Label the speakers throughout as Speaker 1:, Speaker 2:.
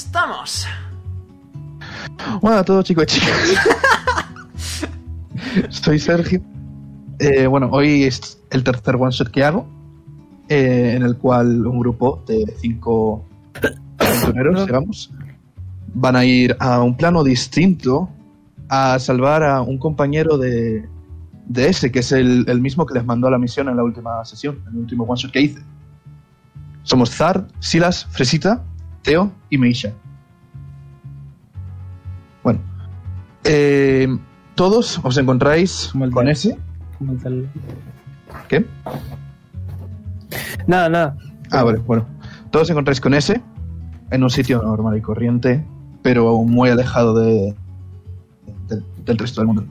Speaker 1: estamos?
Speaker 2: Bueno, a todos chicos y chicas. Soy Sergio. Eh, bueno, hoy es el tercer one shot que hago, eh, en el cual un grupo de cinco aventureros, digamos, van a ir a un plano distinto a salvar a un compañero de, de ese, que es el, el mismo que les mandó a la misión en la última sesión, en el último one shot que hice. Somos Zard, Silas, Fresita, Teo y Meisha. Bueno, eh, todos os encontráis
Speaker 3: Como el
Speaker 2: con
Speaker 3: de-
Speaker 2: ese.
Speaker 3: Como el tal-
Speaker 2: ¿Qué?
Speaker 3: Nada, nada.
Speaker 2: Ah, vale, bueno. Todos os encontráis con ese en un sitio normal y corriente, pero muy alejado de, de- del resto del mundo.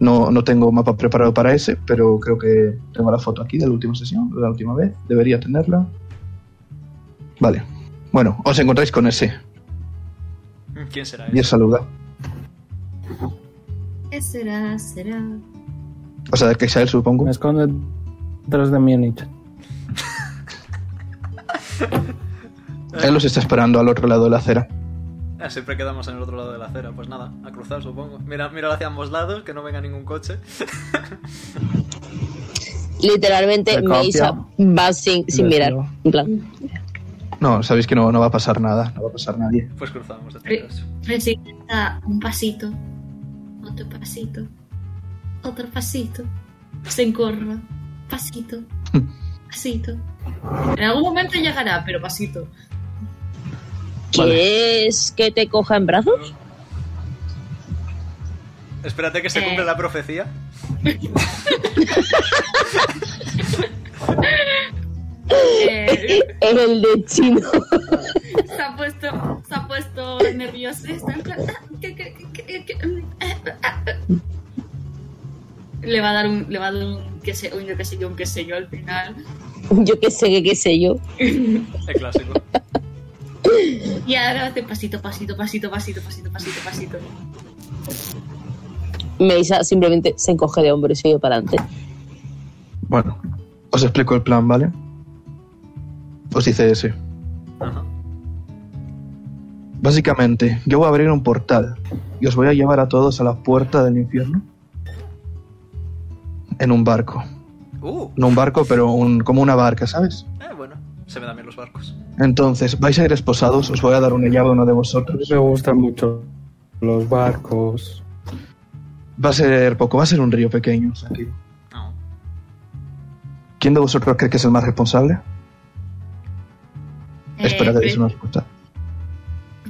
Speaker 2: No, no tengo mapa preparado para ese, pero creo que tengo la foto aquí de la última sesión, de la última vez. Debería tenerla. Vale. Bueno, os encontráis con ese
Speaker 1: ¿Quién será este? ese?
Speaker 2: y os saluda.
Speaker 4: ¿Qué será? ¿Será?
Speaker 2: O sea, que sea él, supongo.
Speaker 3: Me escondo detrás de Múnich.
Speaker 2: Él los está esperando al otro lado de la acera.
Speaker 1: Ah, siempre quedamos en el otro lado de la acera. Pues nada, a cruzar, supongo. Mira, mira hacia ambos lados, que no venga ningún coche.
Speaker 5: Literalmente,
Speaker 3: Me
Speaker 5: me
Speaker 3: copio.
Speaker 5: va sin, sin
Speaker 3: Me
Speaker 5: mirar.
Speaker 3: sigo.
Speaker 5: En plan,
Speaker 2: No, sabéis que no, no va a pasar nada, no va a pasar nadie.
Speaker 1: Pues cruzamos, de
Speaker 4: Sí.
Speaker 1: chicas.
Speaker 4: Necesita un pasito, otro pasito, otro pasito. Se encorva, pasito, pasito. En algún momento llegará, pero pasito.
Speaker 5: ¿Quieres que te coja en brazos?
Speaker 1: Espérate que se
Speaker 4: Eh.
Speaker 1: cumple la profecía.
Speaker 4: Eh,
Speaker 5: El de chino.
Speaker 4: se ha puesto, se ha puesto nervioso. Está en plan, "Ah, que- que- que- que- que- mm, eh, ah, ah". Le va a dar un, le va a dar un, que sé, un yo que sé yo, un que sé yo al final.
Speaker 5: Yo qué sé, qué, qué sé yo.
Speaker 1: El clásico.
Speaker 4: Y ahora hace pasito, pasito, pasito, pasito, pasito, pasito, pasito.
Speaker 5: Meisa simplemente se encoge de hombro y sigue para adelante.
Speaker 2: Bueno, os explico el plan, ¿vale? Os dice ese.
Speaker 1: Ajá.
Speaker 2: Básicamente, yo voy a abrir un portal y os voy a llevar a todos a la puerta del infierno en un barco.
Speaker 1: Uh,
Speaker 2: No un barco, pero un- como una barca, ¿sabes?
Speaker 1: eh, bueno. Se me dan bien los barcos.
Speaker 2: Entonces, vais a ir esposados, os voy a dar una llave a uno de vosotros.
Speaker 3: Me gustan mucho los barcos.
Speaker 2: Va a ser poco, va a ser un río pequeño. tranquilo.
Speaker 1: No.
Speaker 2: ¿Quién de vosotros cree que es el más responsable? Espera que
Speaker 4: Eh,
Speaker 2: deis una respuesta.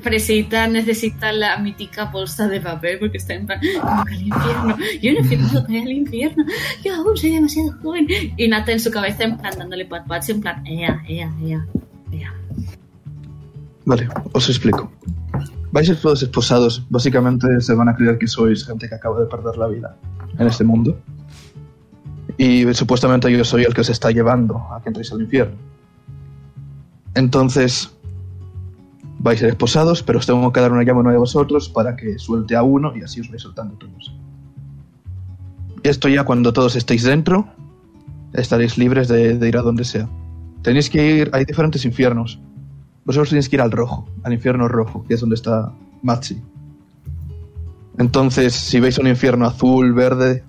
Speaker 4: Fresita necesita la mítica bolsa de papel porque está en plan, "Nunca al infierno, yo no he firmado para ir al infierno, yo aún soy demasiado joven. Y Nata en su cabeza en plan dándole pat pats en plan, ea, ea, ea, ea.
Speaker 2: Vale, os explico. Vais a ser todos esposados. Básicamente se van a creer que sois gente que acaba de perder la vida en este mundo. Y supuestamente yo soy el que os está llevando a que entréis al infierno. Entonces, vais a ser esposados, pero os tengo que dar una llave a uno de vosotros para que suelte a uno y así os vais soltando todos. Y esto ya cuando todos estéis dentro, estaréis libres de, de ir a donde sea. Tenéis que ir, hay diferentes infiernos. Vosotros tenéis que ir al rojo, al infierno rojo, que es donde está Machi. Entonces, si veis un infierno azul, verde,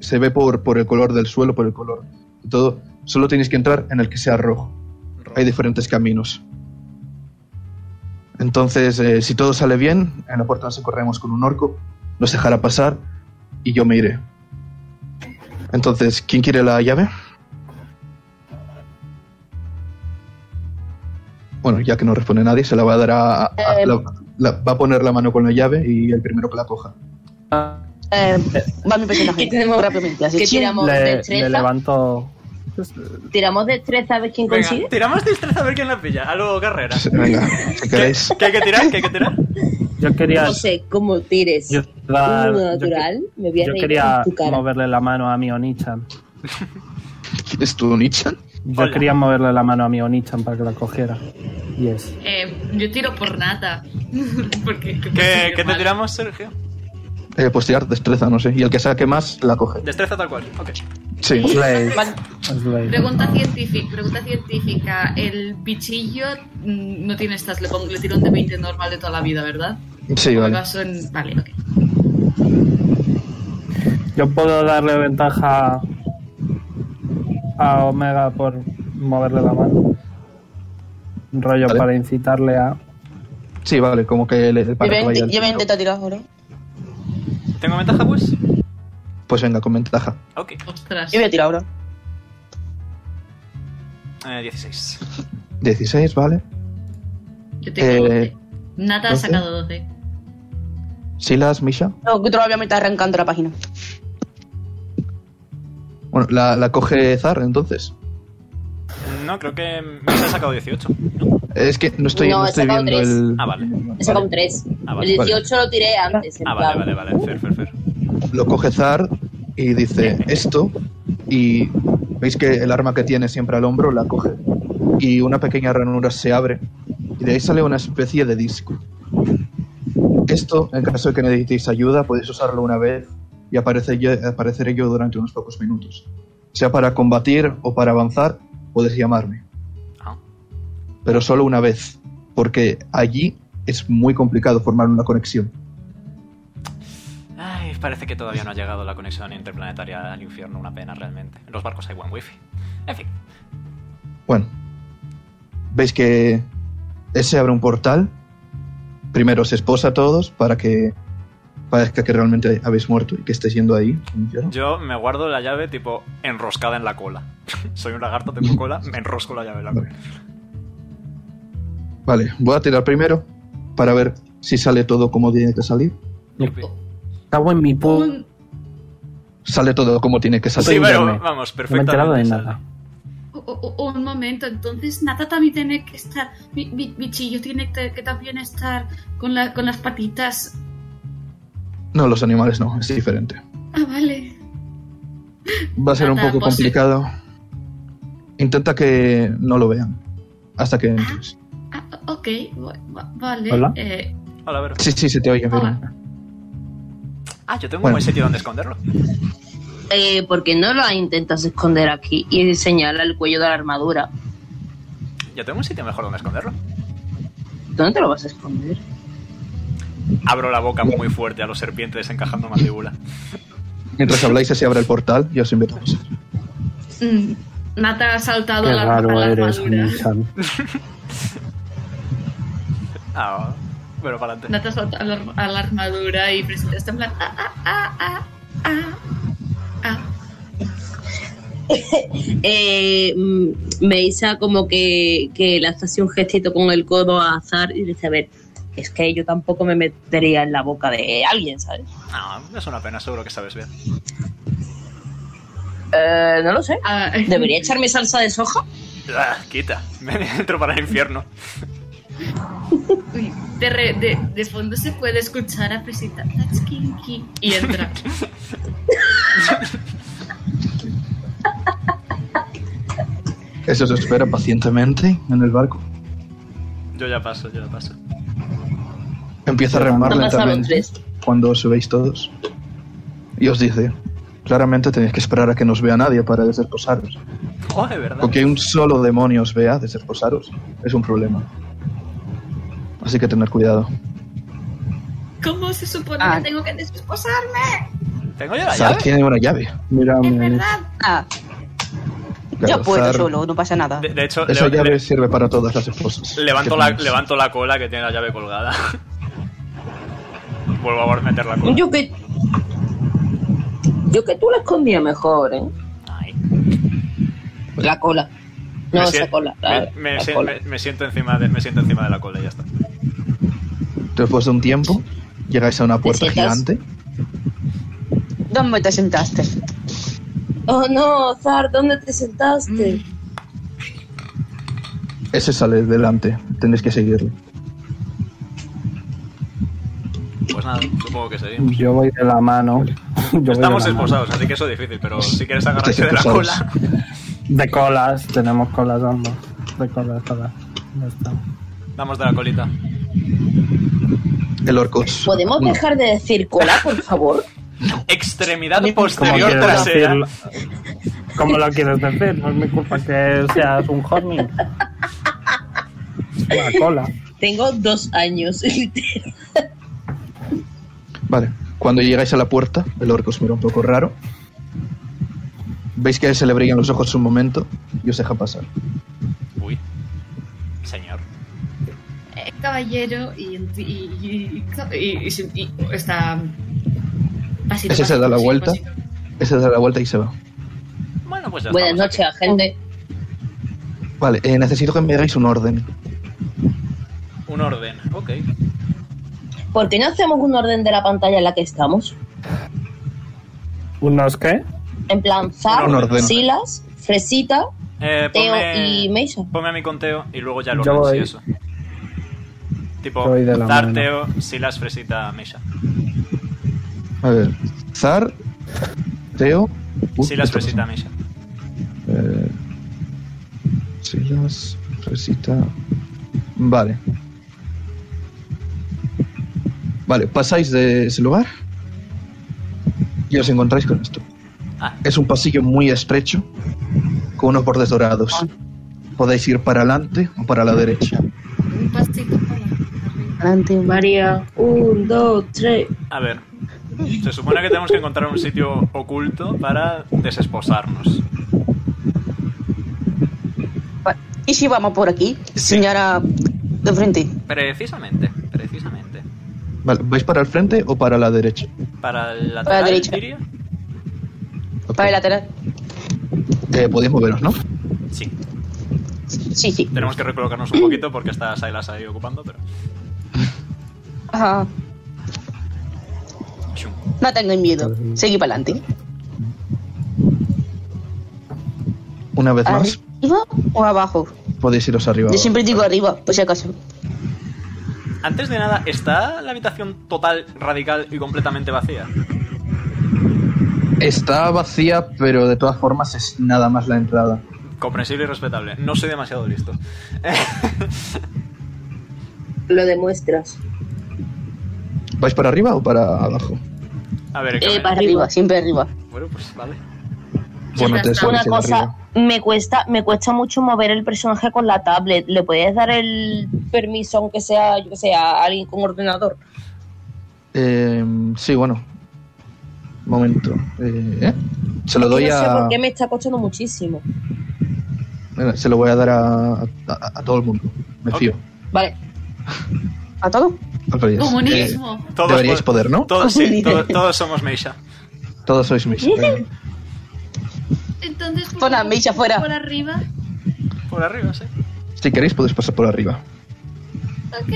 Speaker 2: se ve por, por el color del suelo, por el color de todo. Solo tenéis que entrar en el que sea rojo. Hay diferentes caminos. Entonces, eh, si todo sale bien, en la puerta nos corremos con un orco, nos dejará pasar y yo me iré. Entonces, ¿quién quiere la llave? Bueno, ya que no responde nadie, se la va a dar a... a- a-
Speaker 5: Eh.
Speaker 2: la- la- va a poner la mano con la llave y el primero que la coja.
Speaker 3: Ah,
Speaker 5: Eh, va mi personaje.
Speaker 6: ¿Qué tenemos?
Speaker 5: Rápidamente. Así,
Speaker 6: ¿Qué
Speaker 5: chin,
Speaker 6: tiramos?
Speaker 3: le,
Speaker 6: destreza.
Speaker 3: le levanto.
Speaker 5: Tiramos destreza a ver quién
Speaker 1: Venga,
Speaker 5: consigue.
Speaker 1: tiramos destreza a ver quién la pilla. Algo carrera.
Speaker 2: Venga, si queréis...
Speaker 1: ¿Qué hay que tirar? ¿Qué hay que tirar?
Speaker 3: Yo quería.
Speaker 5: No sé cómo tires.
Speaker 3: Yo, dar-
Speaker 5: Uno
Speaker 3: yo que-
Speaker 5: natural. me voy a
Speaker 3: yo
Speaker 5: reír
Speaker 3: quería
Speaker 5: en tu cara.
Speaker 3: moverle la mano a mi Onichan.
Speaker 2: ¿Es tu Nichan?
Speaker 3: Yo
Speaker 1: Hola.
Speaker 3: quería moverle la mano a mi Onichan para que la cogiera. Yes.
Speaker 4: Eh, yo tiro por Nata. porque,
Speaker 1: ¿Qué, qué te tiramos, Sergio?
Speaker 2: Eh, pues tirar destreza, no sé. Y el que saque más, la coge.
Speaker 1: Destreza tal cual. Ok.
Speaker 2: Sí.
Speaker 3: Play.
Speaker 6: Van-
Speaker 3: Es Blade.
Speaker 4: Pregunta científica, pregunta científica. El bichillo mm, no tiene estas, le, pongo, le tiro un de 20 normal de toda la vida, ¿verdad?
Speaker 2: Sí,
Speaker 4: Como el
Speaker 2: vale.
Speaker 4: vaso en- vale, ok.
Speaker 3: Yo puedo darle ventaja a Omega por moverle la mano. Un rollo
Speaker 2: Vale.
Speaker 3: para incitarle a.
Speaker 2: Sí, vale, como que le para que vaya al-
Speaker 5: Yo voy a intentar tirar ahora.
Speaker 1: ¿Tengo ventaja, pues?
Speaker 2: Pues venga, con ventaja.
Speaker 1: Ok.
Speaker 4: Ostras.
Speaker 5: Yo voy a tirar ahora.
Speaker 1: Eh, 16.
Speaker 2: 16, vale.
Speaker 4: Yo tengo
Speaker 2: Eh,
Speaker 4: 12. Nata ha
Speaker 2: 12.
Speaker 4: sacado 12.
Speaker 2: Silas, Misha.
Speaker 5: No, que todavía me está arrancando la página.
Speaker 2: Bueno, la, la coge Zar, entonces.
Speaker 1: No, creo que me ha sacado 18.
Speaker 2: Es que no estoy,
Speaker 5: No,
Speaker 2: no
Speaker 5: he
Speaker 2: estoy
Speaker 5: sacado
Speaker 2: viendo
Speaker 5: tres.
Speaker 2: el.
Speaker 1: Ah, vale.
Speaker 5: He sacado un 3.
Speaker 1: Ah, vale.
Speaker 5: El 18 lo tiré antes. en
Speaker 1: Ah, vale,
Speaker 5: plan.
Speaker 1: vale, vale. Fer, fer, fer.
Speaker 2: Lo coge Zar y dice esto. Y veis que el arma que tiene siempre al hombro la coge. Y una pequeña ranura se abre. Y de ahí sale una especie de disco. Esto, en caso de que necesitéis ayuda, podéis usarlo una vez y aparece yo- apareceré yo durante unos pocos minutos. Sea para combatir o para avanzar, podéis llamarme.
Speaker 1: Ah.
Speaker 2: Pero solo una vez, porque allí es muy complicado formar una conexión.
Speaker 1: Ay, parece que todavía no ha llegado la conexión interplanetaria al infierno. Una pena, realmente. En los barcos hay buen wifi. En fin.
Speaker 2: Bueno, veis que ese abre un portal. Primero se esposa a todos para que parezca que realmente habéis muerto y que estéis yendo ahí. al infierno.
Speaker 1: Yo me guardo la llave, tipo, enroscada en la cola. Soy un lagarto, tengo cola, me enrosco la llave en la cola.
Speaker 2: Vale, voy a tirar primero para ver si sale todo como tiene que salir.
Speaker 1: Yupi.
Speaker 3: Cago en mi pu.
Speaker 4: Un-
Speaker 2: Sale todo como tiene que salir.
Speaker 1: Sí, pero
Speaker 3: verme.
Speaker 1: vamos,
Speaker 3: No me he
Speaker 1: perfectamente.
Speaker 3: enterado de
Speaker 1: sale.
Speaker 3: nada.
Speaker 4: u- u- un momento, entonces Nata también tiene que estar. mi- mi- Bichillo tiene que que también estar con, la, con las patitas.
Speaker 2: No, los animales no, es diferente.
Speaker 4: Ah, vale.
Speaker 2: Va a ser un
Speaker 4: Nada,
Speaker 2: poco
Speaker 4: pues sí.
Speaker 2: complicado. Intenta que no lo vean hasta que entres.
Speaker 4: Ah, ok, va- va- vale.
Speaker 3: Hola.
Speaker 4: Eh,
Speaker 1: Hola, Vero.
Speaker 2: Sí, sí, se te oye.
Speaker 4: Hola.
Speaker 2: Vero.
Speaker 1: Ah, yo tengo un
Speaker 2: Bueno.
Speaker 1: buen sitio donde esconderlo.
Speaker 5: Eh, porque no lo intentas esconder aquí y señala el cuello de la armadura.
Speaker 1: Yo tengo un sitio mejor donde esconderlo.
Speaker 5: ¿Dónde te lo vas a esconder?
Speaker 1: Abro la boca muy fuerte a los serpientes encajando mandíbula.
Speaker 2: Mientras habláis, se abre el portal y os invito a pasar.
Speaker 4: mm, Nata ha saltado
Speaker 3: Qué
Speaker 4: a la, a
Speaker 3: raro
Speaker 4: la
Speaker 3: eres,
Speaker 4: armadura.
Speaker 3: Michan.
Speaker 1: Ah, bueno, para adelante.
Speaker 4: Nata salta a la, a la armadura y presenta está en plan. Ah, ah, ah, ah, ah, ah.
Speaker 5: Eh, mm, Meisa como que, que le hace así un gestito con el codo a Azar y dice, a ver, es que yo tampoco me metería en la boca de alguien, ¿sabes?
Speaker 1: Ah, es una pena, seguro que sabes bien.
Speaker 5: Eh, no lo sé.
Speaker 4: Ah,
Speaker 5: ¿Debería echarme salsa de soja?
Speaker 1: Ah, quita, me entro para el infierno.
Speaker 4: Uy, De, re- de- de fondo se puede escuchar a Pesita. That's kinky. Y entra.
Speaker 2: Eso se espera pacientemente en el barco.
Speaker 1: Yo ya paso, yo ya paso.
Speaker 2: Empieza a remar
Speaker 5: Todos a los
Speaker 2: lentamente
Speaker 5: tres.
Speaker 2: cuando os veis todos. Y os dice, claramente tenéis que esperar a que no os vea nadie para desesposaros.
Speaker 1: Oh, de verdad.
Speaker 2: O que un solo demonio os vea desesposaros es un problema. Así que tener cuidado.
Speaker 4: ¿Cómo se supone
Speaker 5: Ah.
Speaker 4: que tengo que desposarme?
Speaker 1: ¿Tengo yo la
Speaker 2: Zar
Speaker 1: llave?
Speaker 2: tiene una llave.
Speaker 3: Mira,
Speaker 4: Es
Speaker 3: mira, mira.
Speaker 4: verdad.
Speaker 5: Ah,
Speaker 2: Claro,
Speaker 5: yo puedo
Speaker 2: Zar-
Speaker 5: solo, no pasa nada.
Speaker 1: De, de hecho,
Speaker 2: Esa
Speaker 1: le-
Speaker 2: llave
Speaker 1: le-
Speaker 2: sirve para todas las esposas.
Speaker 1: levanto,
Speaker 2: Que
Speaker 1: la,
Speaker 2: tenéis.
Speaker 1: levanto la cola que tiene la llave colgada. Vuelvo a meter la cola.
Speaker 5: Yo que... Yo que tú la escondía mejor, ¿eh?
Speaker 1: Ay.
Speaker 5: La cola. No,
Speaker 1: Me
Speaker 5: esa
Speaker 1: sien-
Speaker 5: cola. la-
Speaker 1: me- me
Speaker 5: la
Speaker 1: sien-
Speaker 5: cola.
Speaker 1: me- me siento encima de- me siento encima de la cola y ya está.
Speaker 2: Después de un tiempo, llegáis a una puerta
Speaker 5: sientas?
Speaker 2: gigante.
Speaker 7: ¿Dónde te sentaste?
Speaker 5: Oh no, Zar, ¿dónde te sentaste?
Speaker 2: Mm. Ese sale delante. Tenéis que seguirlo.
Speaker 1: Pues nada, supongo que seguimos.
Speaker 3: Yo voy de la mano. Yo voy de
Speaker 1: Estamos
Speaker 3: la mano.
Speaker 1: esposados, así que eso es difícil, pero si quieres agarrarte
Speaker 2: Estáis
Speaker 1: de la
Speaker 2: esposados.
Speaker 1: cola.
Speaker 3: De colas, tenemos colas ambos. De colas, colas. Ya está.
Speaker 1: Damos de la colita.
Speaker 2: El Orcos.
Speaker 5: ¿Podemos
Speaker 2: Uno.
Speaker 5: dejar de decir cola, por favor?
Speaker 1: Extremidad
Speaker 3: Como
Speaker 1: posterior
Speaker 3: quieres
Speaker 1: trasera.
Speaker 3: decirlo,
Speaker 8: ¿Cómo lo quieres decir? No es mi culpa que seas un horny. Es La cola.
Speaker 5: Tengo dos años. literal.
Speaker 2: Vale. Cuando llegáis a la puerta, el orco os mira un poco raro. Veis que se le brillan los ojos un momento y os deja pasar.
Speaker 1: Uy. Señor.
Speaker 4: eh,
Speaker 9: Es caballero y, y, y, y- y- y- y- está. pasito,
Speaker 2: Ese se
Speaker 9: pasito,
Speaker 2: da la
Speaker 9: sí,
Speaker 2: vuelta.
Speaker 4: pues,
Speaker 9: pasito.
Speaker 2: Ese da la vuelta y se va.
Speaker 1: Bueno, pues ya
Speaker 5: Buenas
Speaker 1: estamos
Speaker 5: noches, agente.
Speaker 2: Vale, eh, necesito que me hagáis un orden.
Speaker 10: Un orden, ok.
Speaker 5: ¿Por qué no hacemos un orden de la pantalla en la que estamos?
Speaker 8: ¿Unos qué?
Speaker 5: En plan, Zar,
Speaker 2: Un orden.
Speaker 5: Silas, Fresita,
Speaker 1: Eh,
Speaker 5: Teo
Speaker 1: ponme-
Speaker 5: y Mason.
Speaker 1: Ponme a mi conteo y luego ya lo
Speaker 8: Yo
Speaker 1: orden,
Speaker 8: voy-
Speaker 1: sí, eso. Tipo,
Speaker 8: voy de la
Speaker 1: Zar,
Speaker 8: mano.
Speaker 1: Teo, Silas, Fresita, Misha.
Speaker 2: A ver. Zar. Teo. uh,
Speaker 1: Silas,
Speaker 2: esto
Speaker 1: Fresita,
Speaker 2: pasa.
Speaker 1: Misha.
Speaker 2: Eh, Silas. Fresita. Vale. Vale, pasáis de ese lugar y os encontráis con esto.
Speaker 1: Ah,
Speaker 2: Es un pasillo muy estrecho con unos bordes dorados. Podéis ir para adelante o para la derecha.
Speaker 9: Un pasito para arriba.
Speaker 7: Adelante,
Speaker 5: María, un, dos, tres.
Speaker 1: a ver. Se supone que tenemos que encontrar un sitio oculto para desesposarnos.
Speaker 7: va- ¿Y si vamos por aquí? Señora de frente.
Speaker 1: Precisamente, precisamente.
Speaker 2: Vale, ¿vais para el frente o para la derecha?
Speaker 1: Para la
Speaker 7: Para la
Speaker 1: lateral,
Speaker 7: derecha.
Speaker 1: diría.
Speaker 2: Ok.
Speaker 7: Para el lateral.
Speaker 2: Eh, podéis moveros, ¿no?
Speaker 1: Sí,
Speaker 7: Sí, sí.
Speaker 1: tenemos que recolocarnos un poquito porque está Silas ahí ocupando, pero.
Speaker 7: Ajá.
Speaker 1: Chum.
Speaker 7: No tengo miedo. Seguí para adelante.
Speaker 2: Una vez más,
Speaker 7: ¿Arriba o abajo?
Speaker 2: podéis iros arriba.
Speaker 7: Ah, Yo siempre digo arriba, por si acaso.
Speaker 1: Antes de nada, ¿está la habitación total, radical y completamente vacía?
Speaker 2: Está vacía, pero de todas formas es nada más la entrada.
Speaker 1: Comprensible y respetable. No soy demasiado listo.
Speaker 5: Lo demuestras.
Speaker 2: ¿Vais para arriba o para abajo?
Speaker 1: A ver,
Speaker 5: Eh,
Speaker 1: Carmen.
Speaker 5: para arriba.
Speaker 7: Arriba, siempre arriba.
Speaker 1: Bueno, pues vale.
Speaker 2: Bueno, te
Speaker 9: está.
Speaker 5: Una
Speaker 2: sales de
Speaker 5: cosa,
Speaker 2: arriba.
Speaker 5: me cuesta, me cuesta mucho mover el personaje con la tablet. ¿Le puedes dar el permiso, aunque sea, yo que sé, a alguien con ordenador?
Speaker 2: Eh, sí, bueno. Momento. Eh, ¿eh? Se lo
Speaker 5: Es que
Speaker 2: doy
Speaker 5: no sé
Speaker 2: a.
Speaker 5: por qué me está costando muchísimo.
Speaker 2: Mira, Se lo voy a dar a, a- a- a todo el mundo. Me
Speaker 1: Ok.
Speaker 2: fío.
Speaker 5: Vale,
Speaker 7: ¿A todo?
Speaker 2: Al parecer. Eh,
Speaker 9: Comunismo.
Speaker 1: Todos
Speaker 2: Deberíais
Speaker 1: pod-
Speaker 2: poder, ¿no?
Speaker 1: Todos, sí, to- todos somos Meisha.
Speaker 2: Todos sois mis. eh,
Speaker 9: Entonces, ¿por
Speaker 7: Pon a
Speaker 9: qué
Speaker 7: Misha fuera.
Speaker 9: Por arriba.
Speaker 1: Por arriba, sí.
Speaker 2: si queréis, podéis pasar por arriba.
Speaker 9: Ok.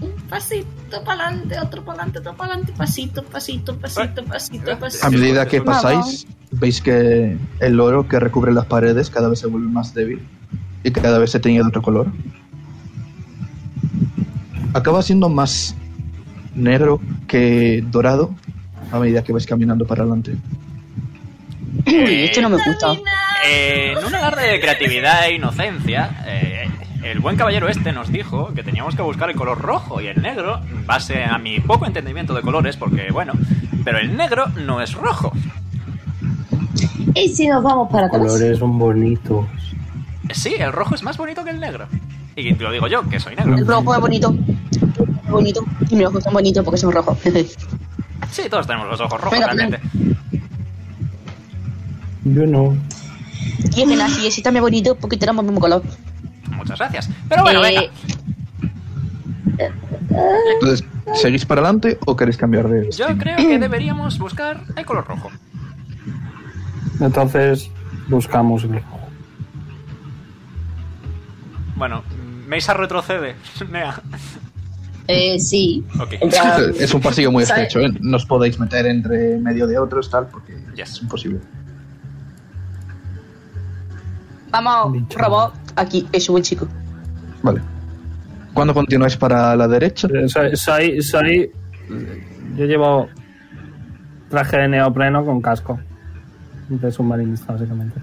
Speaker 9: Un pasito para adelante, otro para adelante, otro para adelante. Pasito, pasito, pasito, pasito,
Speaker 2: A
Speaker 9: pasito.
Speaker 2: medida que pasáis, veis que el oro que recubre las paredes cada vez se vuelve más débil y cada vez se teñe de otro color. Acaba siendo más negro que dorado a medida que vais caminando para adelante.
Speaker 7: Uy, esto no me gusta.
Speaker 1: Eh, en un alarde de creatividad e inocencia, eh, el buen caballero este nos dijo que teníamos que buscar el color rojo y el negro, en base a mi poco entendimiento de colores, porque bueno, pero el negro no es rojo.
Speaker 5: ¿y si nos vamos para atrás?
Speaker 8: Colores son bonitos.
Speaker 1: Sí, el rojo es más bonito que el negro. Y te lo digo yo, que soy negro.
Speaker 2: Mm.
Speaker 7: El rojo es bonito. Bonito. Y mis ojos son bonitos porque son rojos.
Speaker 1: Sí, todos tenemos los ojos rojos,
Speaker 7: Venga,
Speaker 1: realmente.
Speaker 8: Yo no.
Speaker 7: y es que nací así también bonito porque tenemos el mismo color.
Speaker 1: Muchas gracias. Pero bueno,
Speaker 5: Eh,
Speaker 1: venga.
Speaker 2: Entonces, ¿seguís para adelante o queréis cambiar de
Speaker 1: Yo creo que deberíamos buscar el color rojo.
Speaker 8: Entonces buscamos el rojo.
Speaker 1: Bueno, Meisa retrocede. Nea.
Speaker 5: eh, sí.
Speaker 1: Ok.
Speaker 5: En plan,
Speaker 2: Es un pasillo muy
Speaker 5: ¿Sabe?
Speaker 2: estrecho, ¿eh? No os podéis meter entre medio de otros, tal, porque es
Speaker 1: Yes.
Speaker 2: imposible.
Speaker 7: Vamos,
Speaker 8: Bicho.
Speaker 7: robot. Aquí, es buen chico.
Speaker 2: Vale. Cuando continuáis para la derecha,
Speaker 8: Eh, Soy, soy, soy- Yo llevo traje de neopreno con casco. De submarinista, básicamente.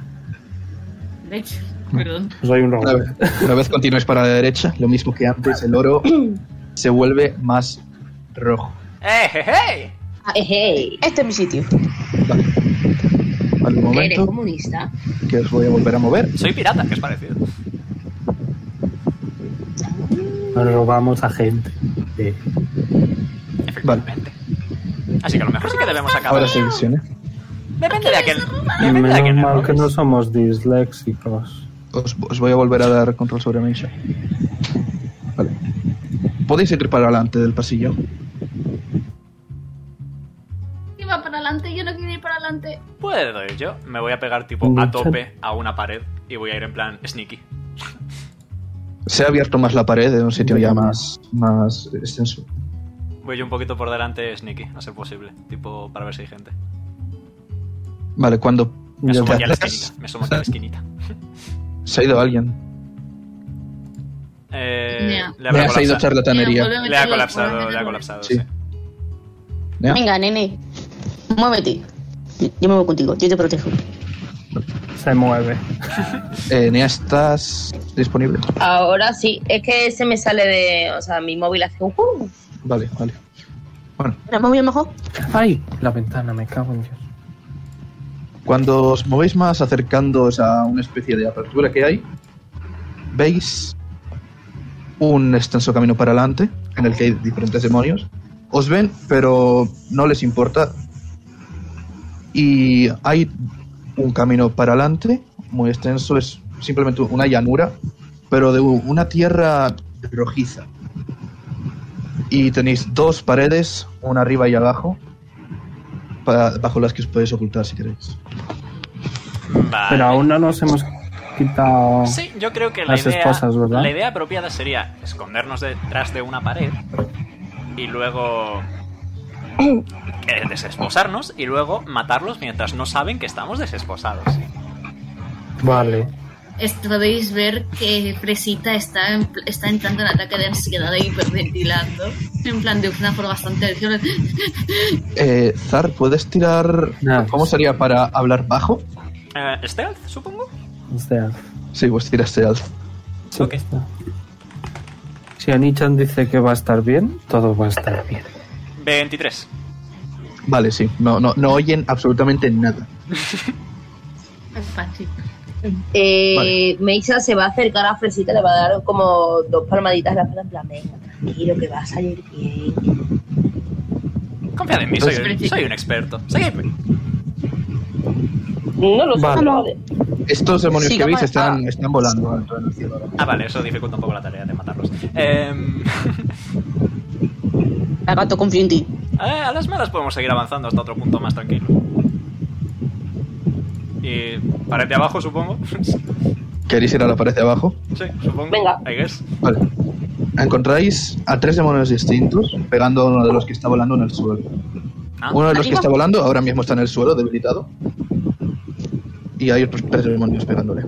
Speaker 9: De hecho,
Speaker 2: Mm.
Speaker 9: perdón.
Speaker 8: Soy un
Speaker 2: Una
Speaker 8: robot.
Speaker 2: vez, una vez continuáis para la derecha, lo mismo que antes, el oro se vuelve más rojo.
Speaker 1: ¡Eh, je, je!
Speaker 5: eh, hey.
Speaker 7: Este es mi sitio.
Speaker 2: Vale. Vale, un
Speaker 5: ¿Eres
Speaker 2: momento
Speaker 5: comunista?
Speaker 2: que os voy a volver a mover.
Speaker 1: Soy pirata, que es parecido.
Speaker 8: No robamos a gente. Sí.
Speaker 1: Efectivamente. Así que a lo mejor sí que debemos acabar.
Speaker 2: Ahora sí, sí, ¿eh?
Speaker 1: Depende de aquel. Depende de
Speaker 8: Menos
Speaker 1: aquel.
Speaker 8: mal que no somos disléxicos.
Speaker 2: Os, os voy a volver a dar control sobre Misha. Vale. Podéis ir para adelante del pasillo.
Speaker 9: Y va para adelante, yo no quiero ir para adelante.
Speaker 1: Puedo ir yo. Me voy a pegar tipo a tope a una pared y voy a ir en plan sneaky.
Speaker 2: Se ha abierto más la pared en un sitio ya más, más extenso.
Speaker 1: Voy yo un poquito por delante sneaky, a ser posible. Tipo para ver si hay gente.
Speaker 2: Vale, cuando
Speaker 1: Me
Speaker 2: te
Speaker 1: asomo aquí a la
Speaker 2: acercas,
Speaker 1: esquinita. Me asomo aquí a la esquinita.
Speaker 2: se ha ido alguien.
Speaker 1: Eh,
Speaker 9: Ya.
Speaker 1: Le habrá
Speaker 2: ha ido
Speaker 1: colapsado.
Speaker 2: charlatanería.
Speaker 9: Mira, vuelve a
Speaker 1: Le ha
Speaker 9: meterlo,
Speaker 1: colapsado,
Speaker 9: vuelve a
Speaker 1: le ha
Speaker 9: meterlo.
Speaker 1: colapsado.
Speaker 2: Sí.
Speaker 1: Sí.
Speaker 2: ¿Ya?
Speaker 7: Venga, nene. Muévete. Yo me voy contigo, yo te protejo.
Speaker 8: Se mueve.
Speaker 2: Eh, Nea, ¿estás disponible?
Speaker 5: Ahora sí, es que se me sale de. O sea, mi móvil hace un. uh,
Speaker 2: Vale, vale. Bueno,
Speaker 7: ¿La me voy mejor?
Speaker 8: ¡Ay! La ventana, me cago en Dios.
Speaker 2: Cuando os movéis más acercándoos a una especie de apertura que hay, veis un extenso camino para adelante en el que hay diferentes demonios. Os ven, pero no les importa. Y hay un camino para adelante muy extenso, es simplemente una llanura, pero de u- una tierra rojiza. Y tenéis dos paredes, una arriba y abajo, pa- bajo las que os podéis ocultar si queréis.
Speaker 1: Vale.
Speaker 8: Pero aún no nos hemos quitado.
Speaker 1: Sí, yo creo que la
Speaker 8: Las
Speaker 1: idea,
Speaker 8: esposas, ¿verdad?
Speaker 1: la idea apropiada sería escondernos detrás de una pared y luego eh, desesposarnos y luego matarlos mientras no saben que estamos desesposados.
Speaker 8: Vale.
Speaker 9: Es- Podéis ver que Fresita está, en pl- está entrando en ataque de ansiedad e hiperventilando. En plan, de una forma bastante agresiva.
Speaker 2: Eh, Zar, ¿puedes tirar?
Speaker 8: No.
Speaker 2: ¿Cómo sería para hablar bajo?
Speaker 1: Eh, ¿Stealth, supongo?
Speaker 8: O sea.
Speaker 2: Sí, pues tiraste al.
Speaker 8: sí
Speaker 1: Ok.
Speaker 8: está. Si Anichan dice que va a estar bien, todo va a estar bien.
Speaker 1: 23.
Speaker 2: Vale, sí. No, no, no oyen absolutamente nada.
Speaker 9: Es fácil.
Speaker 5: Eh,
Speaker 2: Vale.
Speaker 5: Meisa se va a acercar a Fresita, le va a dar como dos palmaditas en la espalda, en plan, venga, tranquilo, que va a salir bien.
Speaker 1: Confía en mí, soy, un- soy un experto. Seguidme.
Speaker 5: No lo sé,
Speaker 8: Vale.
Speaker 5: no lo sé.
Speaker 2: Estos demonios
Speaker 7: Sí,
Speaker 2: que
Speaker 7: ¿cómo
Speaker 2: veis están,
Speaker 7: está?
Speaker 2: están volando alto en el cielo. ahora.
Speaker 1: Ah, vale, eso dificulta un poco la tarea de matarlos. Em,
Speaker 7: La gato confío en ti.
Speaker 1: eh, a las malas podemos seguir avanzando hasta otro punto más tranquilo. Y pared de abajo, supongo. sí,
Speaker 2: ¿Queréis ir a la pared de abajo?
Speaker 1: supongo.
Speaker 5: Venga.
Speaker 1: I guess.
Speaker 2: Vale. Encontráis a tres demonios distintos pegando a uno de los que está volando en el suelo.
Speaker 1: Ah,
Speaker 2: Uno de los que
Speaker 7: arriba.
Speaker 2: está volando ahora mismo está en el suelo, debilitado. Y hay otros tres demonios pegándole.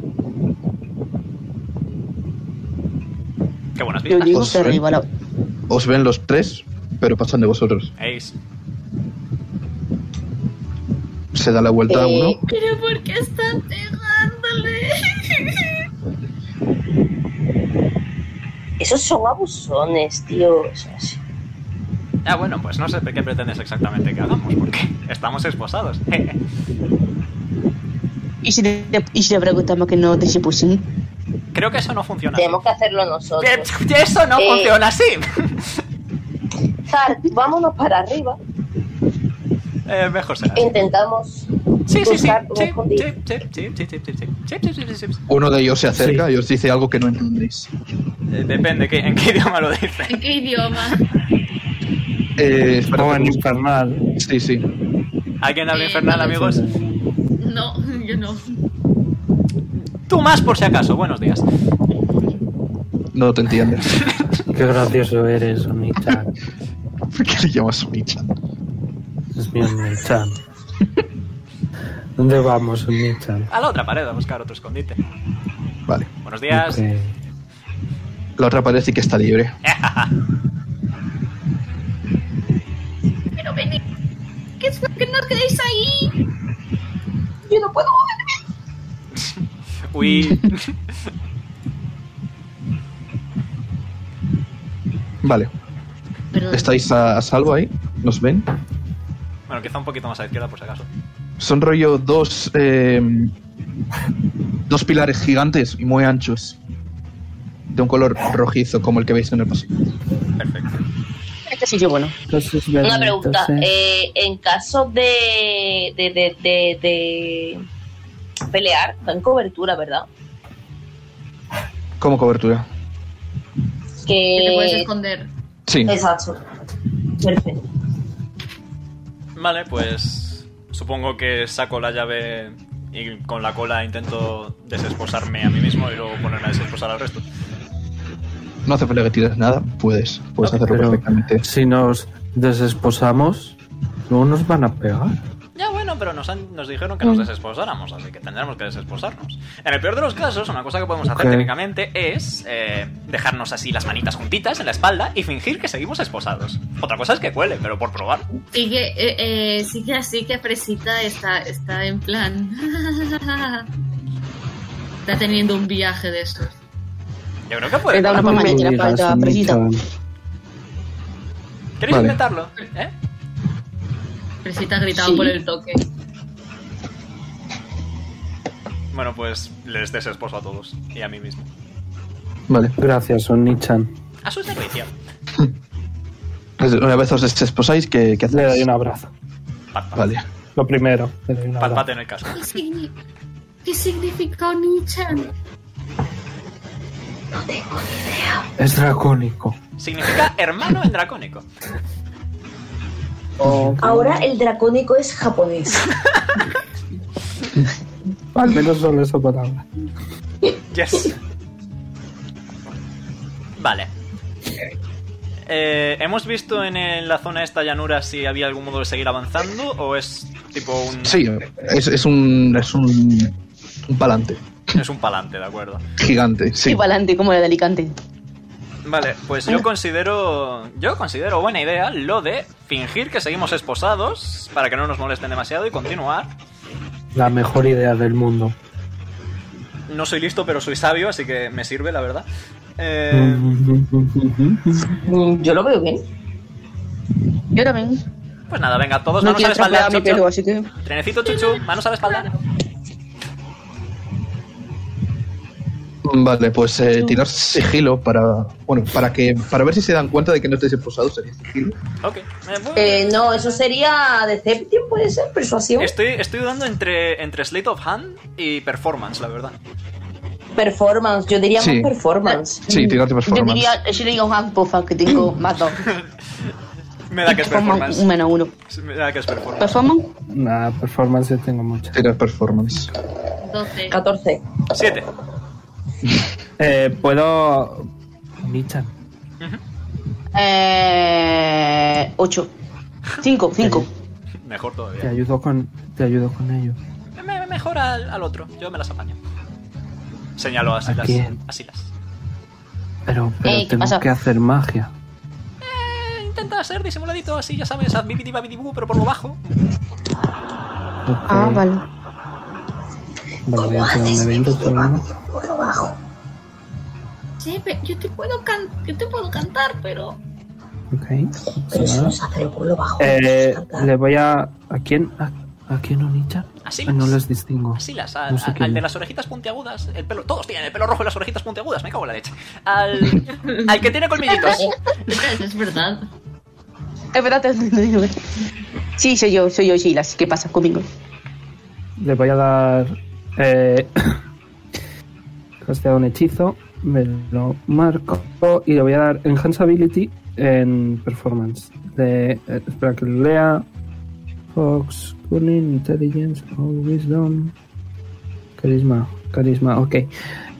Speaker 1: qué buenas
Speaker 7: Yo
Speaker 1: vistas.
Speaker 7: llego
Speaker 2: Pues
Speaker 7: hasta
Speaker 2: sí.
Speaker 7: arriba. la-
Speaker 2: Os ven los tres, pero pasan de vosotros.
Speaker 1: Ace.
Speaker 2: Se da la vuelta a
Speaker 5: Eh,
Speaker 2: uno.
Speaker 9: Pero ¿por qué está pegándole?
Speaker 5: Esos son abusones, tío. o sea, sí.
Speaker 1: Ah, bueno, pues no sé qué pretendes exactamente que hagamos, porque estamos esposados.
Speaker 7: ¿Y si te, y si te preguntamos que no te se pusen?
Speaker 1: Creo que eso no funciona. así.
Speaker 5: Tenemos que hacerlo nosotros.
Speaker 1: Eh, Eso no
Speaker 5: Eh.
Speaker 1: funciona así.
Speaker 5: Zar, vámonos para arriba.
Speaker 1: Eh, mejor será. así.
Speaker 5: Intentamos.
Speaker 1: Sí, sí, sí.
Speaker 5: buscar un
Speaker 1: Sí,
Speaker 5: escondite.
Speaker 1: sí, sí, sí, sí, sí, sí, sí, sí, sí, sí, sí.
Speaker 2: Uno de ellos se acerca y os dice algo que no entendéis.
Speaker 1: Eh, Depende qué- en qué idioma lo dice.
Speaker 9: ¿En qué idioma?
Speaker 2: Eh, espera,
Speaker 8: Joven infernal.
Speaker 2: sí, sí.
Speaker 1: ¿Alguien habla
Speaker 9: Eh,
Speaker 1: infernal, amigos?
Speaker 9: No, yo no.
Speaker 1: Tú más por si acaso. Buenos días.
Speaker 2: No te entiendes.
Speaker 8: Qué gracioso eres, Onichan.
Speaker 2: ¿Por qué le llamas Onichan?
Speaker 8: Es mi Onichan. ¿Dónde vamos, Onichan?
Speaker 1: A la otra pared a buscar otro escondite.
Speaker 2: Vale.
Speaker 1: Buenos días.
Speaker 8: Ok.
Speaker 2: La otra pared sí que está libre.
Speaker 9: Pero venid. ¿Qué es lo que no os quedéis ahí? Yo no puedo
Speaker 1: Uy.
Speaker 2: Vale.
Speaker 9: Perdón.
Speaker 2: ¿Estáis a, a salvo ahí? ¿Nos ven?
Speaker 1: Bueno, quizá un poquito más a la izquierda por si acaso.
Speaker 2: Son rollo dos. eh, dos pilares gigantes y muy anchos. De un color rojizo como el que veis en el pasillo.
Speaker 1: Perfecto.
Speaker 7: Este sitio bueno.
Speaker 3: Entonces,
Speaker 5: Una
Speaker 3: bueno,
Speaker 5: pregunta.
Speaker 3: entonces-
Speaker 5: eh, en caso de de, de, de, de pelear, dan cobertura, ¿verdad?
Speaker 2: Como cobertura.
Speaker 5: Que
Speaker 9: te puedes esconder.
Speaker 2: Sí.
Speaker 5: Exacto. Perfecto.
Speaker 1: Vale, pues supongo que saco la llave y con la cola intento desesposarme a mí mismo y luego ponerme a desesposar al resto.
Speaker 2: No hace falta que tires nada. Puedes. Puedes hacerlo
Speaker 3: Pero
Speaker 2: perfectamente.
Speaker 3: si nos desesposamos, luego nos van a pegar.
Speaker 1: Ya bueno, pero nos, han- nos dijeron que nos desesposáramos, así que tendremos que desesposarnos. En el peor de los casos, una cosa que podemos hacer
Speaker 3: Ok.
Speaker 1: técnicamente es eh, dejarnos así las manitas juntitas en la espalda y fingir que seguimos esposados. Otra cosa es que cuele, pero por probar.
Speaker 9: Y que eh, eh, sí que así que Fresita está, está en plan. está teniendo un viaje de esos.
Speaker 1: Yo creo que
Speaker 7: Le
Speaker 1: puede.
Speaker 7: da una
Speaker 1: colar.
Speaker 7: palma y pues tira
Speaker 3: Uy,
Speaker 7: para allá,
Speaker 3: Gasmichan.
Speaker 7: Fresita.
Speaker 1: ¿Queréis
Speaker 2: Vale.
Speaker 1: intentarlo? ¿Eh?
Speaker 9: Fresita ha gritado
Speaker 5: Sí.
Speaker 9: por el toque.
Speaker 1: Bueno, pues les desesposo a todos y a mí mismo.
Speaker 2: Vale.
Speaker 3: Gracias, Onichan.
Speaker 1: A su servicio.
Speaker 2: Pues Una vez os desesposáis, ¿qué, qué
Speaker 3: Le doy
Speaker 2: hacéis?
Speaker 3: un abrazo.
Speaker 1: Pat, pat.
Speaker 2: Vale.
Speaker 3: Lo primero. Le doy un
Speaker 1: Pat, pat
Speaker 3: abrazo.
Speaker 1: en el casco.
Speaker 9: ¿Qué, signi- qué significa Onichan?
Speaker 3: Es dracónico.
Speaker 1: Significa hermano en dracónico.
Speaker 7: Oh.
Speaker 11: Ahora el dracónico es japonés.
Speaker 3: Al menos solo esa palabra.
Speaker 1: Yes. Vale. Eh, ¿Hemos visto en el- la zona esta llanura si había algún modo de seguir avanzando o es tipo un...
Speaker 2: Sí, es, es un. Es un. Un palante.
Speaker 1: Es un palante, de acuerdo.
Speaker 2: Gigante. Sí.
Speaker 7: Y para adelante, como la de Alicante.
Speaker 1: Vale, pues yo considero... Yo considero buena idea lo de fingir que seguimos esposados para que no nos molesten demasiado y continuar.
Speaker 3: La mejor idea del mundo.
Speaker 1: No soy listo, pero soy sabio, así que me sirve, la verdad. Eh,
Speaker 5: Mm, Yo lo veo bien.
Speaker 7: Yo también.
Speaker 1: pues nada, venga, todos
Speaker 7: No
Speaker 1: manos a
Speaker 7: quiero
Speaker 1: la espalda.
Speaker 7: atropelar a mi
Speaker 1: chup, chup.
Speaker 7: pelo, así que.
Speaker 1: Trenecito chuchu, manos a la espalda.
Speaker 2: Vale, pues eh, tirar sigilo para. Bueno, para que. Para ver si se dan cuenta de que no estáis esposados sería sigilo.
Speaker 1: Ok. Eh, bueno.
Speaker 11: Eh, no, eso sería Deception, puede ser, persuasión.
Speaker 1: Estoy, estoy dudando entre, entre Slate of Hand y Performance, la verdad.
Speaker 11: Performance, yo diría más
Speaker 2: Sí.
Speaker 11: performance.
Speaker 5: Mm,
Speaker 2: Sí, tirarte
Speaker 7: Yo
Speaker 2: performance.
Speaker 7: diría, yo diría un hand pofa que tengo más dos.
Speaker 1: Me da que es
Speaker 7: Performance,
Speaker 1: Performance.
Speaker 7: un menos uno.
Speaker 1: Me da que es Performance.
Speaker 7: Performance,
Speaker 3: Nada, performance yo tengo mucha.
Speaker 2: Tirar performance.
Speaker 9: 12.
Speaker 11: 14.
Speaker 1: Siete.
Speaker 3: Eh, puedo. Onichan.
Speaker 7: eh. 8. 5, 5.
Speaker 1: Mejor
Speaker 3: Te
Speaker 1: todavía.
Speaker 3: ayudo con. Te ayudo con ello.
Speaker 1: Me- mejor al, al otro. Yo me las apaño. Señalo a Silas.
Speaker 3: quién?
Speaker 1: A Silas.
Speaker 3: Pero, pero
Speaker 7: Ey, Eh, ¿qué
Speaker 3: tengo
Speaker 7: pasa?
Speaker 3: que hacer magia.
Speaker 1: Eh, intenta ser disimuladito así, ya sabes, a bibidi babidi bu, pero por lo bajo.
Speaker 3: Ah, vale. Vale, voy a tirar un de 20, pero no.
Speaker 9: Sí, pe- yo te puedo can- yo te puedo cantar, pero
Speaker 3: Ok. se va. Eh, le voy a. ¿A quién? ¿A, a quién Onichan?
Speaker 1: A
Speaker 3: Ah,
Speaker 1: Silas.
Speaker 3: No los distingo.
Speaker 1: A Silas, al,
Speaker 3: No
Speaker 7: Pues
Speaker 3: sé
Speaker 1: al-
Speaker 3: quién
Speaker 1: al de
Speaker 3: es.
Speaker 1: las orejitas puntiagudas, el pelo. Todos tienen el pelo rojo y las orejitas puntiagudas, me cago en la leche. Al, al que tiene colmillitos.
Speaker 9: es verdad.
Speaker 7: Es verdad, te- Sí, soy yo, soy yo, Silas. ¿Qué pasa conmigo?
Speaker 3: Le voy a dar. Eh, casteado un hechizo. Me lo marco. Y le voy a dar Enhance Ability en Performance. De, eh, espera que lo lea. Fox, Cunning, Intelligence, o Wisdom. Carisma, carisma, ok.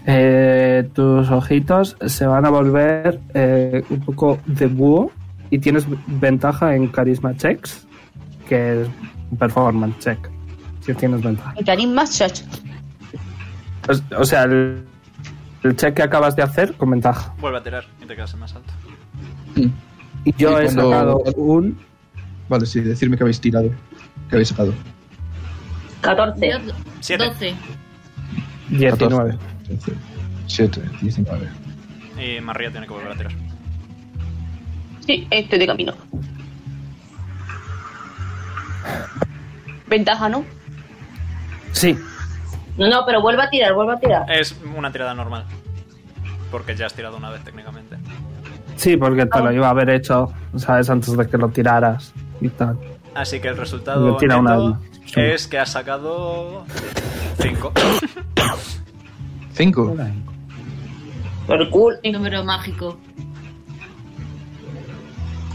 Speaker 3: Eh, tus ojitos se van a volver eh, un poco de búho y tienes ventaja en carisma checks, que es un performance check, si tienes ventaja.
Speaker 7: Karim Chach.
Speaker 3: Pues, O, o sea, el, el check que acabas de hacer con ventaja.
Speaker 1: Vuelve a tirar y te quedas en más alto.
Speaker 3: Y yo
Speaker 2: Y
Speaker 3: he
Speaker 2: cuando-
Speaker 3: sacado un...
Speaker 2: Mm. Vale, sí, decirme que habéis tirado. Que habéis sacado.
Speaker 5: 14.
Speaker 9: Yo-
Speaker 1: Siete.
Speaker 9: 12.
Speaker 3: 19.
Speaker 2: 7, 19.
Speaker 1: Y María tiene que volver a tirar.
Speaker 7: Sí, estoy de camino. Ventaja, ¿no?
Speaker 3: Sí.
Speaker 5: No, no, pero vuelve a tirar, vuelve a tirar.
Speaker 1: Es una tirada normal. Porque ya has tirado una vez técnicamente.
Speaker 3: Sí, porque te lo iba a haber hecho, ¿sabes? Antes de que lo tiraras y tal.
Speaker 1: Así que el
Speaker 3: Le
Speaker 1: resultado
Speaker 3: tira una
Speaker 1: neto
Speaker 3: alma. Sí.
Speaker 1: es que has sacado 5.
Speaker 2: Cinco.
Speaker 5: Por cool.
Speaker 9: El número mágico.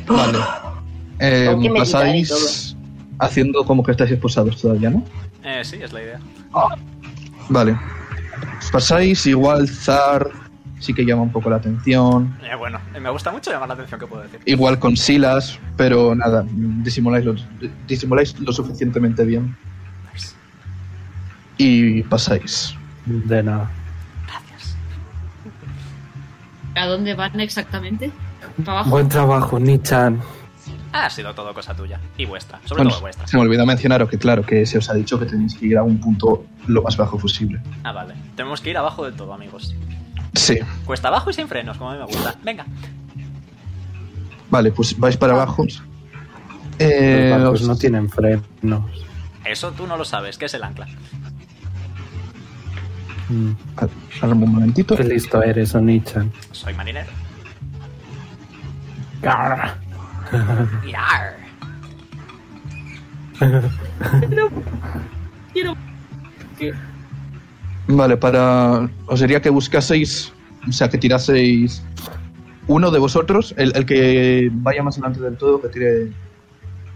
Speaker 2: Vale. Eh,
Speaker 5: Tengo que meditar y
Speaker 2: pasáis haciendo como que estáis expulsados todavía, ¿no?
Speaker 1: Eh, sí, es la idea.
Speaker 2: Vale. Pasáis igual Zar, sí que llama un poco la atención.
Speaker 1: Eh, bueno, eh, me gusta mucho llamar la atención que puedo decir.
Speaker 2: Igual con Silas, pero nada, disimuláis lo, disimuláis lo suficientemente bien.
Speaker 1: Nice.
Speaker 2: Y pasáis.
Speaker 3: De nada.
Speaker 9: ¿A dónde van exactamente? ¿Para abajo?
Speaker 3: Buen trabajo, Nichan.
Speaker 1: Ha sido todo cosa tuya. Y vuestra. Sobre
Speaker 2: Bueno,
Speaker 1: todo vuestra.
Speaker 2: se me olvidó mencionaros que claro, que se os ha dicho que tenéis que ir a un punto lo más bajo posible.
Speaker 1: Ah, vale. Tenemos que ir abajo de todo, amigos.
Speaker 2: Sí.
Speaker 1: Cuesta abajo y sin frenos, como a mí me gusta. Venga.
Speaker 2: Vale, pues vais para abajo. Eh,
Speaker 3: Los barcos
Speaker 2: os-
Speaker 3: pues no tienen frenos.
Speaker 1: Eso tú no lo sabes, que es el ancla.
Speaker 3: Mm.
Speaker 2: Vale, ahora un momentito.
Speaker 3: Qué listo eres, oh, Onichan.
Speaker 1: Soy marinero.
Speaker 3: Garra.
Speaker 1: Yar.
Speaker 2: Vale, para. Os diría que buscaseis. O sea, que tiraseis. Uno de vosotros, el, el que vaya más adelante del todo, que tire.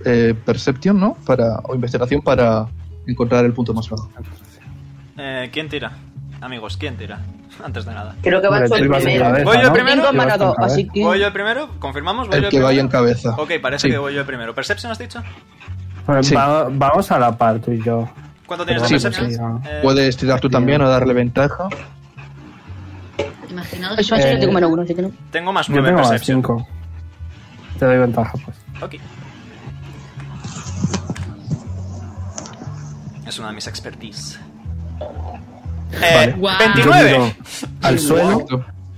Speaker 2: eh, Perception, ¿no? Para, o investigación para encontrar el punto más bajo.
Speaker 1: Eh, ¿Quién tira? Amigos, ¿quién tira? Antes de nada.
Speaker 5: Creo que va
Speaker 3: Hombre,
Speaker 5: tú
Speaker 3: tú
Speaker 5: el
Speaker 3: ibas en
Speaker 5: primero.
Speaker 3: cabeza,
Speaker 1: Voy yo
Speaker 3: ¿no?
Speaker 1: primero.
Speaker 7: Tengo
Speaker 3: Ibas con
Speaker 7: amarrado,
Speaker 3: cabeza.
Speaker 7: así que.
Speaker 1: ¿Voy yo el primero? ¿Confirmamos? ¿Voy yo
Speaker 2: El que
Speaker 1: primero?
Speaker 2: vaya en cabeza.
Speaker 1: Ok, parece
Speaker 2: Sí.
Speaker 1: que voy yo el primero. ¿Perception has dicho?
Speaker 3: Pues
Speaker 2: Sí.
Speaker 3: va- vamos a la par tú y yo.
Speaker 1: ¿Cuánto tienes de
Speaker 2: Sí,
Speaker 1: Perception?
Speaker 3: sí, ah.
Speaker 1: Eh,
Speaker 2: Puedes tirar tú también o darle ventaja.
Speaker 9: Imaginaos
Speaker 7: Eso
Speaker 9: que-
Speaker 7: yo
Speaker 1: Eh,
Speaker 7: tengo menos uno, así que no.
Speaker 1: Tengo más
Speaker 3: Yo
Speaker 1: 9
Speaker 3: tengo más
Speaker 1: Perception.
Speaker 3: 5. Te doy ventaja, pues.
Speaker 1: Ok. Es una de mis expertise. Eh,
Speaker 2: Vale.
Speaker 9: Guau.
Speaker 3: Yo
Speaker 1: 29.
Speaker 3: miro al suelo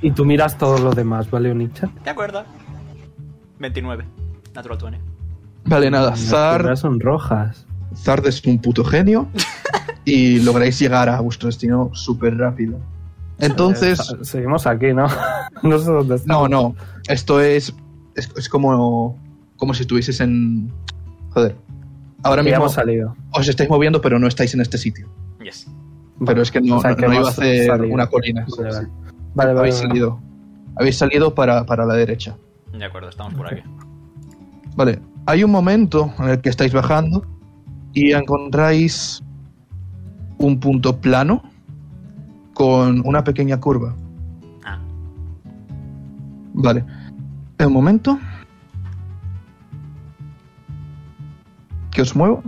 Speaker 3: y tú miras todos los demás, ¿vale, Onichan?
Speaker 1: ¿Te acuerdas? 29. Natural 20.
Speaker 2: Vale, nada.
Speaker 3: Las
Speaker 2: Zar,
Speaker 3: piedras son rojas.
Speaker 2: Zard es un puto genio. y lográis llegar a vuestro destino súper rápido. Entonces.
Speaker 3: Eh, seguimos aquí, ¿no? no sé dónde está.
Speaker 2: No, no. Esto es. Es, es como. Como si estuvieses en. Joder. Ahora
Speaker 3: Que ya
Speaker 2: mismo
Speaker 3: hemos salido.
Speaker 2: os estáis moviendo, pero no estáis en este sitio.
Speaker 1: Yes.
Speaker 2: Pero es que no,
Speaker 3: O sea,
Speaker 2: no- no iba a
Speaker 3: hemos
Speaker 2: hacer
Speaker 3: salido.
Speaker 2: una colina.
Speaker 3: Vale,
Speaker 2: Sí.
Speaker 3: vale. Vale, vale,
Speaker 2: Habéis
Speaker 3: vale.
Speaker 2: salido. Habéis salido para, para la derecha.
Speaker 1: De acuerdo, estamos por aquí.
Speaker 2: Vale. Hay un momento en el que estáis bajando y encontráis un punto plano con una pequeña curva.
Speaker 1: Ah.
Speaker 2: Vale. Un momento. Que os muevo.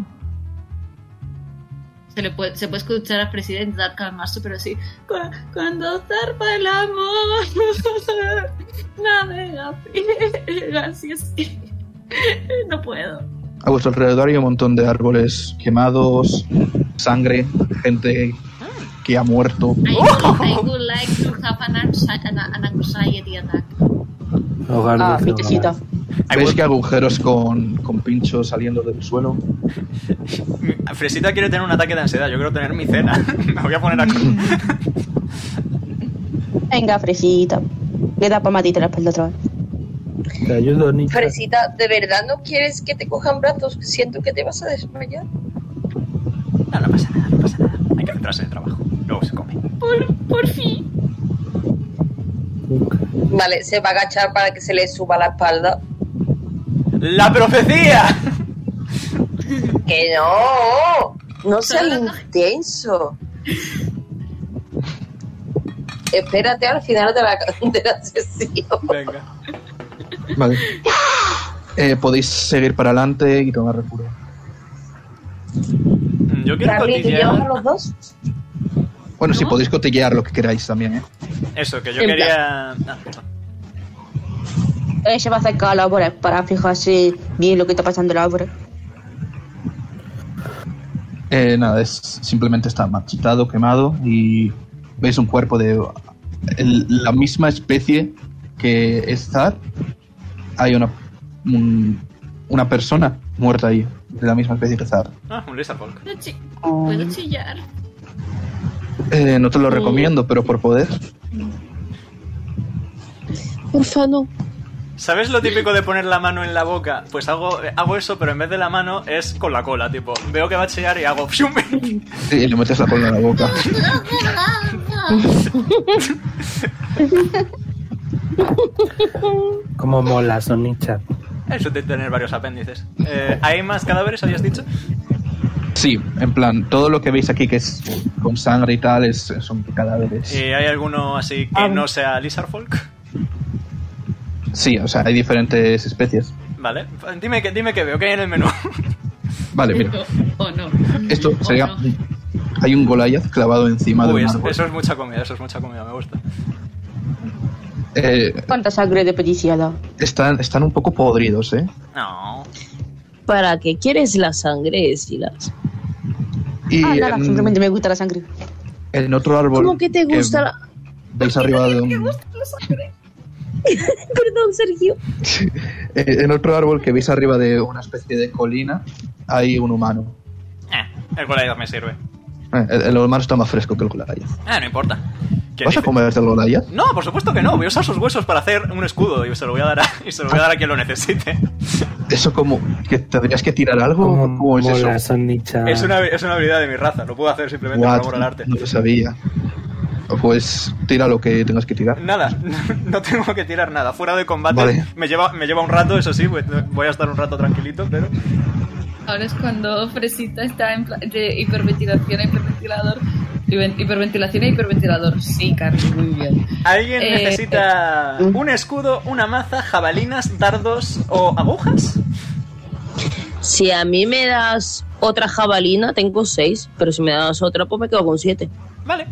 Speaker 9: Se, le puede, se puede escuchar al presidente dar calmarse, pero sí. "Cu- Cuando zarpa el amor, navega friega", Así es que no puedo.
Speaker 2: A vuestro alrededor hay un montón de árboles quemados, sangre, gente que ha muerto.
Speaker 9: I would, I would like to have an, anxi- an, an anxiety attack.
Speaker 3: Hogar
Speaker 7: Ah,
Speaker 3: de
Speaker 7: mi
Speaker 3: Jehová.
Speaker 7: tecita.
Speaker 2: Veis que agujeros con, con pinchos saliendo del suelo.
Speaker 1: Fresita quiere tener un ataque de ansiedad. Yo quiero tener mi cena. Me voy a poner a. co-
Speaker 7: Venga, fresita. Le da para matita la espalda otra vez.
Speaker 3: Te ayudo, Nichan.
Speaker 5: Fresita, ¿de verdad no quieres que te cojan brazos? Siento que te vas a desmayar.
Speaker 1: No, no pasa nada, no pasa nada. Hay que centrarse en el trabajo. Luego se come.
Speaker 9: Por, por fin.
Speaker 5: Vale, se va a agachar para que se le suba la espalda.
Speaker 1: ¡La profecía!
Speaker 5: Que no, no seas
Speaker 9: Solo-
Speaker 5: intenso. Espérate al final de la, de la sesión.
Speaker 1: Venga.
Speaker 2: Vale. Eh, podéis seguir para adelante y tomar refugio.
Speaker 1: Mm, Yo quiero
Speaker 5: Carly, ¿tú llevas a
Speaker 1: cotillear.
Speaker 5: los dos?
Speaker 2: Bueno, si
Speaker 9: ¿No?
Speaker 2: podéis cotillear lo que queráis también, ¿eh?
Speaker 1: Eso, que yo
Speaker 7: En
Speaker 1: quería. Ah, perdón.
Speaker 7: Ella va a acercar al árbol para fijarse bien lo que está pasando en el árbol.
Speaker 2: Eh, nada, es, simplemente está marchitado, quemado y veis un cuerpo de el- la misma especie que es Zar. Hay una, un- una persona muerta ahí. de la misma especie que Zar.
Speaker 1: Ah, un lizard folk.
Speaker 9: Puedo, chi- puedo chillar.
Speaker 2: Eh, no te lo recomiendo, pero por poder.
Speaker 12: Porfa, no.
Speaker 1: ¿Sabes lo típico de poner la mano en la boca? Pues hago, eh, hago eso, pero en vez de la mano es con la cola, tipo. Veo que va a chillar y hago. ¡fium!
Speaker 2: Sí, y le metes la cola en la boca.
Speaker 8: Como mola, Sonicha.
Speaker 1: Eso de tener varios apéndices. Eh, ¿Hay más cadáveres, habías dicho?
Speaker 2: Sí, en plan, todo lo que veis aquí que es con sangre y tal es, son cadáveres.
Speaker 1: ¿Y Eh, hay alguno así que no sea lizard folk?
Speaker 2: Sí, o sea, hay diferentes especies.
Speaker 1: Vale. Dime que, dime que veo que hay en el menú.
Speaker 2: Vale, mira.
Speaker 9: O no.
Speaker 2: Esto
Speaker 9: O
Speaker 2: sería.
Speaker 9: no.
Speaker 2: Hay un Goliath clavado encima de
Speaker 1: Uy,
Speaker 2: un
Speaker 1: es-
Speaker 2: árbol.
Speaker 1: eso es mucha comida, eso es mucha comida, me gusta.
Speaker 2: Eh,
Speaker 7: ¿Cuánta sangre desperdiciada?
Speaker 2: están, están un poco podridos, ¿eh?
Speaker 1: No.
Speaker 5: ¿Para qué quieres la sangre, Silas?
Speaker 2: Y
Speaker 7: Ah, nada,
Speaker 2: en,
Speaker 7: simplemente me gusta la sangre.
Speaker 2: en otro árbol.
Speaker 5: ¿Cómo que te gusta la...
Speaker 2: Veis arriba de un.
Speaker 5: Perdón, Sergio.
Speaker 2: Eh, En otro árbol que veis arriba de una especie de colina hay un humano.
Speaker 1: Eh, el Goliath me sirve.
Speaker 2: Eh, El, el humano está más fresco que el Goliath.
Speaker 1: Ah, no importa. ¿Quién
Speaker 2: ¿Vas a
Speaker 1: dice?
Speaker 2: comerte el Goliath?
Speaker 1: No, por supuesto que no. Voy a usar sus huesos para hacer un escudo y se lo voy a dar a, y se lo voy a, dar a quien lo necesite.
Speaker 2: ¿Eso como que tendrías que tirar algo?
Speaker 8: Como
Speaker 2: ¿Cómo Oh, es
Speaker 8: mola,
Speaker 2: eso?
Speaker 8: Sonicha.
Speaker 1: Es una, es una habilidad de mi raza, lo puedo hacer simplemente por
Speaker 2: Ah. What?
Speaker 1: amor al arte.
Speaker 2: No lo sabía. Pues tira lo que tengas que tirar.
Speaker 1: Nada, no tengo que tirar nada. Fuera de combate,
Speaker 2: Vale.
Speaker 1: me, lleva, me lleva un rato, eso sí, voy- voy a estar un rato tranquilito, pero.
Speaker 4: Ahora es cuando Fresita está en pla- de hiperventilación a hiperventilador. Hiper- Hiperventilación a hiperventilador. Sí, Carly, muy bien.
Speaker 1: ¿Alguien
Speaker 4: Eh,
Speaker 1: necesita un escudo, una maza, jabalinas, dardos o agujas?
Speaker 5: Si a mí me das otra jabalina, tengo seis. Pero si me das otra, pues me quedo con siete.
Speaker 1: Vale.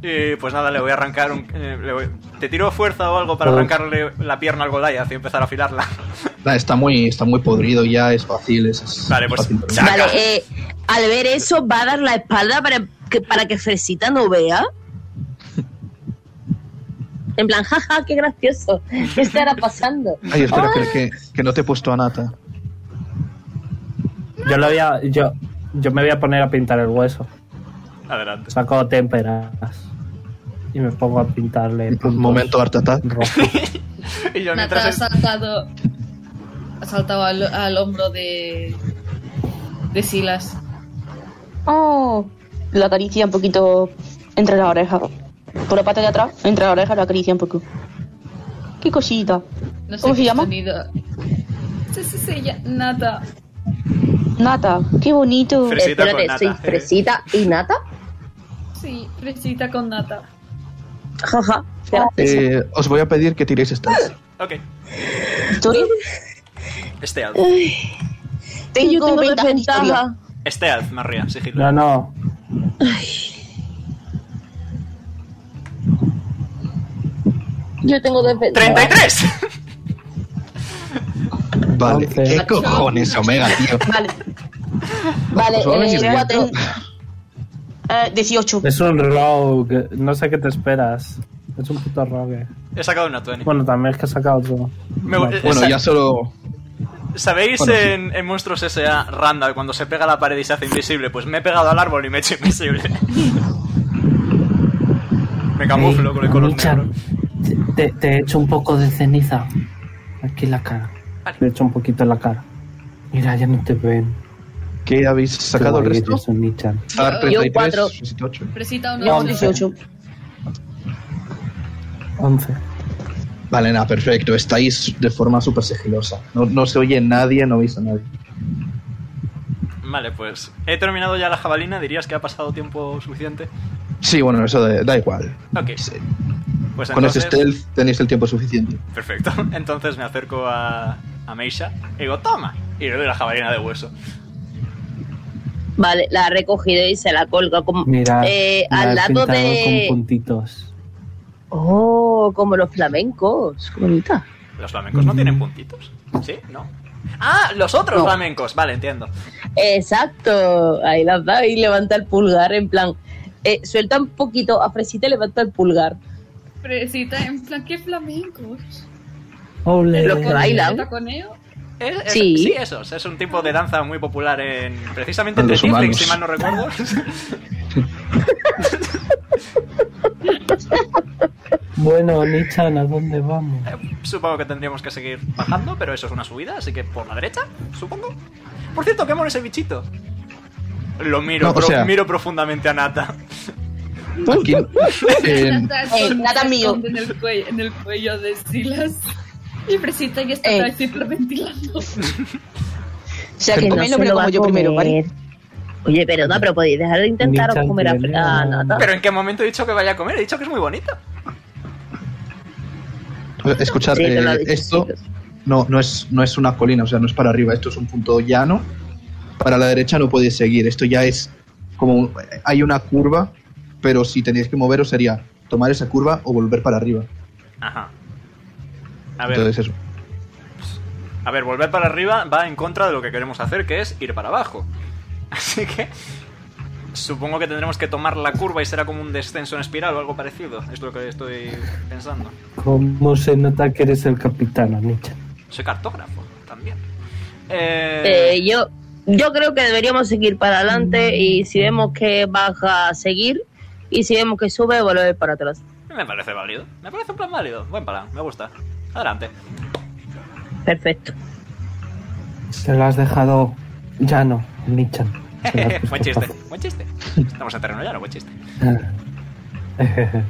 Speaker 1: Y pues nada, le voy a arrancar un. eh, le voy- ¿Te tiro fuerza o algo para
Speaker 8: Ah.
Speaker 1: arrancarle la pierna al Goliath y empezar a afilarla?
Speaker 2: Nah, Está muy, está muy podrido ya, es fácil. Es, es
Speaker 1: Vale, pues,
Speaker 2: fácil.
Speaker 1: ya. Saca.
Speaker 5: Vale, eh, al ver eso, va a dar la espalda para que, para que Fresita no vea. En plan, jaja, qué gracioso. ¿Qué estará pasando?
Speaker 2: Ay, espera, espera, que, que no te he puesto a Nata.
Speaker 8: Yo lo voy a- Yo, yo me voy a poner a pintar el hueso.
Speaker 1: Adelante.
Speaker 8: Saco témperas. Y me pongo a pintarle.
Speaker 2: Un
Speaker 8: puntos
Speaker 2: momento, Art Attack.
Speaker 8: rojos.
Speaker 1: Y yo
Speaker 4: Nata ha
Speaker 1: mientras.
Speaker 4: saltado, ha saltado al, al hombro de, de Silas.
Speaker 7: Oh, lo acaricia un poquito entre la oreja. Por la parte de atrás, entre la oreja lo acaricia un poco. Qué cosita.
Speaker 4: No sé
Speaker 7: ¿Cómo se
Speaker 4: qué
Speaker 7: llama?
Speaker 4: sonido- Sí, sí, sí, ya- Nata.
Speaker 7: Nata, qué bonito.
Speaker 1: Fresita con
Speaker 5: Espérate,
Speaker 1: nata,
Speaker 5: soy
Speaker 1: eh.
Speaker 5: Fresita y Nata.
Speaker 4: Sí, Fresita con Nata.
Speaker 5: Jaja.
Speaker 2: Eh, os voy a pedir que tiréis estas.
Speaker 1: Ok,
Speaker 7: ¿Historia?
Speaker 1: Stealth.
Speaker 5: Que yo tengo
Speaker 7: ventaja en historia.
Speaker 5: desventaja.
Speaker 1: Stealth, María,
Speaker 8: No,
Speaker 1: sigilo.
Speaker 8: no.
Speaker 5: Yo tengo desventaja.
Speaker 1: ¡33!
Speaker 2: Vale,
Speaker 8: Once.
Speaker 2: ¿qué cojones, Omega, tío?
Speaker 7: Vale.
Speaker 5: Vale,
Speaker 2: Pues vamos
Speaker 5: eh,
Speaker 2: a ir
Speaker 5: cuatro.
Speaker 7: Eh, 18.
Speaker 3: Pues
Speaker 8: Es un rogue. No sé qué te esperas. Es un puto rogue.
Speaker 1: He sacado una 20.
Speaker 8: Bueno, también es que he sacado otro.
Speaker 1: Me-
Speaker 8: No,
Speaker 1: eh,
Speaker 2: Bueno,
Speaker 1: sa-
Speaker 2: ya solo.
Speaker 1: ¿Sabéis
Speaker 2: bueno, sí.
Speaker 1: en, en Monstruos S.A. Randall cuando se pega a la pared y se hace invisible? Pues me he pegado al árbol y me he hecho invisible. me camuflo con el color
Speaker 8: Micha,
Speaker 1: negro.
Speaker 8: Te, te he hecho un poco de ceniza. Aquí en la cara.
Speaker 1: Vale.
Speaker 8: Te he hecho un poquito en la cara. Mira, ya no te ven.
Speaker 2: ¿Qué habéis sacado el
Speaker 8: Qué guay
Speaker 2: resto?
Speaker 8: eres, Sonichan.
Speaker 2: Zar,
Speaker 5: Yo
Speaker 2: 33,
Speaker 5: cuatro.
Speaker 2: 18.
Speaker 4: Fresita una
Speaker 7: No,
Speaker 8: Once.
Speaker 7: 18.
Speaker 8: 11.
Speaker 2: Vale, nada, perfecto. Estáis de forma súper sigilosa. No, no se oye nadie, no veis a nadie.
Speaker 1: Vale, pues he terminado ya la jabalina. ¿Dirías que ha pasado tiempo suficiente?
Speaker 2: Sí, bueno, eso da, da igual.
Speaker 1: Ok,
Speaker 2: Sí.
Speaker 1: pues
Speaker 2: Con ese
Speaker 1: entonces...
Speaker 2: stealth tenéis el tiempo suficiente.
Speaker 1: Perfecto. Entonces me acerco a, a Meisha y digo, toma. Y le doy la jabalina de hueso.
Speaker 5: Vale, la ha recogido y se la colga como
Speaker 8: Mira,
Speaker 5: eh,
Speaker 8: la
Speaker 5: al
Speaker 8: he
Speaker 5: lado
Speaker 8: pintado
Speaker 5: de.
Speaker 8: con puntitos.
Speaker 5: Oh, como los flamencos. Qué bonita.
Speaker 1: ¿Los flamencos no
Speaker 2: Mm.
Speaker 1: tienen puntitos? ¿Sí? ¿No? ¡Ah! ¡Los otros flamencos! Vale, entiendo.
Speaker 5: Exacto. Ahí las da y levanta el pulgar en plan. eh, suelta un poquito a Fresita y levanta el pulgar.
Speaker 4: Fresita en plan, ¿qué flamencos?
Speaker 8: Ole.
Speaker 5: Lo que baila.
Speaker 4: ¿Taconeo?
Speaker 1: Es- es-
Speaker 5: Sí.
Speaker 1: sí, esos. Es un tipo de danza muy popular en. Precisamente
Speaker 2: En
Speaker 1: en
Speaker 2: los
Speaker 1: Netflix,
Speaker 2: humanos.
Speaker 1: si mal no recuerdo.
Speaker 13: Bueno, Nichan, ¿a dónde vamos?
Speaker 1: Eh, Supongo que tendríamos que seguir bajando, pero eso es una subida, así que por la derecha, supongo. Por cierto, ¿qué mono ese bichito? Lo miro,
Speaker 2: No, o
Speaker 1: pro-
Speaker 2: sea-
Speaker 1: miro profundamente a Nata.
Speaker 2: Aquí, en-
Speaker 4: Nata
Speaker 7: Eh,
Speaker 4: con-
Speaker 7: nada mío.
Speaker 4: con- En el, cuello, en el cuello de Silas. Y Fresita ya está
Speaker 7: Eh.
Speaker 4: otra vez hiperventilando.
Speaker 7: O sea, que
Speaker 5: no
Speaker 7: también lo
Speaker 5: se
Speaker 7: me lo
Speaker 5: va
Speaker 7: como
Speaker 5: a
Speaker 7: yo primero, ¿vale?
Speaker 5: comer. Oye, pero no, pero podéis dejar de intentar
Speaker 13: Nichan,
Speaker 5: comer a,
Speaker 13: que le
Speaker 5: a
Speaker 13: lea.
Speaker 5: Nata.
Speaker 1: Pero ¿en qué momento he dicho que vaya a comer? He dicho que es muy bonito.
Speaker 2: escuchad,
Speaker 5: Sí, te lo
Speaker 2: eh,
Speaker 5: ha dicho,
Speaker 2: esto
Speaker 5: chicos.
Speaker 2: no, no, es, no es una colina, o sea, no es para arriba, esto es un punto llano. Para la derecha no podéis seguir, esto ya es como... un- hay una curva, pero si tenéis que moveros sería tomar esa curva o volver para arriba.
Speaker 1: Ajá. A ver,
Speaker 2: Entonces eso.
Speaker 1: a ver, volver para arriba va en contra de lo que queremos hacer, que es ir para abajo. Así que supongo que tendremos que tomar la curva y será como un descenso en espiral o algo parecido. Es lo que estoy pensando.
Speaker 13: ¿Cómo se nota que eres el capitán, Nichan?
Speaker 1: Soy cartógrafo también.
Speaker 5: Eh, yo, yo creo que deberíamos seguir para adelante y si vemos que baja, seguir. Y si vemos que sube, volver para atrás.
Speaker 1: Me parece válido. Me parece un plan válido. Buen plan, me gusta. Adelante.
Speaker 5: Perfecto.
Speaker 13: Se lo has dejado llano, Nichan. Se lo has puesto
Speaker 1: buen chiste,
Speaker 13: fácil.
Speaker 1: buen chiste. Estamos en terreno llano, buen chiste.
Speaker 8: Ah.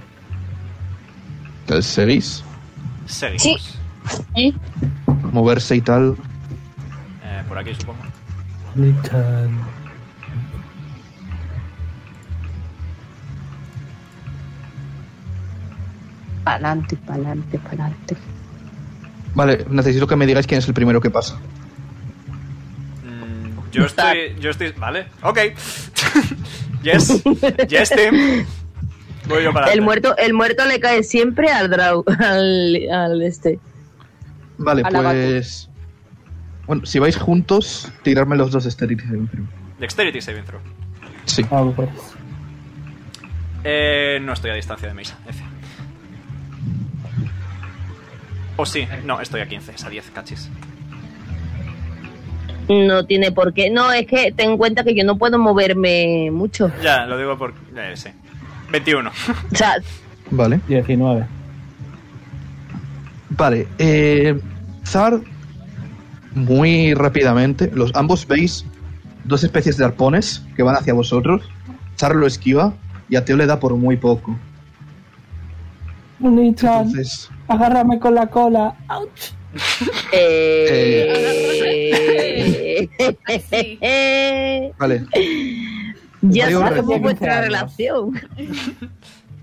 Speaker 2: Entonces seguís,
Speaker 1: Seguimos.
Speaker 7: Sí.
Speaker 2: moverse y tal.
Speaker 1: Eh, por aquí supongo.
Speaker 13: Nichan.
Speaker 7: Pa'lante, pa'lante, pa'lante.
Speaker 2: Vale, necesito que me digáis quién es el primero que pasa.
Speaker 1: Mm, yo estoy. Yo estoy. Vale. Ok. yes. Yes, Tim. Voy yo para
Speaker 5: El
Speaker 1: adelante.
Speaker 5: muerto, el muerto le cae siempre al drau, al, al este.
Speaker 2: Vale,
Speaker 7: A la
Speaker 2: pues... Bueno, si vais juntos, tirarme los dos Dexterity saving throw.
Speaker 1: Dexterity saving throw.
Speaker 2: Sí.
Speaker 13: Ah, pues.
Speaker 1: Eh, no estoy a distancia de Mesa. F. O Oh, sí, no, estoy a 15, es a 10, cachis.
Speaker 5: No tiene por qué. No, es que ten en cuenta que yo no puedo moverme mucho.
Speaker 1: Ya, lo digo por. Eh, sí. 21.
Speaker 5: O sea,
Speaker 2: Vale.
Speaker 13: 19.
Speaker 2: Vale, eh, Zar, muy rápidamente, los ambos veis dos especies de arpones que van hacia vosotros. Zar lo esquiva y a Teo le da por muy poco.
Speaker 13: Nichan,
Speaker 2: Entonces,
Speaker 13: agárrame con la cola. ¡Auch!
Speaker 5: eh, eh,
Speaker 2: vale,
Speaker 5: ya
Speaker 2: Mario,
Speaker 5: sabemos
Speaker 13: recién
Speaker 5: vuestra
Speaker 13: años.
Speaker 5: relación.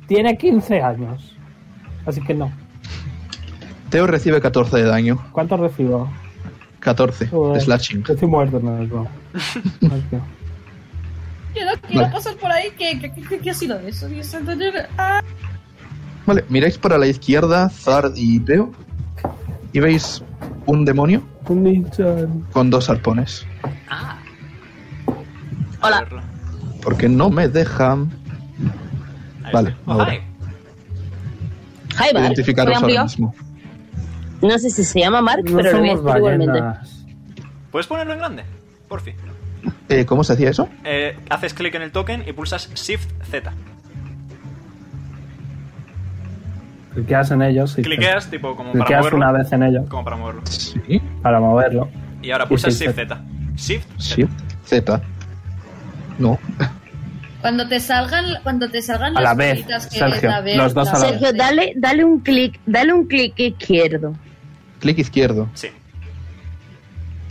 Speaker 13: Tiene 15 años. Así que no.
Speaker 2: Teo recibe 14 de daño.
Speaker 13: ¿Cuánto recibo?
Speaker 2: 14
Speaker 13: Joder,
Speaker 2: de slashing.
Speaker 13: Estoy muerto, no es broma. Gracias.
Speaker 4: Yo no quiero
Speaker 2: Vale.
Speaker 4: pasar por ahí. ¿Qué, qué, qué, qué ha sido eso? Dios santo, yo- Ah,
Speaker 2: Vale, miráis para la izquierda, Zar y Teo, y veis un demonio
Speaker 13: Nichan.
Speaker 2: con dos arpones.
Speaker 1: A
Speaker 5: Hola.
Speaker 1: verlo.
Speaker 2: Porque no me dejan
Speaker 1: Ahí
Speaker 2: Vale,
Speaker 1: está. Oh,
Speaker 2: ahora.
Speaker 1: hi.
Speaker 5: Hi, Mark.
Speaker 2: identificaros ahora mismo.
Speaker 5: No sé si se llama Mark,
Speaker 13: No
Speaker 5: pero lo voy a
Speaker 13: somos
Speaker 5: decir igualmente.
Speaker 13: ballenas.
Speaker 1: ¿Puedes ponerlo en grande? Por fin.
Speaker 2: Eh, ¿Cómo se hacía eso?
Speaker 1: Eh, haces clic en el token y pulsas Shift Z.
Speaker 13: Cliqueas en ellos y
Speaker 1: Cliqueas tipo como para
Speaker 13: cliqueas
Speaker 1: moverlo.
Speaker 13: una vez en ellos
Speaker 1: Como para moverlo.
Speaker 2: Sí,
Speaker 13: para moverlo.
Speaker 1: Y ahora pulsas
Speaker 13: sí,
Speaker 1: Shift Z. Shift.
Speaker 2: sí. Z. No,
Speaker 4: Cuando te salgan, cuando te salgan
Speaker 13: A la
Speaker 4: las
Speaker 13: vez,
Speaker 4: bolitas que
Speaker 13: Sergio,
Speaker 4: la vez,
Speaker 13: los dos
Speaker 4: la
Speaker 13: a la
Speaker 4: vez.
Speaker 5: Sergio, dale, dale un clic, dale un clic izquierdo.
Speaker 2: clic izquierdo.
Speaker 1: Sí.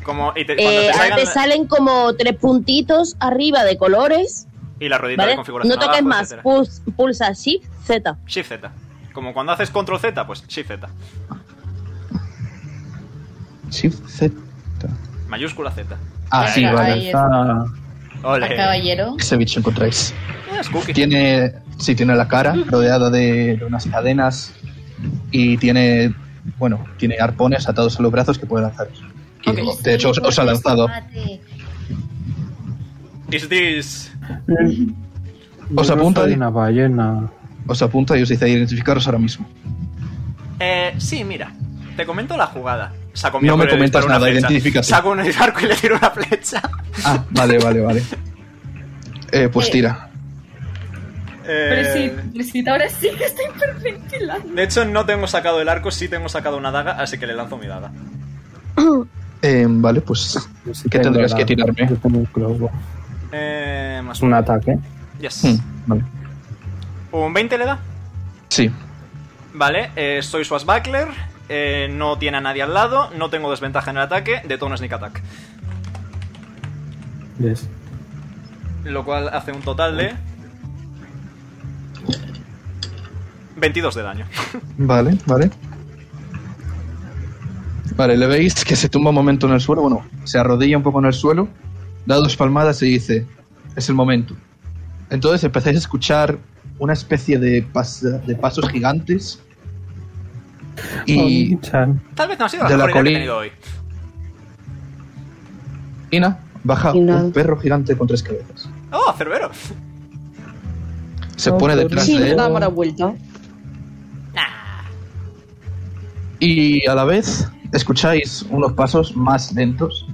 Speaker 1: Como y te, cuando
Speaker 5: Eh,
Speaker 1: te
Speaker 5: ahora
Speaker 1: salgan
Speaker 5: te salen como tres puntitos arriba de colores,
Speaker 1: y la ruedita de
Speaker 5: ¿vale?
Speaker 1: configuración
Speaker 5: No toques
Speaker 1: abajo,
Speaker 5: más,
Speaker 1: etcétera.
Speaker 5: pus- pulsa Shift Z.
Speaker 1: Shift Z. Como cuando haces control Z, pues Shift Z.
Speaker 2: Shift Z.
Speaker 1: Mayúscula Z.
Speaker 2: Ah, sí,
Speaker 4: Venga,
Speaker 2: vale.
Speaker 4: ahí está.
Speaker 13: Ah,
Speaker 4: Al
Speaker 1: Ole. Ah,
Speaker 4: caballero.
Speaker 2: Ese bicho encontráis.
Speaker 1: Es cookie.
Speaker 2: Tiene, sí, tiene la cara rodeada de unas cadenas y tiene, bueno, tiene arpones atados a los brazos que puede lanzar. Y,
Speaker 1: Ok.
Speaker 2: De hecho, os, os ha
Speaker 4: este
Speaker 2: lanzado,
Speaker 9: Este
Speaker 1: Is this
Speaker 2: Os
Speaker 13: yo
Speaker 2: apunta
Speaker 13: soy
Speaker 2: ahí.
Speaker 13: una ballena.
Speaker 2: os apunta y os dice identificaros ahora mismo.
Speaker 1: Eh, sí, mira. Te comento la jugada. Saco mi
Speaker 2: No
Speaker 1: arco
Speaker 2: me
Speaker 1: y le
Speaker 2: comentas
Speaker 1: disparo una
Speaker 2: nada,
Speaker 1: flecha.
Speaker 2: identifícate.
Speaker 1: Saco un arco y le tiro una flecha.
Speaker 2: Ah, vale, vale, vale. Eh, pues tira.
Speaker 1: Eh,
Speaker 4: Presit, Presit, ahora sí que está hiperventilando.
Speaker 1: de hecho, no tengo sacado el arco, sí tengo sacado una daga, así que le lanzo mi daga.
Speaker 2: Eh, vale, pues. ¿Qué tendrías que tirarme?
Speaker 8: Yo tengo un crossbow.
Speaker 1: Eh, más
Speaker 8: Es un ataque.
Speaker 1: Yes.
Speaker 2: Hmm, vale.
Speaker 1: ¿Un 20 le da?
Speaker 2: Sí.
Speaker 1: Vale, eh, soy Swashbuckler. eh, no tiene a nadie al lado. No tengo desventaja en el ataque. Detono Sneak Attack.
Speaker 8: Yes.
Speaker 1: Lo cual hace un total de. 22 de daño.
Speaker 2: Vale, vale. Vale, le veis que se tumba un momento en el suelo, bueno, se arrodilla un poco en el suelo, da dos palmadas y dice, es el momento. Entonces empezáis a escuchar una especie de, pas- de pasos gigantes
Speaker 3: Oh.
Speaker 2: y
Speaker 8: Oni-chan.
Speaker 1: Tal vez no ha sido la
Speaker 2: De la
Speaker 1: mejor idea que he
Speaker 2: colina.
Speaker 1: tenido hoy.
Speaker 2: Ina baja
Speaker 7: Ina.
Speaker 2: un perro gigante con tres cabezas.
Speaker 1: ¡Oh, Cerbero!
Speaker 2: Se
Speaker 8: No,
Speaker 2: pone
Speaker 8: pero-
Speaker 2: detrás
Speaker 7: Sí,
Speaker 2: de
Speaker 7: le
Speaker 2: él
Speaker 7: damos la vuelta.
Speaker 2: y a la vez escucháis unos pasos más lentos.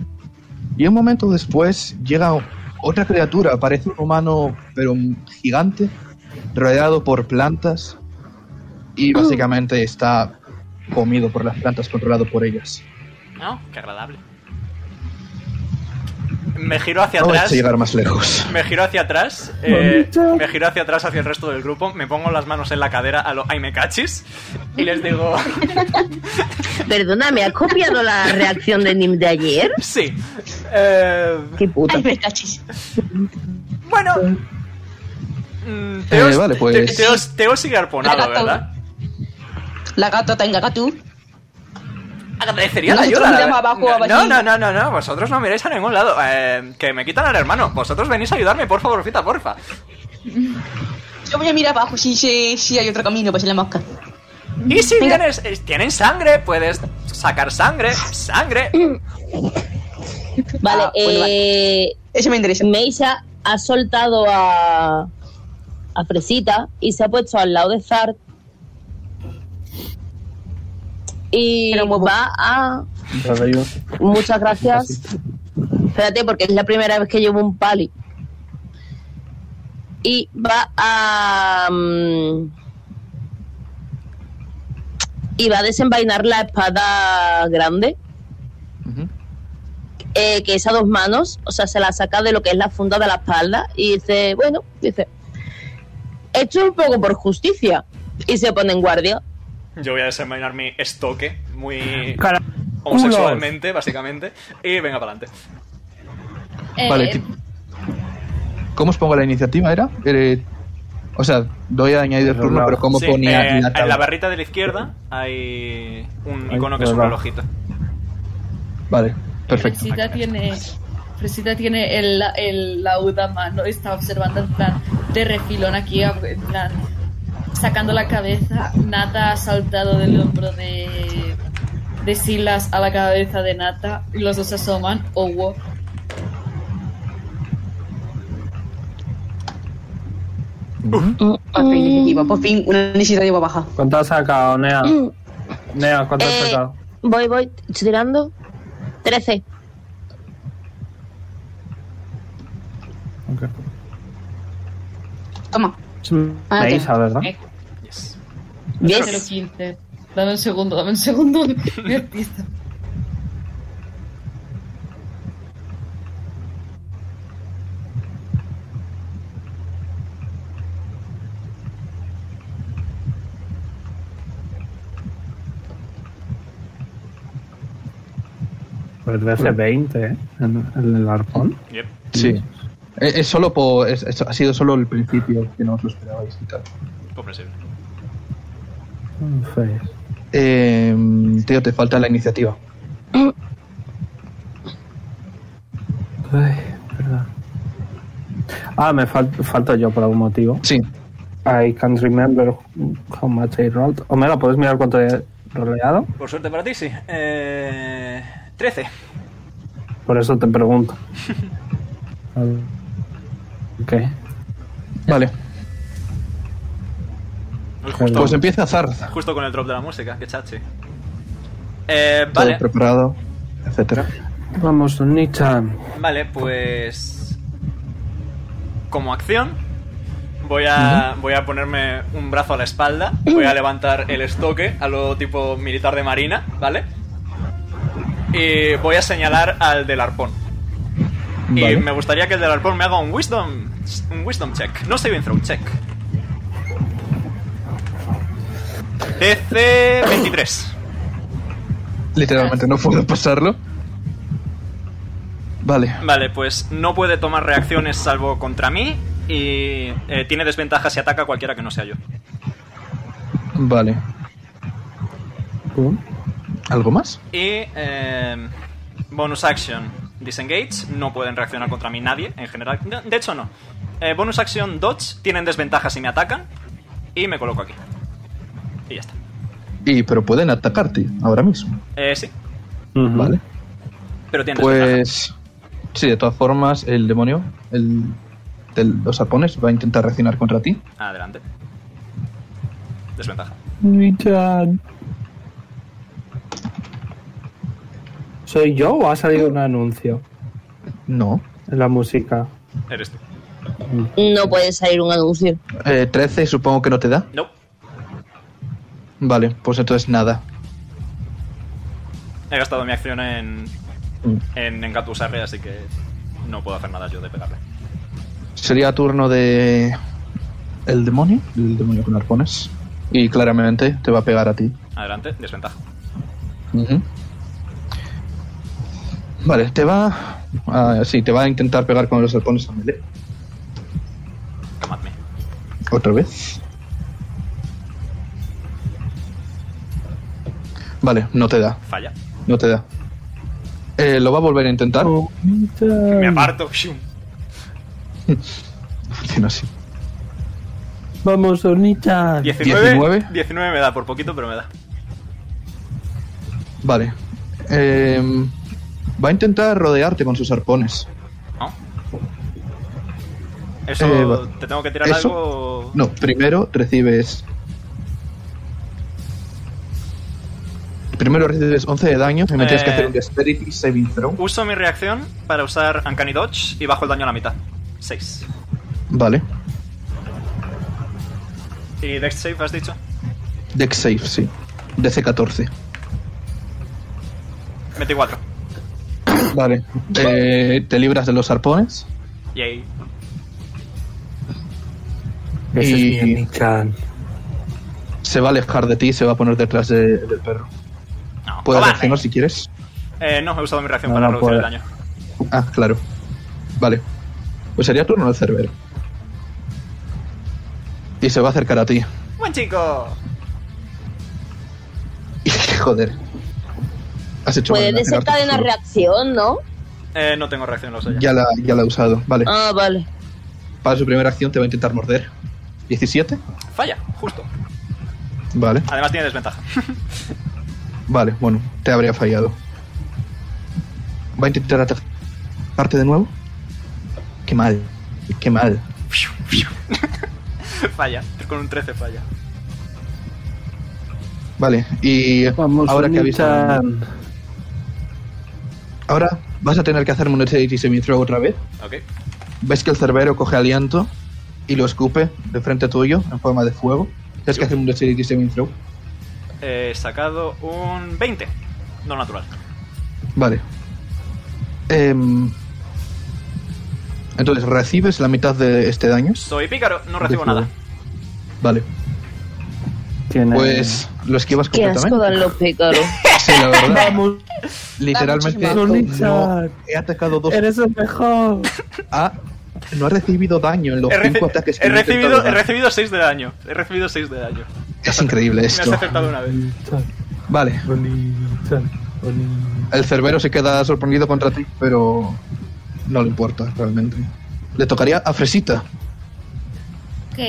Speaker 2: Y un momento después llega otra criatura, parece un humano, pero un gigante, rodeado por plantas y básicamente está comido por las plantas, controlado por ellas.
Speaker 1: ¿No? Qué agradable. Me giro hacia
Speaker 2: No vais
Speaker 1: atrás.
Speaker 2: a llegar más lejos.
Speaker 1: Me giro hacia atrás, eh, me giro hacia atrás hacia el resto del grupo, me pongo las manos en la cadera a lo ay me cachis y les digo
Speaker 5: Perdona, ¿me has copiado la reacción de Nim de ayer?
Speaker 1: sí. Eh,
Speaker 5: Qué puta.
Speaker 7: Ay, me cachis.
Speaker 1: bueno. Mm, Teo,
Speaker 2: Eh, vale,
Speaker 1: te-
Speaker 2: pues.
Speaker 1: Teo, Teo sigue arponado, ¿verdad?
Speaker 7: La gata tenga gatú.
Speaker 1: Agradecería la
Speaker 7: Nosotros
Speaker 1: ayuda. la
Speaker 7: miramos
Speaker 1: verdad.
Speaker 7: abajo, abajo.
Speaker 1: no, no, no, no, no, vosotros no miráis a ningún lado. Eh, que me quitan al hermano. Vosotros venís a ayudarme, por favorcita, porfa.
Speaker 7: Yo voy a mirar abajo si, si, si hay otro camino para hacer la mosca.
Speaker 1: Y si
Speaker 7: Venga.
Speaker 1: vienes, eh, tienen sangre, puedes sacar sangre, sangre.
Speaker 5: Vale,
Speaker 7: Ah, bueno,
Speaker 5: eh,
Speaker 7: Eso me interesa.
Speaker 5: Meisa ha soltado a, a Fresita y se ha puesto al lado de Zart. Y
Speaker 7: Era un huevo.
Speaker 5: va a.
Speaker 8: Rodrigo.
Speaker 5: Muchas gracias. Espérate, porque es la primera vez que llevo un pali. Y va a. mm, y va a desenvainar la espada grande
Speaker 2: Ujú.
Speaker 5: eh, que es a dos manos, o sea, se la saca de lo que es la funda de la espalda y dice, bueno, dice, esto es un poco por justicia. Y se pone en guardia.
Speaker 1: Yo voy a desenvainar mi estoque, muy
Speaker 13: Cara-
Speaker 1: homosexualmente, básicamente. Y venga para adelante.
Speaker 2: Vale,
Speaker 4: Eh,
Speaker 2: ti- ¿Cómo os pongo la iniciativa? ¿Era? Eh, o sea, doy a añadir
Speaker 13: Pero
Speaker 2: turno,
Speaker 13: no.
Speaker 2: pero ¿cómo
Speaker 1: Sí,
Speaker 2: ponía
Speaker 1: eh,
Speaker 2: en la
Speaker 1: en
Speaker 2: tabla?
Speaker 1: la barrita de la izquierda hay un
Speaker 13: Ay,
Speaker 1: icono que es un
Speaker 13: verdad.
Speaker 1: relojito.
Speaker 2: Vale, perfecto.
Speaker 4: Fresita tiene, Fresita tiene el, el laúd a mano, está observando en plan de refilón aquí, en plan sacando la cabeza. Nata ha saltado del hombro de, de Silas a la cabeza de Nata y los dos se asoman. oh, Owo.
Speaker 7: Por fin, iniciativa. Por fin, una iniciativa baja.
Speaker 8: ¿Cuánto has sacado, Nea? Nea, ¿cuánto has
Speaker 5: Eh,
Speaker 8: sacado?
Speaker 5: voy, voy, estoy tirando. 13.
Speaker 8: Ok.
Speaker 7: Toma.
Speaker 8: Es Meisa, ¿verdad?
Speaker 4: Eh,
Speaker 1: Yes.
Speaker 5: ¿Ves?
Speaker 4: 015. Dame un segundo, dame un segundo. Mi artista.
Speaker 8: Pues veces 20, ¿eh? En, en el arpón.
Speaker 1: Yep.
Speaker 2: Sí. Eh, Es solo por, es- es- ha sido solo el principio que no os lo esperabais y tal.
Speaker 1: Comprensible.
Speaker 8: Entonces,
Speaker 2: Eh, Teo, te falta la iniciativa.
Speaker 8: Ay, perdón. Ah, me fal- falto yo por algún motivo.
Speaker 2: Sí.
Speaker 8: I can't remember how much I rolled. Omega, ¿puedes mirar cuánto he roleado?
Speaker 1: Por suerte para ti, sí. Eh, 13.
Speaker 8: Por eso te pregunto. ok.
Speaker 2: Vale.
Speaker 1: Justo,
Speaker 2: Pues empieza Zarz.
Speaker 1: justo con el drop de la música, que chachi. Eh, vale,
Speaker 2: todo preparado, etcétera.
Speaker 8: Vamos, Nichan.
Speaker 1: vale, pues. Como acción, voy a, voy a ponerme un brazo a la espalda. Voy a levantar el estoque a lo tipo militar de marina, ¿vale? Y voy a señalar al del arpón. Y
Speaker 2: Vale.
Speaker 1: Eh, me gustaría que el del arpón me haga un wisdom, un wisdom check. No saving throw check. DC 23.
Speaker 2: Literalmente no puedo pasarlo. Vale,
Speaker 1: Vale, pues no puede tomar reacciones salvo contra mí. Y eh, tiene desventaja si ataca a cualquiera que no sea yo.
Speaker 2: vale. ¿Algo más?
Speaker 1: Y eh, bonus action, disengage, no pueden reaccionar contra mí nadie en general. No, De hecho, no. Eh, bonus action, dodge, tienen desventaja si me atacan. Y me coloco aquí. Y ya está.
Speaker 2: Y pero pueden atacarte ahora mismo.
Speaker 1: Eh, sí,
Speaker 2: Vale.
Speaker 1: pero tienen desventaja.
Speaker 2: Pues sí, de todas formas, el demonio, el de los arpones, va a intentar reaccionar contra ti.
Speaker 1: Adelante. Desventaja.
Speaker 13: Nichan. ¿Soy yo o ha salido un anuncio
Speaker 2: No.
Speaker 13: en la música?
Speaker 1: Eres tú.
Speaker 5: No puede salir un anuncio.
Speaker 2: Eh, 13 supongo que no te da.
Speaker 1: No.
Speaker 2: Vale, pues entonces nada.
Speaker 1: He gastado mi acción en,
Speaker 2: Mm.
Speaker 1: en engatusarle, así que no puedo hacer nada yo de pegarle.
Speaker 2: Sería turno de... El demonio, el demonio con arpones. Y claramente te va a pegar a ti.
Speaker 1: Adelante, desventaja.
Speaker 2: Ujú. Vale, te va... ah, sí, te va a intentar pegar con los arpones ¿eh? a melee.
Speaker 1: Camadme.
Speaker 2: Otra vez. Vale, no te da,
Speaker 1: Falla.
Speaker 2: no te da. Eh, lo va a volver a intentar.
Speaker 1: Ah. Me
Speaker 3: Mm.
Speaker 1: aparto. shum.
Speaker 2: Funciona así.
Speaker 13: Vamos, Nichan.
Speaker 1: 19,
Speaker 2: 19.
Speaker 1: 19 me da por poquito, pero me da.
Speaker 2: Vale. Eh, va a intentar rodearte con sus arpones.
Speaker 1: ¿No? ¿Eso
Speaker 2: Eh, va-
Speaker 1: te tengo que tirar
Speaker 2: ¿Eso?
Speaker 1: algo?
Speaker 2: No, primero recibes... Primero recibes 11 de daño y me tienes que
Speaker 1: Eh.
Speaker 2: hacer un Dexterity Saving Throw.
Speaker 1: Uso mi reacción para usar Uncanny Dodge y bajo el daño a la mitad. 6.
Speaker 2: Vale.
Speaker 1: ¿Y Dex Save has dicho?
Speaker 2: Dex Save, sí. DC 14.
Speaker 1: 24.
Speaker 2: Vale. Eh, te libras de los arpones.
Speaker 1: Yay.
Speaker 13: Ese
Speaker 2: Y-
Speaker 13: es mi Nichan.
Speaker 2: se va a alejar de ti y se va a poner detrás de- del perro.
Speaker 1: No,
Speaker 2: Puedes
Speaker 1: cobarde.
Speaker 2: reaccionar si quieres.
Speaker 1: Eh, no, he usado mi reacción
Speaker 13: No,
Speaker 1: para
Speaker 13: no
Speaker 1: reducir el
Speaker 13: puede.
Speaker 1: daño.
Speaker 2: Ah, claro. Vale. Pues sería turno del cerbero. Y se va a acercar a ti.
Speaker 1: ¡Buen chico!
Speaker 2: Joder. Has hecho mal
Speaker 5: Puede
Speaker 2: en acercarte
Speaker 5: desencadenar
Speaker 2: solo.
Speaker 5: reacción, ¿no?
Speaker 1: Eh, no tengo reacción, lo sé ya.
Speaker 2: Ya la, ya la he usado. Vale.
Speaker 5: Ah, vale.
Speaker 2: Para su primera acción te va a intentar morder. 17.
Speaker 1: Falla, justo.
Speaker 2: Vale.
Speaker 1: Además tiene desventaja.
Speaker 2: Vale, bueno. Te habría fallado. Va a intentar atacarte de nuevo. Qué mal. Qué mal.
Speaker 1: falla. Con un 13 falla.
Speaker 2: Vale. Y
Speaker 8: Vamos,
Speaker 2: ahora que ha visto...
Speaker 8: Nichan.
Speaker 2: Ahora vas a tener que hacerme un Dexterity Saving Throw otra vez.
Speaker 1: Ok.
Speaker 2: Ves que el cerbero coge aliento y lo escupe de frente tuyo en forma de fuego. Tienes que hacer un Dexterity Saving Throw.
Speaker 1: Eh, He sacado un 20. No natural.
Speaker 2: Vale. Em, entonces, recibes la mitad de este daño.
Speaker 1: Soy pícaro, no recibo
Speaker 2: De fuego.
Speaker 1: nada.
Speaker 2: Vale.
Speaker 8: Tiene-
Speaker 2: Pues lo esquivas
Speaker 5: Qué asco
Speaker 2: completamente.
Speaker 5: dan los pícaros.
Speaker 2: Sí, la verdad. Literalmente
Speaker 5: Da
Speaker 13: muchísimo asco.
Speaker 2: no- he atacado dos.
Speaker 13: Eres el mejor.
Speaker 2: Ah, no he recibido daño en los
Speaker 1: He, reci-
Speaker 2: cinco ataques que
Speaker 1: he
Speaker 2: le he intentado
Speaker 1: recibido, he
Speaker 2: dar.
Speaker 1: recibido 6 de daño. He recibido 6 de daño.
Speaker 2: Es increíble
Speaker 1: Me has
Speaker 2: esto.
Speaker 1: acertado una vez.
Speaker 13: Nichan,
Speaker 2: Vale.
Speaker 13: Nichan, Nichan.
Speaker 2: El cerbero se queda sorprendido contra ti, pero no le importa realmente. Le tocaría a Fresita.
Speaker 4: Ok.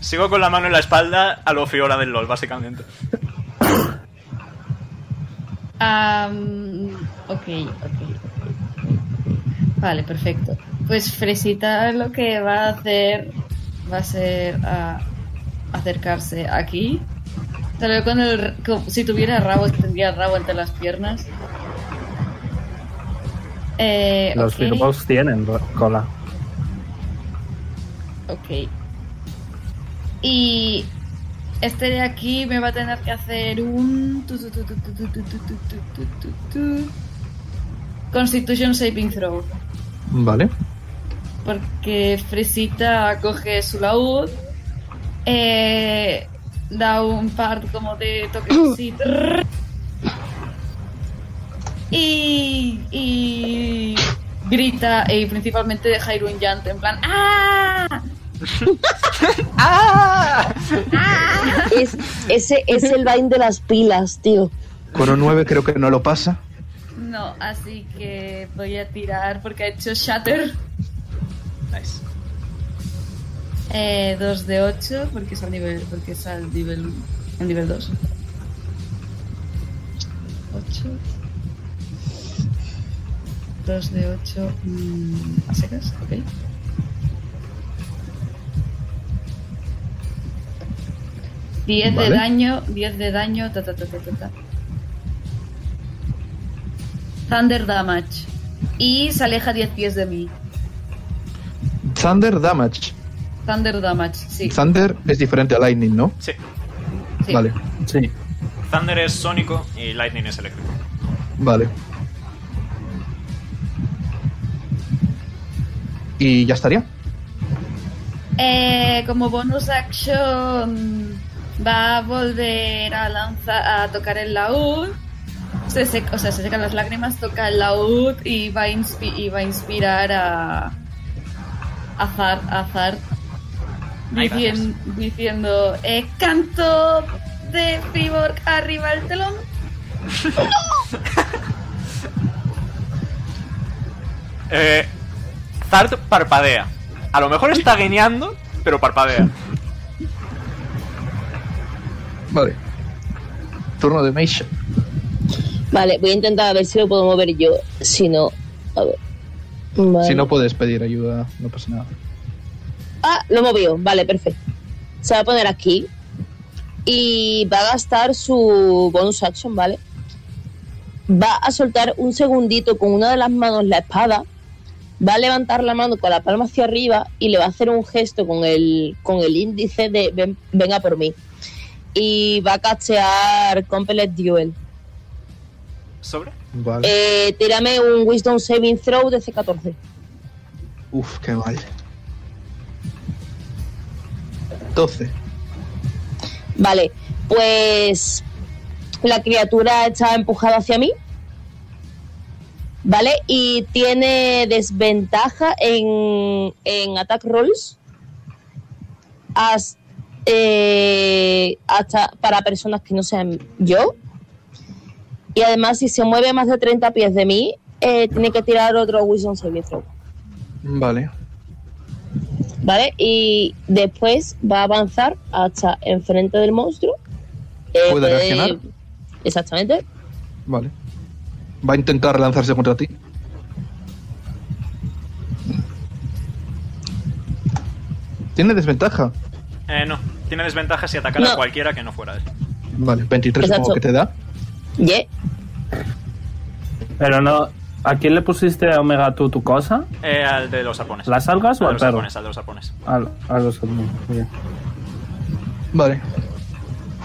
Speaker 1: Sigo con la mano en la espalda a lo Fiora del LOL, básicamente.
Speaker 4: Am, ok, ok. Vale, perfecto. Pues Fresita lo que va a hacer va a ser a acercarse ah, aquí Te lo veo con el. como- si tuviera rabo, tendría el rabo entre las piernas. Eh,
Speaker 8: Los
Speaker 4: ok,
Speaker 8: Firbolgs tienen ro- cola.
Speaker 4: Ok. Y este de aquí me va a tener que hacer un. tu, tu, tu, tu, tu, tu, tu, tu, tu, tu, tu, tu, tu. Constitution Saving Throw.
Speaker 2: Vale.
Speaker 4: Porque Fresita coge su laúd, eh, da un par como de toquecito. y, y grita, y principalmente de Jairo un llanto, en plan ¡Ah!
Speaker 5: ¡Ah! Es, ese es el vain de las pilas, tío.
Speaker 2: Con un 9 creo que no lo pasa.
Speaker 4: No, así que voy a tirar porque ha hecho Shatter.
Speaker 1: Nice.
Speaker 4: Eh, 2 de 8 porque es al nivel porque es al nivel al nivel 2. 8 2 de 8 a secas, ok. Diez
Speaker 2: Vale.
Speaker 4: de daño, 10 de daño, ta ta ta ta ta ta. Thunder damage. Y se aleja 10 pies de mí.
Speaker 2: Thunder Damage.
Speaker 4: Thunder damage, sí.
Speaker 2: Thunder es diferente a Lightning, ¿no?
Speaker 1: Sí.
Speaker 4: sí.
Speaker 2: Vale. Sí.
Speaker 1: Thunder es sónico y Lightning es eléctrico.
Speaker 2: Vale. Y ya estaría.
Speaker 4: Eh, como bonus action va a volver a lanza- a tocar el laúd. Se seca- o sea, se secan las lágrimas, toca el laúd y va a, inspi- y va a inspirar a a Zar, a Zar,
Speaker 1: Ahí va,
Speaker 4: dicien- diciendo eh, canto de Cyborg arriba el telón.
Speaker 1: Eh, Zart parpadea. A lo mejor está guiñando, pero parpadea.
Speaker 2: Vale. Turno de Mage.
Speaker 5: Vale, voy a intentar a ver si lo puedo mover yo. Si no, a ver. Vale.
Speaker 2: Si no puedes pedir ayuda, no pasa nada.
Speaker 5: Ah, lo movió. Vale, perfecto. Se va a poner aquí. Y va a gastar su bonus action, ¿vale? Va a soltar un segundito con una de las manos la espada. Va a levantar la mano con la palma hacia arriba y le va a hacer un gesto con el, con el índice de "Ven- venga por mí. Y va a cachear Compellet Duel.
Speaker 1: ¿Sobre?
Speaker 2: Vale.
Speaker 5: Eh, tírame un Wisdom Saving Throw de C14.
Speaker 2: Uf, qué mal. 12.
Speaker 5: Vale, pues la criatura está empujada hacia mí. Vale, y tiene desventaja en, en attack rolls hasta, eh, hasta para personas que no sean yo. Y además, si se mueve más de 30 pies de mí, eh, tiene que tirar otro Wisdom Saving Throw.
Speaker 2: Vale.
Speaker 5: ¿Vale? Y después va a avanzar hasta enfrente del monstruo. Eh,
Speaker 2: ¿Puede reaccionar?
Speaker 5: Exactamente.
Speaker 2: Vale. Va a intentar lanzarse contra ti. Tiene desventaja.
Speaker 1: Eh, no. Tiene desventaja si atacara a
Speaker 5: No.
Speaker 1: cualquiera que no fuera él.
Speaker 2: Vale, 23
Speaker 5: Exacto.
Speaker 2: supongo que te da.
Speaker 5: Ye-
Speaker 8: Pero no. ¿A quién le pusiste a Omega tú tu cosa?
Speaker 1: Eh, al de los arpones.
Speaker 8: ¿Las algas o
Speaker 1: Al de
Speaker 8: al
Speaker 1: los
Speaker 8: perro?
Speaker 1: arpones, al de los arpones.
Speaker 8: Al- a los admin, muy bien.
Speaker 2: Vale.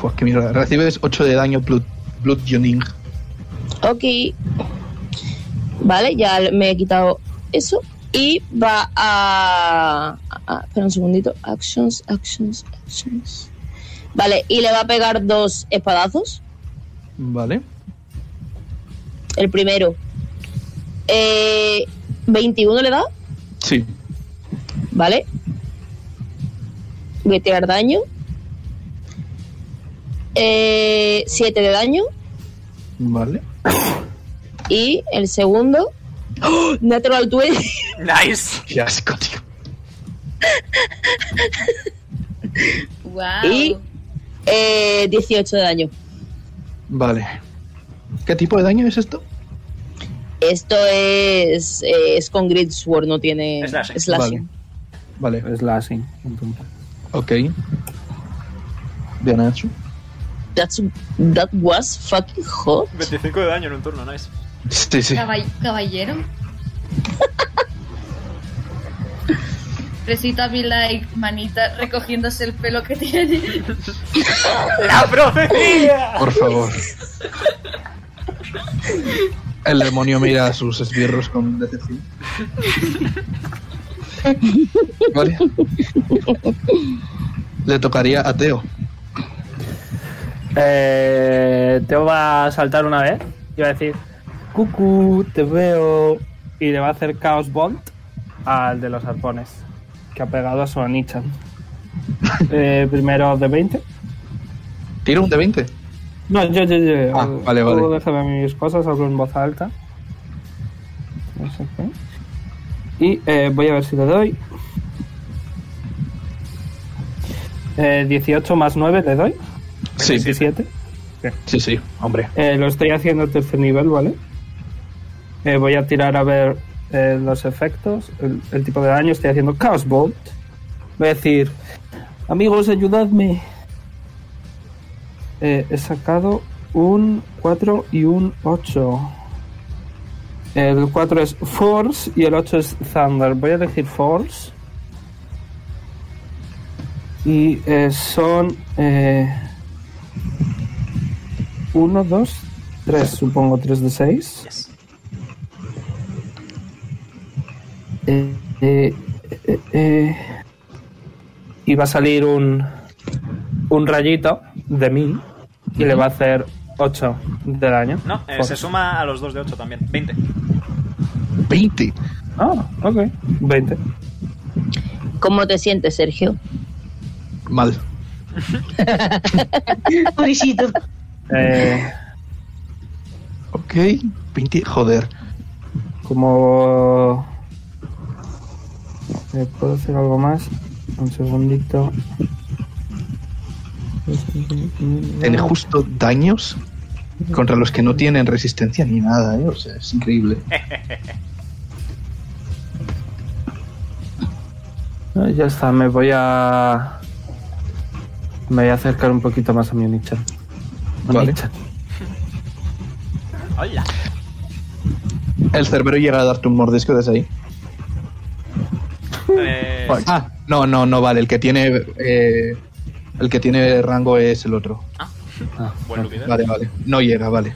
Speaker 2: Pues que mierda. Recibes 8 de daño Blood, blood Yuning.
Speaker 5: Ok. Vale, ya me he quitado eso. Y va a, a- Espera un segundito. Actions, actions, actions. Vale, y le va a pegar dos espadazos.
Speaker 2: Vale.
Speaker 5: El primero. Eh, 21 le da.
Speaker 2: Sí.
Speaker 5: Vale. Voy a tirar daño. 7 Eh, de daño.
Speaker 2: Vale.
Speaker 5: Y el segundo. ¡Oh! Natural 20.
Speaker 1: Nice.
Speaker 2: Qué asco, tío.
Speaker 4: Wow.
Speaker 5: Y eh, 18 de daño.
Speaker 2: Vale. ¿Qué tipo de daño es esto?
Speaker 5: Esto es, eh, es con Grid Sword, no tiene
Speaker 1: Slashing.
Speaker 5: slashing.
Speaker 2: Vale.
Speaker 8: Es la así. entonces.
Speaker 2: Ok. Bien hecho.
Speaker 5: That's, that was fucking hot.
Speaker 1: 25 de daño en un turno, nice.
Speaker 2: Sí, sí.
Speaker 4: Caball- caballero. Fresita be like, manita, recogiéndose el pelo que tiene.
Speaker 1: ¡La profecía!
Speaker 2: Por favor. El demonio mira a sus esbirros con decepción. Vale. Le tocaría a Teo.
Speaker 3: Eh, Teo va a saltar una vez y va a decir, Cucu, te veo. Y le va a hacer Chaos Bolt al de los arpones, que ha pegado a su Anichan. Eh, primero de 20.
Speaker 2: ¿Tiro un de 20?
Speaker 3: No, yo, yo, yo.
Speaker 2: Ah, vale,
Speaker 3: Tú
Speaker 2: vale.
Speaker 3: déjame mis cosas, hablo en voz alta. No sé qué. Y eh, voy a ver si le doy. Eh, 18 más 9 le doy.
Speaker 2: Sí.
Speaker 3: 17.
Speaker 2: Sí, sí, hombre.
Speaker 3: Eh, lo estoy haciendo a tercer nivel, ¿vale? Eh, voy a tirar a ver eh, los efectos, el, el tipo de daño. Estoy haciendo Chaos Bolt. Voy a decir, amigos, ayudadme. Eh, he sacado un 4 y un 8. El 4 es Force y el 8 es Thunder. Voy a elegir Force. Y eh, son... Eh, 1, 2, 3, supongo 3 de 6. Eh, eh, eh, eh. Y va a salir un, un rayito de mí y le va a hacer 8 de daño.
Speaker 1: No, eh,
Speaker 3: Por-
Speaker 1: se suma a los 2 de 8 también. 20.
Speaker 2: 20.
Speaker 3: Ah, ok. 20.
Speaker 5: ¿Cómo te sientes, Sergio?
Speaker 2: Mal.
Speaker 7: Pobrecito.
Speaker 3: Eh,
Speaker 2: Ok. 20. Joder.
Speaker 3: como... eh, ¿Puedo hacer algo más? Un segundito.
Speaker 2: Tiene justo daños contra los que no tienen resistencia ni nada, ¿eh? O sea, es increíble.
Speaker 3: No, Ah, ya está, me voy a. Me voy a acercar un poquito más a mi Onichan.
Speaker 2: Vale.
Speaker 3: Onichan.
Speaker 1: Hola.
Speaker 2: El cerbero llega a darte un mordisco desde ahí.
Speaker 1: Eh,
Speaker 2: Ah, no, no, no vale. El que tiene. eh, el que tiene rango es el otro.
Speaker 3: Ah,
Speaker 1: buen ¿eh? lugar.
Speaker 2: Vale, vale. No llega, vale.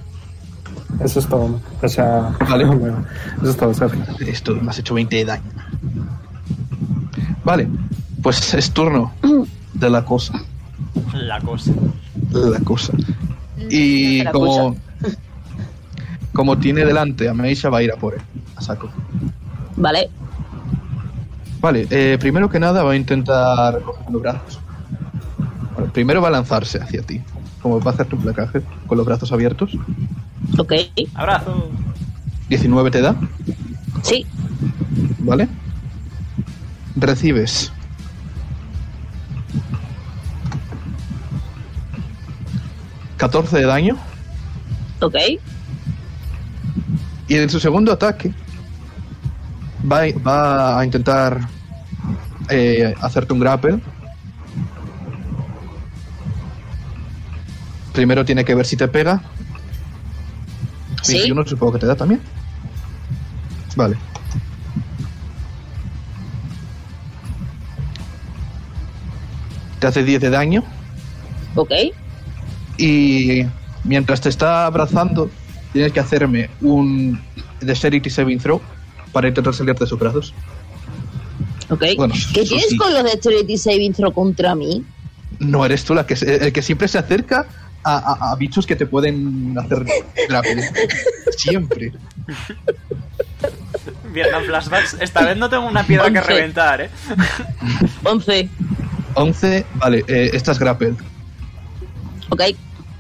Speaker 3: eso es todo. O sea,
Speaker 2: Vale.
Speaker 3: bueno, eso es todo, Sergio.
Speaker 2: Esto me has hecho 20 de daño. Vale, pues es turno de la cosa.
Speaker 1: La cosa.
Speaker 2: De la cosa. Y
Speaker 7: De la
Speaker 2: como. Como tiene delante a Meisha, va a ir a por él. A saco.
Speaker 5: Vale.
Speaker 2: Vale, eh, primero que nada va a intentar coger los brazos. Bueno, primero va a lanzarse hacia ti. Como va a hacer tu placaje con los brazos abiertos.
Speaker 5: Ok.
Speaker 1: Abrazo.
Speaker 2: 19 te da,
Speaker 5: Sí.
Speaker 2: ¿vale? Recibes. ¿14 de daño?
Speaker 5: Ok.
Speaker 2: Y en su segundo ataque va, va a intentar eh, hacerte un grapple. Primero tiene que ver si te pega.
Speaker 5: Sí.
Speaker 2: 21 supongo que te da también. Vale. Te hace 10 de daño.
Speaker 5: Ok.
Speaker 2: Y mientras te está abrazando, tienes que hacerme un Dexterity Saving Throw para intentar salir de sus brazos.
Speaker 5: Ok.
Speaker 2: Bueno,
Speaker 5: ¿Qué
Speaker 2: eso
Speaker 5: tienes
Speaker 2: sí.
Speaker 5: con los de Dexterity Saving Throw contra mí?
Speaker 2: No eres tú la que se- el que siempre se acerca a, a- a bichos que te pueden hacer grapple. Siempre.
Speaker 1: Vietnam flashbacks. Esta vez no tengo una piedra que
Speaker 5: Once.
Speaker 1: reventar, eh.
Speaker 5: 11.
Speaker 2: 11, vale, eh, estás grapple.
Speaker 5: Ok.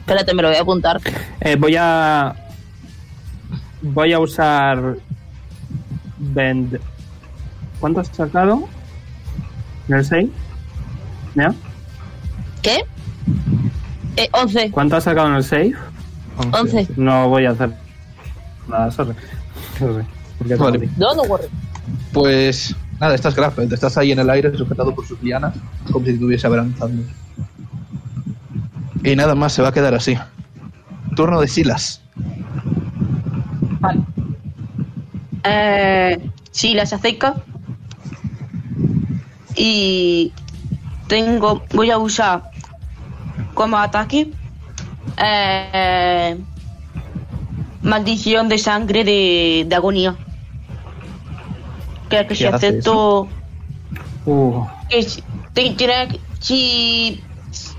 Speaker 5: Espérate, me lo voy a apuntar.
Speaker 3: Eh, voy a. Voy a usar. Bend. ¿Cuánto has sacado? ¿El 6? ¿Ya?
Speaker 5: ¿Qué? Eh, 11.
Speaker 3: ¿Cuánto has sacado en el 6?
Speaker 5: 11.
Speaker 3: No voy a hacer nada, sorry. Sorry. Porque te
Speaker 2: Vale.
Speaker 3: jodí.
Speaker 5: No, no worry.
Speaker 2: Pues nada, estás grapple. Estás ahí en el aire sujetado por sus lianas como si estuviese abrazando. Y nada más se va a quedar así. Turno de Silas.
Speaker 7: Vale. Eh, Silas se acerca. Y tengo, voy a usar como ataque eh, maldición de sangre de, de agonía. Creo que si
Speaker 13: ¿Qué hace
Speaker 7: acepto...
Speaker 13: Uh,
Speaker 7: que si- te- tiene que- si,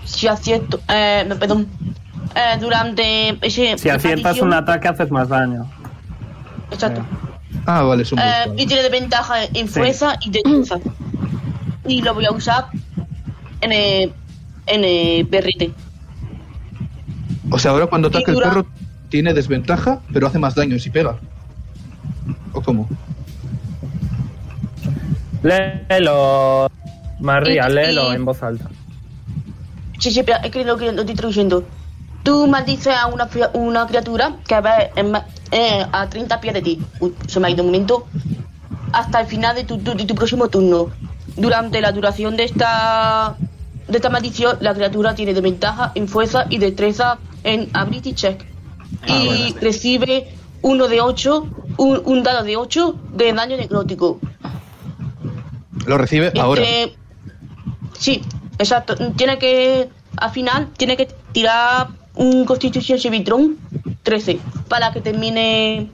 Speaker 7: si acierto... Eh, no, perdón. Eh, durante ese...
Speaker 3: Si aciertas
Speaker 7: maldición-
Speaker 3: un ataque, haces más daño.
Speaker 7: Exacto.
Speaker 2: Ah, vale, es un.
Speaker 7: Eh, y tiene de ventaja en
Speaker 3: Sí.
Speaker 7: fuerza y destreza. Y lo voy a usar en el, en eh, el perrete.
Speaker 2: O sea, ahora cuando ataca el
Speaker 7: dura-
Speaker 2: perro tiene desventaja, pero hace más daño si pega. ¿O cómo?
Speaker 3: Léelo. María,
Speaker 7: Y-
Speaker 3: léelo
Speaker 7: y-
Speaker 3: en voz alta.
Speaker 7: Sí, sí, espera, es que lo, que lo estoy traduciendo. Tú maldices a una, fia- una criatura que va en ma- eh, a 30 pies de ti. Uy, se me ha ido un momento. Hasta el final de tu, tu- de tu próximo turno. Durante la duración de esta de esta maldición, la criatura tiene desventaja en fuerza y destreza en ability check.
Speaker 2: Ah,
Speaker 7: y recibe uno de 8, un, un dado de 8 de daño necrótico.
Speaker 2: Lo recibe
Speaker 7: Eh,
Speaker 2: ahora.
Speaker 7: Entre- Sí, exacto. Tiene que, al final, tiene que tirar un Constitución Civitrón 13 para que termine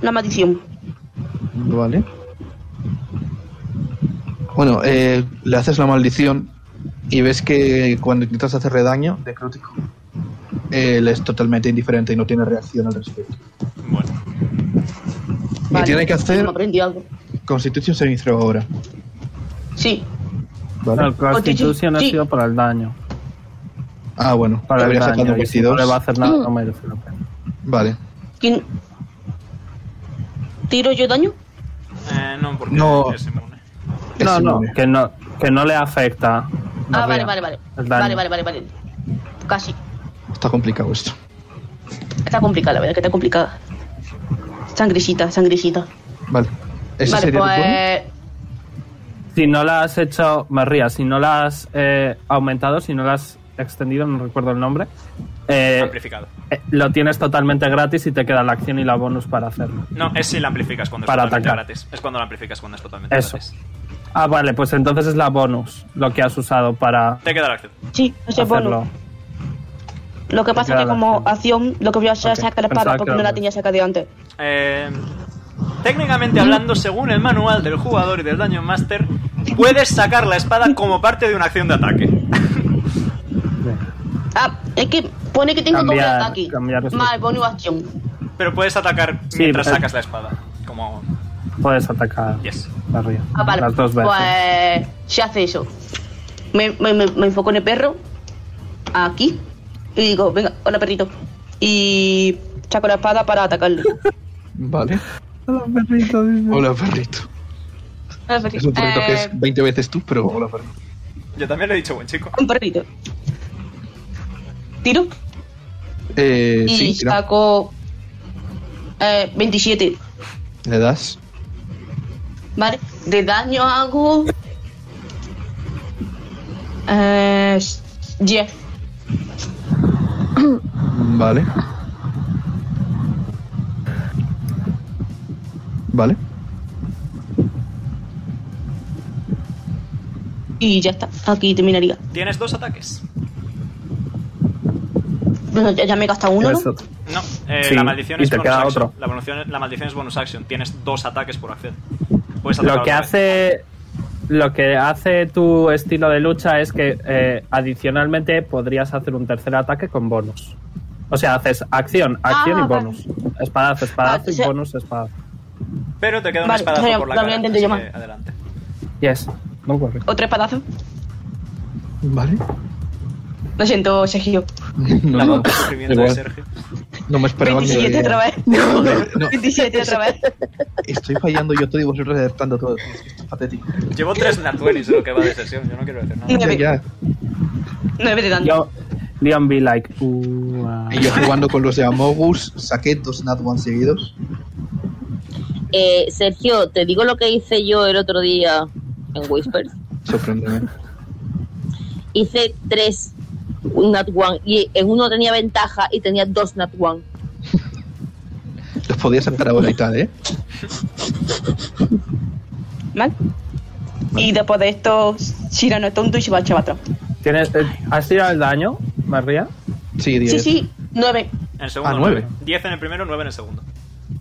Speaker 7: la maldición.
Speaker 2: Vale. Bueno, eh, le haces la maldición y ves que cuando intentas hacerle daño, necrótico, él es totalmente indiferente y no tiene reacción al respecto. Bueno. Y tiene que hacer
Speaker 7: Me aprendí algo.
Speaker 2: Constitution Saving Throw ahora.
Speaker 7: Sí,
Speaker 2: ¿vale?
Speaker 3: No, el Constitution ha
Speaker 7: Sí.
Speaker 3: sido para el daño.
Speaker 2: Ah, bueno,
Speaker 3: Para el
Speaker 2: habría
Speaker 3: daño,
Speaker 2: sacado
Speaker 3: y si no
Speaker 2: 22.
Speaker 3: le va a hacer nada,
Speaker 7: Mm.
Speaker 3: no merece la pena.
Speaker 2: Vale.
Speaker 7: ¿quién- ¿Tiro yo daño?
Speaker 1: Eh, no, porque
Speaker 3: No.
Speaker 1: es inmune.
Speaker 3: No, no,
Speaker 2: inmune.
Speaker 3: que no, que no le afecta.
Speaker 7: ah, vale,
Speaker 3: María,
Speaker 7: vale, vale.
Speaker 3: el daño.
Speaker 7: Vale, vale, vale, vale. Casi.
Speaker 2: Está complicado esto.
Speaker 7: Está complicada, la verdad que está complicada. Sangrecita, sangrecita.
Speaker 2: Vale. ¿Ese
Speaker 7: Vale,
Speaker 2: sería tu turno?
Speaker 7: pues...
Speaker 3: Si no la has hecho, María, si no la has eh, aumentado, si no la has extendido, no recuerdo el nombre, eh,
Speaker 1: Amplificado.
Speaker 3: eh, lo tienes totalmente gratis y te queda la acción y la bonus para hacerlo.
Speaker 1: No, es si la amplificas cuando
Speaker 3: Para
Speaker 1: es totalmente
Speaker 3: atacar.
Speaker 1: gratis. Es cuando la amplificas cuando es totalmente
Speaker 3: Eso.
Speaker 1: gratis.
Speaker 3: Ah, vale, pues entonces es la bonus, lo que has usado para
Speaker 1: Te queda la acción.
Speaker 7: Sí, o sea, bueno.
Speaker 3: hacerlo.
Speaker 7: Lo que pasa es que
Speaker 3: queda la
Speaker 7: como acción, lo que voy a hacer es
Speaker 3: Ok,
Speaker 7: sacar la
Speaker 3: pensaba
Speaker 7: espada
Speaker 3: que
Speaker 7: porque
Speaker 3: era
Speaker 7: no la
Speaker 3: otra.
Speaker 7: tenía sacada de antes.
Speaker 1: Eh, técnicamente hablando, según el manual del jugador y del Dungeon Master, puedes sacar la espada como parte de una acción de ataque.
Speaker 7: Ah, es que pone que tengo doble
Speaker 3: Cambiar-
Speaker 7: ataque.
Speaker 3: cambiar eso.
Speaker 7: Mal, bonus pues, acción.
Speaker 1: Pero puedes atacar
Speaker 3: Sí, eh.
Speaker 1: mientras
Speaker 3: pero-
Speaker 1: sacas la espada. Como.
Speaker 3: Puedes atacar
Speaker 1: Yes.
Speaker 3: María.
Speaker 7: Ah, vale.
Speaker 3: Las dos veces.
Speaker 7: Pues se hace eso. Me, me, me- me enfoco en el perro. Aquí. Y digo, venga, hola perrito. Y saco la espada para atacarlo. pues,
Speaker 2: Vale.
Speaker 8: Hola, perrito. dice.
Speaker 2: Hola, perrito.
Speaker 7: Hola, perrito.
Speaker 2: Es un perrito que
Speaker 7: Eh,
Speaker 2: es 20 veces tú, pero hola, perrito.
Speaker 1: Yo también le he dicho buen chico.
Speaker 7: Un perrito. Tiro
Speaker 2: Eh,
Speaker 7: y
Speaker 2: sí, tira.
Speaker 7: saco eh, 27.
Speaker 2: le das.
Speaker 7: Vale, de daño hago. Eh, 10.
Speaker 2: Vale. Vale.
Speaker 7: Y ya está, aquí terminaría.
Speaker 1: Tienes dos ataques.
Speaker 7: Bueno, ya, ya me he gastado Pues, uno. ¿no?
Speaker 3: Eso.
Speaker 1: No, eh,
Speaker 3: Sí,
Speaker 1: la maldición
Speaker 3: y
Speaker 1: es
Speaker 3: te
Speaker 1: bonus
Speaker 3: queda
Speaker 1: action.
Speaker 3: otro.
Speaker 1: La, maldición, la maldición es bonus action. Tienes dos ataques por acción. Puedes atacar
Speaker 3: Lo que
Speaker 1: otra vez.
Speaker 3: hace. Lo que hace tu estilo de lucha es que eh, adicionalmente podrías hacer un tercer ataque con bonus. O sea, haces acción, acción
Speaker 7: Ah,
Speaker 3: y bonus. Espadazo, espadazo
Speaker 7: Vale,
Speaker 3: y
Speaker 7: o sea-
Speaker 3: bonus, espada.
Speaker 1: Pero te queda un
Speaker 7: Vale,
Speaker 1: espadazo
Speaker 7: ya-
Speaker 1: por la
Speaker 7: ya
Speaker 1: cara.
Speaker 7: había entendido
Speaker 1: así
Speaker 7: yo
Speaker 1: que
Speaker 7: mal.
Speaker 1: adelante.
Speaker 3: Yes. No corre.
Speaker 7: Otro espadazo.
Speaker 2: Vale.
Speaker 7: Lo siento, Sergio.
Speaker 2: No,
Speaker 1: La
Speaker 2: no,
Speaker 1: voz de sufrimiento de
Speaker 2: igual.
Speaker 1: Sergio.
Speaker 2: No me esperaba ni la
Speaker 7: 27
Speaker 2: idea.
Speaker 7: otra vez.
Speaker 2: eh, No,
Speaker 7: 27 otra vez.
Speaker 2: estoy fallando yo todo y vosotros acertando todo. Es que esto es patético.
Speaker 1: Llevo tres natuenis en lo que va de sesión. Yo no quiero decir nada.
Speaker 2: Ya,
Speaker 7: Nueve.
Speaker 2: ya.
Speaker 7: 9 de daño.
Speaker 3: Yo, Leon be like. "Ooh, ah".
Speaker 2: Y yo jugando con los de Amogus, saqué dos Nat One seguidos.
Speaker 5: Eh, Sergio, te digo lo que hice yo el otro día en Whispers.
Speaker 2: Sorpréndeme.
Speaker 5: Hice tres un Nat One y en uno tenía ventaja y tenía dos Nat One.
Speaker 2: Los podía sacar ahora y tal, ¿eh?
Speaker 7: ¿Mal? Y después de esto, Shira no es tonto y se va a echar atrás.
Speaker 3: ¿Tienes, eh, ¿Has tirado el daño, María?
Speaker 2: Sí,
Speaker 7: Sí, sí, nueve.
Speaker 1: En el segundo.
Speaker 2: Ah, nueve.
Speaker 1: 10 en el primero, 9 en el segundo.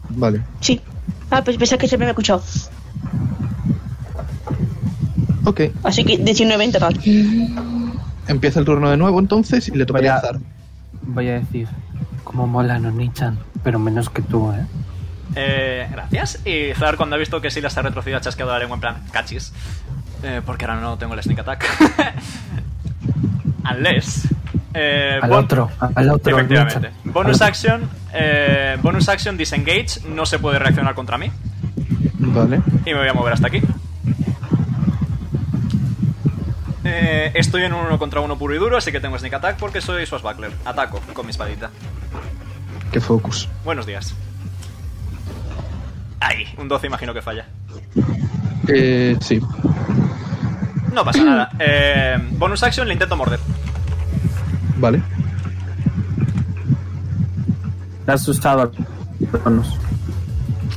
Speaker 2: Vale.
Speaker 7: Sí. Ah, pues pensé que se me había escuchado.
Speaker 2: Ok.
Speaker 7: Así que 19 en total.
Speaker 2: Empieza el turno de nuevo entonces y le toca a Zar.
Speaker 13: Voy a decir, como mola Nonichan, pero menos que tú, ¿eh?
Speaker 1: Eh, gracias. Y Zar, cuando ha visto que Silas se ha retrocedido, ha chasqueado la lengua en plan, cachis. Eh, porque ahora no tengo el sneak attack. Unless. eh,
Speaker 13: Al
Speaker 1: bon-
Speaker 13: otro, al otro. al
Speaker 1: Efectivamente.
Speaker 13: Nichan.
Speaker 1: Bonus
Speaker 13: Al-
Speaker 1: action. eh, bonus action disengage. No se puede reaccionar contra mí.
Speaker 2: Vale.
Speaker 1: Y me voy a mover hasta aquí. Eh, estoy en un uno contra uno puro y duro, así que tengo sneak attack porque soy swashbuckler. Ataco con mi espadita.
Speaker 2: Qué focus.
Speaker 1: Buenos días. Ahí, un 12 imagino que falla.
Speaker 2: Eh, sí.
Speaker 1: No pasa nada. Eh, bonus action le intento morder.
Speaker 2: Vale.
Speaker 3: Te has asustado al bonus.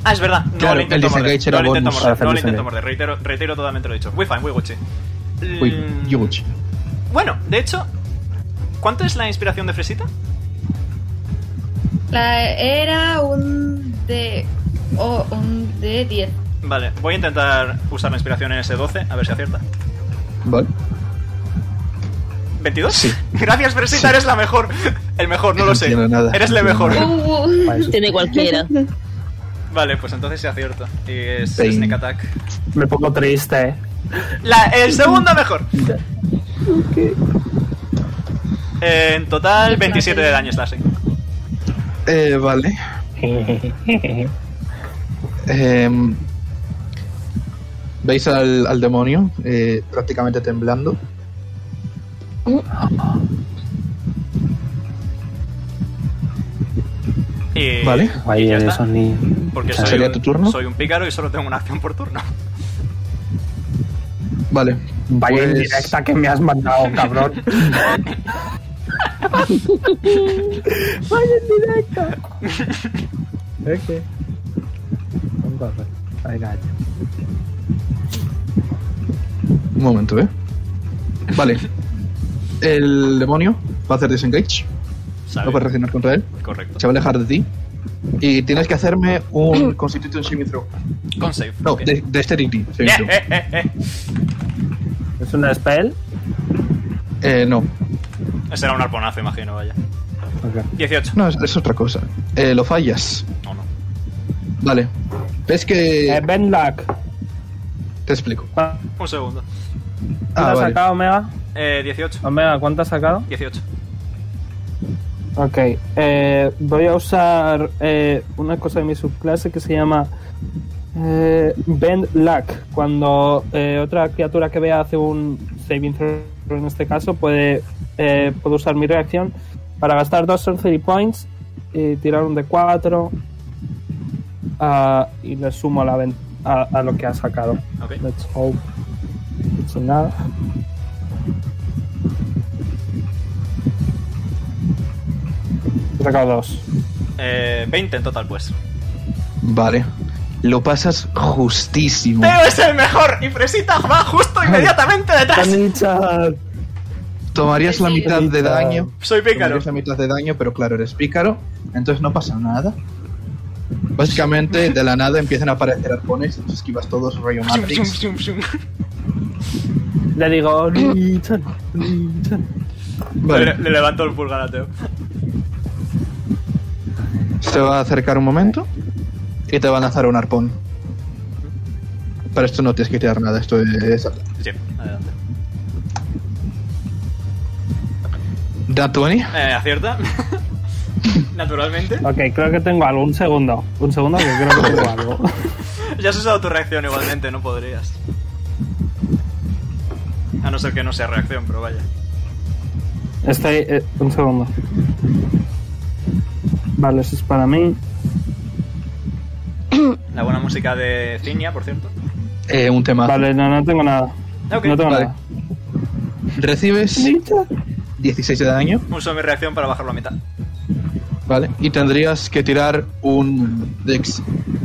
Speaker 1: Ah, es verdad. No
Speaker 3: Claro,
Speaker 1: le
Speaker 3: el
Speaker 1: intento
Speaker 3: disengage
Speaker 1: morder.
Speaker 3: era
Speaker 1: No le intento
Speaker 3: bonus para
Speaker 1: morder.
Speaker 3: hacer
Speaker 1: No le intento
Speaker 3: disengage.
Speaker 1: morder. Reitero, reitero totalmente lo dicho. We fine, we Gucci. Mm,
Speaker 2: Uy, Yuguchi.
Speaker 1: Bueno, de hecho, ¿cuánto es la inspiración de Fresita?
Speaker 4: La- era un de. o un de 10.
Speaker 1: Vale, voy a intentar usar la inspiración en ese 12, a ver si acierta.
Speaker 2: Vale.
Speaker 1: ¿22? Gracias, Fresita, eres la mejor. El mejor, no,
Speaker 2: No
Speaker 1: lo sé.
Speaker 2: entiendo nada.
Speaker 1: Eres la
Speaker 2: No entiendo
Speaker 1: mejor.
Speaker 5: Tiene cualquiera.
Speaker 1: Vale, pues entonces sí acierto. Y es
Speaker 3: Vein.
Speaker 1: Sneak Attack.
Speaker 3: Me pongo triste, ¿eh?
Speaker 1: La, el segundo mejor. Eh, en total, 27 de daño slashing.
Speaker 2: Eh, vale. Em, Veis al, al demonio eh, prácticamente temblando.
Speaker 1: Y
Speaker 2: Vale.
Speaker 13: Guay,
Speaker 1: Ya
Speaker 13: eres
Speaker 1: está.
Speaker 13: Sony.
Speaker 1: Porque
Speaker 2: Ya.
Speaker 1: soy
Speaker 2: ¿Sería
Speaker 1: un,
Speaker 2: tu turno?
Speaker 1: soy un pícaro y solo tengo una acción por turno.
Speaker 2: Vale.
Speaker 3: Vaya
Speaker 2: Pues-
Speaker 3: indirecta que me has mandado, cabrón.
Speaker 8: Ok.
Speaker 2: Un momento, ¿eh? Vale. El demonio va a hacer disengage.
Speaker 1: ¿Sabes?
Speaker 2: No puedes reaccionar contra él.
Speaker 1: Correcto.
Speaker 2: Se va a alejar de ti. Y tienes que hacerme un Constitution Saving Throw.
Speaker 1: Con save.
Speaker 2: No,
Speaker 1: ok.
Speaker 2: de, de Dexterity saving
Speaker 1: Eh,
Speaker 2: throw.
Speaker 1: eh, eh, eh.
Speaker 3: ¿Es una spell?
Speaker 2: Eh, no.
Speaker 1: Será un arponazo, imagino, vaya.
Speaker 3: Ok.
Speaker 1: 18.
Speaker 2: No, es, es otra cosa. Eh, lo fallas.
Speaker 1: No, no.
Speaker 2: Vale. Ves que.
Speaker 3: Eh, ben Luck.
Speaker 2: Te explico.
Speaker 3: ¿Cuánto
Speaker 1: Un segundo.
Speaker 2: Ah,
Speaker 3: has
Speaker 2: vale.
Speaker 3: sacado, Omega?
Speaker 1: Eh,
Speaker 2: Ah.
Speaker 1: 18.
Speaker 3: Omega, ¿cuánto has sacado?
Speaker 1: 18.
Speaker 3: Ok, eh, voy a usar eh, una cosa de mi subclase que se llama eh, Bend Luck. Cuando eh, otra criatura que vea hace un saving throw, en este caso, puede eh, puedo usar mi reacción para gastar dos sorcery points y tirar un de 4 y le sumo a, la ven- a, a lo que ha sacado.
Speaker 1: Ok.
Speaker 3: Let's hope it's enough. He sacado dos.
Speaker 1: Eh, 20 en total, pues.
Speaker 2: Vale. Lo pasas justísimo.
Speaker 1: Teo es el mejor y Fresita va justo inmediatamente detrás.
Speaker 2: Tomarías la mitad de daño.
Speaker 1: Soy pícaro.
Speaker 2: Tomarías la mitad de daño, pero claro, eres pícaro. Entonces no pasa nada. Básicamente, de la nada empiezan a aparecer arpones. Los esquivas todos, rayo Matrix.
Speaker 3: Le digo, "Nichan, Nichan".
Speaker 1: Le,
Speaker 2: Vale.
Speaker 1: le levanto el pulgar a Teo.
Speaker 2: Se va a acercar un momento. Y te va a lanzar un arpón. Para esto no tienes que tirar nada. Esto es.
Speaker 1: Sí, adelante.
Speaker 2: Da 20.
Speaker 1: Eh, acierta. Naturalmente.
Speaker 3: Ok, creo que tengo algo. Un segundo. Un segundo que creo que tengo algo.
Speaker 1: Ya has usado tu reacción igualmente, no podrías. A no ser que no sea reacción, pero vaya.
Speaker 3: Estoy... eh, un segundo. Vale, eso es para mí.
Speaker 1: La buena música de Ciña, por cierto.
Speaker 2: Eh, un tema.
Speaker 3: Vale, no, no tengo nada.
Speaker 1: Ok.
Speaker 3: No tengo
Speaker 2: Vale.
Speaker 3: nada.
Speaker 2: Recibes
Speaker 3: Nichan.
Speaker 2: 16 de daño,
Speaker 1: Uso mi reacción para bajarlo a mitad.
Speaker 2: ¿vale? Y tendrías que tirar un Dex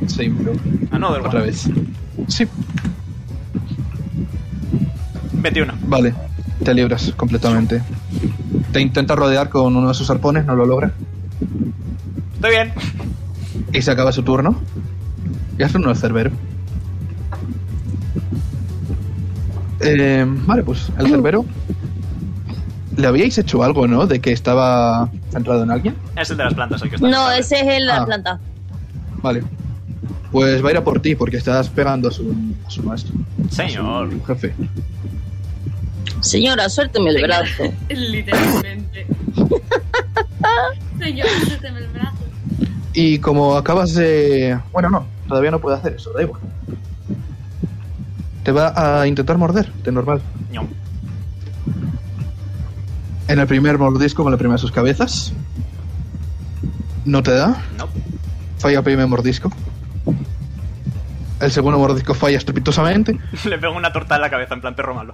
Speaker 2: Save throw.
Speaker 1: Another one.
Speaker 2: Otra vez. Sí,
Speaker 1: 21.
Speaker 2: vale. Te libras completamente. Te intenta rodear con uno de sus arpones, no lo logra.
Speaker 1: Estoy bien.
Speaker 2: Y se acaba su turno. Y hace uno de Cerbero. Eh, vale, pues el Cerbero. ¿Le habíais hecho algo, no? De que estaba centrado en alguien.
Speaker 1: Es el de las plantas el que está.
Speaker 5: No, ese es el de la
Speaker 2: Ah.
Speaker 5: planta.
Speaker 2: Vale. Pues va a ir a por ti porque estás pegando a su, a su maestro.
Speaker 14: Señor.
Speaker 2: Tu jefe.
Speaker 5: Señora, suélteme el brazo.
Speaker 9: Literalmente. Señor, suélteme el brazo.
Speaker 2: Y como acabas de. Bueno, no, todavía no puede hacer eso, da igual. Te va a intentar morder, de normal.
Speaker 14: Ño.
Speaker 2: En el primer mordisco con la primera de sus cabezas. No te da.
Speaker 14: No.
Speaker 2: Falla el primer mordisco. El segundo mordisco falla estrepitosamente.
Speaker 14: Le pego una torta en la cabeza, en plan perro malo.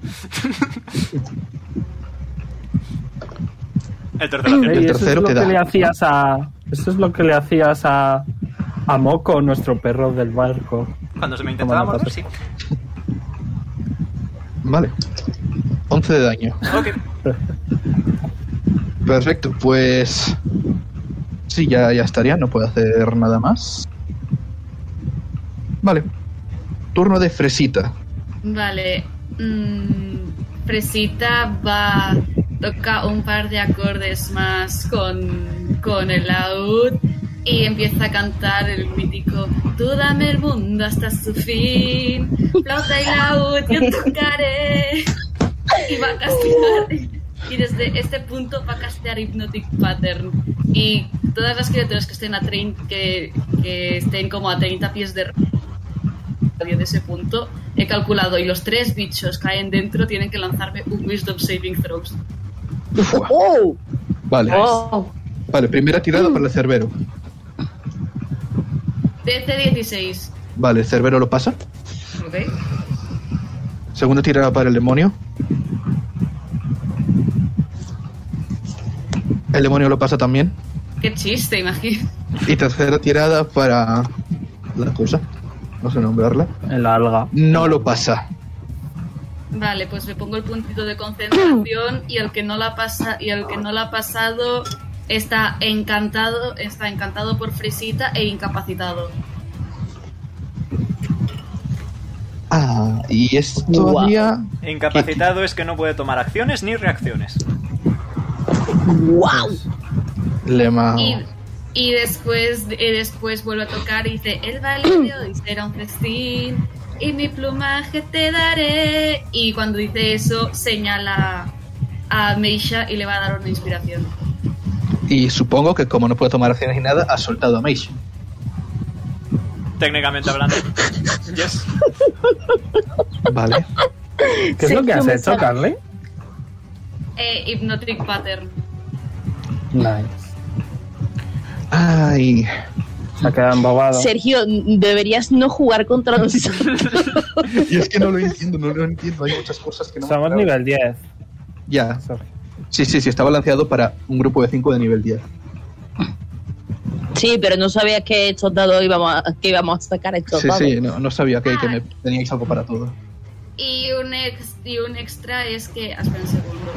Speaker 14: El tercero
Speaker 3: Ey,
Speaker 14: acierto.
Speaker 2: el
Speaker 3: eso es
Speaker 2: tercero
Speaker 3: lo
Speaker 2: te da.
Speaker 3: que le hacías a. Eso es lo que le hacías a. A Moco, nuestro perro del barco.
Speaker 14: Cuando se me intentaba
Speaker 3: Toma,
Speaker 14: morder,
Speaker 3: papas.
Speaker 14: sí.
Speaker 2: Vale. 11 de daño.
Speaker 14: Ok.
Speaker 2: Perfecto, pues. Sí, ya, ya estaría, no puedo hacer nada más. Vale. Turno de fresita.
Speaker 9: Vale. mm, Fresita va. Toca un par de acordes más con, con el laúd y empieza a cantar el mítico Tú dame el mundo hasta su fin, flauta y laúd yo tocaré. Y va a castear. Y desde este punto va a castear Hypnotic Pattern. Y todas las criaturas que estén a 30, que, que estén como a 30 pies de radio de ese punto, he calculado y los tres bichos caen dentro tienen que lanzarme un Wisdom Saving Throws.
Speaker 5: ¡Oh!
Speaker 2: Vale.
Speaker 7: Oh,
Speaker 2: Vale, primera tirada para el cerbero.
Speaker 9: DC16,
Speaker 2: Vale, el cerbero lo pasa.
Speaker 9: ¿ok?
Speaker 2: Segunda tirada para el demonio. El demonio lo pasa también.
Speaker 9: Qué chiste, imagino.
Speaker 2: Y tercera tirada para la cosa. No sé nombrarla.
Speaker 3: El alga.
Speaker 2: No lo pasa.
Speaker 9: Vale, pues me pongo el puntito de concentración y el que no la pasa y el que no la ha pasado está encantado, está encantado por Fresita e incapacitado.
Speaker 2: Ah, y es
Speaker 5: Guau.
Speaker 2: todavía.
Speaker 1: Incapacitado es que no puede tomar acciones ni reacciones.
Speaker 5: ¡Wow!
Speaker 2: Lema.
Speaker 9: Y, y después, y después vuelve a tocar y dice, el baile de hoy será un festín y mi plumaje te daré. Y cuando dice eso, señala a Meisha y le va a dar una inspiración.
Speaker 2: Y supongo que como no puede tomar acciones ni nada, ha soltado a Mage.
Speaker 14: Técnicamente hablando. Yes.
Speaker 2: Vale.
Speaker 3: ¿Qué es lo que has hecho, Carly?
Speaker 9: Eh, hypnotic Pattern.
Speaker 3: Nice.
Speaker 2: Ay.
Speaker 3: Se ha quedado
Speaker 2: Ah.
Speaker 3: embobado.
Speaker 5: Sergio, deberías no jugar contra nosotros.
Speaker 2: Y es que no lo entiendo, no lo entiendo. Hay muchas cosas que no. me
Speaker 3: Somos
Speaker 2: aclaro.
Speaker 3: nivel 10.
Speaker 2: Ya.
Speaker 3: Sorry.
Speaker 2: Sí, sí, sí, está balanceado para un grupo de 5 de nivel 10.
Speaker 5: sí, pero no sabía que estos dados íbamos a, que íbamos a sacar estos
Speaker 2: Sí,
Speaker 5: dados.
Speaker 2: sí, no, no sabía que, que me teníais algo para todo.
Speaker 9: Y un, ex- y un extra es que. ah, Espera un segundo.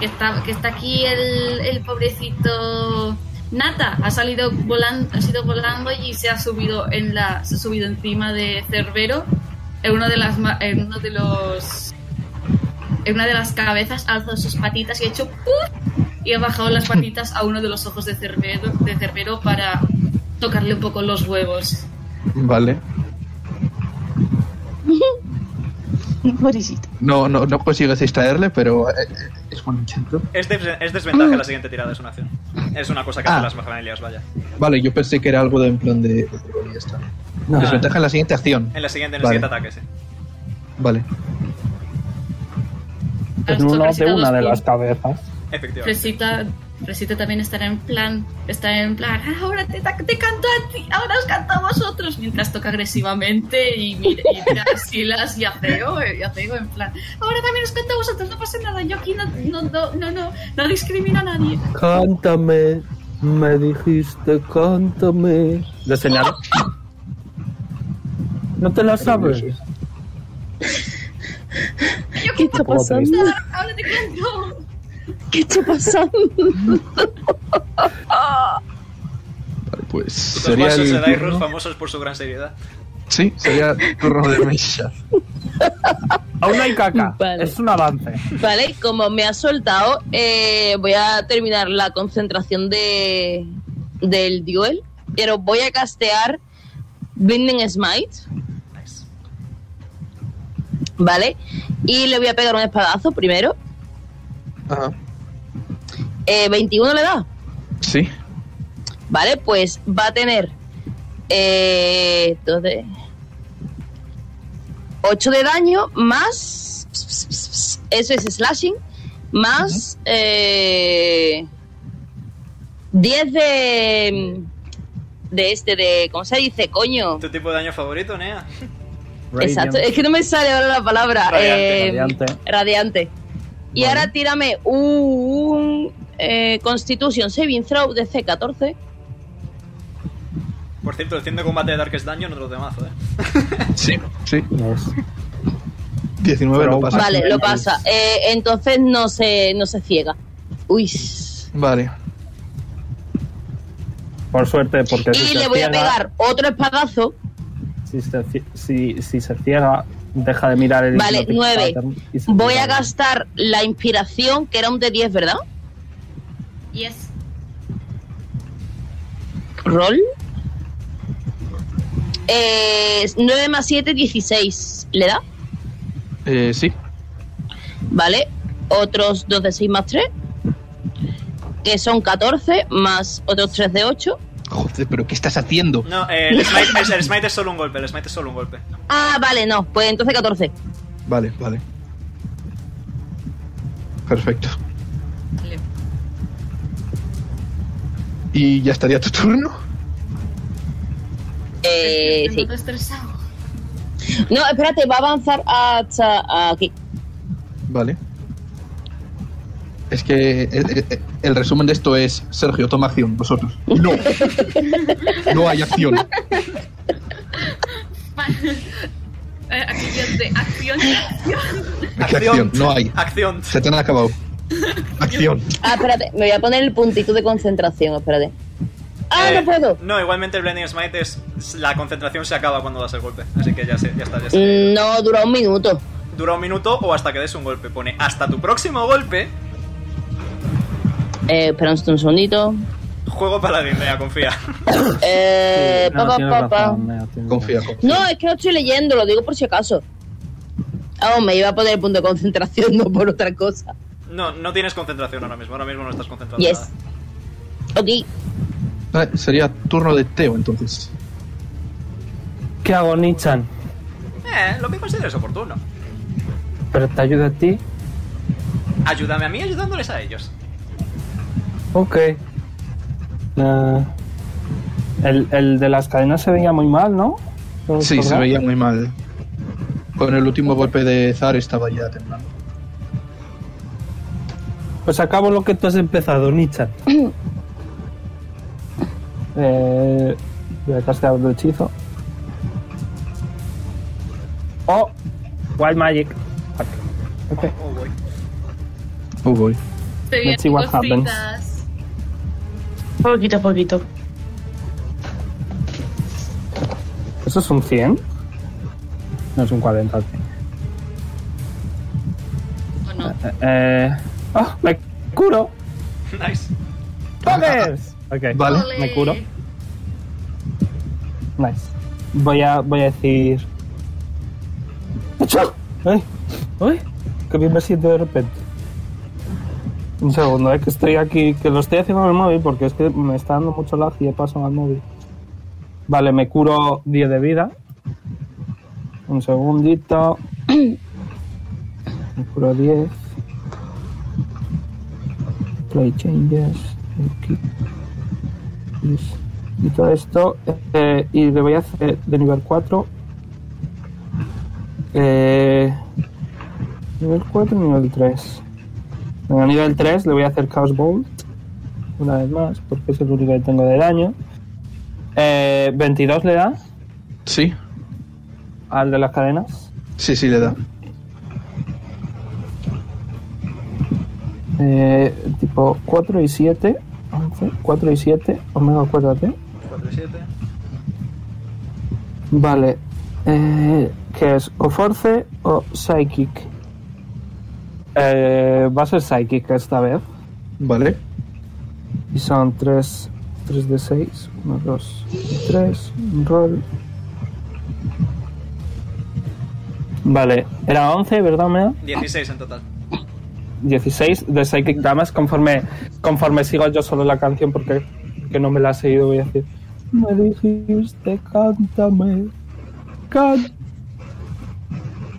Speaker 9: Que está, que está aquí el, el pobrecito. Nata ha salido volando, ha sido volando y se ha subido en la, se ha subido encima de Cerbero en una de las, ma- en uno de los, en una de las cabezas ha alzado sus patitas y ha hecho ¡puf! y ha bajado las patitas a uno de los ojos de Cerbero, de Cerbero para tocarle un poco los huevos.
Speaker 2: Vale.
Speaker 7: pobrecito.
Speaker 2: No, no, no consigues distraerle, pero eh, eh, es buen intento.
Speaker 1: Es, des- es desventaja la siguiente tirada, es una acción. Es una cosa que
Speaker 2: Mm. Ah.
Speaker 1: hacen las familias, vaya.
Speaker 2: Vale, yo pensé que era algo de en plan de. de- de- ya está.
Speaker 3: No.
Speaker 2: Desventaja en la siguiente acción.
Speaker 1: En la siguiente, en el
Speaker 2: Vale.
Speaker 1: siguiente ataque, sí.
Speaker 2: Vale.
Speaker 9: Has
Speaker 3: En uno
Speaker 9: tocado
Speaker 3: de una
Speaker 9: dos
Speaker 3: de
Speaker 9: pun-
Speaker 3: las cabezas.
Speaker 1: Efectivamente.
Speaker 9: Fresita Fresita también estará en plan, está en plan, "Ah, ahora te, te canto a ti, ahora os canto a vosotros, mientras toca agresivamente y mira, y mira a Silas y a Teo, eh, y a Teo en plan, ahora también os canto a vosotros, no pasa nada, yo aquí no, no, no, no, no, no discrimino a nadie.
Speaker 13: Cántame, me dijiste, cántame.
Speaker 3: Lo señalo. ¿No te lo sabes?
Speaker 9: Yo ¿Qué
Speaker 5: está pasando?
Speaker 9: cantar, ahora te canto.
Speaker 5: ¿Qué está pasando?
Speaker 2: Pues
Speaker 10: Los
Speaker 2: sería
Speaker 10: guasos
Speaker 2: el
Speaker 10: de Dairus,
Speaker 2: turno-
Speaker 10: famosos por su gran seriedad.
Speaker 2: Sí, sería el turno de Meisha.
Speaker 3: Aún no hay caca.
Speaker 5: Vale.
Speaker 3: Es un avance.
Speaker 5: Vale, como me ha soltado, eh, voy a terminar la concentración de del duel, pero voy a castear Blinding Smite. Vale, y le voy a pegar un espadazo primero.
Speaker 2: Ajá.
Speaker 5: Eh, 21 le da.
Speaker 2: Sí.
Speaker 5: Vale, pues va a tener eh, 8 de daño más. Eso es slashing. Más. eh, 10 de. De este, de. ¿Cómo se dice? Coño.
Speaker 10: ¿Tu tipo de daño favorito, Nea?
Speaker 5: Exacto. Es que no me sale ahora la palabra.
Speaker 3: Radiante,
Speaker 5: eh,
Speaker 3: radiante.
Speaker 5: radiante. Y
Speaker 3: Vale.
Speaker 5: ahora tírame un. eh, Constitution Saving Throw de C14.
Speaker 10: Por cierto, el 100 de combate de Darkest Dungeon, otro temazo, ¿eh?
Speaker 2: Sí, sí.
Speaker 3: Es
Speaker 2: 19
Speaker 3: Pero
Speaker 2: lo pasa.
Speaker 5: Vale, lo pasa. Eh, entonces no se, no se ciega. Uy.
Speaker 2: Vale.
Speaker 3: Por suerte, porque. si
Speaker 5: Y
Speaker 3: se
Speaker 5: le voy a
Speaker 3: ciega-
Speaker 5: pegar otro espadazo.
Speaker 3: Si se, ci- si, si se ciega, deja de mirar el.
Speaker 5: Vale,
Speaker 3: hipnotic
Speaker 5: nueve.
Speaker 3: pattern y se
Speaker 5: Voy
Speaker 3: ciega.
Speaker 5: a gastar la inspiración, que era un de 10, ¿verdad?
Speaker 9: Yes.
Speaker 5: Roll. Eh, 9 más 7, 16. ¿Le da?
Speaker 2: Eh, sí.
Speaker 5: Vale. Otros 2 de 6 más 3. Que son 14, más otros 3 de 8.
Speaker 2: Joder, pero ¿qué estás haciendo?
Speaker 10: No, eh, el, smite, es- el smite es solo un golpe, el smite es solo un golpe.
Speaker 5: Ah, vale, no. Pues entonces 14.
Speaker 2: Vale, vale. Perfecto.
Speaker 9: Vale.
Speaker 2: ¿Y ya estaría tu turno?
Speaker 5: Eh,
Speaker 9: Estoy
Speaker 5: sí.
Speaker 9: todo estresado.
Speaker 5: No, espérate, va a avanzar hasta aquí.
Speaker 2: Vale. Es que eh, eh, eh, el resumen de esto es, Sergio, toma acción, vosotros. No. No hay acción.
Speaker 9: Eh, acción de acción. de acción.
Speaker 2: ¿Qué acción? No hay.
Speaker 10: Acción.
Speaker 2: Se te han acabado. Acción.
Speaker 5: Ah, espérate, me voy a poner el puntito de concentración, espérate. Ah,
Speaker 10: Eh,
Speaker 5: no puedo.
Speaker 10: No, igualmente el Blending Smite es. es- La concentración se acaba cuando das el golpe. Así que ya, sé, ya está, ya sé.
Speaker 5: Mm, No, dura un minuto.
Speaker 10: Dura un minuto o hasta que des un golpe. Pone hasta tu próximo golpe.
Speaker 5: Eh, espera un segundito.
Speaker 10: Juego paladín, Nea, confía.
Speaker 5: Eh,
Speaker 3: No,
Speaker 5: pa, pa,
Speaker 3: Ah, tienes
Speaker 5: pa, pa.
Speaker 3: razón, Nea, tienes
Speaker 2: Confía.
Speaker 3: razón.
Speaker 5: No, es que lo estoy leyendo, lo digo por si acaso. Ah, me iba a poner el punto de concentración, no por otra cosa.
Speaker 10: No, no tienes concentración ahora mismo. Ahora mismo no estás concentrado. en
Speaker 5: Yes.
Speaker 10: nada.
Speaker 5: Ok,
Speaker 2: Vale, Ah, sería turno de Teo entonces.
Speaker 13: ¿Qué hago, Nichan?
Speaker 10: Eh, lo que consideres oportuno.
Speaker 13: ¿Pero te ayuda a ti?
Speaker 10: Ayúdame a mí ayudándoles a ellos.
Speaker 13: Ok.
Speaker 3: Eh, el, el de las cadenas se veía muy mal, ¿no?
Speaker 2: Sí, se veía muy mal. Con el último golpe de Zar estaba ya temblando.
Speaker 13: Pues acabo lo que tú has empezado, Nichan.
Speaker 3: Eh, voy a castear otro hechizo. Oh, Wild Magic. Fuck. Ok.
Speaker 10: Oh, boy.
Speaker 2: Oh boy.
Speaker 9: Te vienen
Speaker 3: Let's see what happens.
Speaker 9: cositas.
Speaker 7: Poquito a poquito.
Speaker 3: ¿Eso es un 100? No es un 40. ok.
Speaker 9: ¿O no?
Speaker 3: Eh, oh, me curo.
Speaker 10: Nice.
Speaker 3: ¡Pokers! Ok.
Speaker 2: Vale.
Speaker 9: Ole.
Speaker 3: me curo. Nice. Voy a, voy a decir. ¡Achú! ¡Ay! ¡Ay! ¡Qué bien me siento de repente! Un segundo, eh, que estoy aquí, que lo estoy haciendo en el móvil porque es que me está dando mucho lag y he pasado al móvil. Vale, me curo 10 de vida. Un segundito. Me curo 10. play changes, aquí. y todo esto. eh, y le voy a hacer de nivel 4. eh, nivel 4, nivel 3. Venga, nivel 3 le voy a hacer Chaos Bolt. Una vez más, porque es el único que tengo de daño. Eh, 22 le da
Speaker 2: Sí,
Speaker 3: al de las cadenas.
Speaker 2: sí, sí, le da.
Speaker 3: Eh, tipo 4 y 7. 11, 4 y 7. Omega, acuérdate.
Speaker 1: 4 y 7.
Speaker 3: Vale. Eh, que es o Force o Psychic. Eh, va a ser Psychic esta vez.
Speaker 2: Vale.
Speaker 3: Y son 3, 3 de 6. 1, 2, 3. Un roll. Vale. Era 11, ¿verdad, Omega?
Speaker 1: 16 en total.
Speaker 4: 16 de Psychic Damage conforme, conforme sigo yo solo la canción porque que no me la he seguido voy a decir
Speaker 3: Me dijiste, cántame. Cántame.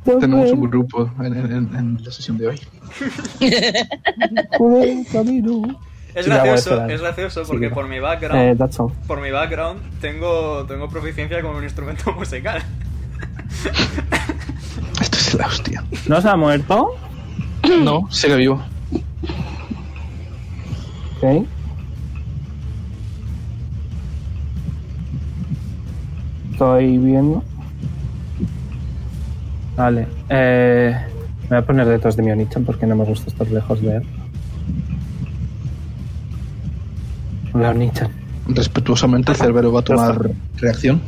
Speaker 3: Pues
Speaker 2: Tenemos un grupo en, en- en- en la sesión de hoy.
Speaker 1: Es
Speaker 4: Sí, la voy a
Speaker 1: gracioso,
Speaker 4: esperar.
Speaker 1: es gracioso
Speaker 4: Sí,
Speaker 1: porque
Speaker 4: mira.
Speaker 1: por mi
Speaker 4: Eh,
Speaker 1: background,
Speaker 4: that's all.
Speaker 1: por mi background tengo, tengo proficiencia con un instrumento musical.
Speaker 2: Esto es la hostia.
Speaker 4: ¿No se ha muerto?
Speaker 2: No, sigue vivo.
Speaker 3: Ok. Estoy viendo.
Speaker 4: Vale. eh, me voy a poner detrás de mi Onichan porque no me gusta estar lejos de él. Hola Onichan.
Speaker 2: Respetuosamente, el cerbero va a tomar reacción.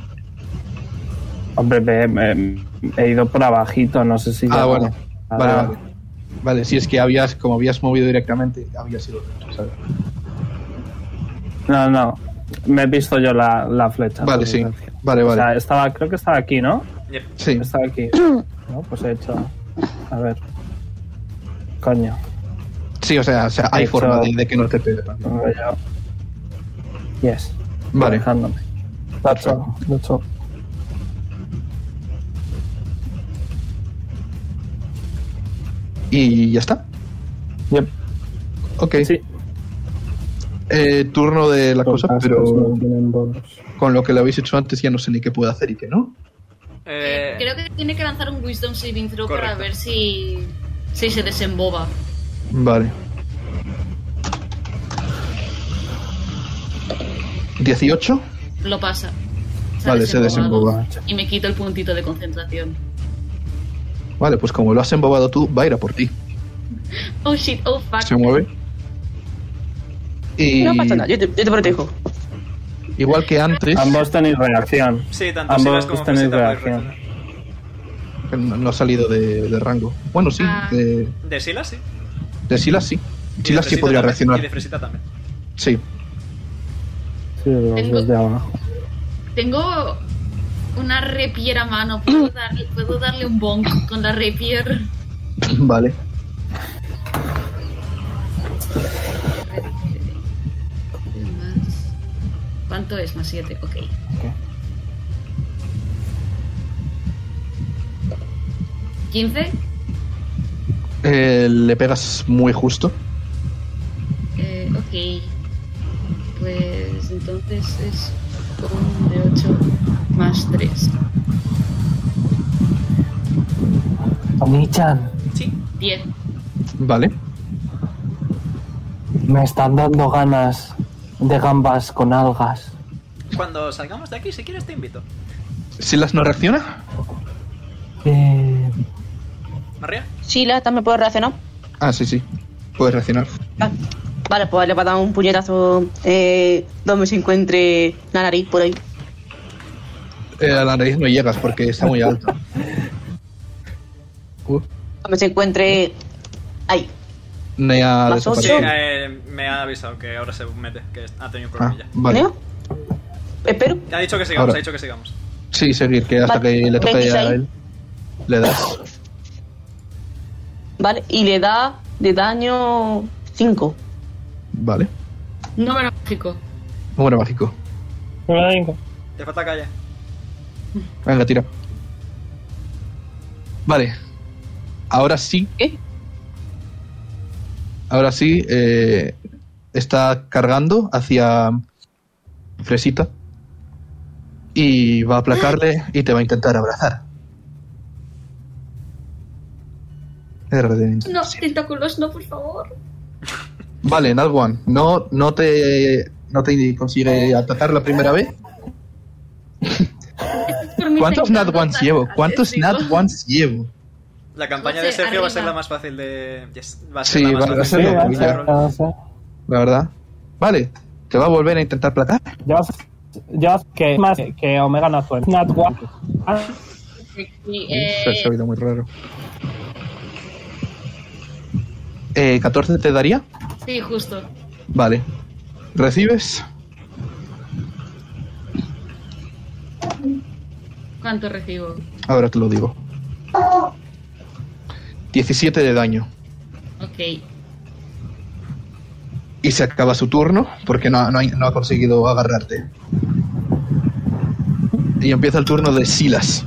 Speaker 4: Hombre, me- me- he ido por abajito, no sé si...
Speaker 2: Ah,
Speaker 4: ya-
Speaker 2: bueno.
Speaker 4: Ah,
Speaker 2: Vale, vale. Vale, si es que habías, como habías movido directamente, había sido. ¿sabes?
Speaker 4: No, no. Me he visto yo la, la flecha.
Speaker 2: Vale,
Speaker 4: por
Speaker 2: sí.
Speaker 4: desgracia.
Speaker 2: Vale,
Speaker 4: Ah, O sea,
Speaker 2: vale.
Speaker 4: estaba, creo que estaba aquí, ¿no?
Speaker 2: Sí.
Speaker 4: Estaba aquí. No, pues he hecho... A ver. Coño.
Speaker 2: Sí, o sea, o sea, hay
Speaker 4: Hecho-
Speaker 2: forma de, de que no te pegue.
Speaker 4: No, ya. Yes.
Speaker 2: Vale.
Speaker 4: Dejándome.
Speaker 3: That's all. That's all.
Speaker 2: Y ya está.
Speaker 4: Yep.
Speaker 2: Ok.
Speaker 4: Sí. pues
Speaker 2: Eh, turno de la cosa,
Speaker 3: Los
Speaker 2: pero
Speaker 3: cascos no tienen bonus.
Speaker 2: con lo que lo habéis hecho antes ya no sé ni qué puedo hacer y qué no.
Speaker 1: Eh,
Speaker 9: Creo que tiene que lanzar un Wisdom Saving Throw para
Speaker 1: Correcto.
Speaker 9: ver si, si se desemboba.
Speaker 2: Vale. 18.
Speaker 9: Lo pasa. ha
Speaker 2: Vale, se
Speaker 9: desembobado.
Speaker 2: desemboba.
Speaker 9: Y me quito el puntito de concentración.
Speaker 2: Vale, pues como lo has embobado tú, va a ir a por ti.
Speaker 9: Oh shit, oh fuck.
Speaker 2: Se mueve. Y
Speaker 7: No pasa nada, yo te, yo te protejo.
Speaker 2: igual que antes,
Speaker 4: Ambos tenéis reacción.
Speaker 1: sí, tanto Silas
Speaker 4: Ambos
Speaker 1: como
Speaker 4: tenéis
Speaker 1: Fresita pueden
Speaker 4: reacción.
Speaker 1: reaccionar.
Speaker 2: que no, no ha salido de, de rango. Bueno, sí,
Speaker 9: Ah.
Speaker 2: de,
Speaker 1: De Silas sí.
Speaker 2: de Silas sí.
Speaker 1: Y de
Speaker 2: Silas sí
Speaker 1: Fresita también,
Speaker 2: podría
Speaker 1: Y de
Speaker 2: reaccionar.
Speaker 1: Fresita también.
Speaker 2: Sí,
Speaker 4: Sí, los
Speaker 9: Tengo-
Speaker 4: dos de abajo.
Speaker 9: Tengo una repier a mano. ¿Puedo darle, puedo darle un bonk con la repier?
Speaker 2: vale.
Speaker 9: Más- ¿Cuánto es? Más 7, ok.
Speaker 4: Ok.
Speaker 9: 15.
Speaker 2: Eh, le pegas muy justo.
Speaker 9: Eh, ok. Pues entonces es un de 8 más 3.
Speaker 15: Onichan,
Speaker 9: 10.
Speaker 2: Vale.
Speaker 15: me están dando ganas de gambas con algas.
Speaker 1: Cuando salgamos de aquí, si quieres te invito.
Speaker 2: ¿Silas no reacciona?
Speaker 15: Eh,
Speaker 1: María,
Speaker 7: Sila, ¿también puedes reaccionar?
Speaker 2: Ah, sí, sí. Puedes reaccionar.
Speaker 7: Ah, Vale, pues le va a dar un puñetazo eh, donde se encuentre la nariz por ahí.
Speaker 2: Eh, a la nariz no llegas porque está muy alto. Uh,
Speaker 7: Donde se encuentre. Ahí.
Speaker 2: Nea
Speaker 7: Más ocho.
Speaker 1: sí,
Speaker 2: desaparecido.
Speaker 1: eh, me ha avisado que ahora se mete, que ha tenido un
Speaker 2: Ah,
Speaker 1: problemilla.
Speaker 2: vale.
Speaker 7: ¿Neo? Espero.
Speaker 1: Ha dicho que sigamos,
Speaker 2: Ahora.
Speaker 1: ha dicho que sigamos.
Speaker 2: Sí, seguir, que hasta
Speaker 7: Vale,
Speaker 2: que le toque a
Speaker 7: 26.
Speaker 2: él. Le das.
Speaker 7: Vale, y le da de daño 5.
Speaker 2: Vale.
Speaker 9: Número mágico.
Speaker 2: Número mágico.
Speaker 4: Número cinco.
Speaker 1: Te falta calle.
Speaker 2: Venga, tira. Vale. Ahora sí.
Speaker 7: ¿Qué?
Speaker 2: Ahora sí, eh, está cargando hacia Fresita y va a aplacarle y te va a intentar abrazar. RD.
Speaker 9: No, tentáculos, no, por favor.
Speaker 2: Vale, Nat One, no, no, te, no te consigue atacar la primera vez.
Speaker 9: Por mí
Speaker 2: ¿Cuántos
Speaker 9: está
Speaker 2: Nat Ones llevo? ¿Cuántos Nat Ones llevo?
Speaker 1: La campaña
Speaker 9: No
Speaker 1: de
Speaker 9: sé,
Speaker 1: Sergio va a
Speaker 9: arriba.
Speaker 1: ser la más fácil de. yes, va a ser
Speaker 2: Sí,
Speaker 1: la más
Speaker 2: va va a
Speaker 1: fácil
Speaker 2: ser
Speaker 1: de-
Speaker 2: lo que ya, la verdad. Vale, te va a volver a intentar placar.
Speaker 3: Ya os- ya os- que más que Omega Nat One. Nat One. Ah,
Speaker 9: Y,
Speaker 2: Se ha
Speaker 9: eh,
Speaker 2: oído muy raro. Eh, ¿14 te daría?
Speaker 9: sí, justo.
Speaker 2: Vale. ¿Recibes?
Speaker 9: ¿Cuánto recibo?
Speaker 2: Ahora te lo digo. 17 de daño.
Speaker 9: Ok.
Speaker 2: Y se acaba su turno porque no, ha- no ha- no ha conseguido agarrarte. Y empieza el turno de Silas.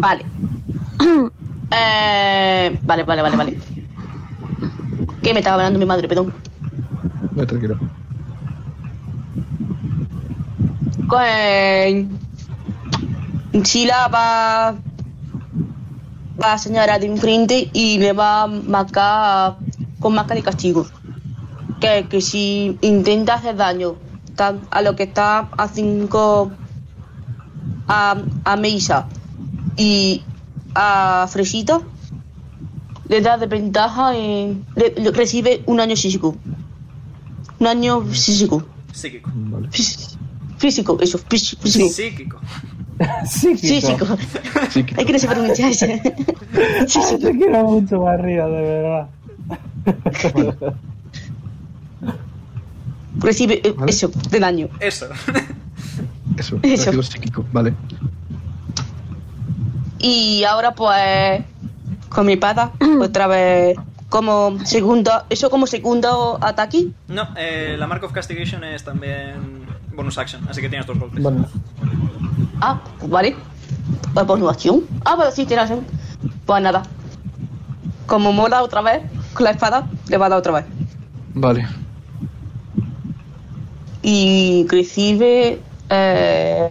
Speaker 7: Vale. Eh, vale, vale, vale, vale. Que me estaba hablando mi madre, perdón.
Speaker 2: No, tranquilo.
Speaker 7: Con Sila va, va a señalar de enfrente y me va a marcar con marca de castigo. Que, que si intenta hacer daño tan- a lo que está a 5 a, a Meisa y a Fresita, le da desventaja en- le- le- recibe un año físico. Un año físico.
Speaker 1: Psíquico.
Speaker 7: Fís- Físico, eso, fís- físico.
Speaker 1: Psíquico.
Speaker 7: Físico. Hay que no se pronuncia ese.
Speaker 3: Te quiero mucho, Barrio, de verdad.
Speaker 7: Recibe eh, eso, de daño.
Speaker 1: Eso.
Speaker 2: Eso,
Speaker 7: Eso.
Speaker 2: castigo psíquico. Vale.
Speaker 7: Y ahora pues con mi espada, otra vez como segundo, eso como segundo ataque.
Speaker 1: No, eh, la Mark of Castigation es también bonus action, así que tienes dos golpes.
Speaker 3: Bueno,
Speaker 7: Ah, pues vale. Pues bonus acción. Ah, bueno, sí, tiene razón. Pues nada. Como mola otra vez, con la espada, le va a dar otra vez.
Speaker 2: Vale.
Speaker 7: Y recibe eh,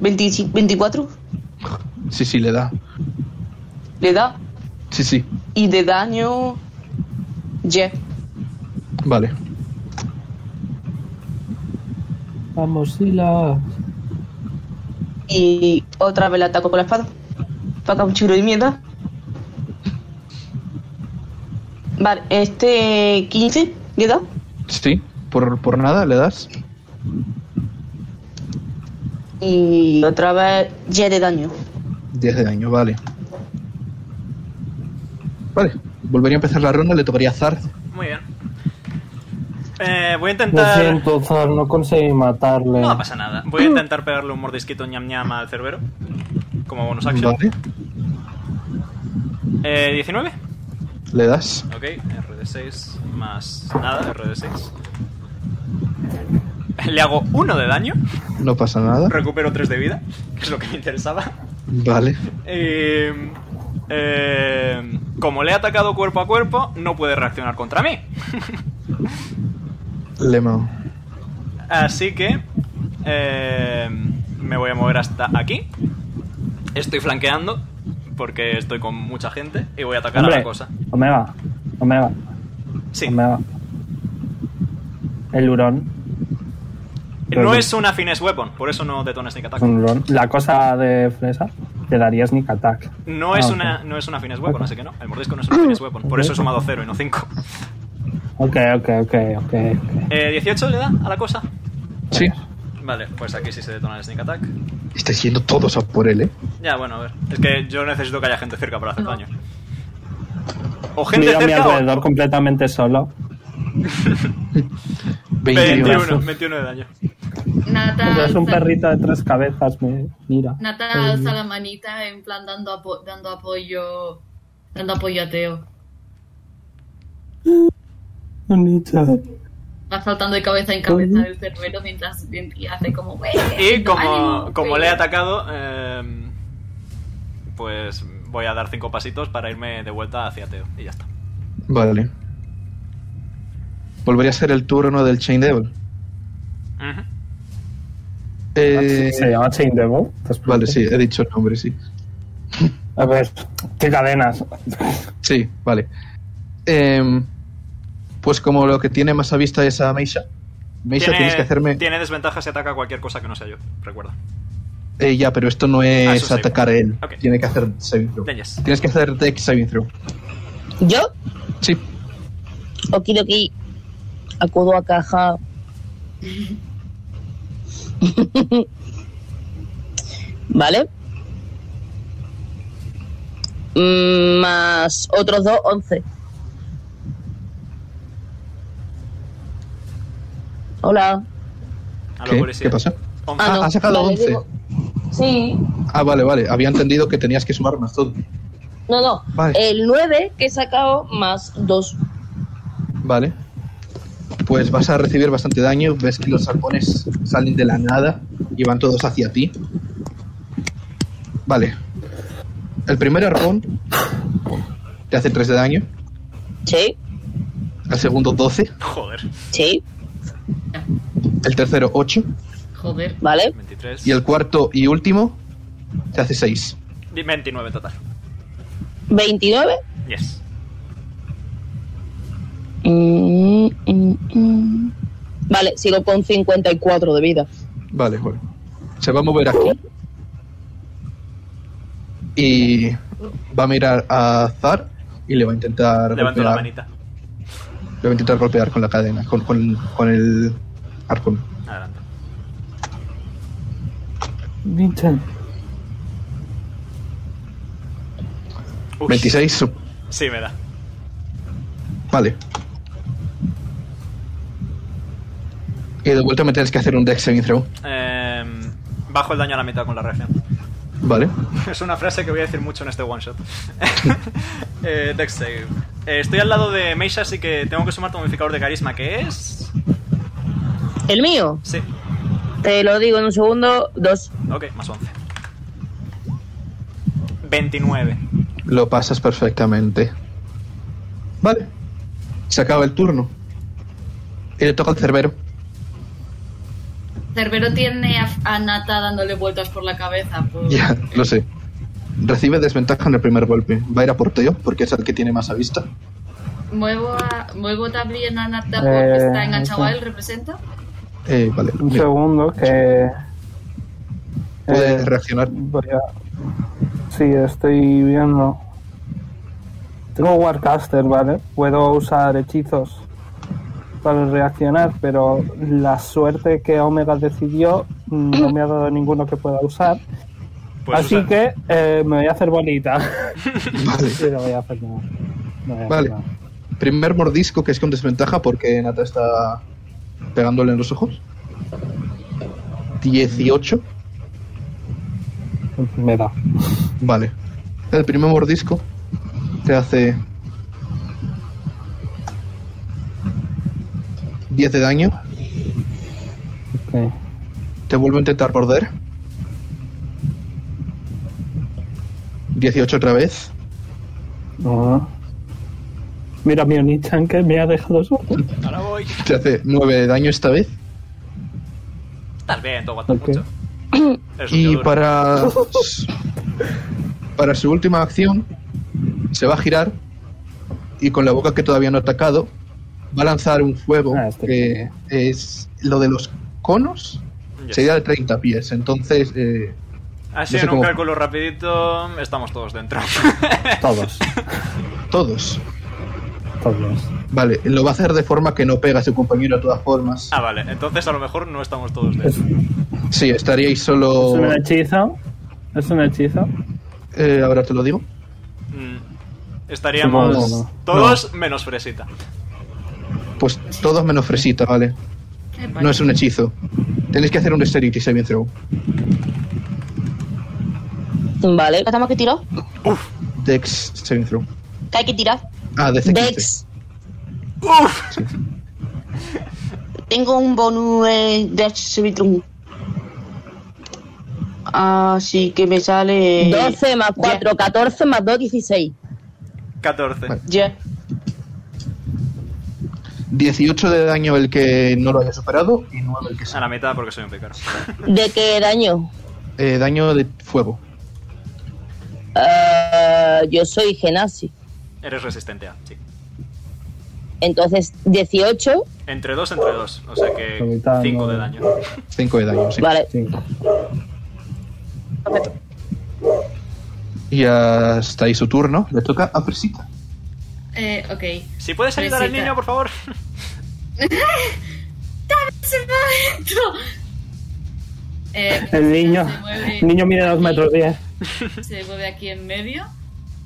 Speaker 7: 25 24,
Speaker 2: Sí, sí, le da.
Speaker 7: le da.
Speaker 2: Sí, sí.
Speaker 7: Y de daño. Yeah.
Speaker 2: Vale.
Speaker 3: Vamos, Sila.
Speaker 7: Y otra vez la ataco con la espada. Paca un chulo de mierda. Vale, este 15 le da.
Speaker 2: Sí. Por, por nada le das.
Speaker 7: Y otra vez ya de daño.
Speaker 2: 10 de daño, vale. Vale. Volvería a empezar la ronda, le tocaría a Zard.
Speaker 1: Muy bien. Eh, voy a
Speaker 3: Lo
Speaker 1: intentar.
Speaker 3: siento, Zar, no conseguí matarle.
Speaker 2: eh.
Speaker 1: No pasa nada. Voy
Speaker 2: Mm.
Speaker 1: a intentar pegarle un mordisquito ñam ñam al cerbero. Como bonus action.
Speaker 2: Vale.
Speaker 1: Eh, 19.
Speaker 2: Le das.
Speaker 1: Ok, RD6 más nada, RD6. Le hago 1 de daño,
Speaker 2: No pasa nada.
Speaker 1: recupero 3 de vida, que es lo que me interesaba.
Speaker 2: Vale.
Speaker 1: Eh, eh, como le he atacado cuerpo a cuerpo, no puede reaccionar contra mí.
Speaker 2: Lemo.
Speaker 1: Así que eh, me voy a mover hasta aquí. Estoy flanqueando porque estoy con mucha gente y voy a atacar a
Speaker 3: Hombre,
Speaker 1: la cosa.
Speaker 3: Omega, Omega,
Speaker 1: Sí,
Speaker 3: Omega. El hurón.
Speaker 1: no
Speaker 3: pues
Speaker 1: es una finesse weapon, por eso no detona sneak attack.
Speaker 3: Es un hurón. La cosa de fresa te daría sneak attack.
Speaker 1: No,
Speaker 3: Ah,
Speaker 1: es
Speaker 3: ok.
Speaker 1: una, no es una finesse weapon, así que no. El mordisco no es una finesse weapon, por eso he sumado 0 y no 5.
Speaker 3: Ok, ok, ok, ok. ok.
Speaker 1: Eh, 18 le da a la cosa.
Speaker 2: Sí.
Speaker 1: Vale, pues aquí sí se detona el sneak attack.
Speaker 2: Estáis yendo todos a por él, ¿eh?
Speaker 1: Ya, bueno, a ver. Es que yo necesito que haya gente cerca para hacer daño. O gente
Speaker 3: Miro a mi
Speaker 1: cerca o...
Speaker 2: pues,
Speaker 3: alrededor completamente solo.
Speaker 1: 21, 21 de daño.
Speaker 2: Ah,
Speaker 9: Nata
Speaker 3: Es un
Speaker 9: alza,
Speaker 3: perrito de tres cabezas, me mira.
Speaker 9: Nata alza la manita en plan dando, apo- dando apoyo. Dando apoyo a Teo.
Speaker 3: Bonita.
Speaker 9: Va saltando de cabeza en cabeza del cerbero mientras y hace como. "Wey, este
Speaker 1: Y como,
Speaker 9: ánimo,
Speaker 1: como
Speaker 9: wey".
Speaker 1: le he atacado, eh, pues voy a dar 5 pasitos para irme de vuelta hacia Teo. Y ya está.
Speaker 2: Vale. Volvería a ser el turno del Chain Devil.
Speaker 1: Ujú.
Speaker 2: Eh,
Speaker 3: ¿Se llama Chain Devil?
Speaker 2: vale, sí, he dicho el nombre, sí.
Speaker 3: A ver, ¿qué cadenas?
Speaker 2: Sí, vale. Em, pues como lo que tiene más a vista es a Meisha. Meisha,
Speaker 1: Tiene-
Speaker 2: tienes que hacerme.
Speaker 1: Tiene desventaja si ataca cualquier cosa que no sea yo, recuerda.
Speaker 2: Eh, ya, pero esto no
Speaker 1: Ah,
Speaker 2: es
Speaker 1: eso sí.
Speaker 2: atacar a él.
Speaker 1: Ok.
Speaker 2: Tiene que hacer saving throw.
Speaker 1: Then yes.
Speaker 2: Tienes que hacer deck saving throw.
Speaker 5: ¿Yo?
Speaker 2: Sí.
Speaker 5: Okidoki. Acudo a caja. vale. Mm, Más otros dos, once. Hola.
Speaker 1: A
Speaker 2: ¿Qué? ¿Qué pasa?
Speaker 1: Once.
Speaker 5: Ah,
Speaker 2: Ah,
Speaker 5: no.
Speaker 2: ha sacado
Speaker 5: Vale,
Speaker 2: 11.
Speaker 5: digo- Sí.
Speaker 2: Ah, vale, vale. Había entendido que tenías que sumar más todo.
Speaker 5: No, no.
Speaker 2: Vale.
Speaker 5: El 9 que he sacado más 2.
Speaker 2: Vale. Pues vas a recibir bastante daño. Ves que los salpones salen de la nada y van todos hacia ti. Vale. El primer arpón te hace 3 de daño.
Speaker 5: Sí,
Speaker 2: El segundo 12.
Speaker 1: Joder.
Speaker 5: sí,
Speaker 2: El tercero 8.
Speaker 9: Joder.
Speaker 5: vale.
Speaker 1: 23.
Speaker 2: Y el cuarto y último te hace 6.
Speaker 1: Di- 29 total.
Speaker 5: 29.
Speaker 1: Yes.
Speaker 3: Eh,
Speaker 5: Mm, mm, mm. Vale, sigo con 54 de vida.
Speaker 2: Vale, bueno. Se va a mover aquí. Y va a mirar a Zar y le va a intentar
Speaker 1: Levanto la
Speaker 2: golpear.
Speaker 1: manita.
Speaker 2: Le va a intentar golpear con la cadena, con, con- con el arpón.
Speaker 1: Adelante.
Speaker 13: Ninchan.
Speaker 1: Ush.
Speaker 2: 26, su-
Speaker 1: Sí, me da.
Speaker 2: vale. Y de vuelta me tienes que hacer un deck saving throw.
Speaker 1: Em, bajo el daño a la mitad con la reacción.
Speaker 2: Vale.
Speaker 1: Es una frase que voy a decir mucho en este one shot. eh, Dex save. Eh, estoy al lado de Meisha, así que tengo que sumar tu modificador de carisma, que es.
Speaker 5: ¿El mío?
Speaker 1: Sí,
Speaker 5: Te lo digo en un segundo. 2.
Speaker 1: ok, más 11. 29.
Speaker 2: Lo pasas perfectamente. Vale. Se acaba el turno. Y le toca al cerbero.
Speaker 9: Cerbero tiene a, a Nata dándole vueltas por la cabeza. Pues,
Speaker 2: Ya, lo sé. Recibe desventaja en el primer golpe. Va a ir a porteo porque es el que tiene más a vista.
Speaker 9: Muevo, a- muevo también a Nata
Speaker 3: Eh,
Speaker 9: porque está enganchado a
Speaker 3: sí.
Speaker 9: él, representa.
Speaker 2: Eh, vale.
Speaker 3: Un
Speaker 2: mira,
Speaker 3: segundo que...
Speaker 2: puede
Speaker 3: eh,
Speaker 2: reaccionar.
Speaker 3: Voy a... Sí, estoy viendo. Tengo Warcaster, ¿vale? Puedo usar hechizos para reaccionar, pero la suerte que Omega decidió mm, no me ha dado ninguno que pueda usar.
Speaker 1: Puedes
Speaker 3: Así
Speaker 1: usar-
Speaker 3: que eh, me voy a hacer bolita.
Speaker 2: Vale.
Speaker 3: Sí, no voy a hacer nada. No voy a hacer
Speaker 2: Vale.
Speaker 3: nada.
Speaker 2: Primer mordisco que es con desventaja porque Nata está pegándole en los ojos. 18.
Speaker 3: Me da.
Speaker 2: Vale. El primer mordisco te hace 10 de daño.
Speaker 3: Ok.
Speaker 2: Te vuelvo a intentar morder. 18 otra vez.
Speaker 3: No. Ah. Mira mi Onichan que me ha dejado solo.
Speaker 1: Ahora voy.
Speaker 2: Te hace 9 de daño esta vez.
Speaker 1: Estás bien, tú aguantas
Speaker 3: Ok.
Speaker 1: mucho. Eres un tío
Speaker 2: Y
Speaker 1: duro.
Speaker 2: para. para su última acción, se va a girar y con la boca que todavía no ha atacado, va a lanzar un fuego
Speaker 3: Ah, este.
Speaker 2: que es lo de los conos.
Speaker 1: Yes.
Speaker 2: Sería de 30 pies, entonces. eh,
Speaker 1: Así
Speaker 2: no sé
Speaker 1: en un
Speaker 2: cómo-
Speaker 1: cálculo rapidito, estamos todos dentro.
Speaker 3: Todos.
Speaker 2: todos.
Speaker 3: Todos.
Speaker 2: Vale, lo va a hacer de forma que no pega a su compañero de todas formas.
Speaker 1: ah, vale, entonces a lo mejor no estamos todos dentro.
Speaker 3: Es-
Speaker 2: Sí, estaríais
Speaker 3: Es un
Speaker 2: solo.
Speaker 3: hechizo. Es un hechizo.
Speaker 2: eh, ahora te lo digo.
Speaker 1: Mm. Estaríamos
Speaker 3: Supongo, no.
Speaker 1: todos menos Fresita.
Speaker 2: Pues todos menos Fresita, vale.
Speaker 9: Eh, vale.
Speaker 2: No es un hechizo. Tenéis que hacer un Dexterity Saving Throw.
Speaker 5: Vale.
Speaker 7: ¿Qué tenemos que tirar?
Speaker 2: Dex Saving Throw.
Speaker 7: ¿Qué hay que tirar?
Speaker 2: Ah, DC 15.
Speaker 5: Dex.
Speaker 7: Tengo un bonus eh, de Subitrum. Así que me
Speaker 3: Eh,
Speaker 7: sale.
Speaker 5: 12 más 4, 14 más 2, 16.
Speaker 1: 14.
Speaker 7: Ya.
Speaker 2: 18 de daño el que no lo haya superado y 9 el que
Speaker 5: Ah.
Speaker 2: sí.
Speaker 10: A la mitad porque soy un pícaro.
Speaker 5: ¿De qué daño?
Speaker 2: Eh, daño de fuego.
Speaker 5: Ah, yo soy genasi.
Speaker 10: Eres resistente a, sí.
Speaker 5: Entonces, 18.
Speaker 10: Entre dos, entre dos. O sea que
Speaker 2: La mitad,
Speaker 10: 5
Speaker 2: no.
Speaker 10: de daño.
Speaker 2: 5 de daño, sí.
Speaker 5: Vale.
Speaker 2: Y hasta ahí su turno. Le toca a Fresita.
Speaker 9: Eh, ok.
Speaker 10: Si puedes ayudar al
Speaker 9: Fresita.
Speaker 10: niño, por favor.
Speaker 9: ¡Dame ese momento! Eh,
Speaker 3: El niño,
Speaker 9: Se mueve.
Speaker 3: el niño mide dos metros diez.
Speaker 9: se mueve aquí en medio.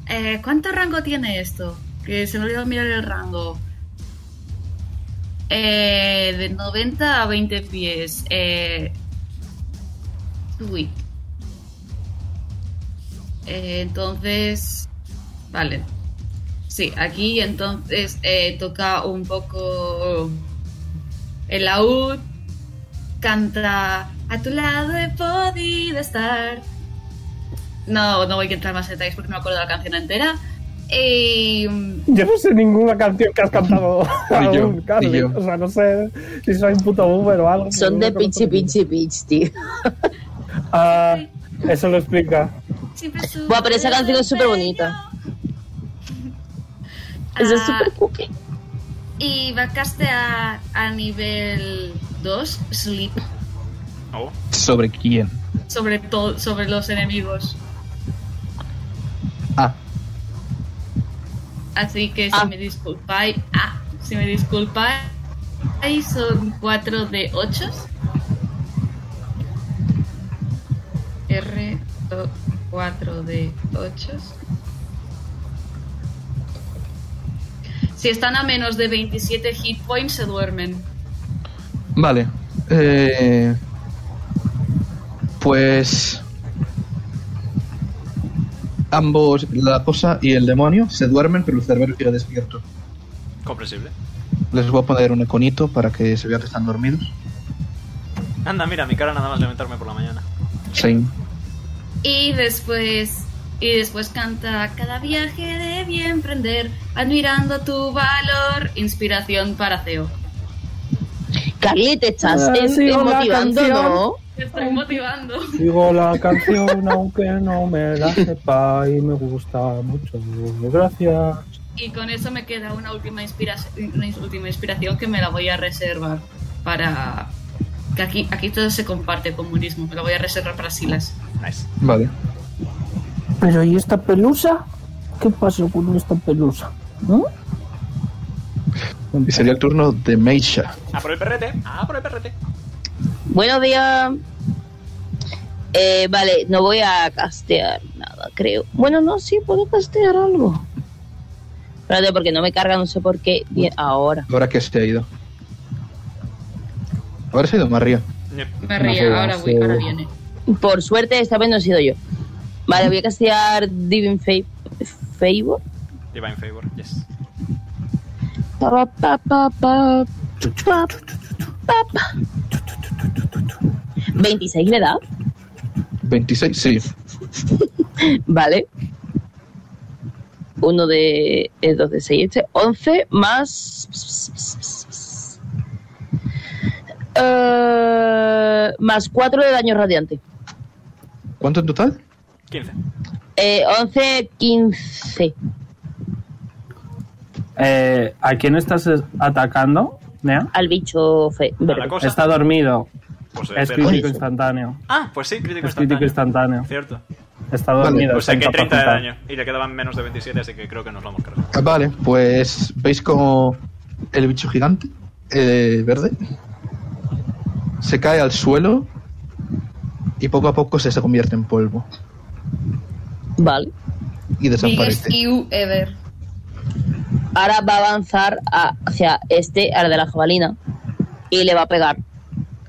Speaker 9: Eh, ¿Cuánto rango tiene esto? Que se me olvidó mirar el rango. Eh, de 90 a 20 pies. Eh, uy. Eh, entonces. Vale. Sí, aquí entonces eh, toca un poco el laúd. Canta. A tu lado he podido estar. No, no voy a entrar más en detalles porque no me acuerdo la canción entera. Y. mm,
Speaker 3: Yo no sé ninguna canción que has cantado
Speaker 2: Ni yo,
Speaker 3: aún,
Speaker 2: ni
Speaker 3: Carly.
Speaker 2: yo.
Speaker 3: O sea, no sé si soy un puto boomer o algo.
Speaker 5: Son
Speaker 3: pero
Speaker 5: de
Speaker 3: no conozco
Speaker 5: pichi, pichi, pichi, tío.
Speaker 3: ninguna. Ah, eso lo explica.
Speaker 9: Siempre sube
Speaker 5: Buah, pero esa canción es súper bonita. Esa es
Speaker 9: Ah.
Speaker 5: súper cookie.
Speaker 9: Y va a castear a nivel 2 Sleep
Speaker 10: Oh,
Speaker 2: ¿Sobre quién?
Speaker 9: sobre, todo sobre los enemigos.
Speaker 2: Ah,
Speaker 9: Así que si
Speaker 5: Ah.
Speaker 9: me disculpáis. Ah, si me disculpáis. Ahí son 4 de 8. R, 4 de 8. Si están a menos de 27 hit points, se duermen.
Speaker 2: vale. Eh, pues. Ambos, la cosa y el demonio, se duermen, pero el cerbero queda despierto.
Speaker 10: comprensible.
Speaker 2: Les voy a poner un iconito para que se vea que están dormidos.
Speaker 10: Anda, mira, mi cara nada más levantarme por la mañana.
Speaker 2: Same.
Speaker 9: Y después, y después canta cada viaje de bien prender, admirando tu valor, inspiración para Ceo.
Speaker 5: Carly, te estás
Speaker 3: Ah,
Speaker 5: eh,
Speaker 3: sí,
Speaker 5: eh,
Speaker 3: hola,
Speaker 5: motivando,
Speaker 3: canción.
Speaker 5: ¿no?
Speaker 9: Te estoy motivando.
Speaker 3: Digo la canción aunque no me la sepa y me gusta mucho. Gracias.
Speaker 9: Y con eso me queda una última inspiración, una última inspiración que me la voy a reservar para que aquí, aquí todo se comparte comunismo, me la voy a reservar para Silas.
Speaker 10: Nice.
Speaker 2: Vale.
Speaker 13: Pero ¿y esta pelusa? ¿Qué pasa con esta pelusa? ¿Mm?
Speaker 2: Y sería el turno de Meisha.
Speaker 10: Ah, por el perrete. Ah, por el perrete.
Speaker 5: Buenos días. Eh, vale, no voy a castear nada, creo. Bueno, no, sí, puedo castear algo. Espérate, porque no me carga, no sé por qué. Bien, ahora.
Speaker 2: Ahora que se ha ido. Ahora se ha ido María.
Speaker 9: Me río, ahora, voy, ahora viene.
Speaker 5: Por suerte, esta vez no he sido yo. Vale, voy a castear Divine Fa- Favor.
Speaker 10: Divine Favor, yes.
Speaker 5: Pa, pa, pa, pa, pa, pa, pa, pa. 26 le da,
Speaker 2: 26, sí.
Speaker 5: vale. Uno de. 2 de 6, este. 11 más. Eh, más 4 de daño radiante.
Speaker 2: ¿Cuánto en total?
Speaker 10: 15.
Speaker 5: Eh, 11, 15.
Speaker 3: Eh, ¿A quién estás es- atacando, Nea?
Speaker 5: Al bicho fe.
Speaker 10: A la
Speaker 5: verde.
Speaker 10: cosa.
Speaker 3: Está dormido.
Speaker 10: Pues, eh,
Speaker 3: Es
Speaker 10: pero-
Speaker 3: crítico instantáneo.
Speaker 10: Ah, pues sí, crítico
Speaker 3: Es crítico
Speaker 10: instantáneo.
Speaker 3: instantáneo.
Speaker 10: Cierto.
Speaker 3: Está dormido.
Speaker 10: O sea que
Speaker 3: está
Speaker 10: 30 de
Speaker 3: incapacitado.
Speaker 10: daño. Y le quedaban menos de 27, así que creo que nos lo hemos cargado.
Speaker 2: Ah, Vale, pues veis como el bicho gigante eh, verde se cae al suelo y poco a poco se, se convierte en polvo
Speaker 5: Vale.
Speaker 2: y
Speaker 4: Biggest
Speaker 2: desaparece.
Speaker 4: you ever.
Speaker 5: Ahora va a avanzar a- hacia este, al de la jabalina. Y le va a pegar.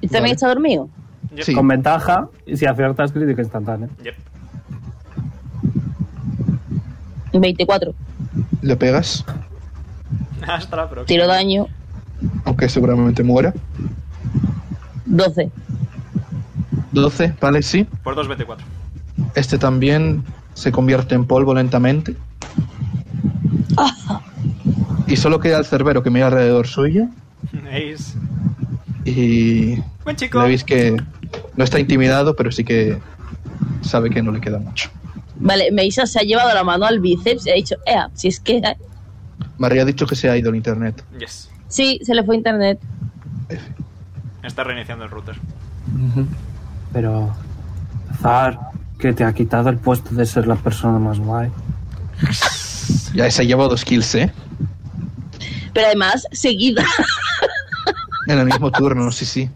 Speaker 5: ¿Y también
Speaker 2: Vale.
Speaker 5: está dormido?
Speaker 10: Yep.
Speaker 2: Sí.
Speaker 3: Con ventaja, y si aciertas, crítico instantáneo.
Speaker 10: Yep.
Speaker 5: 24.
Speaker 2: Le pegas,
Speaker 10: Hasta la próxima.
Speaker 5: Tiro daño.
Speaker 2: aunque seguramente muera.
Speaker 5: 12.
Speaker 2: 12, vale, sí.
Speaker 10: Por 2.24.
Speaker 2: Este también se convierte en polvo lentamente. Y solo queda el cerbero que mira alrededor suyo
Speaker 1: Veis.
Speaker 2: y
Speaker 1: Buen chico.
Speaker 2: le veis que no está intimidado, pero sí que sabe que no le queda mucho.
Speaker 5: Vale, Meisa se ha llevado la mano al bíceps y ha dicho, ea, si es que... eh".
Speaker 2: María ha dicho que se ha ido el internet.
Speaker 1: Yes.
Speaker 5: Sí, se le fue internet.
Speaker 1: Está reiniciando el router.
Speaker 16: Pero. Zar, que te ha quitado el puesto de ser la persona más guay.
Speaker 2: Ya se ha llevado dos kills, ¿eh?
Speaker 5: Pero además, seguida.
Speaker 2: En el mismo turno, sí, sí.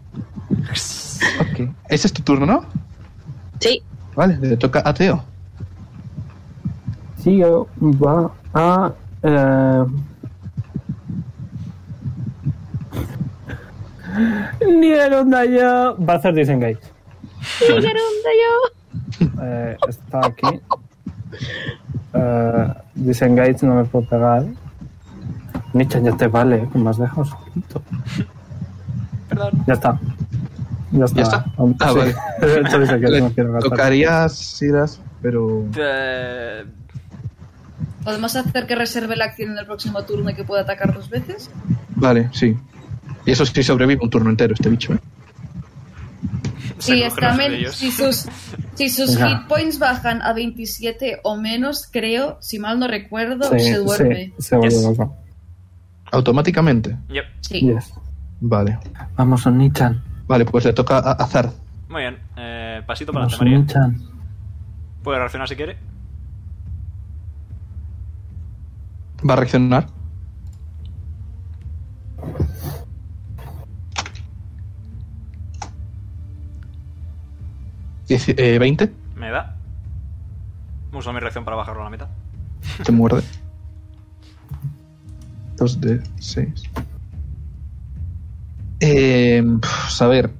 Speaker 2: Ok. Ese es tu turno, ¿no?
Speaker 5: sí,
Speaker 2: Vale, le toca a Teo.
Speaker 16: Sí, yo va a. eh,
Speaker 3: Nieronda yo. Va a hacer disengage. Eh, está aquí. Eh, disengage no me puedo pegar. Nichan, ya te vale, que me has dejado solito.
Speaker 1: Perdón.
Speaker 3: Ya está. Ya está.
Speaker 2: ¿Ya está? Ah,
Speaker 3: Sí.
Speaker 2: vale.
Speaker 3: Esto dice que no
Speaker 2: Le
Speaker 3: quiero gastar.
Speaker 2: tocaría Siras, pero...
Speaker 1: Eh,
Speaker 4: ¿Podemos hacer que reserve la acción en el próximo turno y que pueda atacar dos veces?
Speaker 2: Vale, sí. Y eso sí sobrevive un turno entero este bicho, ¿eh?
Speaker 1: se acogen
Speaker 4: Si,
Speaker 1: los
Speaker 4: están en-
Speaker 1: de ellos.
Speaker 4: si sus, si sus
Speaker 3: Venga.
Speaker 4: hit points bajan a 27 o menos, creo, si mal no recuerdo,
Speaker 3: Sí,
Speaker 4: se duerme.
Speaker 3: sí, se vuelve
Speaker 1: Yes.
Speaker 3: loco.
Speaker 2: Automáticamente.
Speaker 1: Yep.
Speaker 4: Sí.
Speaker 3: Yes.
Speaker 2: Vale.
Speaker 16: Vamos, Onichan.
Speaker 2: Vale, pues le toca a Azar.
Speaker 1: Muy bien. Eh, pasito para
Speaker 16: Vamos,
Speaker 1: adelante, María.
Speaker 16: Onichan.
Speaker 1: Puede reaccionar si quiere.
Speaker 2: Va a reaccionar. Dieci- eh, 20.
Speaker 1: Me da. Uso mi reacción para bajarlo a la mitad.
Speaker 2: Te muerde. 2 de 6. Eh, pf, a ver.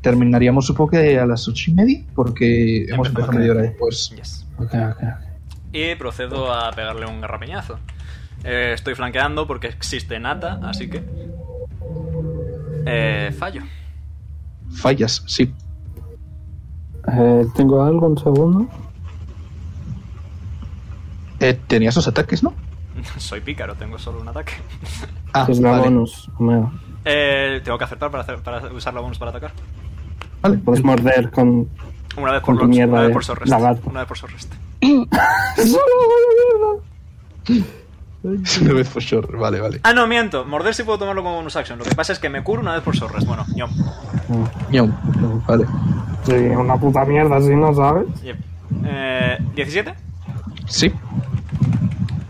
Speaker 2: Terminaríamos supongo que a las ocho y media porque hemos empezado media hora después.
Speaker 1: Yes.
Speaker 16: Ok, ok, ok.
Speaker 1: Y procedo a pegarle un garrapiñazo. Eh, estoy flanqueando porque existe nata, así que. Eh, fallo.
Speaker 2: Fallas, sí.
Speaker 16: Eh, Tengo algo, un segundo.
Speaker 2: Eh, tenía esos ataques, ¿no?
Speaker 1: Soy pícaro, tengo solo un ataque.
Speaker 2: Ah,
Speaker 16: que es la bonus, Omega.
Speaker 1: Eh, tengo que acertar para, hacer- para usar la bonus para atacar.
Speaker 2: vale.
Speaker 16: Puedes morder con.
Speaker 1: Una vez por,
Speaker 16: Con tu
Speaker 1: los-
Speaker 16: mierda
Speaker 1: una vez
Speaker 16: de
Speaker 1: por sorrest.
Speaker 16: lagarto.
Speaker 1: Una vez por sorrest.
Speaker 2: Una vez for sure. Vale, vale.
Speaker 1: Ah, no, miento. Morder sí puedo tomarlo como bonus action. Lo que pasa es que me curo una vez por sorrest. Bueno, yo.
Speaker 2: Ñau. Vale.
Speaker 3: Sí, una puta mierda, así no sabes.
Speaker 1: Yep. Eh, 17.
Speaker 2: Sí.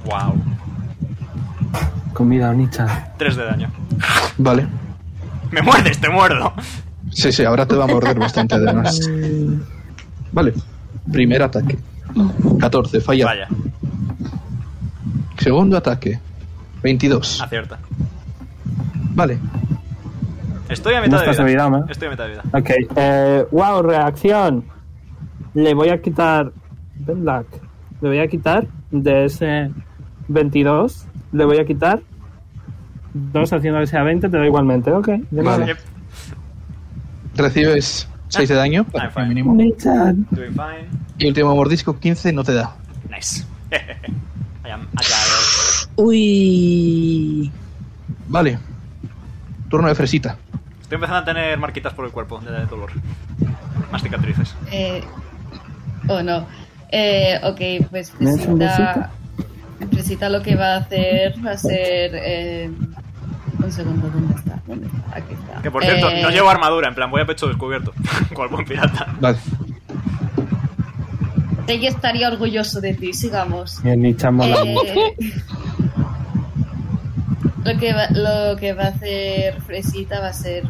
Speaker 1: Wow.
Speaker 16: Comida, Onichan.
Speaker 1: 3 de daño.
Speaker 2: Vale.
Speaker 1: Me muerdes, te muerdo.
Speaker 2: Sí, sí, ahora te va a morder bastante además. Vale. Primer ataque. 14, falla.
Speaker 1: Vaya,
Speaker 2: Segundo ataque. 22.
Speaker 1: acierta.
Speaker 2: Vale.
Speaker 1: Estoy a
Speaker 3: No
Speaker 1: mitad de
Speaker 3: estás
Speaker 1: vida.
Speaker 3: olvidado, ¿eh?
Speaker 1: Estoy a mitad de vida.
Speaker 3: Ok. Eh, wow, reacción. Le voy a quitar. Ben Black. Le voy a quitar de ese 22. Le voy a quitar. 2 haciendo que sea 20, te da igualmente. Ok. de nada.
Speaker 2: Vale.
Speaker 1: Yep.
Speaker 2: Recibes 6 de daño,
Speaker 1: Ah, fine.
Speaker 2: mínimo.
Speaker 17: Onichan.
Speaker 1: Doing fine.
Speaker 2: Y último mordisco, 15, no te da.
Speaker 1: Nice. I am agile.
Speaker 5: Uy.
Speaker 2: Vale. Turno de fresita.
Speaker 1: Estoy empezando a tener marquitas por el cuerpo de dolor. Más cicatrices.
Speaker 4: Eh, oh, no. Eh, ok, pues
Speaker 16: ¿Me hace un
Speaker 4: Fresita, Fresita lo que va a hacer va a ser... eh, un segundo, ¿dónde está? ¿Dónde está? Aquí está.
Speaker 1: Que por cierto,
Speaker 4: Eh,
Speaker 1: no llevo armadura, en plan, voy a pecho descubierto. Cual buen pirata.
Speaker 2: Vale.
Speaker 4: Tei estaría orgulloso de ti, sigamos.
Speaker 3: Y el Nichan mola mucho.
Speaker 4: Eh, lo, que va, lo que va a hacer Fresita va a ser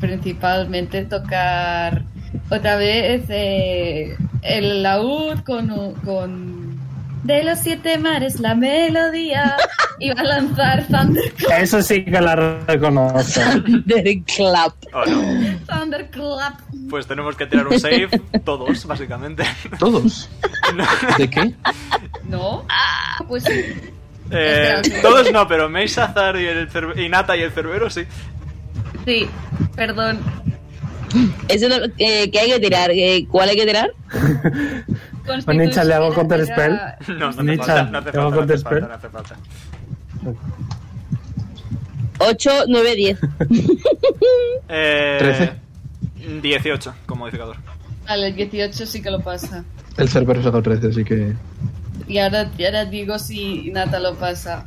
Speaker 4: principalmente tocar otra vez eh, el laúd con, un- con De los siete mares la melodía y va a lanzar Thunder,
Speaker 3: Eso sí que la reconozco.
Speaker 5: Thunderclap.
Speaker 1: Oh, no.
Speaker 4: Thunderclap.
Speaker 1: Pues tenemos que tirar un save, todos, básicamente.
Speaker 2: ¿Todos? ¿De qué?
Speaker 4: ¿No? Pues sí.
Speaker 1: Eh, todos no, pero Mace Azar y, el cer- y Nata y el Cerbero sí.
Speaker 4: Sí, perdón.
Speaker 5: Eso no, eh, ¿Qué hay que tirar? Eh, ¿Cuál hay que tirar?
Speaker 3: Nichan, ¿le hago
Speaker 4: Constitution
Speaker 3: counterspell?
Speaker 4: era-
Speaker 1: No, no hace
Speaker 3: Nichan,
Speaker 1: falta, no hace
Speaker 3: ¿te hago
Speaker 1: falta, no hace
Speaker 3: counterspell?
Speaker 1: falta, no hace falta.
Speaker 5: 8, 9, 10.
Speaker 10: Eh,
Speaker 2: 13.
Speaker 10: 18 con Eh, modificador.
Speaker 4: Vale, el 18 sí que lo pasa.
Speaker 2: El Cerberus ha dado 13, así que.
Speaker 4: Y ahora, y ahora digo si Nata lo pasa.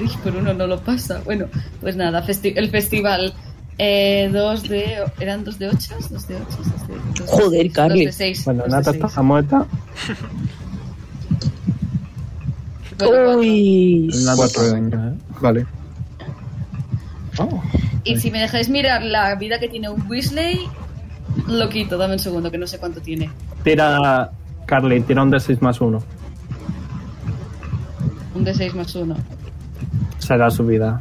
Speaker 4: Uy, por uno no lo pasa. Bueno, pues nada, festi- el festival. Eh, dos de... ¿Eran dos de ocho? Dos de ocho, dos de dos de-
Speaker 5: Joder,
Speaker 4: dos
Speaker 5: Carly.
Speaker 4: de seis,
Speaker 3: Bueno,
Speaker 4: dos de
Speaker 3: Nata
Speaker 4: seis.
Speaker 3: está muerta.
Speaker 4: Bueno,
Speaker 5: Uy.
Speaker 2: 4 de daño.
Speaker 3: ¿eh?
Speaker 2: Vale.
Speaker 5: Oh.
Speaker 4: Y si me dejáis mirar la vida que tiene un Weasley, lo quito. Dame un segundo, que no sé cuánto tiene.
Speaker 3: Tira, Carly, tira un de 6 más 1.
Speaker 4: Un de 6 más 1.
Speaker 3: Será su vida.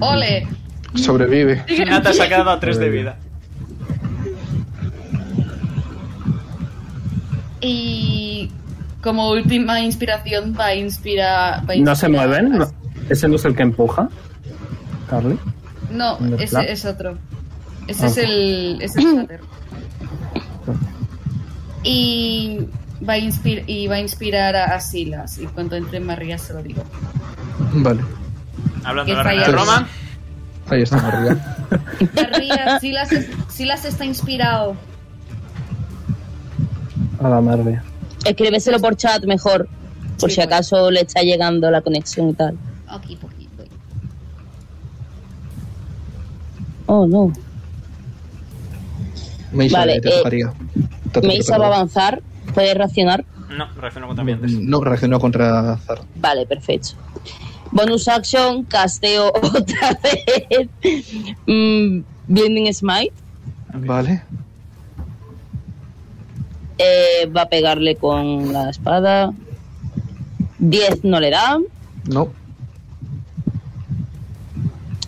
Speaker 4: ¡Ole!
Speaker 2: Sobrevive.
Speaker 10: Nata se ha quedado a 3 de vida.
Speaker 4: Y como última inspiración va a inspirar... va a
Speaker 3: ¿No se
Speaker 4: inspirar-
Speaker 3: mueven? ¿No? ¿Ese no es el que empuja? Carly.
Speaker 4: No,
Speaker 3: ¿No está?
Speaker 4: ese es otro. Ese
Speaker 3: Ah.
Speaker 4: es el... Ese es Shatter. Y va, a inspir- y va a inspirar a, a Silas. Y cuando entre María se lo digo.
Speaker 2: Vale.
Speaker 10: Hablando
Speaker 4: Que
Speaker 10: de la reina de
Speaker 4: falla.
Speaker 10: Roma,
Speaker 2: Ahí está, María.
Speaker 4: María, Silas, es- Silas está inspirado.
Speaker 3: A la madre.
Speaker 5: Escríbeselo por chat mejor. Por
Speaker 4: Sí,
Speaker 5: si acaso le está llegando la conexión y tal.
Speaker 4: Aquí, poquito.
Speaker 5: Oh, no.
Speaker 2: Meisa,
Speaker 5: Vale,
Speaker 2: te
Speaker 5: eh,
Speaker 2: tocaría. Te toca,
Speaker 5: Meisa
Speaker 2: perdón.
Speaker 5: va a avanzar. Puede reaccionar.
Speaker 10: no, reacciono contra ambientes.
Speaker 2: No, reaccionó contra Zar.
Speaker 5: Vale, perfecto. Bonus action, casteo otra vez. Mm, Blinding Smite.
Speaker 2: Vale.
Speaker 5: Eh, va a pegarle con la espada. 10 no le da.
Speaker 2: No.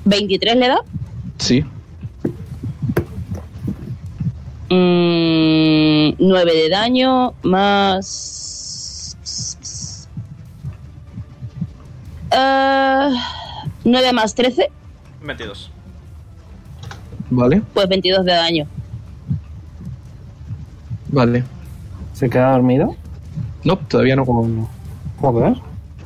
Speaker 5: 23 le da.
Speaker 2: Sí.
Speaker 5: Mm, 9 de daño más... Eh, 9 más 13,
Speaker 10: 22.
Speaker 2: Vale.
Speaker 5: pues 22 de daño.
Speaker 2: Vale.
Speaker 3: ¿Se queda dormido?
Speaker 2: No, todavía no como.
Speaker 3: Joder.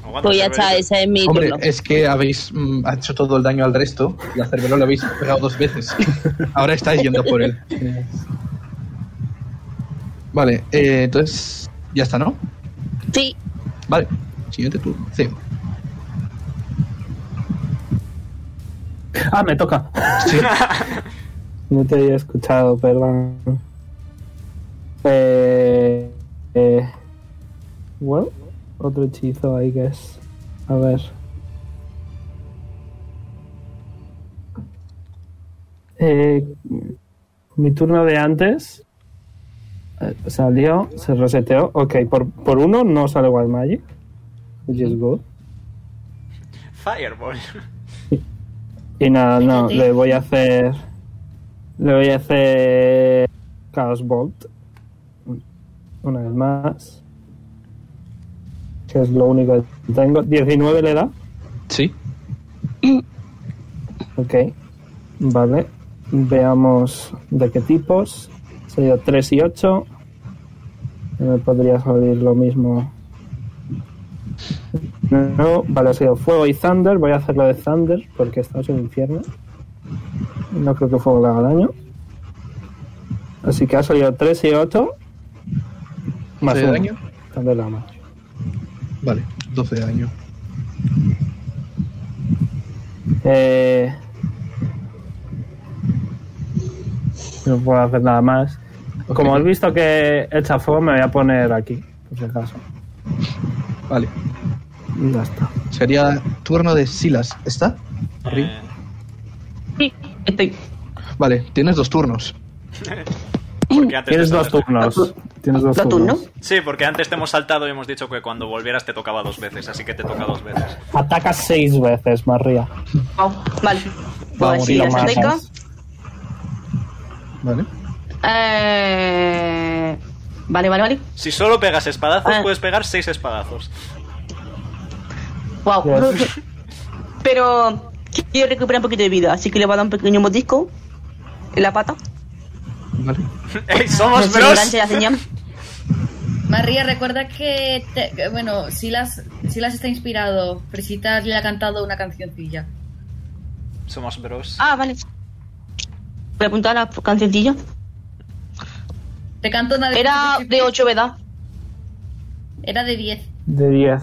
Speaker 10: Aguanta,
Speaker 5: Pues ya está,
Speaker 10: Cerberus.
Speaker 5: ese es mi
Speaker 2: Hombre,
Speaker 5: turno.
Speaker 2: es que habéis mm, hecho todo el daño al resto y a Cervelo lo habéis pegado dos veces. Ahora estáis yendo por él. Vale, eh, entonces ya está, ¿no?
Speaker 5: Sí,
Speaker 2: Vale, siguiente turno. Sí.
Speaker 3: Ah, me toca. no te había escuchado, perdón. Eh, eh, well, otro hechizo, I guess. A ver. Eh, mi turno de antes eh, salió, se reseteó. Ok, por, por uno no sale Wild Magic, which is good.
Speaker 10: Fireball.
Speaker 3: Y nada, no,
Speaker 4: Espérate.
Speaker 3: le voy a hacer. Le voy a hacer. Chaos Bolt. Una vez más. Que es lo único que tengo. 19 le da.
Speaker 2: Sí.
Speaker 3: Ok. Vale. Veamos de qué tipos. Sería 3 y 8. Me podría salir lo mismo. No, vale, ha sido fuego y thunder. Voy a hacerlo de thunder porque está en el infierno. No creo que fuego le haga daño. Así que ha salido 3 y 8. Más
Speaker 2: ¿12 de
Speaker 3: uno.
Speaker 2: daño?
Speaker 3: Thunder Lama.
Speaker 2: Vale, 12 de daño.
Speaker 3: Eh, no puedo hacer nada más.
Speaker 2: Ok.
Speaker 3: Como has visto que echa fuego, me voy a poner aquí, por si acaso.
Speaker 2: Vale.
Speaker 3: Y ya está.
Speaker 2: Sería turno de Silas. ¿Está?
Speaker 10: Eh,
Speaker 7: Estoy.
Speaker 2: Vale, tienes dos turnos.
Speaker 10: porque antes
Speaker 3: Tienes
Speaker 10: te
Speaker 3: dos
Speaker 10: saltaste-
Speaker 3: turnos. Tienes dos
Speaker 7: ¿Lo turno?
Speaker 3: turnos.
Speaker 10: Sí, porque antes te hemos saltado y hemos dicho que cuando volvieras te tocaba dos veces, así que te toca dos veces.
Speaker 3: Atacas seis veces, María.
Speaker 7: Wow, Vale.
Speaker 2: Vamos,
Speaker 7: Pues sí,
Speaker 2: y lo
Speaker 7: la sateca.
Speaker 3: Ah, matas.
Speaker 2: Vale.
Speaker 7: Eh... Vale, vale, vale.
Speaker 10: Si solo pegas espadazos,
Speaker 7: Ah.
Speaker 10: puedes pegar seis espadazos.
Speaker 7: Wow.
Speaker 3: Yes.
Speaker 7: Pero quiero recuperar un poquito de vida, así que le voy a dar un pequeño mordisco en la pata.
Speaker 2: Vale.
Speaker 10: ¡Ey,
Speaker 7: No
Speaker 10: somos
Speaker 7: sé,
Speaker 10: bros!
Speaker 7: Blanche, la señal.
Speaker 4: María, recuerda que, te- que, bueno, Silas, Silas está inspirado. Fresita le ha cantado una cancioncilla.
Speaker 1: Somos bros.
Speaker 7: Ah, vale. Voy a apuntar la cancioncilla.
Speaker 4: Te canto una de
Speaker 7: Era de 8, ¿verdad?
Speaker 4: Era de 10.
Speaker 3: De 10.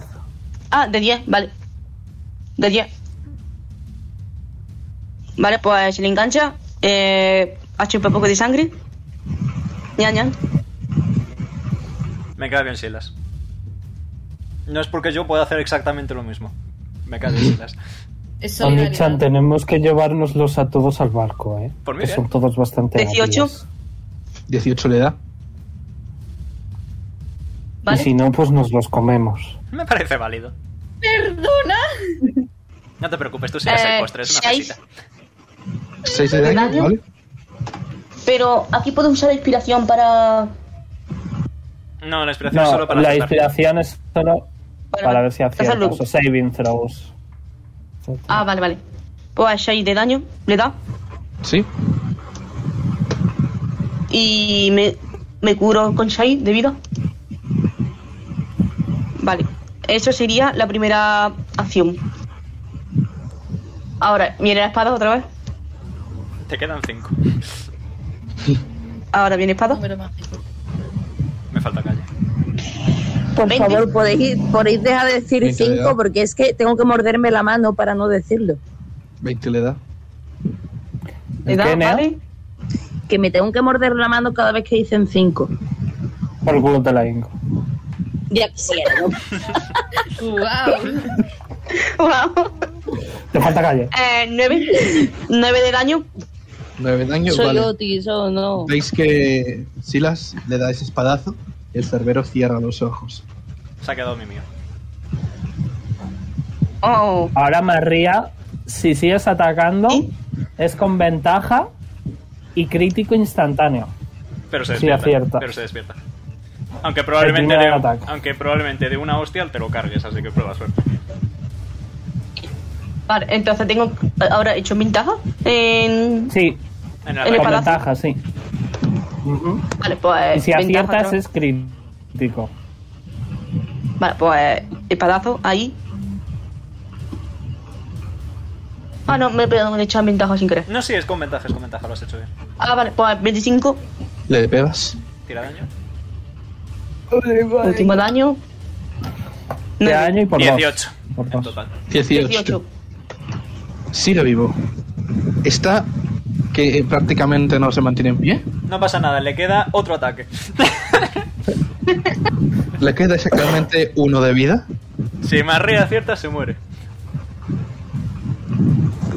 Speaker 7: Ah, de 10, vale. De 10. Vale, pues se le engancha. Eh, ha hecho un poco de sangre. Ñan, ñan.
Speaker 1: Me cae bien Silas. No es porque yo pueda hacer exactamente lo mismo. Me cae bien Silas.
Speaker 4: Es
Speaker 3: Onichan, tenemos que llevárnoslos a todos al barco, ¿eh?
Speaker 1: Por mí
Speaker 3: que
Speaker 1: bien.
Speaker 3: son todos bastante
Speaker 7: 18.
Speaker 3: hábiles.
Speaker 2: 18 le da.
Speaker 3: Y
Speaker 7: Vale.
Speaker 3: si no, pues nos los comemos.
Speaker 1: Me parece válido.
Speaker 4: ¡Perdona!
Speaker 1: No te preocupes, tú sigas
Speaker 7: Eh,
Speaker 1: el postre, es una
Speaker 7: seis.
Speaker 1: fresita.
Speaker 2: 6 de daño,
Speaker 7: daño?
Speaker 2: ¿vale?
Speaker 7: Pero aquí puedo usar inspiración para.
Speaker 1: No, la inspiración es
Speaker 3: No,
Speaker 1: solo para
Speaker 3: la
Speaker 1: aceptar.
Speaker 3: inspiración es solo
Speaker 7: Para-
Speaker 3: para, ver si
Speaker 7: hacerlo.
Speaker 3: aciertas o saving throws.
Speaker 7: Ah, vale, vale. Pues 6 de daño le da.
Speaker 2: Sí.
Speaker 7: Y me, me curo con 6 de vida. Vale. Eso sería la primera acción. Ahora, viene la espada otra vez.
Speaker 1: Te quedan cinco.
Speaker 7: Ahora viene espada.
Speaker 4: Número mágico.
Speaker 1: Me falta calle.
Speaker 5: Por
Speaker 7: Veinte.
Speaker 5: favor, podéis, podéis dejar de decir
Speaker 2: Veinte de edad.
Speaker 5: 5 porque es que tengo que morderme la mano para no decirlo.
Speaker 2: 20 le da.
Speaker 7: Le
Speaker 3: ¿El
Speaker 7: da,
Speaker 3: qué, Nea?
Speaker 7: vale.
Speaker 5: Que me tengo que morder la mano cada vez que dicen 5.
Speaker 3: Por el culo te la hinco.
Speaker 5: Ya quisiera, ¿no?
Speaker 4: ¡Wow!
Speaker 7: Wow.
Speaker 3: Te falta calle.
Speaker 7: Eh, 9. 9 de daño.
Speaker 2: 9 daño,
Speaker 5: Soy
Speaker 2: vale.
Speaker 5: Otis, o no.
Speaker 2: Veis que Silas le da ese espadazo y el cerbero cierra los ojos.
Speaker 1: Se ha quedado mi mío.
Speaker 7: Oh.
Speaker 3: Ahora María, si sigues atacando,
Speaker 7: ¿Sí?
Speaker 3: es con ventaja y crítico instantáneo.
Speaker 1: Pero se
Speaker 3: Sí,
Speaker 1: despierta.
Speaker 3: acierta.
Speaker 1: Pero se despierta. Aunque probablemente,
Speaker 3: primer
Speaker 1: de,
Speaker 3: ataque.
Speaker 1: aunque probablemente de una hostia te lo cargues, así que prueba suerte.
Speaker 7: Vale, entonces tengo. Ahora he hecho ventaja. En.
Speaker 3: Sí,
Speaker 1: En el
Speaker 7: El
Speaker 3: con
Speaker 7: espadazo.
Speaker 3: ventaja, sí. Ujú.
Speaker 7: Vale, pues.
Speaker 3: Y si
Speaker 7: ventaja
Speaker 3: aciertas
Speaker 7: otra
Speaker 3: es
Speaker 7: vez.
Speaker 3: crítico.
Speaker 7: Vale, pues. Espadazo, ahí. Ah, no, me he pegado he hecho ventaja sin querer.
Speaker 1: No, sí, es con ventaja, es con ventaja, lo has hecho bien.
Speaker 7: Ah, vale, pues 25.
Speaker 2: ¿Le pegas?
Speaker 1: Tira daño.
Speaker 7: Último daño.
Speaker 3: De
Speaker 7: Nueve.
Speaker 3: daño y por dos.
Speaker 1: 18
Speaker 3: Por
Speaker 1: en
Speaker 3: dos.
Speaker 1: total.
Speaker 2: 18.
Speaker 7: 18.
Speaker 2: Sigue vivo. Está que prácticamente no se mantiene en pie.
Speaker 1: No pasa nada, le queda otro ataque.
Speaker 2: Le queda exactamente uno de vida.
Speaker 1: si María acierta, se muere.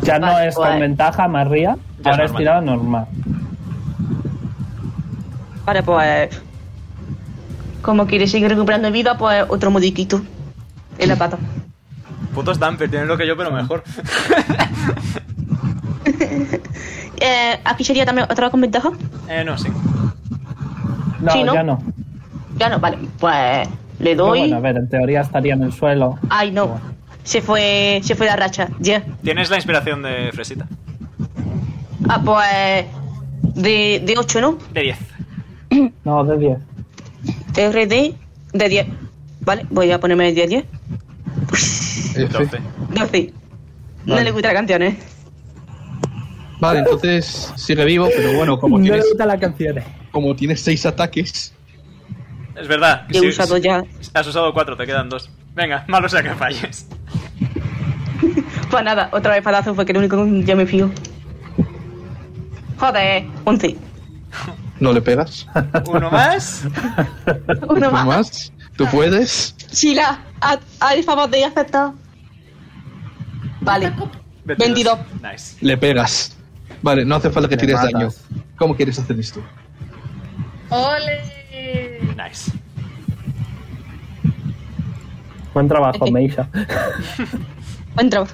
Speaker 3: Ya no
Speaker 7: Vale,
Speaker 3: es con
Speaker 7: guay.
Speaker 3: ventaja, María.
Speaker 1: Ya
Speaker 3: ahora
Speaker 1: es
Speaker 3: es,
Speaker 1: normal.
Speaker 3: tirada normal.
Speaker 7: Vale, pues. Como quiere seguir recuperando vida, pues otro modiquito. En la pata.
Speaker 1: Putos Damper, tienen lo que yo, pero mejor.
Speaker 7: Eh, aquí sería también otra vez con ventaja.
Speaker 1: eh, no, sí.
Speaker 3: No,
Speaker 7: Sí, ¿no?
Speaker 3: ya no.
Speaker 7: Ya no, vale, pues. Le
Speaker 3: Pero
Speaker 7: doy.
Speaker 3: Bueno, a ver, en teoría estaría en el suelo.
Speaker 7: Ay, no. Se fue, se fue la racha. Ya.
Speaker 1: Tienes la inspiración de Fresita.
Speaker 7: Ah, pues. De, de 8, ¿no?
Speaker 1: De 10.
Speaker 3: No, de 10.
Speaker 7: RD de 10. Vale, voy a ponerme de 10.
Speaker 2: F. Eh,
Speaker 1: 12.
Speaker 7: 12. No
Speaker 2: Vale.
Speaker 7: le gusta la canción, ¿eh?
Speaker 2: Vale, entonces sigue vivo, pero bueno,
Speaker 1: Pues
Speaker 2: como tienes,
Speaker 3: la canción.
Speaker 2: como tienes seis ataques,
Speaker 1: Es verdad.
Speaker 7: He
Speaker 1: sí,
Speaker 7: usado
Speaker 1: sí.
Speaker 7: ya.
Speaker 1: Has usado 4, te quedan 2. Venga, malo sea que falles.
Speaker 7: Pues nada, otra vez padazo porque el único que ya me fío. Joder, 11.
Speaker 2: no le pegas.
Speaker 1: Uno más.
Speaker 7: Uno
Speaker 2: ¿Tú
Speaker 7: más.
Speaker 2: más? ¿Tú puedes?
Speaker 7: Chila, haz haz el favor de aceptar. Vale. 22.
Speaker 1: Nice.
Speaker 2: Le pegas. Vale, no hace falta que
Speaker 3: Le
Speaker 2: tires
Speaker 3: matas.
Speaker 2: daño. ¿Cómo quieres hacer esto?
Speaker 4: ¡Ole!
Speaker 1: Nice.
Speaker 3: Buen trabajo, Meisha.
Speaker 7: Buen trabajo.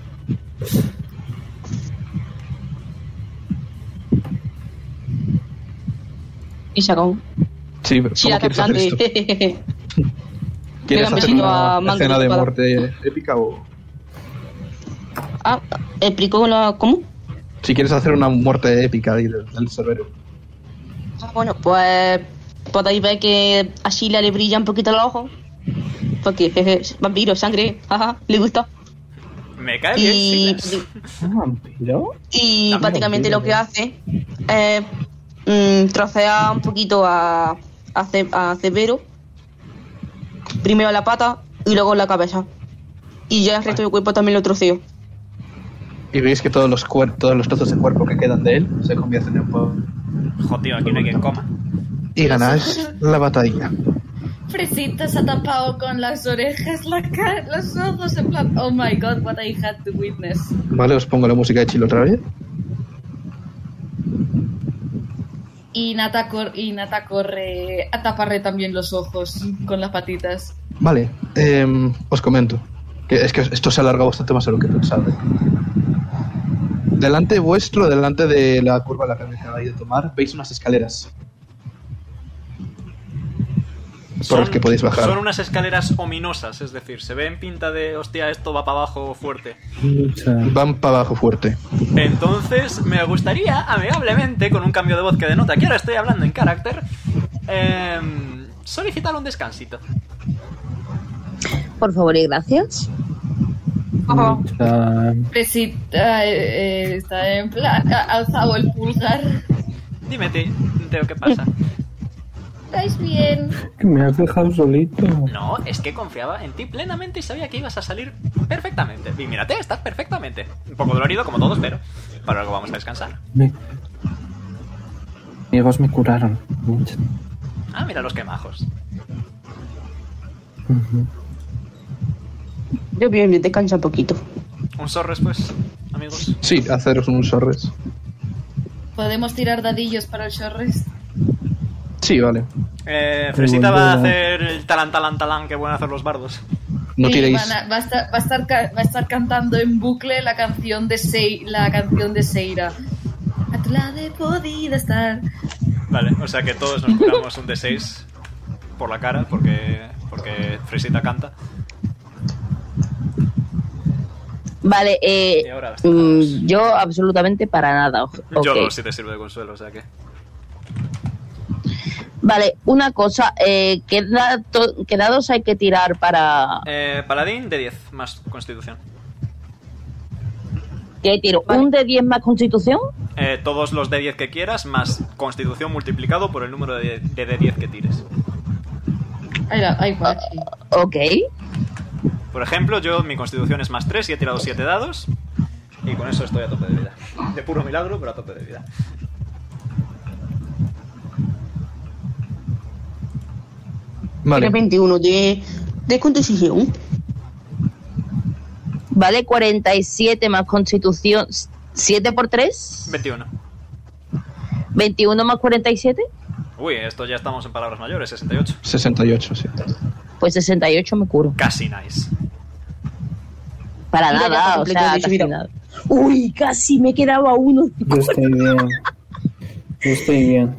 Speaker 7: Y sacó.
Speaker 2: Sí, pero ¿cómo
Speaker 7: Chila,
Speaker 2: quieres hacer esto?
Speaker 7: grande.
Speaker 2: ¿Quieres
Speaker 7: Pega un
Speaker 2: hacer
Speaker 7: besito a
Speaker 2: una
Speaker 7: Mango
Speaker 2: escena de
Speaker 7: Espada.
Speaker 2: muerte épica o...?
Speaker 7: Ah, explicó la. ¿Cómo?
Speaker 2: Si quieres hacer una muerte épica, dile al cerbero.
Speaker 7: Ah, Bueno, pues podéis ver que a Sheila le brilla un poquito los ojos. Porque jeje, vampiro, sangre, ajá, le gusta.
Speaker 1: Me cae bien,
Speaker 7: Y,
Speaker 1: Silas.
Speaker 8: ¿Vampiro?
Speaker 7: y
Speaker 1: Dame
Speaker 7: prácticamente
Speaker 8: vampiro,
Speaker 7: lo que hace es mm, trocear un poquito a, a, Ce- a Cerbero. Primero la pata y luego la cabeza. Y ya el resto del cuerpo también lo troceo.
Speaker 2: Y veis que todos los, cuer- todos los trozos de cuerpo que quedan de él se convierten en polvo.
Speaker 1: Joder, tío, aquí no hay quien coma.
Speaker 2: Y ganáis la batalla.
Speaker 4: Fresita se ha tapado con las orejas, la cara, los ojos, en plan, oh my god, what I had to witness.
Speaker 2: Vale, os pongo la música de Chilo otra vez.
Speaker 4: Y Nata, cor- y Nata corre a taparle también los ojos con las patitas.
Speaker 2: Vale, em, os comento. Que es que esto se alarga bastante más de lo que pensaba. Delante vuestro, delante de la curva a la que acabáis de tomar, veis unas escaleras. Por las que podéis bajar.
Speaker 1: Son unas escaleras ominosas, es decir, se ven pinta de, hostia, esto va para abajo fuerte.
Speaker 2: Van para abajo fuerte.
Speaker 1: Entonces, me gustaría, amigablemente, con un cambio de voz que denota que ahora estoy hablando en carácter, em, solicitar un descansito.
Speaker 5: Por favor y gracias.
Speaker 3: Mm.
Speaker 4: Fresita eh, eh, está en plan, ha alzado el pulgar.
Speaker 1: Dime, ti- Teo, ¿qué pasa?
Speaker 4: ¿Estáis bien?
Speaker 8: Que me has dejado solito.
Speaker 1: No, es que confiaba en ti plenamente y sabía que ibas a salir perfectamente. Y mírate, estás perfectamente. Un poco dolorido, como todos, pero para algo vamos a descansar.
Speaker 8: Me- Amigos me curaron. mucho.
Speaker 1: Ah, mira los que majos.
Speaker 8: Ujú.
Speaker 7: Yo bien, descansa un poquito.
Speaker 1: Un sorres, pues, amigos.
Speaker 2: Sí, haceros un sorres.
Speaker 4: Podemos tirar dadillos para el short rest.
Speaker 2: Sí, vale.
Speaker 1: Eh, Fresita va a
Speaker 8: Revolver,
Speaker 1: hacer el talán, talán, talán que pueden hacer los bardos.
Speaker 2: No
Speaker 4: Y
Speaker 2: tiréis.
Speaker 4: van a- va, a estar, va, a estar, ca- va a estar cantando en bucle la canción de, Sei- la canción de Seira. A tu lado he podido estar.
Speaker 1: Vale, o sea que todos nos curamos un D6 por la cara porque, porque Fresita canta.
Speaker 5: Vale, eh,
Speaker 1: Y ahora las
Speaker 5: mm,
Speaker 1: tenemos.
Speaker 5: yo absolutamente para nada. o-
Speaker 1: Yo
Speaker 5: ok.
Speaker 1: no, si te sirve de consuelo, o sea que.
Speaker 5: Vale, una cosa, eh, ¿qué, dato- qué dados hay que tirar para...?
Speaker 1: Eh, paladín de 10 más constitución.
Speaker 5: ¿Qué tiro? ¿Un de 10 más constitución?
Speaker 1: Eh, todos los D10 que quieras, más constitución multiplicado por el número de, de D10 que tires.
Speaker 4: Ahí va, ahí va.
Speaker 5: Ok.
Speaker 1: Por ejemplo, yo mi constitución es más 3 y he tirado 7 dados. Y con eso estoy a tope de vida. De puro milagro, pero a tope de vida.
Speaker 2: Vale.
Speaker 7: Tiene 21 de, de constitución.
Speaker 5: Vale, 47 más constitución. ¿7 por 3?
Speaker 1: 21.
Speaker 5: ¿21 más 47?
Speaker 1: Uy, esto ya estamos en palabras mayores, 68.
Speaker 2: 68, sí.
Speaker 5: Pues 68 me curo.
Speaker 1: Casi nice.
Speaker 5: Para
Speaker 7: Mira, ya está
Speaker 5: nada, o
Speaker 7: completo
Speaker 5: sea,
Speaker 7: el
Speaker 5: casi
Speaker 7: video.
Speaker 5: nada. Uy, casi me he quedado a uno.
Speaker 8: Yo estoy bien. Yo estoy bien.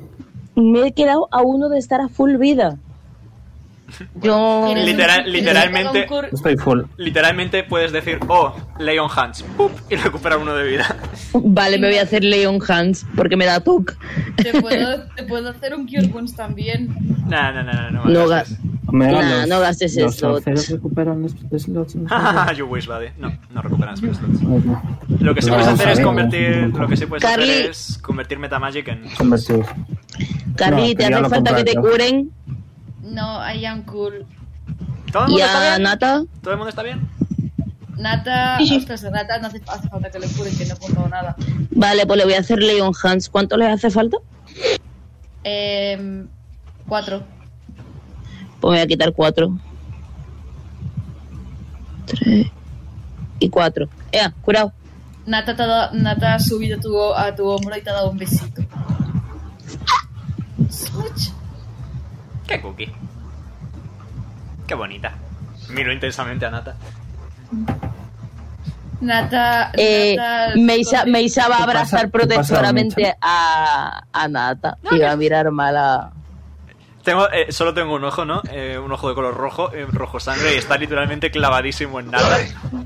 Speaker 5: Me he quedado a uno de estar a full vida.
Speaker 7: Yo.
Speaker 4: ¿Quieres
Speaker 1: Literal-
Speaker 4: un-
Speaker 1: literalmente-
Speaker 4: un cur-
Speaker 8: Estoy full.
Speaker 1: Literalmente puedes decir, oh, Leon Hans, ¡pup! y recuperar uno de vida.
Speaker 5: Vale, me voy a hacer Leon Hans porque me da TOC.
Speaker 4: Te puedo, te puedo hacer un Cure Wounds también.
Speaker 1: No, no, no, no. No,
Speaker 5: No
Speaker 1: gastes.
Speaker 8: Omega,
Speaker 5: Nah,
Speaker 8: los-
Speaker 5: no gastes
Speaker 8: los
Speaker 5: slots.
Speaker 8: arceros recuperan los slots. ¿no?
Speaker 1: you wish, buddy. No, no recuperas mis slots.
Speaker 8: Bueno,
Speaker 1: Lo que sí
Speaker 8: No,
Speaker 1: puedes hacer es
Speaker 8: sabemos.
Speaker 1: convertir. Lo que sí puedes
Speaker 5: Carly.
Speaker 1: hacer es convertir Metamagic en.
Speaker 8: convertido.
Speaker 5: Carly,
Speaker 8: No,
Speaker 5: ¿te
Speaker 8: ya
Speaker 5: hace
Speaker 8: lo
Speaker 5: falta que te
Speaker 8: compré yo.
Speaker 5: curen?
Speaker 4: No, I am cool.
Speaker 1: ¿Todo el
Speaker 5: ¿Y
Speaker 1: mundo está
Speaker 5: a
Speaker 1: bien?
Speaker 5: Nata?
Speaker 1: ¿Todo el mundo está bien?
Speaker 4: Nata,
Speaker 7: Sí, sí.
Speaker 4: ostras, a Nata no hace, hace falta que le cure, que no he apuntado nada.
Speaker 5: Vale, pues le voy a hacer Leon Hans. ¿Cuánto le hace falta?
Speaker 4: Em, cuatro.
Speaker 5: Pues me voy a quitar cuatro. Tres y cuatro. Ya, curado.
Speaker 4: Nata, te ha dado- Nata ha subido tu, a tu hombro y te ha dado un besito. Switch.
Speaker 1: Qué cookie. Qué bonita. Miro intensamente a Nata.
Speaker 4: Nata,
Speaker 5: Eh,
Speaker 4: Nata
Speaker 5: Meisa,
Speaker 4: coge-
Speaker 5: Meisa va a
Speaker 8: ¿Qué pasa?
Speaker 5: abrazar
Speaker 8: ¿Qué pasa,
Speaker 5: protectoramente a, a Nata y va a mirar mal a...
Speaker 1: Tengo, eh, solo tengo un ojo, ¿no? Eh, un ojo de color rojo, eh, rojo sangre, y está literalmente clavadísimo en Nata.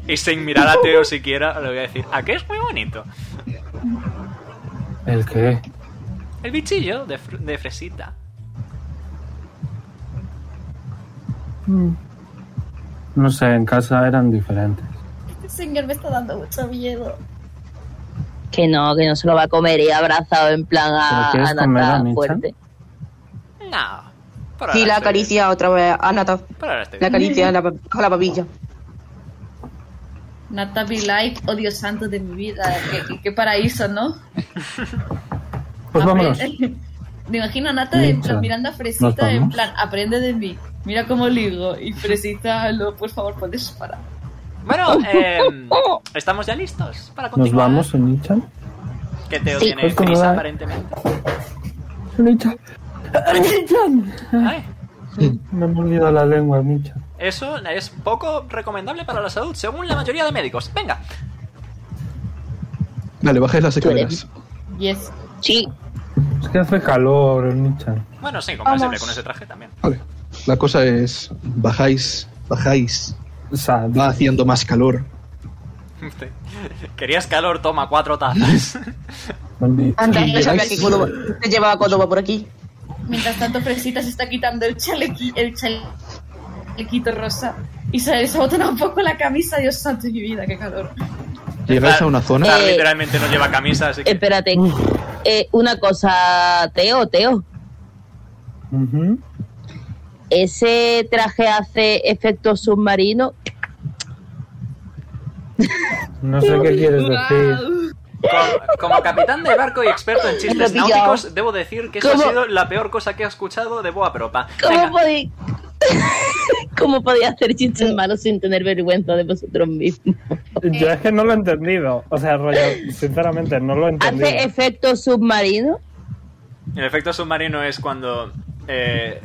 Speaker 1: Y sin mirar a Teo siquiera, le voy a decir: ¿A qué es muy bonito?
Speaker 8: ¿El qué?
Speaker 1: El bichillo de, fr- de fresita.
Speaker 3: No sé, en casa eran diferentes.
Speaker 4: Este señor me está dando mucho miedo.
Speaker 5: Que no, que no se lo va a comer y abrazado en plan a,
Speaker 3: ¿Pero quieres
Speaker 5: a Nata
Speaker 3: comer a Michan?
Speaker 5: fuerte.
Speaker 1: No. Por ahora
Speaker 7: Sí, la
Speaker 1: estoy bien.
Speaker 7: acaricia otra vez a Nata.
Speaker 1: Por ahora estoy
Speaker 7: La
Speaker 1: bien.
Speaker 7: acaricia la pa- con la papilla.
Speaker 4: Nata be like, oh Dios santo de mi vida, qué, qué- qué paraíso, ¿no?
Speaker 3: Pues vámonos.
Speaker 4: Aprende- Me imagino a Nata en plan,
Speaker 3: Mientras
Speaker 4: mirando a Fresita,
Speaker 3: nos
Speaker 4: en
Speaker 3: vamos.
Speaker 4: plan, aprende de mí, mira cómo ligo, y Fresita, lo, por favor, puedes parar.
Speaker 1: Bueno, em,
Speaker 7: Oh,
Speaker 1: estamos ya listos para
Speaker 3: Nos
Speaker 1: continuar.
Speaker 3: vamos, Sonichan.
Speaker 1: Que Teo
Speaker 5: Sí.
Speaker 1: tiene
Speaker 3: Pues como
Speaker 1: prisa,
Speaker 3: va-
Speaker 1: aparentemente.
Speaker 3: Sonichan. Sonichan.
Speaker 1: Ay,
Speaker 3: Me he olvidado la lengua, Michan.
Speaker 1: eso es poco recomendable para la salud, según la mayoría de médicos. Venga.
Speaker 2: Dale, bajes las escaleras.
Speaker 4: Yes.
Speaker 5: Sí,
Speaker 3: Es que hace calor, Michan.
Speaker 1: Bueno, sí, comprensible
Speaker 7: Vamos.
Speaker 1: con ese traje también.
Speaker 2: Vale. La cosa es, bajáis, bajáis.
Speaker 3: O sea,
Speaker 2: Va haciendo más calor.
Speaker 1: Querías calor, toma cuatro tazas.
Speaker 7: Eh, Antes no sabía que
Speaker 2: Llegáis-
Speaker 7: Córdoba, que llevaba Córdoba por aquí.
Speaker 4: Mientras tanto, Fresita se está quitando el chalequi, el chalequito rosa y se desabotona un poco la camisa, Dios santo de mi vida, qué calor.
Speaker 2: Llegáis a una zona.
Speaker 1: Tar
Speaker 5: Eh,
Speaker 1: literalmente no lleva camisa, así que.
Speaker 5: espérate. Eh, una cosa, Teo, Teo.
Speaker 3: Ujú.
Speaker 5: Ese traje hace efecto submarino.
Speaker 3: No sé qué quieres decir.
Speaker 1: Como, como capitán de barco y experto en chistes
Speaker 7: Lo he pillado.
Speaker 1: náuticos, debo decir que eso
Speaker 5: ¿Cómo?
Speaker 1: ha sido la peor cosa que he escuchado de Boa Propa.
Speaker 5: ¿Cómo
Speaker 1: Venga,
Speaker 5: podéis ¿Cómo podéis hacer chistes malos sin tener vergüenza de vosotros mismos?
Speaker 3: Yo es que no lo he entendido. O sea, rollo, sinceramente, no lo he entendido.
Speaker 5: ¿Hace efecto submarino?
Speaker 1: el efecto submarino es cuando. eh,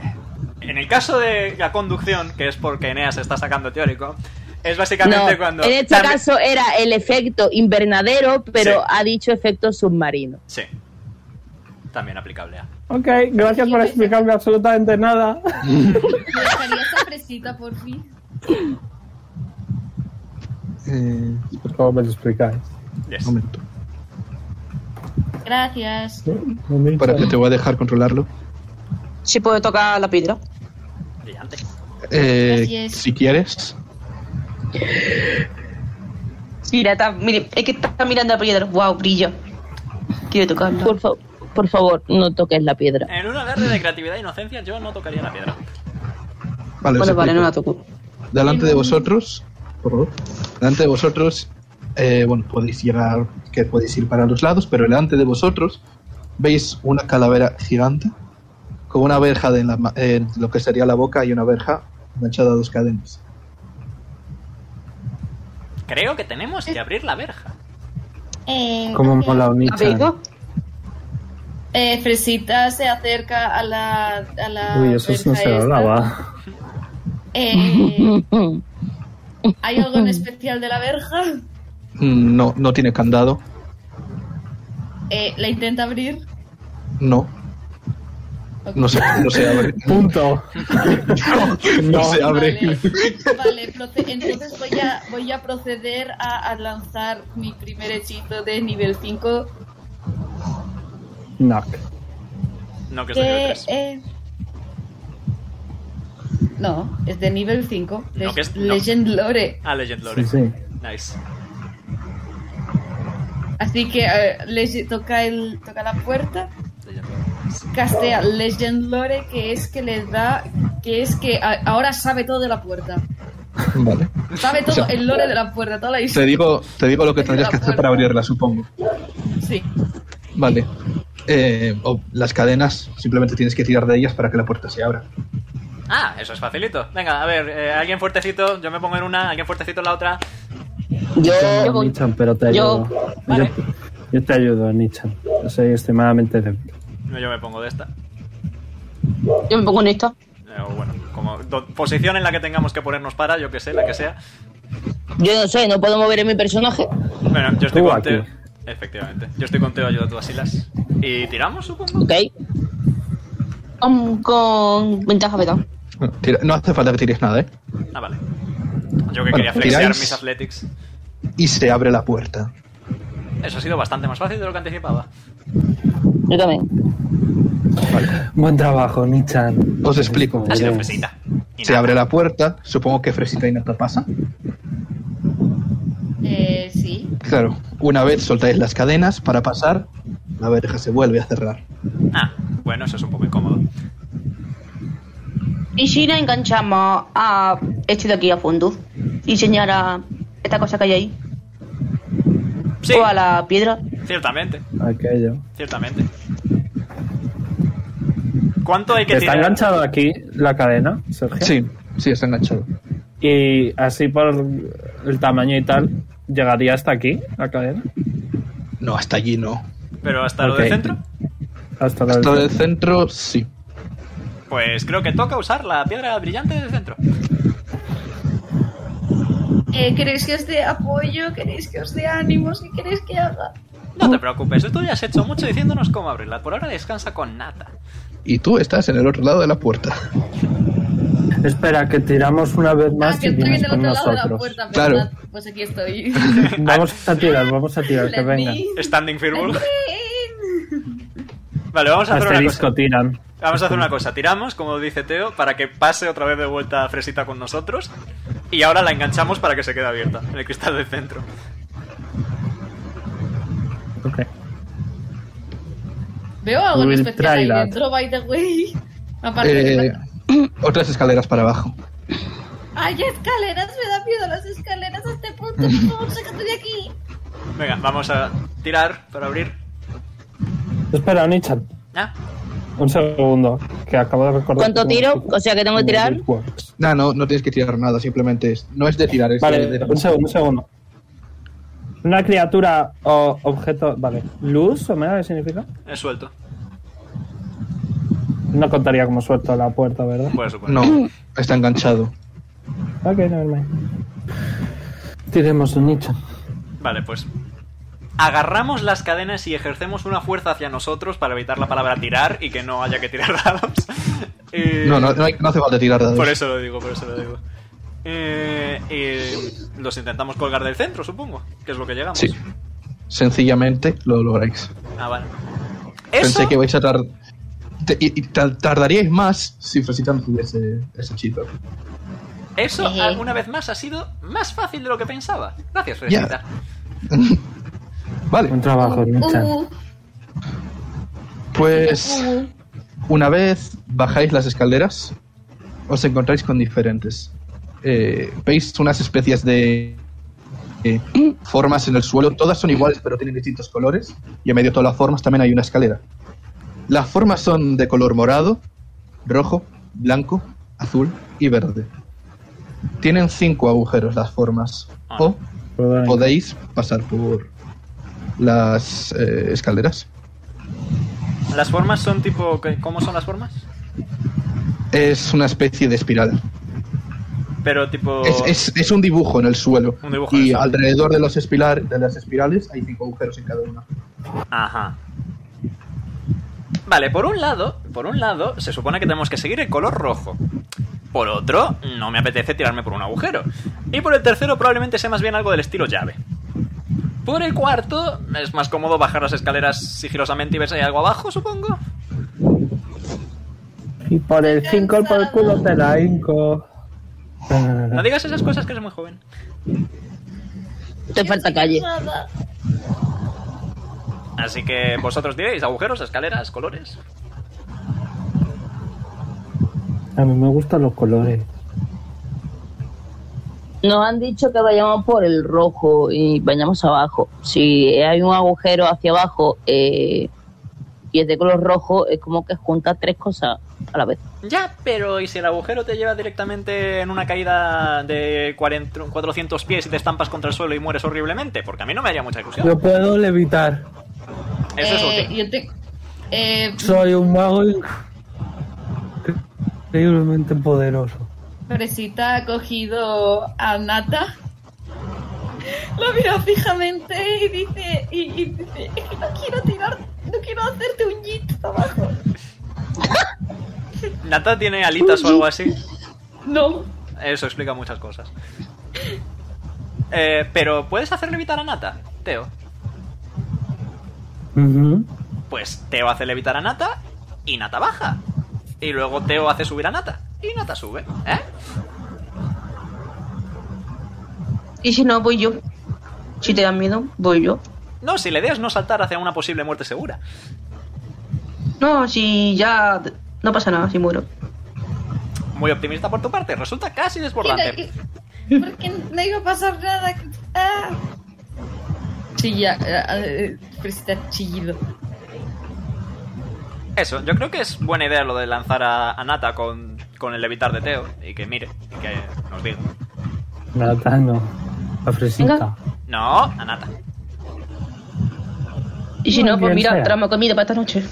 Speaker 1: en el caso de la conducción, que es porque Eneas está sacando teórico, es
Speaker 5: No,
Speaker 1: básicamente cuando.
Speaker 5: en este
Speaker 1: también-
Speaker 5: caso era el efecto invernadero, pero
Speaker 1: Sí.
Speaker 5: ha dicho efecto submarino.
Speaker 1: Sí. También aplicable a.
Speaker 3: Ok, gracias por explicarme absolutamente nada.
Speaker 4: ¿Me dejarías a Fresita por fin?
Speaker 2: Eh,
Speaker 3: Por favor, me lo explicáis.
Speaker 1: Yes.
Speaker 2: un momento.
Speaker 4: Gracias.
Speaker 2: Para que te voy a dejar controlarlo.
Speaker 7: Si puedo tocar la piedra.
Speaker 1: Brillante.
Speaker 2: Eh,
Speaker 4: Gracias.
Speaker 2: si quieres.
Speaker 7: Mira, está, mire, es que está mirando la piedra. Wow, brilla. Quiero tocarla.
Speaker 5: Por, fa- por favor, no toques la piedra.
Speaker 1: En un agarre de creatividad e inocencia, yo no tocaría la piedra.
Speaker 2: Vale, os
Speaker 7: Bueno, vale,
Speaker 2: explico.
Speaker 7: no la toco.
Speaker 2: delante de vosotros, por favor, delante de vosotros, eh, bueno, podéis llegar, que podéis ir para los lados, pero delante de vosotros veis una calavera gigante con una verja de la ma- en lo que sería la boca y una verja enganchada a dos cadenas.
Speaker 1: Creo que tenemos que abrir la verja.
Speaker 3: Como mola
Speaker 7: ¿La pego?
Speaker 4: Eh, Fresita se acerca a la. A la
Speaker 3: Uy, eso
Speaker 4: verja
Speaker 3: no se
Speaker 4: esta.
Speaker 3: hablaba.
Speaker 4: Eh, ¿Hay algo en especial de la verja?
Speaker 2: Mm, No, no tiene candado,
Speaker 4: Eh, ¿La intenta abrir?
Speaker 2: no. No se, no se abre.
Speaker 3: Punto.
Speaker 2: No se abre.
Speaker 4: Vale, vale, proce- entonces voy a, voy a proceder a, a lanzar mi primer hechizo de nivel 5.
Speaker 3: Knock.
Speaker 1: No, que es de
Speaker 4: Que,
Speaker 1: nivel 3.
Speaker 4: eh, no, es de nivel 5.
Speaker 1: No, que es- no.
Speaker 4: Legend Lore.
Speaker 1: Ah, Legend Lore.
Speaker 3: Sí, sí.
Speaker 1: Nice.
Speaker 4: Así que eh, Lege- toca, el, toca la puerta,
Speaker 1: Legend Lore.
Speaker 4: castea Legend Lore, que es que le da. que es que a- ahora sabe todo de la puerta.
Speaker 2: Vale.
Speaker 4: Sabe
Speaker 2: O
Speaker 4: todo
Speaker 2: sea,
Speaker 4: el lore de la puerta, toda la
Speaker 2: Te
Speaker 4: historia.
Speaker 2: digo, te digo lo que tendrías que hacer para abrirla, supongo.
Speaker 4: Sí.
Speaker 2: Vale. Eh, o las cadenas, simplemente tienes que tirar de ellas para que la puerta se abra.
Speaker 1: Ah, eso es facilito. Venga, a ver, eh, alguien fuertecito, yo me pongo en una, alguien fuertecito en la otra.
Speaker 5: Yo,
Speaker 3: Yo, Nichan, pero te
Speaker 7: yo-
Speaker 3: ayudo.
Speaker 1: vale.
Speaker 3: Yo, yo te ayudo, Nichan. Yo soy extremadamente débil.
Speaker 1: No, yo me pongo de esta.
Speaker 7: Yo me pongo en esta.
Speaker 1: Eh, o bueno, como do- posición en la que tengamos que ponernos para, yo que sé, la que sea.
Speaker 5: yo no sé, no puedo mover en mi personaje.
Speaker 1: Bueno, yo estoy
Speaker 3: Tú
Speaker 1: con
Speaker 3: aquí.
Speaker 1: Teo. Efectivamente. Yo estoy con Teo, ayuda tú a Silas. Y tiramos, supongo.
Speaker 5: Ok.
Speaker 7: Um, con ventaja beta.
Speaker 2: No, tira- no hace falta que tires nada, ¿eh?
Speaker 1: Ah, vale. Yo que
Speaker 2: Bueno,
Speaker 1: quería flexear
Speaker 2: tiráis.
Speaker 1: mis athletics.
Speaker 2: Y se abre la puerta.
Speaker 1: Eso ha sido bastante más fácil de lo que anticipaba.
Speaker 5: Yo también.
Speaker 3: Buen trabajo, Nichan.
Speaker 2: Os explico.
Speaker 1: Ha sido
Speaker 3: Bien.
Speaker 1: fresita. Y
Speaker 2: Se
Speaker 1: nada.
Speaker 2: abre la puerta. Supongo que Fresita y Nata pasan.
Speaker 4: Eh, sí.
Speaker 2: Claro, una vez soltáis las cadenas para pasar, la verja se vuelve a cerrar.
Speaker 1: Ah, bueno, eso es un poco incómodo.
Speaker 7: Y si la enganchamos a este de aquí a fondo y señala esta cosa que hay ahí.
Speaker 1: Sí.
Speaker 7: O a la piedra.
Speaker 1: Ciertamente,
Speaker 8: Aquello.
Speaker 1: ciertamente. ¿Cuánto hay que
Speaker 3: Está
Speaker 1: tirar?
Speaker 3: enganchado aquí la cadena, Sergio.
Speaker 2: Sí, sí, está enganchado.
Speaker 3: Y así por el tamaño y tal, llegaría hasta aquí la cadena.
Speaker 2: No, hasta allí no.
Speaker 1: ¿Pero hasta lo
Speaker 3: Ok.
Speaker 1: del centro?
Speaker 3: Hasta la
Speaker 2: Hasta el centro, sí.
Speaker 1: Pues creo que toca usar la piedra brillante del centro.
Speaker 4: Eh, ¿Queréis que os dé apoyo? ¿Queréis que os dé ánimos? ¿Qué queréis que haga?
Speaker 1: No te preocupes, tú ya has hecho mucho diciéndonos cómo abrirla. Por ahora descansa con nata.
Speaker 2: Y tú estás en el otro lado de la puerta.
Speaker 3: Espera, que tiramos una vez más
Speaker 4: ah, que
Speaker 3: y
Speaker 4: estoy
Speaker 3: vienes
Speaker 4: del
Speaker 3: con
Speaker 4: otro lado de la
Speaker 3: nosotros.
Speaker 4: puerta,
Speaker 2: Claro.
Speaker 4: ¿verdad? Pues aquí estoy.
Speaker 3: Vamos a tirar, vamos a tirar, que
Speaker 4: Let
Speaker 3: venga.
Speaker 4: me
Speaker 1: Standing firm.
Speaker 4: in.
Speaker 1: Vale, vamos a
Speaker 2: Este
Speaker 1: hacer una cosa.
Speaker 3: Asterisco tiran.
Speaker 1: Vamos a hacer una cosa, tiramos, como dice Teo, para que pase otra vez de vuelta Fresita con nosotros. Y ahora la enganchamos para que se quede abierta en el cristal del centro.
Speaker 3: Ok.
Speaker 4: Veo algo en
Speaker 3: Will
Speaker 4: especial ahí
Speaker 3: try that.
Speaker 4: dentro, by the way. Aparte
Speaker 2: Eh,
Speaker 4: de...
Speaker 2: otras escaleras para abajo.
Speaker 4: ¡Ay, escaleras! Me da miedo las escaleras a este punto. Por favor, sácate de aquí.
Speaker 1: Venga, vamos a tirar para abrir.
Speaker 3: Espera, Nichan,
Speaker 1: Ah,
Speaker 3: un segundo, que acabo de recordar.
Speaker 5: ¿Cuánto
Speaker 3: cómo-
Speaker 5: tiro? O sea, que tengo que tirar.
Speaker 3: cómo works.
Speaker 2: No, no, no tienes que tirar nada, simplemente es, no es de tirar, es de-
Speaker 3: Vale,
Speaker 2: de-
Speaker 3: Eh, un segundo, un segundo. Una criatura o objeto. Vale, luz, o mega, ¿qué significa?
Speaker 1: he suelto.
Speaker 3: No contaría como suelto la puerta, ¿verdad?
Speaker 1: Bueno, supongo.
Speaker 2: No, está enganchado.
Speaker 3: Ok, nevermind. Tiremos un nicho.
Speaker 1: Vale, pues. Agarramos las cadenas y ejercemos una fuerza hacia nosotros para evitar la palabra tirar y que no haya que tirar dados. Eh,
Speaker 2: No, no, no, hay- no hace falta tirar dados.
Speaker 1: Por eso lo digo, por eso lo digo. Eh, y los intentamos colgar del centro, supongo, que es lo que llegamos.
Speaker 2: Sí. Sencillamente lo lográis.
Speaker 1: Ah, vale.
Speaker 2: Pensé
Speaker 1: Eso,
Speaker 2: que vais a tardar. y, y tar- tardaríais más si Fresita no tuviese ese hechizo.
Speaker 1: eso
Speaker 5: Ejé.
Speaker 1: alguna vez más ha sido más fácil de lo que pensaba. Gracias, Fresita.
Speaker 2: Vale,
Speaker 3: Un trabajo, Nichan.
Speaker 4: Uh,
Speaker 2: pues. Una vez bajáis las escaleras, os encontráis con diferentes. Eh, veis unas especies de eh, formas en el suelo, todas son iguales pero tienen distintos colores, y en medio de todas las formas también hay una escalera. Las formas son de color morado, rojo, blanco, azul y verde. Tienen cinco agujeros las formas, o
Speaker 3: Perdón.
Speaker 2: podéis pasar por las eh, escaleras.
Speaker 1: Las formas son tipo. ¿qué- ¿Cómo son las formas?
Speaker 2: Es una especie de espiral.
Speaker 1: Pero tipo.
Speaker 2: Es, es- es un dibujo en el suelo.
Speaker 1: Oh. Un dibujo en el
Speaker 2: y
Speaker 1: suelo.
Speaker 2: alrededor de, los espilar- de las espirales hay cinco agujeros en cada una.
Speaker 1: Ajá. Vale, por un lado, por un lado, se supone que tenemos que seguir el color rojo. Por otro, no me apetece tirarme por un agujero. Y por el tercero, probablemente sea más bien algo del estilo llave. Por el cuarto, es más cómodo bajar las escaleras sigilosamente y ver si hay algo abajo, supongo.
Speaker 3: Y por el 5 por el culo te la hinco. Eh,
Speaker 1: No digas esas cosas que eres muy joven.
Speaker 5: Te falta calle.
Speaker 1: Así que vosotros diréis, agujeros, escaleras, colores.
Speaker 3: A mí me gustan los colores.
Speaker 5: Nos han dicho que vayamos por el rojo y vayamos abajo. Si hay un agujero hacia abajo eh, y es de color rojo, es como que junta tres cosas a la vez.
Speaker 1: Ya, pero ¿y si el agujero te lleva directamente en una caída de 40 400 pies y te estampas contra el suelo y mueres horriblemente? Porque a mí no me haría mucha ilusión.
Speaker 3: Yo puedo levitar.
Speaker 1: Eso es
Speaker 4: eh,
Speaker 1: útil.
Speaker 4: yo te... eh,
Speaker 3: Soy un mago increíblemente poderoso.
Speaker 4: Fresita ha cogido a Nata. Lo mira fijamente y dice, y, y dice, "Es que no quiero tirar, no quiero hacerte un jit abajo.
Speaker 1: Nata tiene alitas o algo así.
Speaker 4: No,
Speaker 1: Eso explica muchas cosas. Eh, pero ¿puedes hacer levitar a Nata, Teo? Pues Teo hace levitar a Nata y Nata baja. Y luego Teo hace subir a Nata. y no te sube, ¿eh?
Speaker 7: Y si no, voy yo. Si te da miedo, voy yo.
Speaker 1: No, si la idea es no saltar hacia una posible muerte segura.
Speaker 7: No, si ya. No pasa nada, si muero.
Speaker 1: Muy optimista por tu parte, resulta casi desbordante.
Speaker 4: Porque no iba a pasar nada. Ah. Chilla, eh, eh, está chillido.
Speaker 1: Eso, yo creo que es buena idea lo de lanzar a, a Nata con, con el levitar de Teo y que mire, y que nos diga.
Speaker 3: Nata no. La fresita.
Speaker 1: No, a Nata.
Speaker 7: Y si
Speaker 3: Muy
Speaker 7: no,
Speaker 3: bien,
Speaker 7: pues mira,
Speaker 3: sea.
Speaker 7: trama comida para esta noche.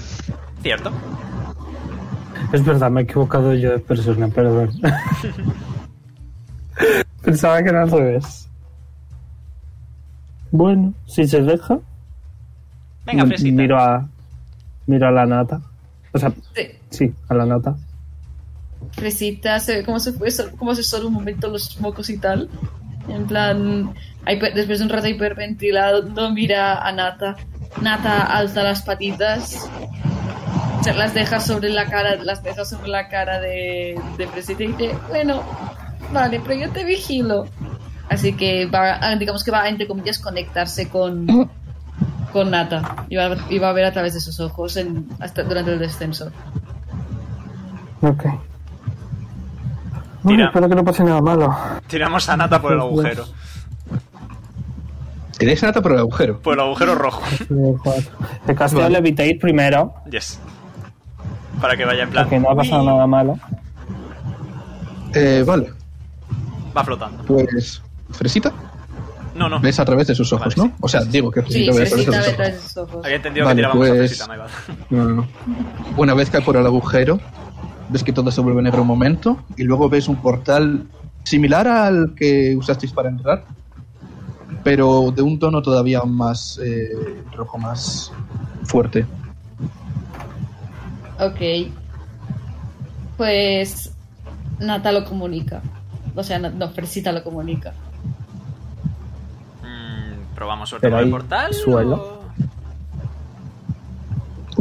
Speaker 1: Cierto.
Speaker 3: Es verdad, me he equivocado yo de persona, perdón. Pensaba que era al revés. Bueno, si se deja.
Speaker 1: Venga,
Speaker 3: m-
Speaker 1: fresita.
Speaker 3: Mm, Miro a. Miro a la nata. O sea, sí, a la nata.
Speaker 4: Fresita, se ve cómo se fue, sol- cómo se solo un momento los mocos y tal. En plan, hiper- después de un rato hiperventilado, mira a Nata. Nata alza las patitas, se las deja sobre la cara, las deja sobre la cara de, de Fresita y dice, bueno, vale, pero yo te vigilo. Así que va, ah, digamos que va a, entre comillas, conectarse con, con Nata. Y va, y va a ver a través de sus ojos en- hasta durante el descenso.
Speaker 3: Ok. Bueno, espero que no pase nada malo.
Speaker 1: Tiramos a Nata por el
Speaker 3: Pues,
Speaker 1: agujero.
Speaker 2: Tenéis nata por el agujero.
Speaker 1: Por el agujero rojo.
Speaker 3: Te casteo
Speaker 2: Vale.
Speaker 3: Levitate primero,
Speaker 1: Yes. Para que vaya en plan.
Speaker 3: porque no ha pasado
Speaker 1: uy,
Speaker 3: nada malo.
Speaker 2: Eh, vale,
Speaker 1: Va flotando.
Speaker 2: pues. Fresita,
Speaker 1: No, no.
Speaker 2: ves a través de sus ojos,
Speaker 1: Ah. Vale,
Speaker 2: ¿no? O sea, digo que
Speaker 4: Sí,
Speaker 2: Fresita ve a través de
Speaker 4: Fresita
Speaker 2: sus
Speaker 4: ve
Speaker 2: ojos.
Speaker 4: tras sus ojos.
Speaker 1: Había entendido
Speaker 2: Vale,
Speaker 1: que tirábamos a
Speaker 2: pues-
Speaker 1: fresita, me va.
Speaker 2: No, no, no. Una vez cae por el agujero, ves que todo se vuelve negro un momento y luego ves un portal similar al que usasteis para entrar, pero de un tono todavía más eh, rojo, más fuerte.
Speaker 4: Ok. Pues Nata lo comunica. O sea, no, no, Fresita lo comunica.
Speaker 1: Mm, probamos suerte
Speaker 3: Pero
Speaker 1: por el
Speaker 3: hay
Speaker 1: portal.
Speaker 3: suelo.
Speaker 1: o-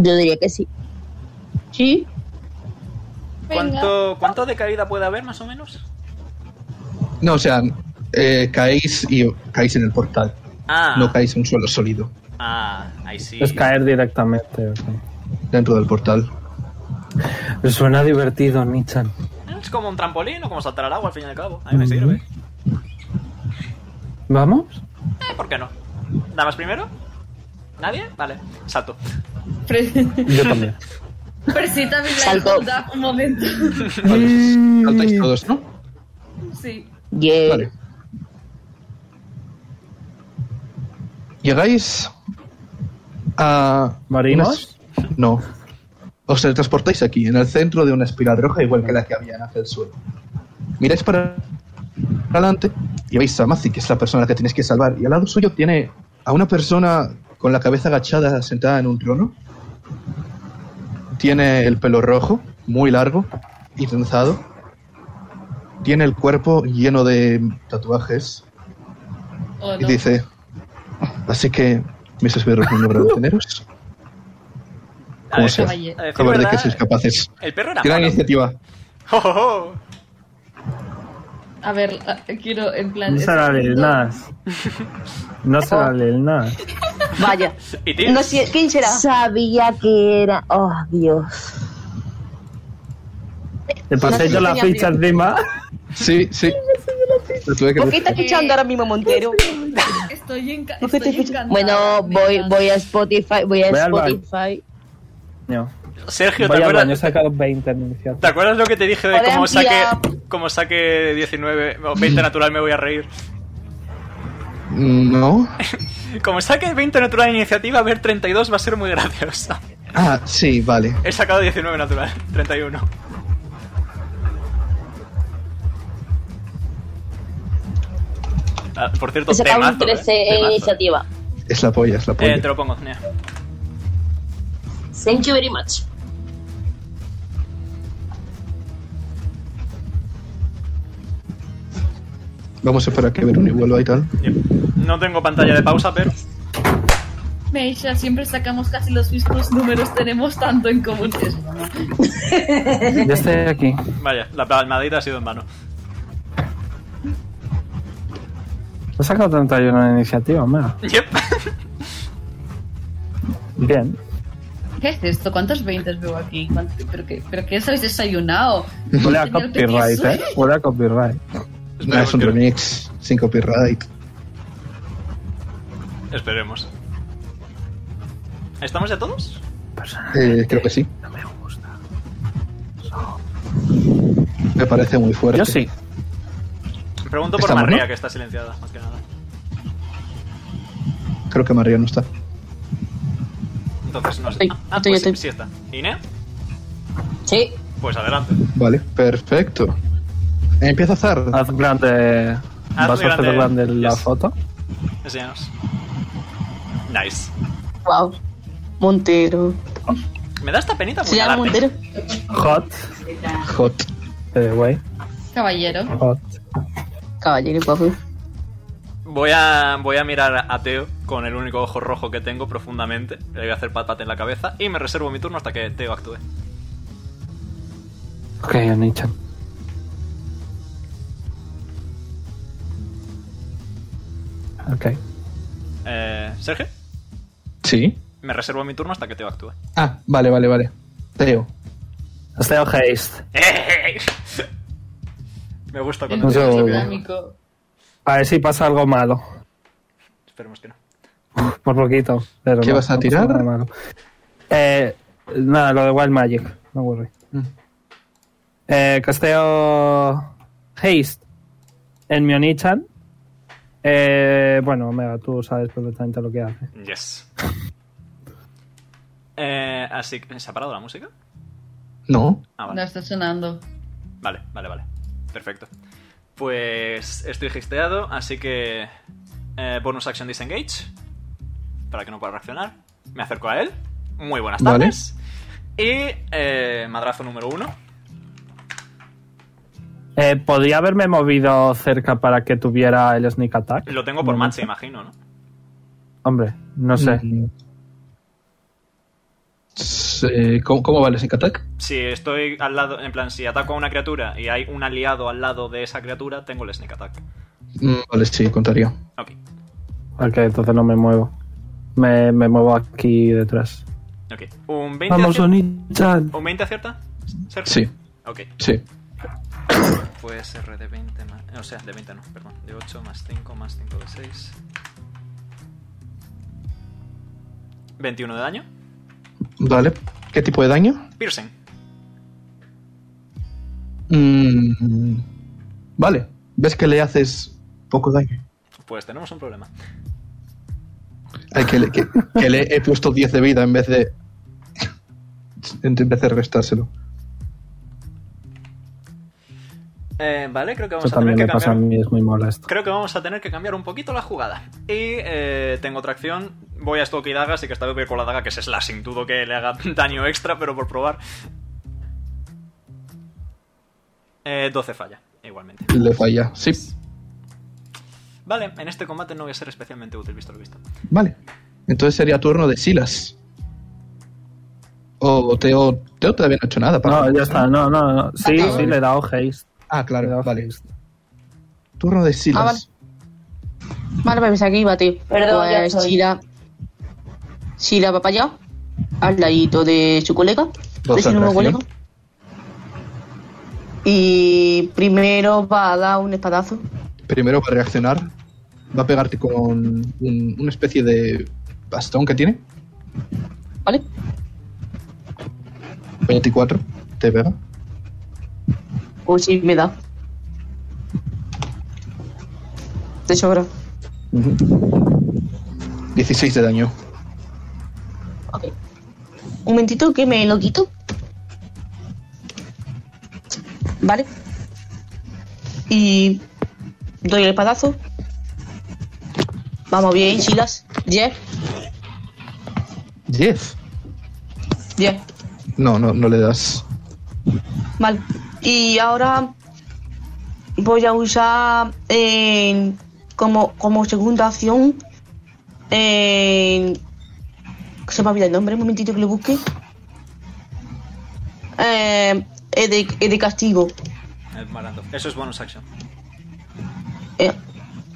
Speaker 5: Yo diría que sí.
Speaker 7: Sí,
Speaker 1: ¿Cuánto, ¿Cuánto de caída puede haber, más o menos?
Speaker 2: No, o sea, eh, caéis y caéis en el portal,
Speaker 1: Ah,
Speaker 2: no caéis en un suelo sólido
Speaker 1: ah ahí sí.
Speaker 3: Es caer directamente. ok.
Speaker 2: dentro del portal.
Speaker 3: Suena divertido, Nichan.
Speaker 1: Es como un trampolín o como saltar al agua al fin y al cabo. A mí me sirve.
Speaker 3: ¿Vamos?
Speaker 1: Eh, ¿Por qué no? ¿Damas primero? ¿Nadie? Vale, salto.
Speaker 4: Fre-
Speaker 3: Yo también.
Speaker 4: Fresita me la
Speaker 5: Saltó.
Speaker 4: hold up un momento.
Speaker 2: Vale, pues, saltáis todos, ¿no?
Speaker 4: Sí.
Speaker 5: Yeah.
Speaker 2: Vale. Llegáis a.
Speaker 3: ¿Morimos?
Speaker 2: unas- Ah, No. Os transportáis aquí, en el centro de una espiral roja, igual que la que había en aquel suelo. Miráis para adelante y veis a Mazi, que es la persona a la que tenéis que salvar. Y al lado suyo tiene a una persona con la cabeza agachada, sentada en un trono. Tiene el pelo rojo, muy largo y trenzado. Tiene el cuerpo lleno de tatuajes
Speaker 4: O
Speaker 2: y
Speaker 4: Oh, no.
Speaker 2: dice, así que, mis esbirros muy bravaceneros,
Speaker 1: A ver,
Speaker 2: sea,
Speaker 1: a decir
Speaker 2: a ver de
Speaker 1: verdad,
Speaker 2: qué sois capaces.
Speaker 1: El perro era
Speaker 2: Gran
Speaker 1: malo.
Speaker 2: iniciativa.
Speaker 1: Oh, oh, oh.
Speaker 4: A ver, la- quiero en plan.
Speaker 3: No será Lil Nas. No será Lil Nas.
Speaker 7: vaya.
Speaker 1: Y tío,
Speaker 7: No sé, ¿quién será?
Speaker 5: Sabía que era. Oh, Dios.
Speaker 3: Te pasé yo la
Speaker 7: Tenía
Speaker 3: ficha encima.
Speaker 2: Sí, sí. Lo tuve que
Speaker 7: ¿Por qué está
Speaker 2: buscar.
Speaker 7: escuchando ahora mismo Montero?
Speaker 4: Estoy, en
Speaker 7: ¿Por qué te
Speaker 4: estoy
Speaker 7: escuchas?
Speaker 4: encantada.
Speaker 5: Bueno, voy, voy a Spotify. Voy a
Speaker 3: Voy al baño.
Speaker 5: Spotify.
Speaker 3: No.
Speaker 1: Sergio, ¿te
Speaker 3: Voy al baño, he
Speaker 1: acuerdas,
Speaker 3: sacado 20 en iniciativa.
Speaker 1: ¿te acuerdas lo que te dije de
Speaker 7: Joder,
Speaker 1: cómo
Speaker 7: amplía.
Speaker 1: saque, cómo saque 19 o 20 natural me voy a reír?
Speaker 2: Mm, No.
Speaker 1: Como saque 20 natural en iniciativa, ver 32 va a ser muy gracioso.
Speaker 2: Ah, sí, vale.
Speaker 1: He sacado 19 natural, 31. Ah, por cierto,
Speaker 5: He sacado un
Speaker 1: temazo, ¿eh?
Speaker 5: 13 en
Speaker 1: Temazo.
Speaker 5: iniciativa.
Speaker 2: Es la polla, es la polla.
Speaker 1: Eh, te lo pongo, mira.
Speaker 5: Thank you very much.
Speaker 2: Vamos a esperar a que Veruni vuelva y tal.
Speaker 1: No tengo pantalla de pausa, pero
Speaker 4: Meisha, siempre sacamos casi los mismos números, tenemos tanto en común. Es broma.
Speaker 3: Yo estoy aquí.
Speaker 1: Vaya, la palmadita ha sido en vano.
Speaker 3: He sacado 31 de iniciativa, mira.
Speaker 1: Yep.
Speaker 3: Bien.
Speaker 4: ¿Qué es esto? ¿Cuántos 20 veo aquí? ¿Cuánto- ¿Pero qué, pero qué os habéis desayunado?
Speaker 3: Huele a
Speaker 4: Señor, ¿qué
Speaker 3: copyright,
Speaker 4: soy?
Speaker 3: eh. Huele a copyright.
Speaker 2: No, es un remix sin copyright.
Speaker 1: Esperemos. ¿Estamos ya todos?
Speaker 2: Eh, creo que sí. Me parece muy fuerte.
Speaker 3: Yo sí.
Speaker 1: Pregunto por
Speaker 2: Estamos,
Speaker 1: María,
Speaker 2: ¿no?
Speaker 1: que está silenciada, más que nada.
Speaker 2: Creo que María no está.
Speaker 1: Entonces no sé.
Speaker 18: Estoy,
Speaker 1: Ah,
Speaker 18: estoy,
Speaker 1: pues sí,
Speaker 18: estoy.
Speaker 1: sí está. ¿Ine?
Speaker 18: Sí.
Speaker 1: Pues adelante.
Speaker 2: Vale, perfecto. Empieza a hacer.
Speaker 3: Haz grande. ¿Vas a hacer grande la
Speaker 1: yes.
Speaker 3: foto?
Speaker 1: Enséñanos. Nice.
Speaker 7: Wow. Montero.
Speaker 1: Me da esta penita
Speaker 7: ¿Se llama
Speaker 1: apuñalarte.
Speaker 7: Montero?
Speaker 3: Hot.
Speaker 2: Hot.
Speaker 3: Eh, güey.
Speaker 4: Caballero.
Speaker 3: Hot.
Speaker 7: Caballero guapo.
Speaker 1: Voy a, voy a mirar a Teo con el único ojo rojo que tengo profundamente. Le voy a hacer patate en la cabeza y me reservo mi turno hasta que Teo actúe.
Speaker 3: Ok, Anichan. Ok.
Speaker 1: Eh, Sergio,
Speaker 2: Sí.
Speaker 1: me reservo mi turno hasta que Teo actúe.
Speaker 2: Ah, vale, vale, vale. Teo.
Speaker 3: Esteo Haste.
Speaker 1: Me gusta
Speaker 4: El
Speaker 1: cuando...
Speaker 2: Yo-
Speaker 4: príncipe islámico.
Speaker 3: A ver si pasa algo malo.
Speaker 1: Esperemos que no.
Speaker 3: Por poquito. Pero
Speaker 2: ¿Qué
Speaker 3: no,
Speaker 2: vas a
Speaker 3: no pasa
Speaker 2: tirar?
Speaker 3: nada malo. Eh, nada, lo de Wild Magic. No worry.
Speaker 2: Mm.
Speaker 3: Eh, casteo Haste en Mionichan. Eh, bueno, Omega, tú sabes perfectamente lo que hace.
Speaker 1: Yes. Eh, así que... ¿Se ha parado la música?
Speaker 2: No.
Speaker 1: Ah,
Speaker 4: No
Speaker 1: vale.
Speaker 4: está sonando.
Speaker 1: Vale, vale, vale. Perfecto. Pues estoy gisteado, así que... eh, bonus action disengage. Para que no pueda reaccionar. Me acerco a él. Muy buenas
Speaker 2: Vale.
Speaker 1: tardes. Y eh, madrazo número uno.
Speaker 3: Eh, Podría haberme movido cerca para que tuviera el sneak attack.
Speaker 1: Lo tengo por
Speaker 3: No,
Speaker 1: match, imagino, ¿no?
Speaker 3: Hombre, no sé.
Speaker 2: Mm. Sí, ¿Cómo, ¿Cómo vale ese attack?
Speaker 1: Si estoy al lado, en plan, si ataco a una criatura y hay un aliado al lado de esa criatura, tengo el sneak attack.
Speaker 2: Mm, Vale, sí, contaría.
Speaker 1: Ok,
Speaker 3: Ok, entonces no me muevo. Me, me muevo aquí detrás.
Speaker 1: ok. ¿Un 20,
Speaker 3: Vamos,
Speaker 1: acierta?
Speaker 3: Onichan.
Speaker 1: ¿Un 20 acierta? Sergio?
Speaker 2: Sí,
Speaker 1: Ok,
Speaker 2: sí.
Speaker 1: pues R de 20 más... eh, O sea, de 20 no, perdón. De 8 más 5 más 5 de 6. 21 de daño.
Speaker 2: Vale. ¿Qué tipo de daño?
Speaker 1: Piercing.
Speaker 2: Mm, Vale. ¿Ves que le haces poco daño?
Speaker 1: Pues tenemos un problema.
Speaker 2: Ay, que, le, que- que le he puesto 10 de vida en vez de. En vez de restárselo.
Speaker 1: Eh, vale, creo que
Speaker 3: Eso
Speaker 1: vamos a tener
Speaker 3: también
Speaker 1: que
Speaker 3: me pasa a
Speaker 1: cambiar...
Speaker 3: mí, es muy molesto.
Speaker 1: Creo que vamos a tener que cambiar un poquito la jugada. Y eh, tengo otra acción. Voy a Stock y Daga, así que esta vez voy con la daga que es Slashing. Dudo que le haga daño extra, pero por probar. Eh, 12 falla, igualmente.
Speaker 2: Le falla. Sí.
Speaker 1: Vale, en este combate no voy a ser especialmente útil, visto lo visto.
Speaker 2: Vale. Entonces sería turno de Silas. O Teo. Teo todavía no ha hecho nada.
Speaker 3: No,
Speaker 2: para-
Speaker 3: ya está, no, no, no. Sí,
Speaker 2: Ah,
Speaker 3: sí,
Speaker 2: vale.
Speaker 3: le he dado haste.
Speaker 2: Ah,
Speaker 3: Le he
Speaker 2: claro.
Speaker 3: dado
Speaker 2: Vale.
Speaker 3: haste.
Speaker 2: Turno de Silas.
Speaker 7: Ah, vale. Vale, pues aquí iba, tío.
Speaker 18: Perdón, ya
Speaker 7: pues
Speaker 18: estoy.
Speaker 7: Shira. Shira va para allá. Al ladito de su colega. De su nuevo
Speaker 2: atracción.
Speaker 7: colega. Y primero va a dar un espadazo.
Speaker 2: Primero va a reaccionar. Va a pegarte con un- una especie de bastón que tiene.
Speaker 7: ¿Vale?
Speaker 2: 24. Te pega.
Speaker 7: O si me da. De sobra.
Speaker 2: 16 de daño.
Speaker 7: Ok. Un momentito que me lo quito. Vale. Y doy el espadazo. Vamos bien, chilas. Yes,
Speaker 2: Jeff.
Speaker 7: yes.
Speaker 2: No, no, no le das.
Speaker 7: Vale. Y ahora voy a usar eh, como, como segunda acción eh, que se me ha olvidado el nombre, un momentito que lo busque. Eh, es, de, es de castigo.
Speaker 10: El marando. Eso es bonus action.
Speaker 7: Eh,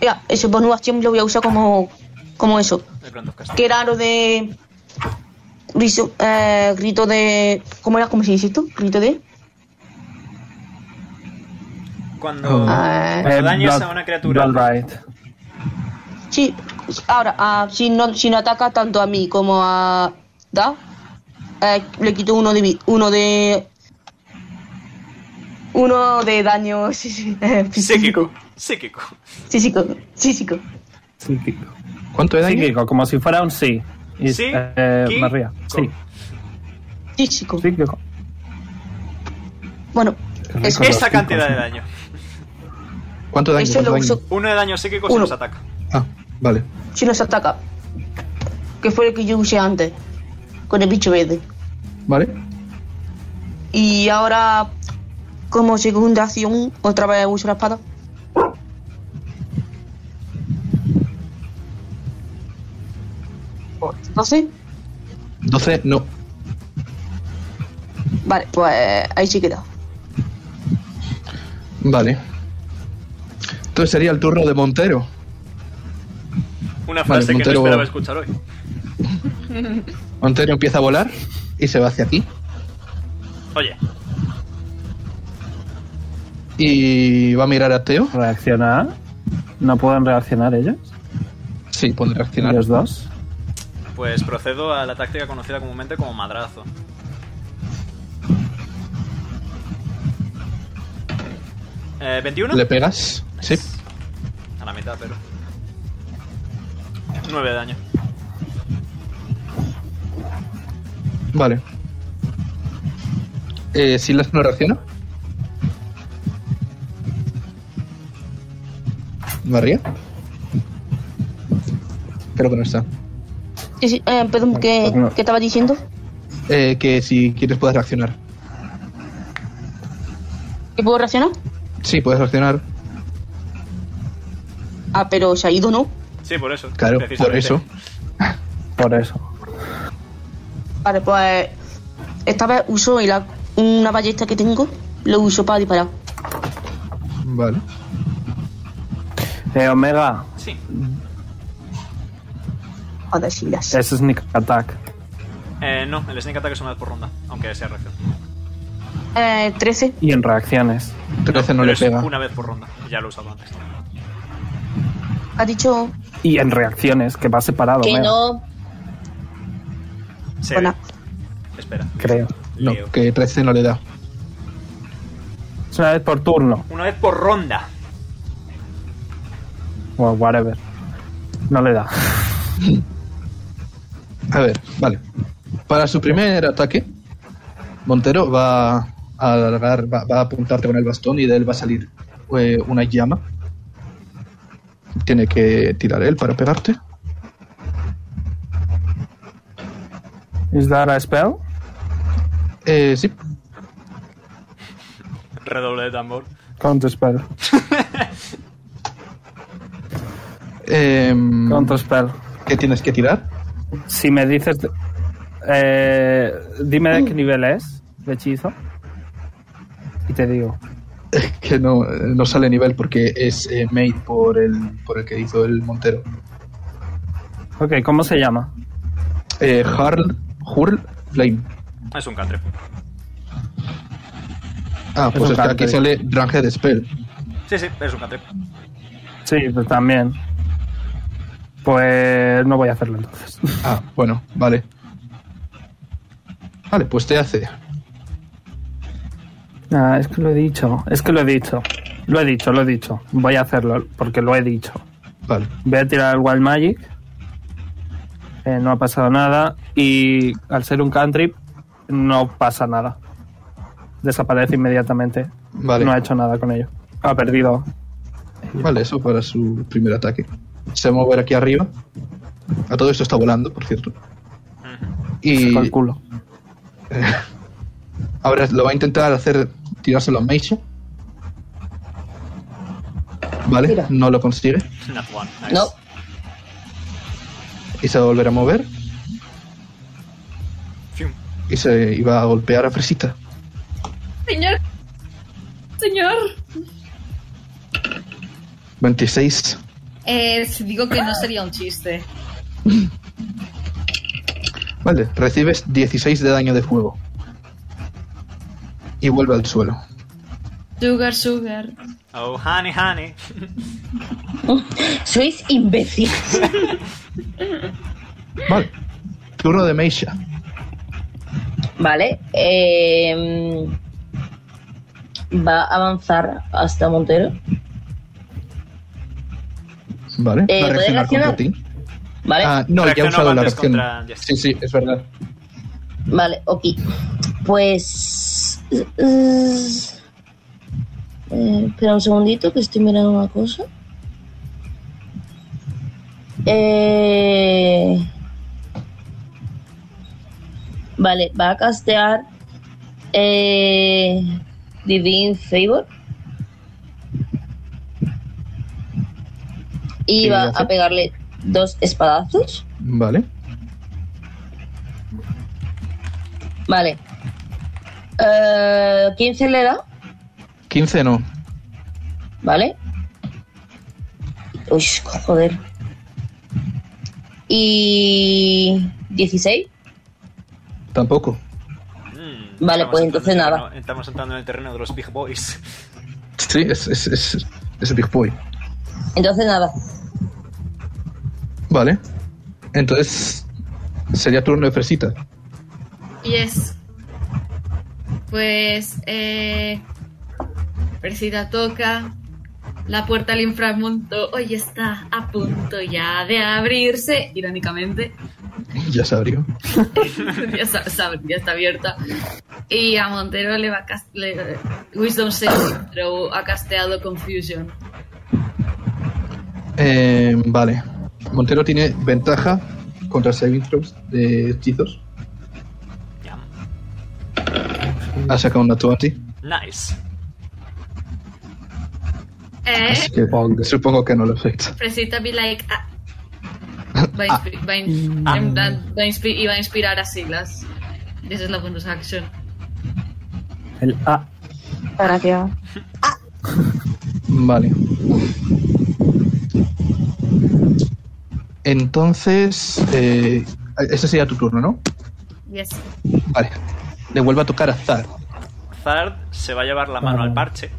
Speaker 7: ya, ese bonus acción lo voy a usar como, como eso.
Speaker 10: El Brand of Cast.
Speaker 7: Que era lo de. rizo- eh, grito de. ¿Cómo era? ¿Cómo se dice esto? Grito de.
Speaker 10: Cuando,
Speaker 7: Ah.
Speaker 10: cuando dañas
Speaker 3: eh, Blood-
Speaker 10: a una criatura.
Speaker 3: Blood Rite.
Speaker 7: Sí, ahora, ah, si, no, si no ataca tanto a mí como a Da, eh, le quito uno de vi- uno de. Uno de daño sí, sí, eh, físico.
Speaker 10: Psíquico. Psíquico.
Speaker 7: Físico. Físico.
Speaker 3: Psíquico.
Speaker 2: ¿Cuánto de daño?
Speaker 3: Psíquico, como si fuera un sí. Y,
Speaker 10: Sí,
Speaker 3: eh,
Speaker 10: qui-
Speaker 3: me ría. Sí,
Speaker 7: Físico.
Speaker 3: psíquico.
Speaker 7: Bueno, eso,
Speaker 3: Con
Speaker 10: Esa
Speaker 3: los
Speaker 10: cantidad de
Speaker 3: picos,
Speaker 10: daño.
Speaker 2: ¿Cuánto daño?
Speaker 7: eso
Speaker 2: ¿Cuánto
Speaker 7: lo
Speaker 2: daño?
Speaker 7: uso
Speaker 10: Uno de daño psíquico si
Speaker 7: Uno.
Speaker 10: nos ataca.
Speaker 2: Ah, vale.
Speaker 7: si nos ataca. Que fue lo que yo usé antes. Con el bicho verde.
Speaker 2: Vale.
Speaker 7: Y ahora, como segunda acción, otra vez uso la espada. Entonces,
Speaker 2: 12, no.
Speaker 7: vale, pues ahí sí queda.
Speaker 2: Vale. Entonces sería el turno de Montero.
Speaker 10: Una
Speaker 2: Vale,
Speaker 10: frase que no
Speaker 2: Montero-
Speaker 10: esperaba escuchar hoy.
Speaker 2: Montero empieza a volar y se va hacia aquí.
Speaker 10: Oye,
Speaker 2: Y va a mirar a Teo.
Speaker 3: Reaccionar. ¿No pueden reaccionar ellos?
Speaker 2: Sí, pone reaccionar.
Speaker 3: Ellos dos.
Speaker 10: pues procedo a la táctica conocida comúnmente como madrazo. Eh, ¿21?
Speaker 2: ¿Le pegas? Sí.
Speaker 10: A la mitad, pero. 9 de daño.
Speaker 2: Vale. Eh, ¿Silas no reacciona? ¿María? Creo que no está.
Speaker 7: Sí, sí, eh, perdón, ¿qué, qué estaba diciendo?
Speaker 2: Eh, que si quieres puedes reaccionar.
Speaker 7: ¿Que puedo reaccionar?
Speaker 2: Sí, puedes reaccionar.
Speaker 7: Ah, pero se ha ido, ¿no?
Speaker 10: Sí, por eso.
Speaker 2: Claro, por
Speaker 10: precisamente.
Speaker 2: eso.
Speaker 3: Por eso.
Speaker 7: Vale, pues esta vez uso el ac- una ballesta que tengo, lo uso para disparar.
Speaker 2: Vale.
Speaker 3: Eh, Omega,
Speaker 10: Sí.
Speaker 7: A ver si las...
Speaker 3: es Sneak Attack.
Speaker 10: Eh, no, el sneak attack es una vez por ronda, aunque sea reacción.
Speaker 7: Eh, 13.
Speaker 3: Y en reacciones.
Speaker 2: 13 no,
Speaker 10: Pero
Speaker 2: le
Speaker 10: es
Speaker 2: pega.
Speaker 10: Una vez por ronda, ya lo he usado antes.
Speaker 7: Ha dicho...
Speaker 3: Y en reacciones, que va separado,
Speaker 5: Que
Speaker 3: Omega,
Speaker 5: no.
Speaker 10: Sí.
Speaker 7: Hola.
Speaker 10: Espera,
Speaker 3: creo.
Speaker 2: No,
Speaker 10: Leo.
Speaker 2: que 13 no le da.
Speaker 3: Es una vez por turno.
Speaker 10: Una vez por ronda.
Speaker 3: O whatever. No le da.
Speaker 2: A ver, vale. Para su primer ataque, Montero va a alargar, va, va a apuntarte con el bastón y de él va a salir eh, una llama. Tiene que tirar él para pegarte.
Speaker 3: ¿Is that a spell?
Speaker 2: Eh, sí,
Speaker 10: Redoble de tambor.
Speaker 3: Counter spell.
Speaker 2: Em,
Speaker 3: Counter spell.
Speaker 2: ¿Qué tienes que tirar?
Speaker 3: Si me dices. de- eh, dime de qué nivel es el hechizo. Y te digo.
Speaker 2: Que no, eh, no sale nivel porque es eh, made por el, por el que hizo el Montero.
Speaker 3: Ok, ¿cómo se llama?
Speaker 2: Eh, Harl, Hurl, Flame.
Speaker 10: Es un cantrip.
Speaker 2: Ah,
Speaker 3: Es
Speaker 2: pues
Speaker 3: un
Speaker 2: es que aquí
Speaker 3: cantrip.
Speaker 2: sale Ranged Spell.
Speaker 10: Sí, sí, es un cantrip.
Speaker 3: Sí, pues también. Pues no voy a hacerlo entonces.
Speaker 2: Ah, bueno, vale. Vale, pues te hace.
Speaker 3: Ah, es que lo he dicho. Es que lo he dicho. Lo he dicho, lo he dicho. Voy a hacerlo porque lo he dicho.
Speaker 2: Vale.
Speaker 3: Voy a tirar el Wild Magic. Eh, no ha pasado nada. Y al ser un cantrip, no pasa nada. Desaparece inmediatamente.
Speaker 2: Vale.
Speaker 3: No ha hecho nada con ello. Ha perdido.
Speaker 2: Vale, eso para su primer ataque. Se va a mover aquí arriba. A todo esto está volando, por cierto. Y
Speaker 3: Con el culo.
Speaker 2: ahora lo va a intentar hacer tirárselo a Meisha. Vale,
Speaker 5: Tira.
Speaker 2: no lo consigue.
Speaker 10: Nat one. Nice.
Speaker 5: No.
Speaker 2: Y se va a volver a mover. y se iba a golpear a Fresita.
Speaker 4: Señor. Señor.
Speaker 2: 26.
Speaker 4: Eh, digo que no sería un chiste.
Speaker 2: Vale, recibes 16 de daño de fuego. Y vuelve al suelo.
Speaker 4: Sugar, sugar.
Speaker 1: Oh, honey, honey.
Speaker 5: Sois imbéciles.
Speaker 2: Vale. Turno de Meisha.
Speaker 5: Vale. eh, va a avanzar hasta Montero.
Speaker 2: Vale.
Speaker 5: Eh,
Speaker 2: va a
Speaker 5: ¿puedes
Speaker 2: reaccionar contra
Speaker 5: reaccionar?
Speaker 2: ti.
Speaker 5: Vale.
Speaker 2: Ah, no, ya ha
Speaker 1: Reaccionó
Speaker 2: usado la
Speaker 1: antes
Speaker 2: reacción.
Speaker 1: contra Jess.
Speaker 2: Sí, sí, es verdad.
Speaker 5: Vale, ok. Pues. mm, eh, espera un segundito que estoy mirando una cosa. Eh, vale, va a castear eh, Divine Favor. Y
Speaker 2: ¿Qué
Speaker 5: va
Speaker 2: hace?
Speaker 5: a pegarle dos espadazos.
Speaker 2: Vale.
Speaker 5: Vale. Eh, 15 le da.
Speaker 2: 15 no.
Speaker 5: ¿Vale? Uy, joder. Y 16.
Speaker 2: Tampoco.
Speaker 1: Mm,
Speaker 5: Vale,
Speaker 1: estamos
Speaker 5: pues
Speaker 1: entrando
Speaker 5: entonces
Speaker 1: en el
Speaker 5: nada.
Speaker 1: terreno- estamos entrando en el terreno de los Big Boys.
Speaker 2: Sí, es, es, es, es Big Boy.
Speaker 5: Entonces nada.
Speaker 2: Vale. Entonces sería turno de Fresita.
Speaker 4: Yes. Pues, eh. Persita toca la puerta al inframundo. Hoy está a punto ya de abrirse, irónicamente.
Speaker 2: Ya se abrió.
Speaker 4: ya, sa- sa- ya está abierta. Y a Montero le va a cas- le- Wisdom Saving Throw ha casteado Confusion.
Speaker 2: Eh, vale. Montero tiene ventaja contra saving throws de hechizos.
Speaker 1: Ya.
Speaker 2: Ha sacado una 20.
Speaker 1: Nice.
Speaker 4: Eh,
Speaker 2: Así que supongo que no lo afecta.
Speaker 4: Fresita be like. ah. Va a, inspi- va a in- en plan, va a inspi- y va a inspirar a Silas. Esa es la bonus action.
Speaker 3: El A.
Speaker 7: Gracias.
Speaker 2: Vale. Entonces, eh, ese sería tu turno, ¿no?
Speaker 4: Yes.
Speaker 2: Vale. Le vuelve a tocar a Zar.
Speaker 1: Zard se va a llevar la
Speaker 2: Ah.
Speaker 1: mano al parche.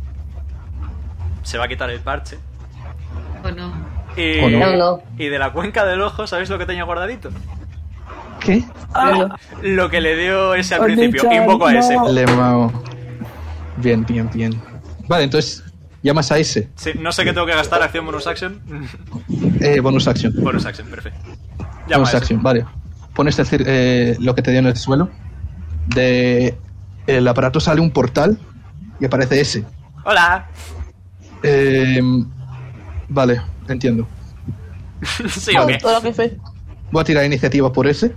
Speaker 1: Se va a quitar el parche.
Speaker 4: O no.
Speaker 1: Y,
Speaker 2: ¿O no?
Speaker 5: No, no.
Speaker 1: y de la cuenca del ojo, ¿sabéis lo que tenía guardadito?
Speaker 2: ¿Qué?
Speaker 1: Lo que le dio ese al
Speaker 13: Ole,
Speaker 1: principio.
Speaker 13: Charlie,
Speaker 1: Y un poco a
Speaker 13: no.
Speaker 1: ese.
Speaker 2: Le mao. Bien, bien, bien. Vale, entonces llamas a ese.
Speaker 1: Sí, no sé qué tengo que gastar. Acción, bonus action.
Speaker 2: Eh, bonus action.
Speaker 1: bonus action, perfecto. Ya
Speaker 2: Bonus action, vale. Pones el cir- eh, lo que te dio en el suelo. De el aparato sale un portal y aparece ese.
Speaker 1: Hola.
Speaker 2: Eh, vale, entiendo.
Speaker 1: sí, ok.
Speaker 7: Todo lo que fue.
Speaker 2: Voy a tirar iniciativa por ese.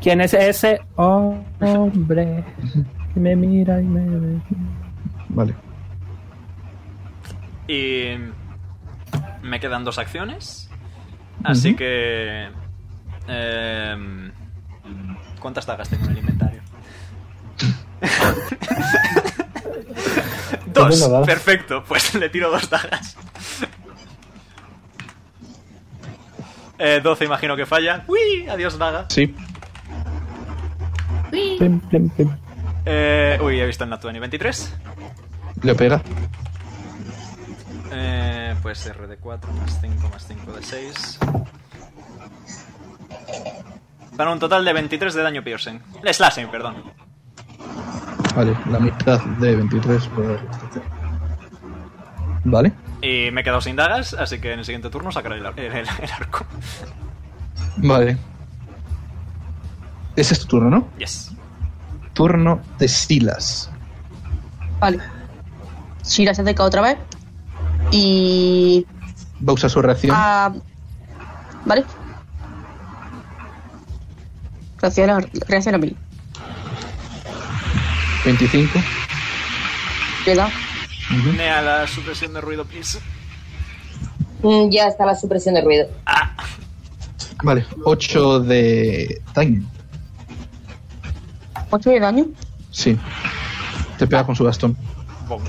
Speaker 3: ¿Quién es ese hombre que me mira y me ve?
Speaker 2: Vale.
Speaker 1: Y me quedan dos acciones. Así
Speaker 2: Ujú.
Speaker 1: que... em, ¿Cuántas dagas tengo en el inventario? dos.
Speaker 13: Tengo dagas.
Speaker 1: Perfecto. Pues le tiro dos dagas. Eh, 12 imagino que falla. ¡Uy! Adiós, daga.
Speaker 2: Sí.
Speaker 4: Uy.
Speaker 13: Plim, plim, plim.
Speaker 1: Eh, uy, he visto el Natuani 23.
Speaker 2: Le pega.
Speaker 1: Eh, pues R de 4 más 5 más 5 de 6. Para un total de 23 de daño piercing. Eh, Slashing, perdón.
Speaker 2: Vale, la mitad de 23 por... Vale.
Speaker 1: Y me he quedado sin dagas, así que en el siguiente turno sacaré el, ar- el- el- el arco.
Speaker 2: Vale. Ese es tu turno, ¿no?
Speaker 1: Yes.
Speaker 2: Turno de Silas.
Speaker 7: Vale. Sí, la se acerca otra vez. Y.
Speaker 2: Va a usar su reacción.
Speaker 7: ah, vale. Gracias a, gracias a mí.
Speaker 2: 25.
Speaker 7: Le da.
Speaker 1: Nea la supresión de ruido, please.
Speaker 5: Mm, Ya está la supresión de ruido.
Speaker 2: Vale, 8 de daño.
Speaker 7: ¿Ocho de daño?
Speaker 2: Sí. Te pega con su bastón.
Speaker 10: Bonk.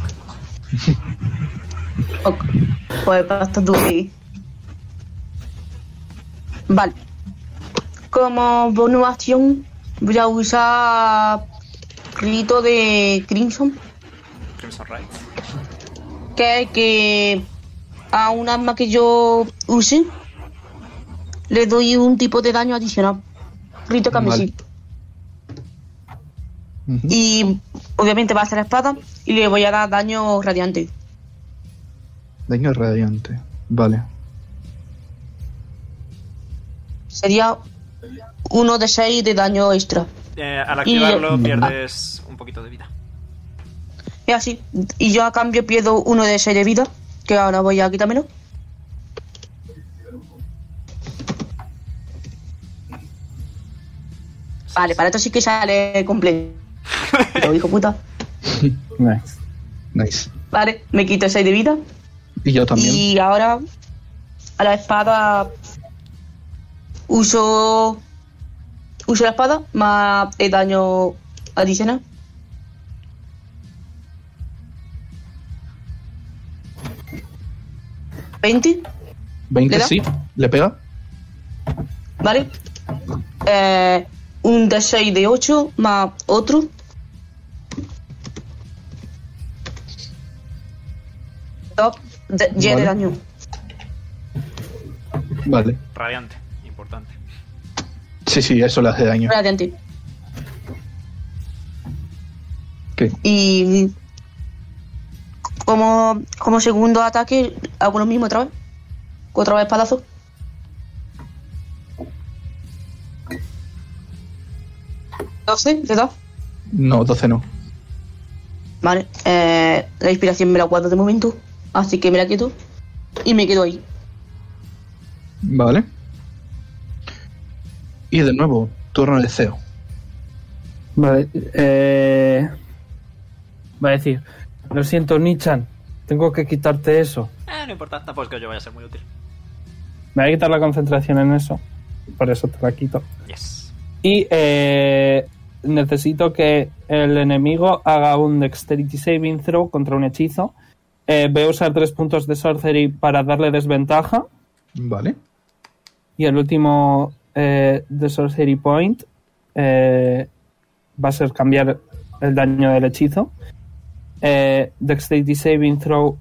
Speaker 7: Ok. Pues bastante duro ahí. Vale. Como bonus acción voy a usar grito de Crimson,
Speaker 10: Crimson Rides.
Speaker 7: que es que a un arma que yo use le doy un tipo de daño adicional. Grito camisí.
Speaker 2: Ujú.
Speaker 7: Y obviamente va a ser espada y le voy a dar daño radiante.
Speaker 2: Daño radiante. Vale.
Speaker 7: Sería uno de seis de daño extra.
Speaker 10: Eh, al
Speaker 7: Y-
Speaker 10: activarlo pierdes un poquito de vida.
Speaker 7: Es así. Y yo a cambio pierdo uno de 6 de vida, que ahora voy a quitármelo. Vale, para esto sí que sale completo. Lo dijo puta.
Speaker 3: Nice.
Speaker 2: Nice.
Speaker 7: Vale, me quito 6 de vida.
Speaker 2: Y yo también.
Speaker 7: Y ahora a la espada uso uso la espada más el daño adicional. ¿20?
Speaker 2: 20
Speaker 7: ¿Le da?
Speaker 2: sí. ¿Le pega?
Speaker 7: ¿Vale? Eh, un de 6 de 8 más otro. Dos de, diez
Speaker 2: Vale.
Speaker 7: de daño.
Speaker 2: Vale.
Speaker 10: Radiante, importante.
Speaker 2: Sí, sí, eso le hace daño.
Speaker 7: Radiante.
Speaker 2: ¿Qué?
Speaker 7: Y como, como segundo ataque hago lo mismo otra vez. Otra vez espadazo. ¿12? ¿Te da?
Speaker 2: No, 12 no.
Speaker 7: Vale. eh, la inspiración me la guardo de momento. Así que me la quito. Y me quedo ahí.
Speaker 2: Vale. Y de nuevo, turno de Ceo.
Speaker 3: Vale, eh, va a decir, lo siento, Nichan, tengo que quitarte eso.
Speaker 10: Eh, no importa, tampoco es que yo vaya a ser muy útil.
Speaker 3: Me voy a quitar la concentración en eso, por eso te la quito.
Speaker 10: Yes.
Speaker 3: Y eh, necesito que el enemigo haga un Dexterity Saving Throw contra un hechizo. Eh, voy a usar tres puntos de Sorcery para darle desventaja.
Speaker 2: Vale.
Speaker 3: Y el último eh, de Sorcery Point eh, va a ser cambiar el daño del hechizo. Eh, Dexterity Saving Throw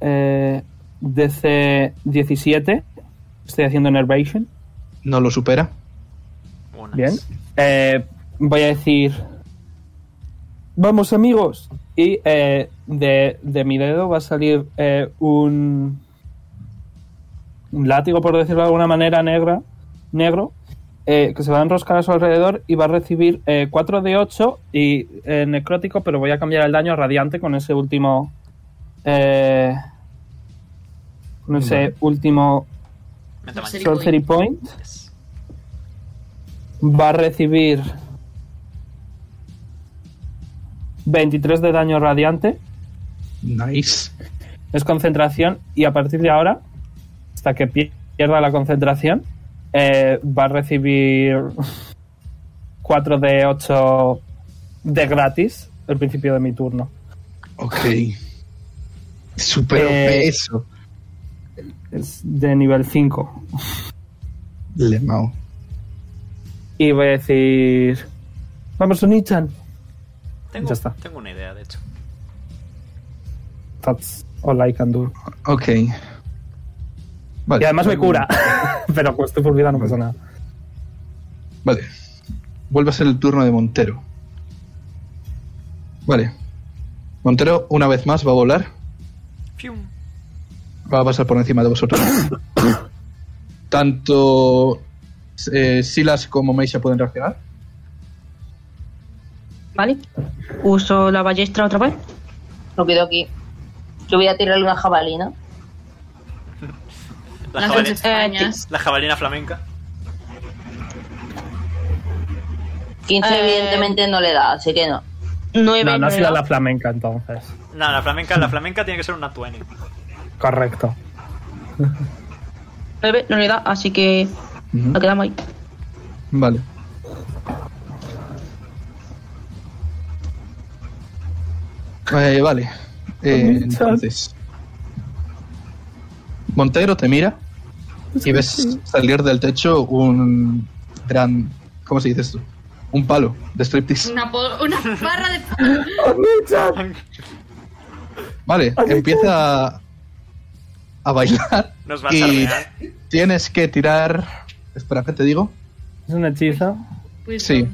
Speaker 3: eh, DC 17. Estoy haciendo Enervation.
Speaker 2: No lo supera.
Speaker 10: Unas.
Speaker 3: Bien. Eh, voy a decir. Vamos, amigos. Y eh, de, de mi dedo va a salir eh, un. Un látigo, por decirlo de alguna manera, negra, negro. eh, que se va a enroscar a su alrededor y va a recibir 4 de 8 y eh, necrótico, pero voy a cambiar el daño a radiante con ese último. Eh, con ese
Speaker 2: Vale.
Speaker 3: último
Speaker 10: Me tamaño.
Speaker 9: Sorcery
Speaker 3: Sorcery Point
Speaker 10: Yes.
Speaker 3: va a recibir 23 de daño radiante,
Speaker 2: Nice.
Speaker 3: es concentración y a partir de ahora, hasta que pi- pierda la concentración, eh, va a recibir 4 de 8 de gratis al principio de mi turno.
Speaker 2: Ok. Super
Speaker 3: Eh.
Speaker 2: eso.
Speaker 3: Es de nivel 5.
Speaker 2: Le mao.
Speaker 3: Y voy a decir... Vamos, Unichan.
Speaker 10: Tengo,
Speaker 3: Ya está.
Speaker 10: tengo una idea, de hecho.
Speaker 3: That's all I can do.
Speaker 2: Ok. Vale.
Speaker 3: Y además me cura. Pero pues estoy por vida, no pasa nada.
Speaker 2: Vale. Vuelve a ser el turno de Montero. Vale. Montero, una vez más, va a volar.
Speaker 10: Fium.
Speaker 2: Va a pasar por encima de vosotros. Tanto eh, Silas como Meisha pueden reaccionar.
Speaker 7: ¿Vale? Uso la ballestra otra vez.
Speaker 5: Lo pido aquí. Yo voy a tirarle una jabalina.
Speaker 10: La,
Speaker 9: Las
Speaker 10: jabali-
Speaker 9: extrañas.
Speaker 10: la jabalina flamenca.
Speaker 5: 15
Speaker 7: Eh.
Speaker 5: evidentemente no le da, así que no.
Speaker 7: 9
Speaker 3: No, no ha sido la flamenca entonces.
Speaker 10: No, la flamenca, la flamenca tiene que ser una 20.
Speaker 3: Correcto.
Speaker 7: 9 no le da, así que
Speaker 2: Ujú.
Speaker 7: Nos quedamos ahí.
Speaker 2: Vale. Eh, vale. Eh, entonces. Montero te mira y ves salir del techo un gran. ¿Cómo se dice esto? Un palo de striptease.
Speaker 4: Una, po- una barra de.
Speaker 2: Vale, empieza a, a bailar.
Speaker 1: Nos vas a
Speaker 2: y
Speaker 1: arruinar.
Speaker 2: tienes que tirar. Espera, ¿qué te digo?
Speaker 13: Es un hechizo.
Speaker 2: Sí.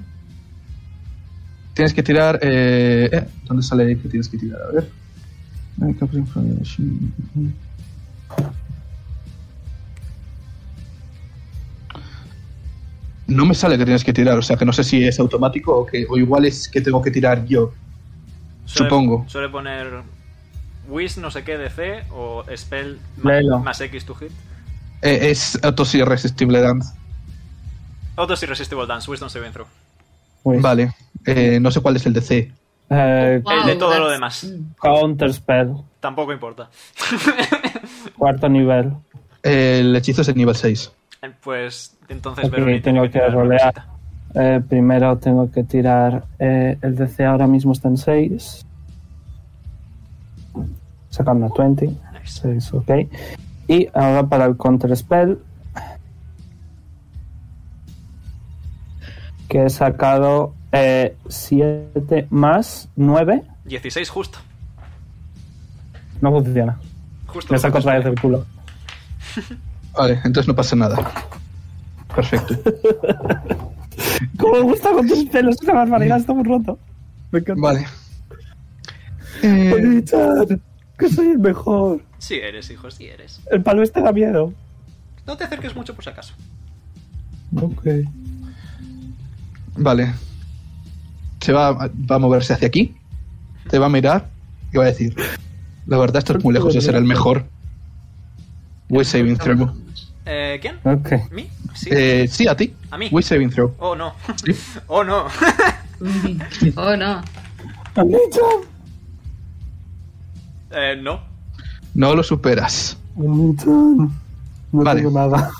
Speaker 2: Tienes que tirar. Eh, eh, ¿Dónde sale que tienes que tirar? A ver. Eh, Capture Information. No me sale que tienes que tirar, o sea que no sé si es automático o que o igual es que tengo que tirar yo.
Speaker 1: Suele-
Speaker 2: Supongo.
Speaker 1: Suele poner Wish no sé qué DC o Spell ma-
Speaker 13: Léelo.
Speaker 1: más X to hit.
Speaker 2: Eh, es autos irresistible dance.
Speaker 1: Autos Irresistible Dance, Wisdom Saving Throw.
Speaker 13: Pues,
Speaker 2: Vale. Eh, no sé cuál es el DC.
Speaker 13: eh,
Speaker 4: Wow,
Speaker 1: el de todo lo
Speaker 4: that's- mm.
Speaker 1: demás.
Speaker 13: counter spell.
Speaker 1: Tampoco importa.
Speaker 13: Cuarto nivel.
Speaker 2: El hechizo es el nivel 6.
Speaker 1: Eh, Pues entonces
Speaker 13: Ok,
Speaker 1: Veroni tiene
Speaker 13: tengo que
Speaker 1: tirar una
Speaker 13: rolear.
Speaker 1: cosita.
Speaker 13: Eh, primero tengo que tirar. eh, el DC ahora mismo está en 6. Sacar una 20.
Speaker 1: Nice.
Speaker 13: 6, ok. Y ahora para el counter spell. Que he sacado 7 más 9.
Speaker 1: 16 justo.
Speaker 13: No funciona.
Speaker 1: Justo.
Speaker 13: Me saco otra vez del culo.
Speaker 2: Vale, entonces no pasa nada. Perfecto.
Speaker 13: Como me gusta con tus pelos, es una barbaridad, está muy roto. Me encanta.
Speaker 2: Vale. Eh,
Speaker 13: Oni-chan, que soy el mejor.
Speaker 1: Sí eres, hijo, sí eres.
Speaker 13: El palo este da miedo.
Speaker 1: No te acerques mucho por si acaso.
Speaker 13: Ok.
Speaker 2: vale. Se va, a- va a moverse hacia aquí. Te va a mirar y va a decir: La verdad, esto es muy lejos de ser el mejor. Will saving throw.
Speaker 1: Eh, ¿Quién?
Speaker 13: Ok.
Speaker 1: ¿Mí? Sí.
Speaker 2: Eh, sí, a ti.
Speaker 1: A mí.
Speaker 2: Will saving throw.
Speaker 1: Oh no. Oh no.
Speaker 4: Oh, no.
Speaker 13: Oni-chan.
Speaker 1: Eh, no.
Speaker 2: No lo superas.
Speaker 13: Oni-chan. No
Speaker 2: Vale.
Speaker 13: tengo nada.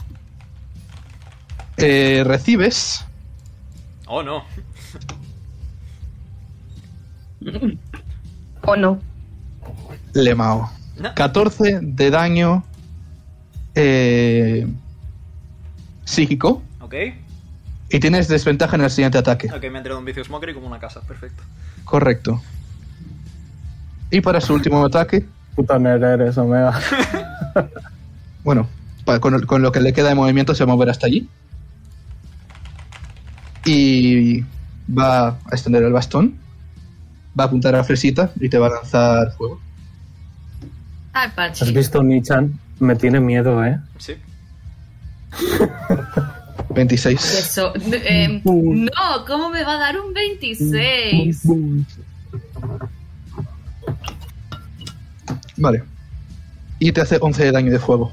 Speaker 2: Eh, recibes
Speaker 1: Oh no.
Speaker 7: ¿O no?
Speaker 2: Lemao.
Speaker 1: No.
Speaker 2: 14 de daño eh, psíquico.
Speaker 1: Ok.
Speaker 2: Y tienes desventaja en el siguiente ataque.
Speaker 1: Ok, me ha entrado un vicio smoker y como una casa. Perfecto.
Speaker 2: Correcto. Y para su último ataque,
Speaker 13: Puta nerd eres, Omega.
Speaker 2: bueno, pa- con, con lo que le queda de movimiento se va a mover hasta allí. Y va a extender el bastón. Va a apuntar a Fresita y te va a lanzar fuego.
Speaker 4: Ay, Ah,
Speaker 13: ¿Has
Speaker 4: Pachi.
Speaker 13: visto Nichan? Me tiene miedo, eh.
Speaker 1: Sí.
Speaker 2: 26.
Speaker 4: Eso. eh, no, ¿cómo me va a dar un 26?
Speaker 2: Vale. Y te hace 11 de daño de fuego.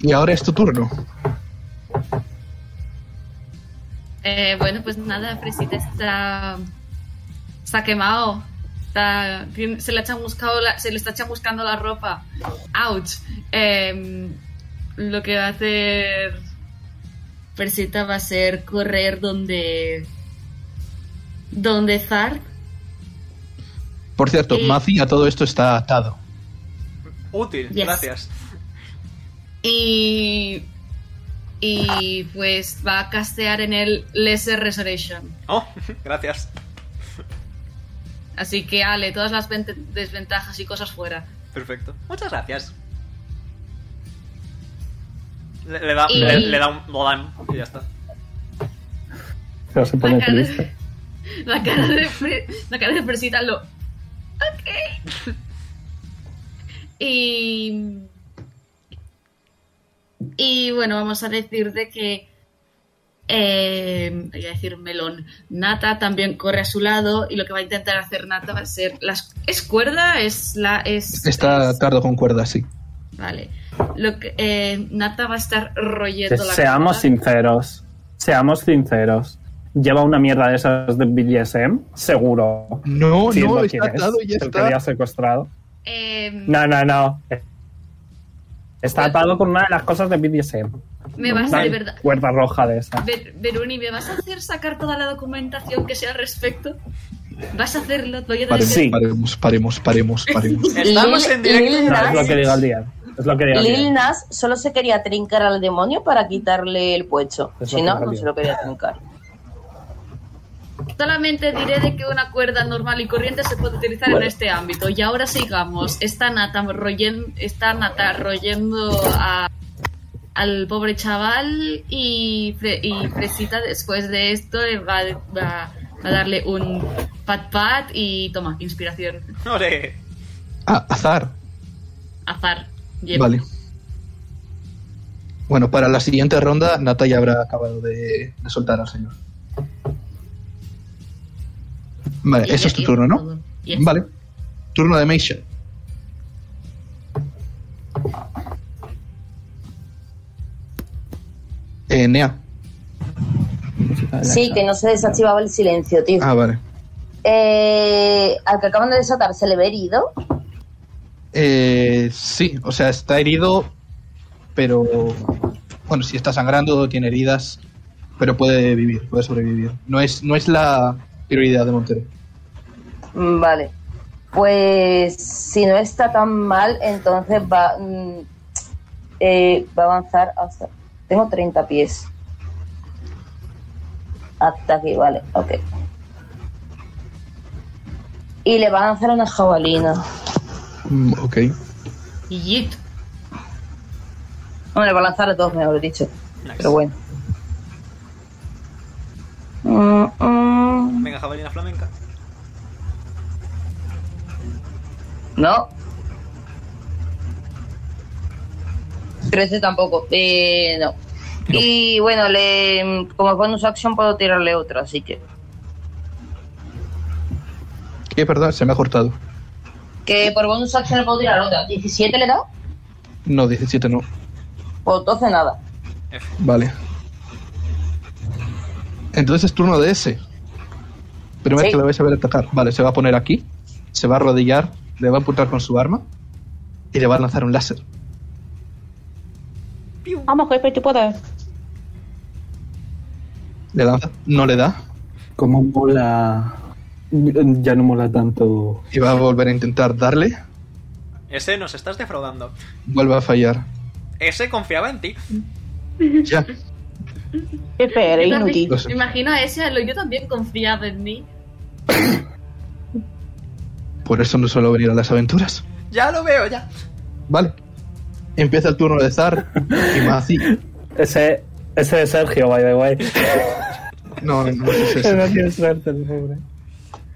Speaker 2: Y ahora es tu turno.
Speaker 4: Eh, bueno, pues nada, Fresita está. Está quemado. Está- tiene- se, le ha chamuscado la- se le está chamuscando la ropa. ¡Ouch! Em, lo que va a hacer. Fresita va a ser correr donde. Donde Zark.
Speaker 2: Por cierto,
Speaker 4: Y-
Speaker 2: Mazi a todo esto está atado.
Speaker 1: Útil.
Speaker 4: Yes.
Speaker 1: Gracias.
Speaker 4: Y. Y pues va a castear en el Lesser Resurrection.
Speaker 1: Oh, gracias.
Speaker 4: Así que, Ale, todas las vente- desventajas y cosas fuera.
Speaker 1: Perfecto. Muchas gracias. Le, le da,
Speaker 4: Y-
Speaker 1: le, le da un Dodan y ya está.
Speaker 13: Pero se pone
Speaker 4: La cara,
Speaker 13: triste.
Speaker 4: de, la cara de Fre- la cara de Fresita lo. Ok. Y. Y bueno, vamos a decir de que. eh, voy a decir melón. Nata también corre a su lado y lo que va a intentar hacer Nata va a ser. Las, ¿Es cuerda? ¿Es la.? Es,
Speaker 2: Está
Speaker 4: es-
Speaker 2: atado con cuerdas, sí.
Speaker 4: vale. Lo que, eh, Nata va a estar royendo la
Speaker 13: Seamos
Speaker 4: cuerda.
Speaker 13: sinceros. Seamos sinceros. Lleva una mierda de esas de BDSM, seguro.
Speaker 2: No,
Speaker 13: Siendo
Speaker 2: no,
Speaker 13: quien
Speaker 2: está
Speaker 13: es,
Speaker 2: atado y ya
Speaker 13: El que
Speaker 4: Eh,
Speaker 13: le
Speaker 2: está.
Speaker 13: ha secuestrado.
Speaker 4: Em,
Speaker 13: No, no, no.
Speaker 3: Está atado con una de las cosas de BDSM.
Speaker 4: Me vas,
Speaker 3: Una
Speaker 4: de verdad.
Speaker 3: Cuerda roja de esta.
Speaker 4: Ver- Veruni, ¿me vas a hacer sacar toda la documentación que sea al respecto? ¿Vas a hacerlo? Voy a tener
Speaker 2: Paremos,
Speaker 4: que-
Speaker 3: Sí.
Speaker 2: paremos, paremos, paremos, paremos.
Speaker 1: Estamos en directo.
Speaker 5: Lil
Speaker 3: es lo
Speaker 5: Nas,
Speaker 3: que diga el día. Es lo que diga el
Speaker 5: Lil
Speaker 3: día.
Speaker 5: Nas solo se quería trincar al demonio para quitarle el puesto.
Speaker 3: Es
Speaker 5: Si no,
Speaker 3: bastante
Speaker 5: no se lo quería trincar.
Speaker 4: Solamente diré de que una cuerda normal y corriente se puede utilizar en este ámbito. Y ahora sigamos. Está Nata royen- está Nata royendo a- al pobre chaval y, Fre- y Fresita después de esto le va, va a darle un pat pat y toma, inspiración.
Speaker 1: Ole.
Speaker 2: Ah, azar.
Speaker 4: Azar. Lleva.
Speaker 2: Vale. Bueno, para la siguiente ronda, Nata ya habrá acabado de, de soltar al señor. Vale,
Speaker 4: Y
Speaker 2: eso
Speaker 4: ya
Speaker 2: es tu
Speaker 4: tiene
Speaker 2: turno, ¿no?
Speaker 4: todo. Yes.
Speaker 2: Vale. Turno de Meisha. Eh, Nea.
Speaker 5: Sí, que no se desactivaba el silencio, tío.
Speaker 2: Ah, vale.
Speaker 5: Eh, al que acaban de desatar se le ve herido.
Speaker 2: Eh, sí, o sea, está herido, pero... Bueno, si está sangrando, tiene heridas, pero puede vivir, puede sobrevivir. No es, no es la prioridad de Montero.
Speaker 5: Mm, Vale. Pues si no está tan mal, entonces va, mm, eh, va a avanzar hasta... Tengo 30 pies. Hasta aquí, vale, ok. Y le va a lanzar una jabalina.
Speaker 2: Mm, ok.
Speaker 4: Y yit.
Speaker 5: No, le va a lanzar dos, mejor dicho.
Speaker 1: Nice.
Speaker 5: Pero bueno. Mm, mm.
Speaker 1: Venga, jabalina flamenca.
Speaker 5: No. 13 tampoco. Eh, no. Y bueno, le, como bonus action puedo tirarle otro, así que.
Speaker 2: Que Eh, perdón, se me ha cortado.
Speaker 5: Que por bonus action le puedo tirar otra. ¿17 le da?
Speaker 2: No, 17 no.
Speaker 5: Pues 12 nada.
Speaker 2: Vale. Entonces es turno de ese. Primero
Speaker 5: Sí.
Speaker 2: que lo vais a ver atacar. Vale, se va a poner aquí. Se va a arrodillar. Le va a apuntar con su arma. Y le va a lanzar un láser.
Speaker 7: Vamos, que es puedes.
Speaker 2: Le lanza. No le da.
Speaker 13: Como mola. Ya no mola tanto.
Speaker 2: Y va a volver a intentar darle.
Speaker 1: Ese nos estás defraudando.
Speaker 2: Vuelve a fallar.
Speaker 1: Ese confiaba en ti.
Speaker 2: Ya.
Speaker 7: Pepe, eres inútil.
Speaker 2: Lo
Speaker 4: Me
Speaker 2: sé.
Speaker 4: imagino a ese, a lo- yo también confiaba en mí.
Speaker 2: Por eso no suelo venir a las aventuras.
Speaker 1: Ya lo veo, ya.
Speaker 2: Vale. Empieza el turno de Zar. Y más así.
Speaker 3: Ese, ese es Sergio, by the way.
Speaker 2: No, no es eso.
Speaker 3: no tiene suerte, el pobre.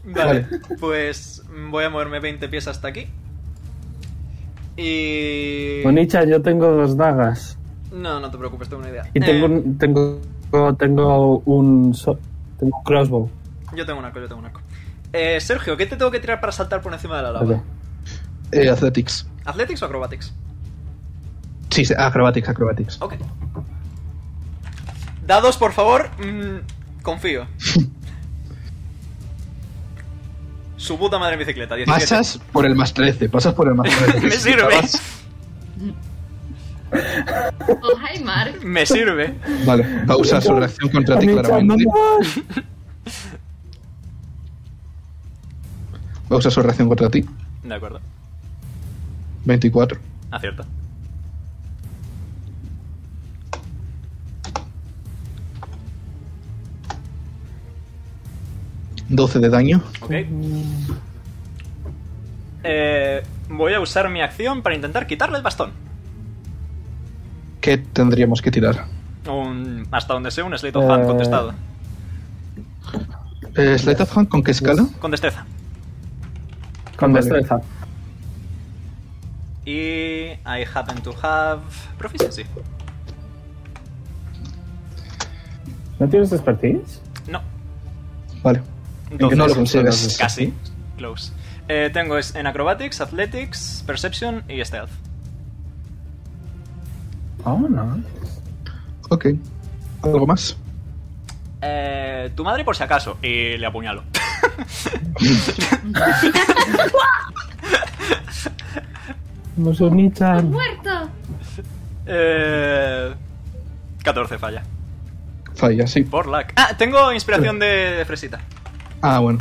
Speaker 1: Vale, pues voy a moverme 20 pies hasta aquí. Y.
Speaker 3: Bonicha, yo tengo dos dagas.
Speaker 1: No, no te preocupes, tengo una idea.
Speaker 3: Y tengo
Speaker 1: Eh,
Speaker 3: un. Tengo, tengo un. so- tengo un crossbow.
Speaker 1: Yo tengo una cosa, yo tengo una cosa. Eh, Sergio, ¿qué te tengo que tirar para saltar por encima de la lava?
Speaker 3: Ok.
Speaker 2: Eh, athletics.
Speaker 1: ¿Athletics o acrobatics?
Speaker 2: Sí, sí, acrobatics, acrobatics.
Speaker 1: Ok. Dados, por favor. mm, confío. Su puta madre en bicicleta, 17.
Speaker 2: Pasas por el más 13. Pasas por el más 13.
Speaker 1: Me sirve.
Speaker 2: Estabas-
Speaker 4: Oh, hi, Mark.
Speaker 1: Me sirve.
Speaker 2: Vale, va a usar su reacción contra ti
Speaker 19: Anicha, no
Speaker 2: claramente.
Speaker 19: me
Speaker 2: Va a usar su reacción contra ti.
Speaker 1: De acuerdo.
Speaker 2: 24.
Speaker 1: Acierta.
Speaker 2: ¿12 de daño?
Speaker 1: Ok. Eh, voy a usar mi acción para intentar quitarle el bastón.
Speaker 2: ¿Qué tendríamos que tirar?
Speaker 1: Un- hasta donde sea un Slate of Hand
Speaker 3: Eh.
Speaker 1: contestado.
Speaker 2: Eh, ¿Slate of Hand con qué escala?
Speaker 1: Con destreza.
Speaker 3: Con
Speaker 2: Vale.
Speaker 3: destreza.
Speaker 1: Y I happen to have proficiency.
Speaker 3: ¿No tienes expertise?
Speaker 1: No.
Speaker 2: Vale. ¿En qué no lo consigues?
Speaker 1: Casi. Close. Eh, tengo es en Acrobatics, Athletics, Perception y Stealth.
Speaker 3: Oh, no.
Speaker 2: Ok. ¿Algo más?
Speaker 1: Eh, tu madre por si acaso. Y le apuñalo.
Speaker 3: No son Nichan.
Speaker 4: ¡Muerto!
Speaker 1: Eh, 14 falla.
Speaker 2: Falla, sí.
Speaker 1: Por lag. Ah, tengo inspiración de, de Fresita.
Speaker 2: Ah, bueno.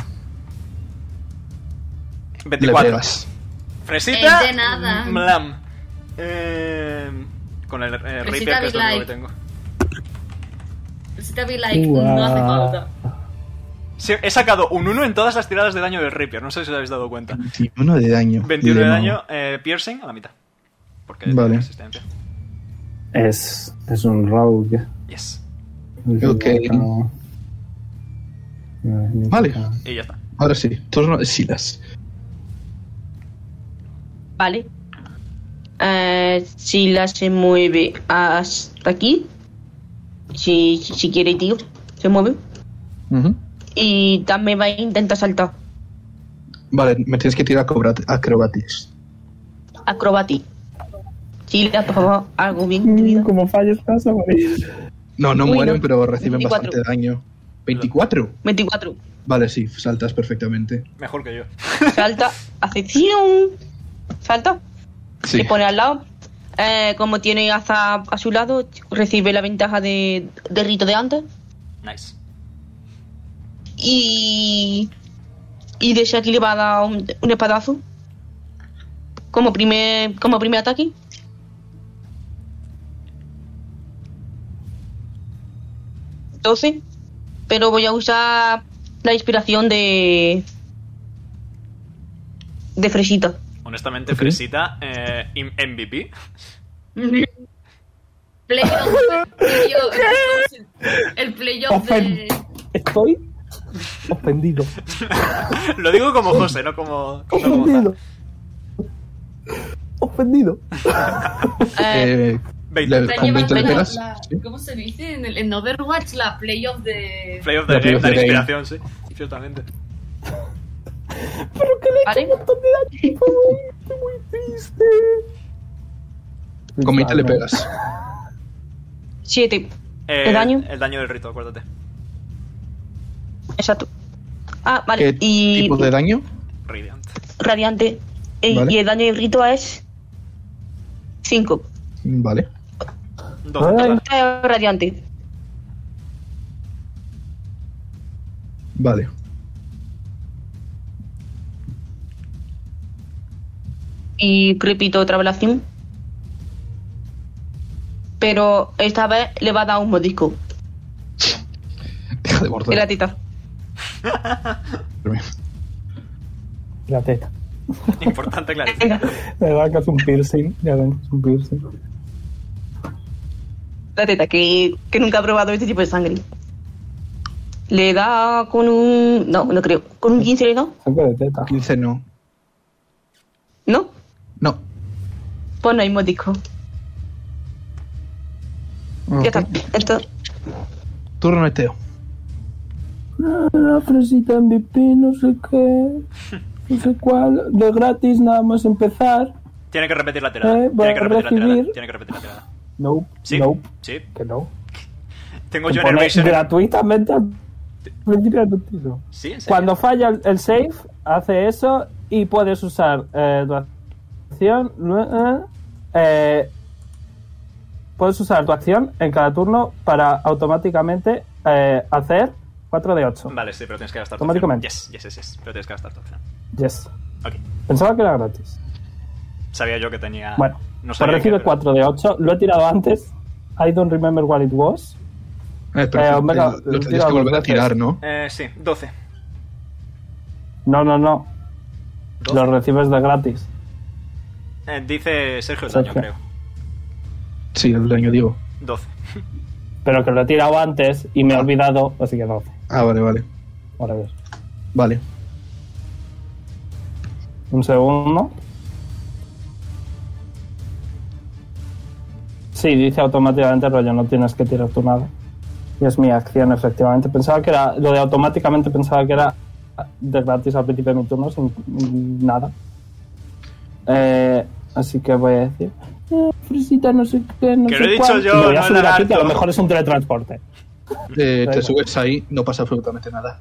Speaker 2: Le
Speaker 1: 24.
Speaker 2: pegas.
Speaker 1: Fresita. Mm,
Speaker 9: Es Eh, de nada.
Speaker 1: Mlam. Eh, con el eh, Rapier,
Speaker 9: Fresita
Speaker 1: que es
Speaker 9: Big
Speaker 1: lo único que
Speaker 9: Life.
Speaker 1: tengo.
Speaker 9: Fresita be like, no hace
Speaker 3: Guau.
Speaker 9: falta.
Speaker 1: Sí, he sacado un 1 en todas las tiradas de daño del Rapier. No sé si os habéis dado cuenta.
Speaker 2: 21 de daño.
Speaker 1: 21 de
Speaker 2: Y
Speaker 1: daño, eh, piercing a la mitad. Porque tiene
Speaker 2: Vale.
Speaker 1: resistencia.
Speaker 20: Es, es un rogue.
Speaker 1: Yes.
Speaker 2: Ok.
Speaker 20: No. No, ni
Speaker 2: Vale.
Speaker 20: puta.
Speaker 1: Y ya está.
Speaker 2: Ahora sí, turno de Silas.
Speaker 7: Vale. Eh, si la se mueve hasta aquí. Si, si quiere, tío. Se mueve.
Speaker 2: Ujú.
Speaker 7: Y también va a intentar saltar.
Speaker 2: Vale, me tienes que tirar acrobat- acrobatics.
Speaker 7: Acrobati. Si la por favor, algo bien en tu vida.
Speaker 20: Mm, Como falles, vas a morir.
Speaker 2: No, no
Speaker 7: Uy,
Speaker 2: mueren,
Speaker 7: no.
Speaker 2: pero reciben
Speaker 7: 24.
Speaker 2: bastante daño. ¿24?
Speaker 7: 24.
Speaker 2: Vale, sí, saltas perfectamente.
Speaker 1: Mejor que yo.
Speaker 7: Salta. Hace ¡zium! Salta.
Speaker 2: Sí.
Speaker 7: Se pone al lado. Eh, como tiene Aza a su lado, recibe la ventaja de, de rito de antes.
Speaker 1: Nice.
Speaker 7: Y. Y de aquí le va a dar un, un espadazo. Como primer, como primer ataque. Entonces, pero voy a usar la inspiración de. de Fresita.
Speaker 1: Honestamente, Fresita, eh, im- MVP.
Speaker 9: Playoff, playoff, el playoff de...
Speaker 3: Estoy ofendido.
Speaker 1: Lo digo como
Speaker 2: Oh.
Speaker 1: José, no como. no como Zara.
Speaker 3: ofendido. Ofendido.
Speaker 7: Eh,
Speaker 2: Eh,
Speaker 1: Veinte.
Speaker 2: le-
Speaker 9: Te
Speaker 2: con
Speaker 9: llevas
Speaker 2: 20 le
Speaker 9: la-
Speaker 2: pegas.
Speaker 9: la-
Speaker 2: Sí.
Speaker 9: ¿Cómo se dice en, el, en Overwatch? La playoff de...
Speaker 1: Play of the
Speaker 2: La play
Speaker 1: game,
Speaker 2: of the
Speaker 1: dar
Speaker 2: game.
Speaker 1: inspiración, sí. Ciertamente.
Speaker 7: ¿vale?
Speaker 2: Con 20 le pegas.
Speaker 7: 7.
Speaker 1: Eh,
Speaker 7: ¿El daño?
Speaker 1: El daño del rito, acuérdate.
Speaker 7: Exacto. Ah,
Speaker 2: ¿Qué
Speaker 7: vale. Y
Speaker 2: tipo de daño?
Speaker 1: Radiant.
Speaker 7: radiante. eh, Y,
Speaker 2: Vale.
Speaker 7: y el daño del rito es. 5.
Speaker 2: Vale.
Speaker 1: 12 en total.
Speaker 7: Eh, Radiante.
Speaker 2: Vale.
Speaker 7: y repito otra vez la acción. Pero esta vez le va a dar un mordisco.
Speaker 2: Deja de
Speaker 7: De la
Speaker 2: bordar.
Speaker 7: tita.
Speaker 3: La teta.
Speaker 1: Importante clarificar.
Speaker 7: Venga,
Speaker 3: La verdad que hace un piercing. Ya ven, es un piercing.
Speaker 7: la teta, que, que nunca ha probado este tipo de sangre. Le da con un. No, no creo. ¿Con un 15 le da?
Speaker 3: Sangre de teta.
Speaker 2: 15 no.
Speaker 7: ¿No?
Speaker 2: No.
Speaker 7: Pues no hay mordisco. Ya está.
Speaker 2: Ok.
Speaker 7: Entonces,
Speaker 2: Turno de Teo.
Speaker 13: Ah, La fresita MVP, no sé qué. No sé cuál. De gratis, nada más empezar.
Speaker 1: Tiene que repetir la tirada.
Speaker 3: Eh, voy
Speaker 1: Tiene que
Speaker 3: a
Speaker 1: repetir la tirada.
Speaker 3: recibir-
Speaker 1: Tiene que repetir la tirada.
Speaker 3: Nope.
Speaker 1: Sí.
Speaker 3: Nope.
Speaker 1: Sí.
Speaker 3: Que no.
Speaker 1: Tengo
Speaker 3: Te pone
Speaker 1: Generation.
Speaker 3: gratuitamente al principio del partido.
Speaker 1: Sí, en serio.
Speaker 3: Cuando falla el, el save, hace eso y puedes usar eh, tu acción. eh, eh, puedes usar tu acción en cada turno para automáticamente eh, hacer 4 de 8.
Speaker 1: Vale, sí, pero tienes que gastar tu
Speaker 3: Automáticamente.
Speaker 1: acción. Yes, yes, yes, yes. Pero tienes que gastar tu acción.
Speaker 3: Yes.
Speaker 1: Ok.
Speaker 3: Pensaba que era gratis.
Speaker 1: Sabía yo que tenía.
Speaker 3: Bueno,
Speaker 1: no
Speaker 3: pues
Speaker 1: sabía
Speaker 3: recibe
Speaker 1: que-
Speaker 3: 4 de 8. Lo he tirado antes. I don't remember what it was.
Speaker 2: Eh, pero
Speaker 3: Eh,
Speaker 2: te-
Speaker 3: Omega,
Speaker 2: lo tendrías
Speaker 3: tira
Speaker 2: que volver a
Speaker 3: dos veces.
Speaker 2: tirar, ¿no?
Speaker 1: Eh, sí, 12.
Speaker 3: No, no, no.
Speaker 1: Doce.
Speaker 3: Lo recibes de gratis.
Speaker 1: Eh, dice Sergio el daño,
Speaker 3: Sergio.
Speaker 1: creo.
Speaker 2: Sí, el daño, digo.
Speaker 1: 12.
Speaker 3: Pero que lo he tirado antes y
Speaker 1: Ah.
Speaker 3: me he olvidado, así que no.
Speaker 2: Ah, vale, vale.
Speaker 3: Ahora ver.
Speaker 2: Vale.
Speaker 3: Un segundo. Sí, dice automáticamente rollo, no tienes que tirar tu nada. Y es mi acción, efectivamente. Pensaba que era. Lo de automáticamente pensaba que era de gratis al principio de mi turno, sin nada. Eh, así que voy a decir. "Eh,
Speaker 13: Ah, fresita, no sé qué. No
Speaker 1: Que
Speaker 13: sé
Speaker 1: lo he dicho
Speaker 13: cuál.
Speaker 3: me
Speaker 1: yo,
Speaker 3: voy a
Speaker 1: no
Speaker 3: subir aquí, que a lo
Speaker 1: lagarto.
Speaker 3: mejor es un teletransporte.
Speaker 2: Eh, te
Speaker 3: Venga.
Speaker 2: subes ahí, no pasa absolutamente nada.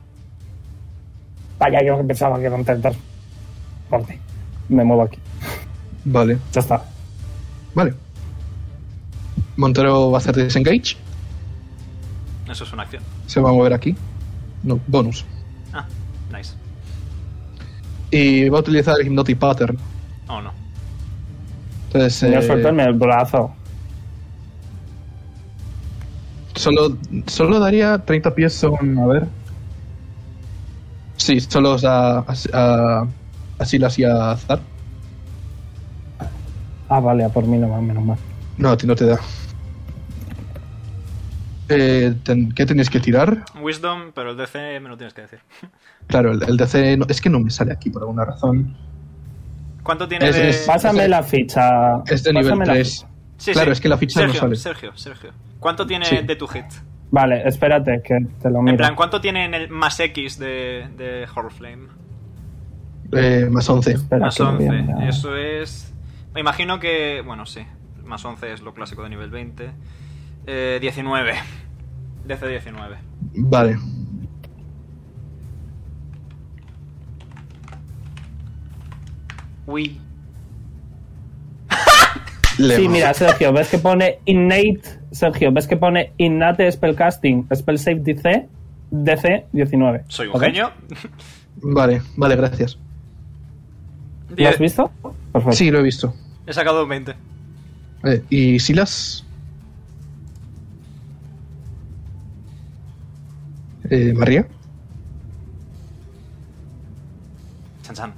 Speaker 3: Vaya, yo pensaba que era un teletransporte. Me muevo aquí.
Speaker 2: Vale,
Speaker 3: Ya está.
Speaker 2: vale. Montero va a hacer disengage.
Speaker 10: Eso es una acción.
Speaker 2: Se va a mover aquí. No, bonus.
Speaker 10: Ah, nice.
Speaker 2: Y va a utilizar el Hypnotic Pattern.
Speaker 10: Oh, no.
Speaker 2: Entonces.
Speaker 3: Voy a
Speaker 2: eh,
Speaker 3: soltarme el brazo.
Speaker 2: Solo, solo daría 30 pies son, a ver. Sí, solo os da a, a, a Silas y a Zar.
Speaker 3: Ah, vale, a por mí no más, menos mal.
Speaker 2: No, a ti no te da. Eh, ten- ¿Qué tenéis que tirar?
Speaker 10: Wisdom, pero el DC me lo tienes que decir.
Speaker 2: Claro, el, el DC no- es que no me sale aquí por alguna razón.
Speaker 10: ¿Cuánto tiene
Speaker 2: Es-
Speaker 10: de...?
Speaker 2: es-
Speaker 3: Pásame la ficha.
Speaker 2: Es de Este nivel
Speaker 3: Pásame la
Speaker 2: 3.
Speaker 3: ficha.
Speaker 10: Sí,
Speaker 2: claro,
Speaker 10: sí.
Speaker 2: es que la ficha
Speaker 10: Sergio,
Speaker 2: no sale.
Speaker 10: Sergio, Sergio. ¿Cuánto tiene
Speaker 2: Sí.
Speaker 10: de tu hit?
Speaker 3: Vale, espérate, que te lo
Speaker 10: En
Speaker 3: miro.
Speaker 10: plan, ¿cuánto tiene en el más X de, de Horrorflame?
Speaker 2: Eh, más 11.
Speaker 3: Espera,
Speaker 10: Más
Speaker 3: que lo voy a
Speaker 10: 11.
Speaker 3: mirar.
Speaker 10: Eso es... Me imagino que... Bueno, sí. Más 11 es lo clásico de nivel 20. Eh, 19. DC 19.
Speaker 2: Vale.
Speaker 10: Uy.
Speaker 2: Le
Speaker 3: Sí,
Speaker 2: va.
Speaker 3: mira, Sergio, ves que pone innate. Sergio, ves que pone innate spellcasting, spell save DC, DC 19.
Speaker 10: Soy un
Speaker 3: ¿Ok?
Speaker 10: genio.
Speaker 2: Vale, vale, gracias.
Speaker 3: ¿Lo has
Speaker 10: Die-
Speaker 3: visto? Perfecto.
Speaker 2: Sí, lo he visto.
Speaker 10: He sacado un 20.
Speaker 2: Eh, ¿Y Silas? Eh, ¿María?
Speaker 10: Chan chan.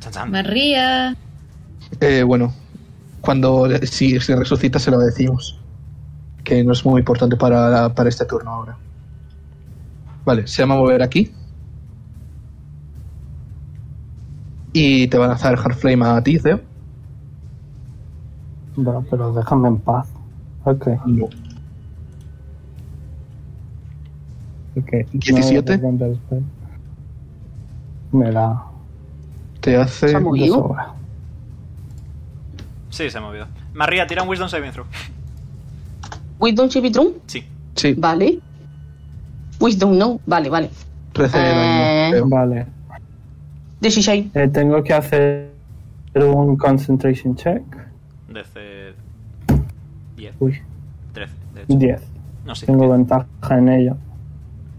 Speaker 10: Chan chan.
Speaker 4: María.
Speaker 2: Eh, bueno, cuando le- si se resucita se lo decimos. Que no es muy importante para, la- para este turno ahora. Vale, se llama mover aquí. Y te va a lanzar Hardflame a ti, Zeo.
Speaker 3: Bueno, pero déjame en paz. Ok,
Speaker 2: No.
Speaker 3: ok.
Speaker 2: 17.
Speaker 3: No me da cuenta el spell. Me da.
Speaker 2: Te hace.
Speaker 7: Se ha
Speaker 3: de
Speaker 7: movido.
Speaker 3: sobra.
Speaker 10: Sí, se ha movido. María, tira un Wisdom Saving Throw.
Speaker 7: Wisdom Saving Throw.
Speaker 10: Sí.
Speaker 2: Sí,
Speaker 7: Vale. Wisdom no. Vale, vale.
Speaker 2: 13 de daño,
Speaker 7: Eh.
Speaker 2: Zeo.
Speaker 3: Vale.
Speaker 7: 16.
Speaker 3: Eh, tengo que hacer un concentration check.
Speaker 10: DC 10.
Speaker 3: Uy,
Speaker 10: 13, de hecho.
Speaker 3: 10.
Speaker 10: No, sí.
Speaker 3: Tengo ventaja en ello.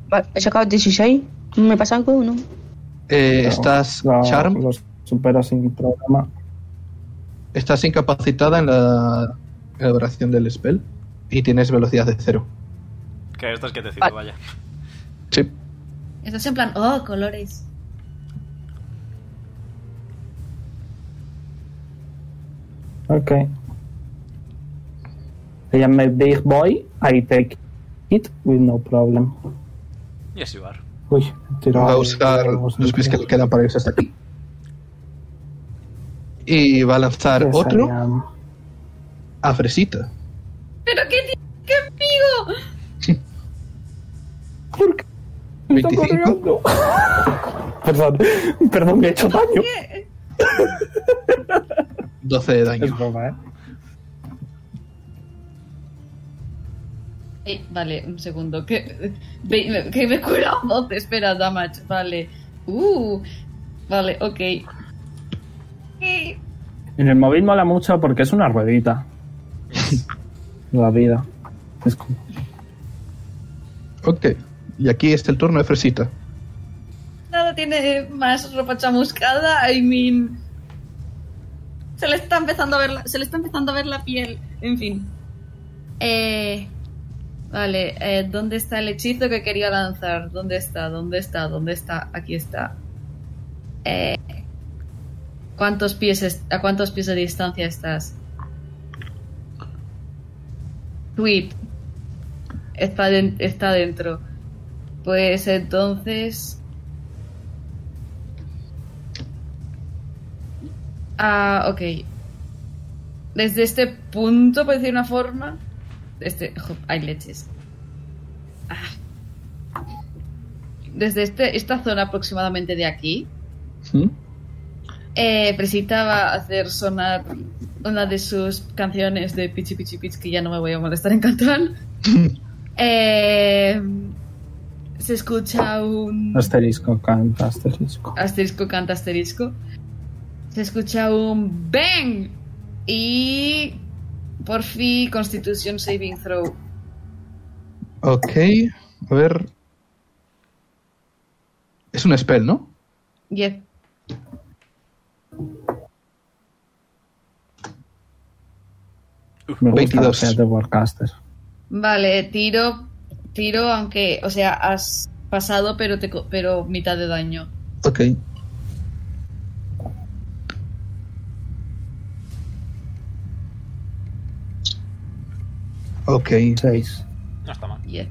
Speaker 7: Vale, he sacado 16. ¿Me pasan con uno?
Speaker 2: Eh,
Speaker 3: No,
Speaker 2: estás
Speaker 3: no,
Speaker 2: charm,
Speaker 3: Los supero sin problema.
Speaker 2: estás incapacitada en la, en la duración del spell y tienes velocidad de cero.
Speaker 10: Que esto es que te cito, vaya.
Speaker 2: Sí.
Speaker 4: Estás en plan, oh, colores.
Speaker 3: Ok. I am a big boy. I take it with no problem.
Speaker 10: Yes, you are.
Speaker 3: Uy, tiro
Speaker 2: va a
Speaker 3: ahí,
Speaker 2: usar
Speaker 3: tiro
Speaker 2: los pies que le quedan para irse hasta aquí. Y va a lanzar
Speaker 3: Yes, I
Speaker 2: otro
Speaker 3: am.
Speaker 2: a Fresita.
Speaker 4: ¿Pero qué tiene conmigo?
Speaker 3: ¿Por qué? Está
Speaker 2: 25.
Speaker 3: corriendo. perdón, perdón, me he hecho daño.
Speaker 2: 12 de
Speaker 3: Es
Speaker 2: daño.
Speaker 3: broma, ¿eh?
Speaker 4: Eh, vale, un segundo. Que, ve- que me cura un doce. Espera, damage. Vale. Uh. Vale, ok. Ok.
Speaker 3: En el móvil mola mucho porque es una ruedita. La vida. Es como-
Speaker 2: Ok. Y aquí está el turno de Fresita.
Speaker 4: Nada tiene más ropa chamuscada. I mean. Se le está empezando a ver la, se le está empezando a ver la piel. En fin. Eh, vale, eh, ¿dónde está el hechizo que quería lanzar? ¿Dónde está? ¿Dónde está? ¿Dónde está? Aquí está. Eh, ¿cuántos pies es- ¿A cuántos pies de distancia estás? Tweet. Está, den- está dentro. Pues entonces. Ah, ok. Desde este punto, por decir una forma. Este. jo, hay leches. Ah. Desde este, esta zona aproximadamente de aquí.
Speaker 2: ¿Mm?
Speaker 4: Eh, Fresita va a hacer sonar una de sus canciones de Pichi Pichi Pich, que ya no me voy a molestar en cantar. Eh, se escucha un
Speaker 3: Asterisco, canta, asterisco.
Speaker 4: asterisco, canta asterisco. Se escucha un bang Y. Por fin, Constitution Saving Throw.
Speaker 2: Ok, a ver. Es un spell, ¿no?
Speaker 4: Yeah.
Speaker 8: Me gusta
Speaker 2: 22.
Speaker 8: ser de Warcaster.
Speaker 4: Vale, tiro. Tiro, aunque. O sea, has pasado, pero, te, co- pero mitad de daño.
Speaker 2: Ok. Ok,
Speaker 8: 6.
Speaker 1: No está mal.
Speaker 4: Yeah.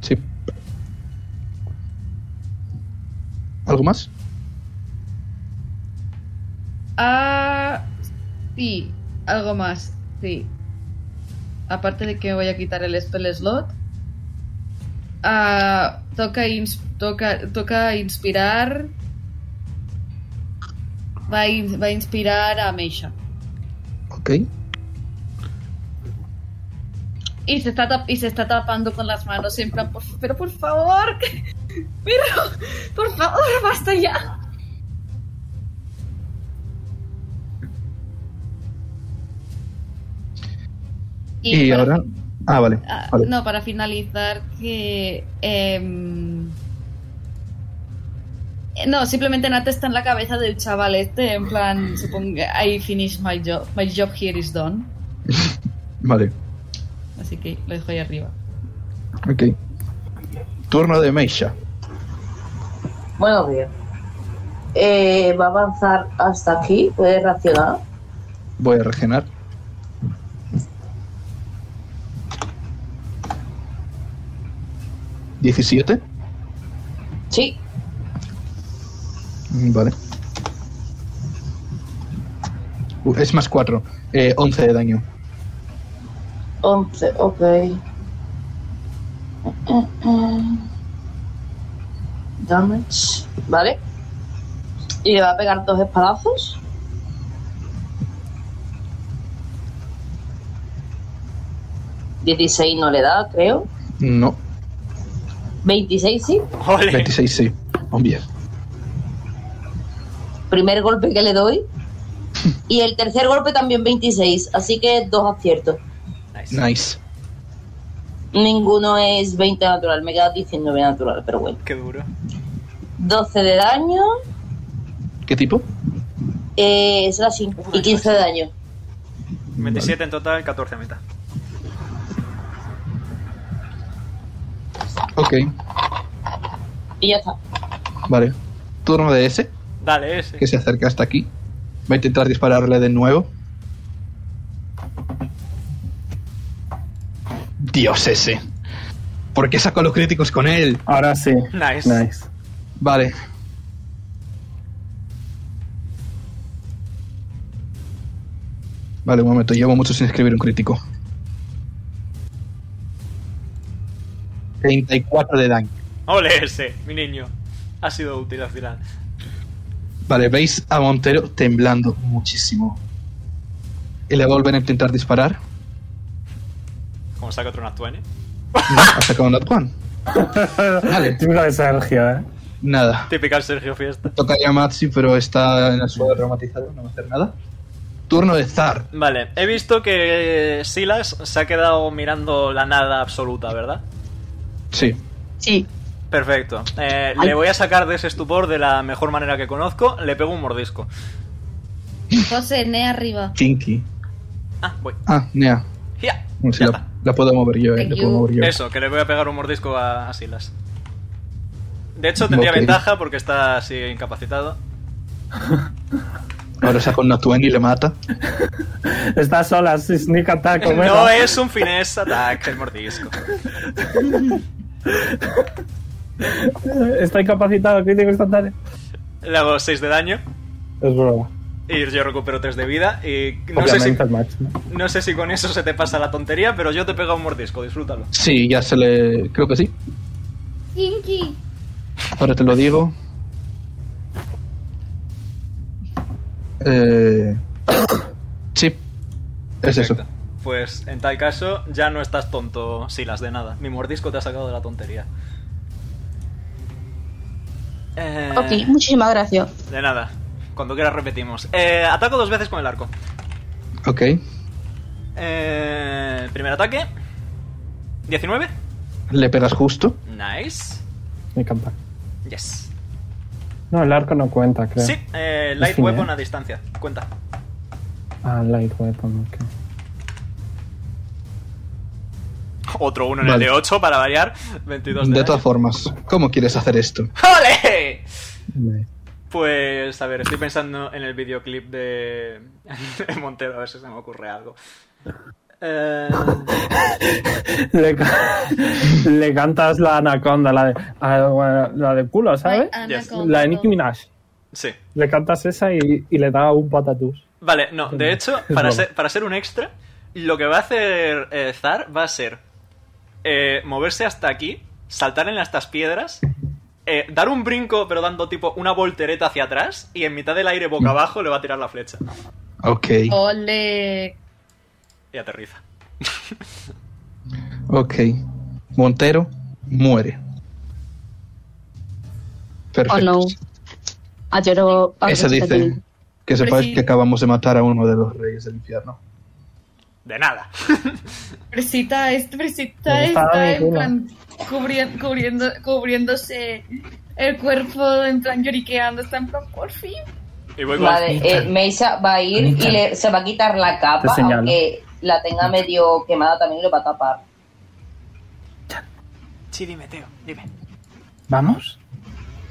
Speaker 2: sí. ¿Algo más?
Speaker 4: Ah. Sí, algo más. Sí. Aparte de que me voy a quitar el spell slot. Ah, toca, ins- toca, toca inspirar. Va a, in- va a inspirar a Meisha.
Speaker 2: Ok.
Speaker 4: Y se, está tap- y se está tapando con las manos en plan, por- pero por favor, pero por favor, basta ya.
Speaker 2: Y,
Speaker 4: para-
Speaker 2: ahora. Ah, vale.
Speaker 4: Ah,
Speaker 2: vale.
Speaker 4: No, para finalizar, que. em, eh, no, simplemente Nat está en la cabeza del chaval este, en plan, supongo, I finish my job, my job here is done.
Speaker 2: Vale.
Speaker 4: Así que lo dejo ahí arriba.
Speaker 2: Ok. Turno de Meisha.
Speaker 5: Bueno, bien. Eh, va a avanzar hasta aquí, puede reaccionar.
Speaker 2: Voy a regenerar. ¿17?
Speaker 5: Sí,
Speaker 2: Mm, Vale. Uh, es más 4. 11 de daño.
Speaker 5: 11, ok. Damage, vale. Y le va a pegar dos espadazos. Dieciséis no le da, creo.
Speaker 2: No.
Speaker 5: 26 sí.
Speaker 1: ¡Ole!
Speaker 2: 26 sí. Hombre.
Speaker 5: Primer golpe que le doy. Y el tercer golpe también 26. Así que dos aciertos.
Speaker 2: Nice.
Speaker 5: Ninguno es 20 natural. Me queda 19 natural, pero bueno.
Speaker 1: ¡Qué duro!
Speaker 5: 12 de daño.
Speaker 2: ¿Qué tipo?
Speaker 5: Eh, es la 5. Y 15 de daño.
Speaker 1: 27 en total, 14 a mitad.
Speaker 2: Ok.
Speaker 5: Y ya está.
Speaker 2: Vale. Turno de ese,
Speaker 1: Dale, ese.
Speaker 2: que se acerca hasta aquí. Va a intentar dispararle de nuevo. Dios ese. ¿Por qué sacó los críticos con él?
Speaker 3: Ahora sí.
Speaker 1: Nice.
Speaker 3: Nice.
Speaker 2: Vale. Vale, un momento, llevo mucho sin escribir un crítico. 34 de daño.
Speaker 1: ¡Ole, ese! Mi niño. Ha sido útil al final.
Speaker 2: Vale, veis a Montero temblando muchísimo. Y le vuelven a intentar disparar.
Speaker 1: Como saca otro Nat 20.
Speaker 2: No, ha sacado un Nat One. Vale.
Speaker 3: Típico de Sergio, ¿eh?
Speaker 2: Nada.
Speaker 1: Típica Sergio Fiesta.
Speaker 2: Toca ya a Matsi, pero está en el suelo traumatizado, no va a hacer nada. Turno de Zar.
Speaker 1: Vale, he visto que Silas se ha quedado mirando la nada absoluta, ¿verdad?
Speaker 2: Sí.
Speaker 7: Sí.
Speaker 1: Perfecto. Eh, le voy a sacar de ese estupor de la mejor manera que conozco. Le pego un mordisco.
Speaker 4: José, ne arriba.
Speaker 2: Kinky.
Speaker 1: Ah, voy.
Speaker 2: Ah, Nea.
Speaker 1: Ya.
Speaker 2: Bueno, Mm, sí,
Speaker 1: Ya
Speaker 2: la, la puedo mover yo, eh.
Speaker 4: Thank
Speaker 2: La puedo
Speaker 4: you.
Speaker 2: mover yo.
Speaker 1: Eso, que le voy a pegar un mordisco a, a Silas. De hecho, tendría
Speaker 2: Ok.
Speaker 1: ventaja porque está así incapacitado.
Speaker 2: Ahora saca un Nat 20 y le mata.
Speaker 3: Está sola, sí, sneak attack.
Speaker 2: Pues eh.
Speaker 1: No es un finesse attack el mordisco.
Speaker 3: Está incapacitado, crítico instantáneo.
Speaker 1: Le hago 6 de daño
Speaker 3: Es broma.
Speaker 1: y yo recupero 3 de vida. Y no sé,
Speaker 3: Obviamente
Speaker 1: si,
Speaker 3: el máximo.
Speaker 1: no sé si con eso se te pasa la tontería, pero yo te pego un mordisco, disfrútalo.
Speaker 2: Sí, ya se le. Creo que sí.
Speaker 4: Kinky.
Speaker 2: Ahora te lo digo. Eh... Sí, es eso.
Speaker 1: Perfecto. Pues en tal caso ya no estás tonto, Silas, de nada. Mi mordisco te ha sacado de la tontería. Eh,
Speaker 7: Ok, muchísimas gracias.
Speaker 1: De nada. Cuando quieras repetimos. Eh, ataco dos veces con el arco.
Speaker 2: Ok.
Speaker 1: Eh, primer ataque. 19.
Speaker 2: Le pegas justo.
Speaker 1: Nice.
Speaker 3: Me encanta.
Speaker 1: Yes.
Speaker 3: No, el arco no cuenta, creo.
Speaker 1: Sí, eh,
Speaker 3: Es
Speaker 1: light
Speaker 3: fin,
Speaker 1: weapon
Speaker 3: ¿eh?
Speaker 1: a distancia. Cuenta.
Speaker 3: Ah, light weapon, ok.
Speaker 1: Otro uno en
Speaker 2: Vale.
Speaker 1: el de 8 para variar. 22 de,
Speaker 2: De todas
Speaker 1: daño.
Speaker 2: formas, ¿cómo quieres hacer esto?
Speaker 1: ¡Ole!
Speaker 2: Me-
Speaker 1: Pues, a ver, estoy pensando en el videoclip de, de Montero, a ver si se me ocurre algo. Eh,
Speaker 3: le, ca- le cantas la anaconda, la de, a- la de culo, ¿sabes? La de Nicki Minaj.
Speaker 1: sí.
Speaker 3: Le cantas esa y, y le da un patatús.
Speaker 1: Vale, no, de hecho, para
Speaker 3: broma.
Speaker 1: ser, para ser un extra, lo que va a hacer eh, Zar va a ser eh, moverse hasta aquí, saltar en estas piedras, eh, dar un brinco, pero dando tipo una voltereta hacia atrás, y en mitad del aire boca abajo le va a tirar la flecha.
Speaker 2: Ok,
Speaker 4: Oh. Ole.
Speaker 1: Y aterriza.
Speaker 2: ok. Montero
Speaker 4: Oh,
Speaker 2: muere. Perfecto.
Speaker 7: Oh no. Ah, lloro. Ah,
Speaker 2: Eso
Speaker 7: está
Speaker 2: dice
Speaker 7: bien.
Speaker 2: que sepáis
Speaker 4: sí.
Speaker 2: que acabamos de matar a uno de los reyes del infierno.
Speaker 1: De nada.
Speaker 4: Presita, este, presita
Speaker 3: Me gusta
Speaker 4: está en
Speaker 3: alguna.
Speaker 4: plan cubri- cubriendo, cubriéndose el cuerpo, en plan lloriqueando, está en plan por fin.
Speaker 1: Y voy con-
Speaker 5: Vale, eh, Meisa va a ir y le- se va a quitar la capa,
Speaker 3: Te señalo.
Speaker 5: aunque la tenga medio quemada también y lo va a tapar.
Speaker 1: Sí, dime, Teo, dime.
Speaker 3: ¿Vamos?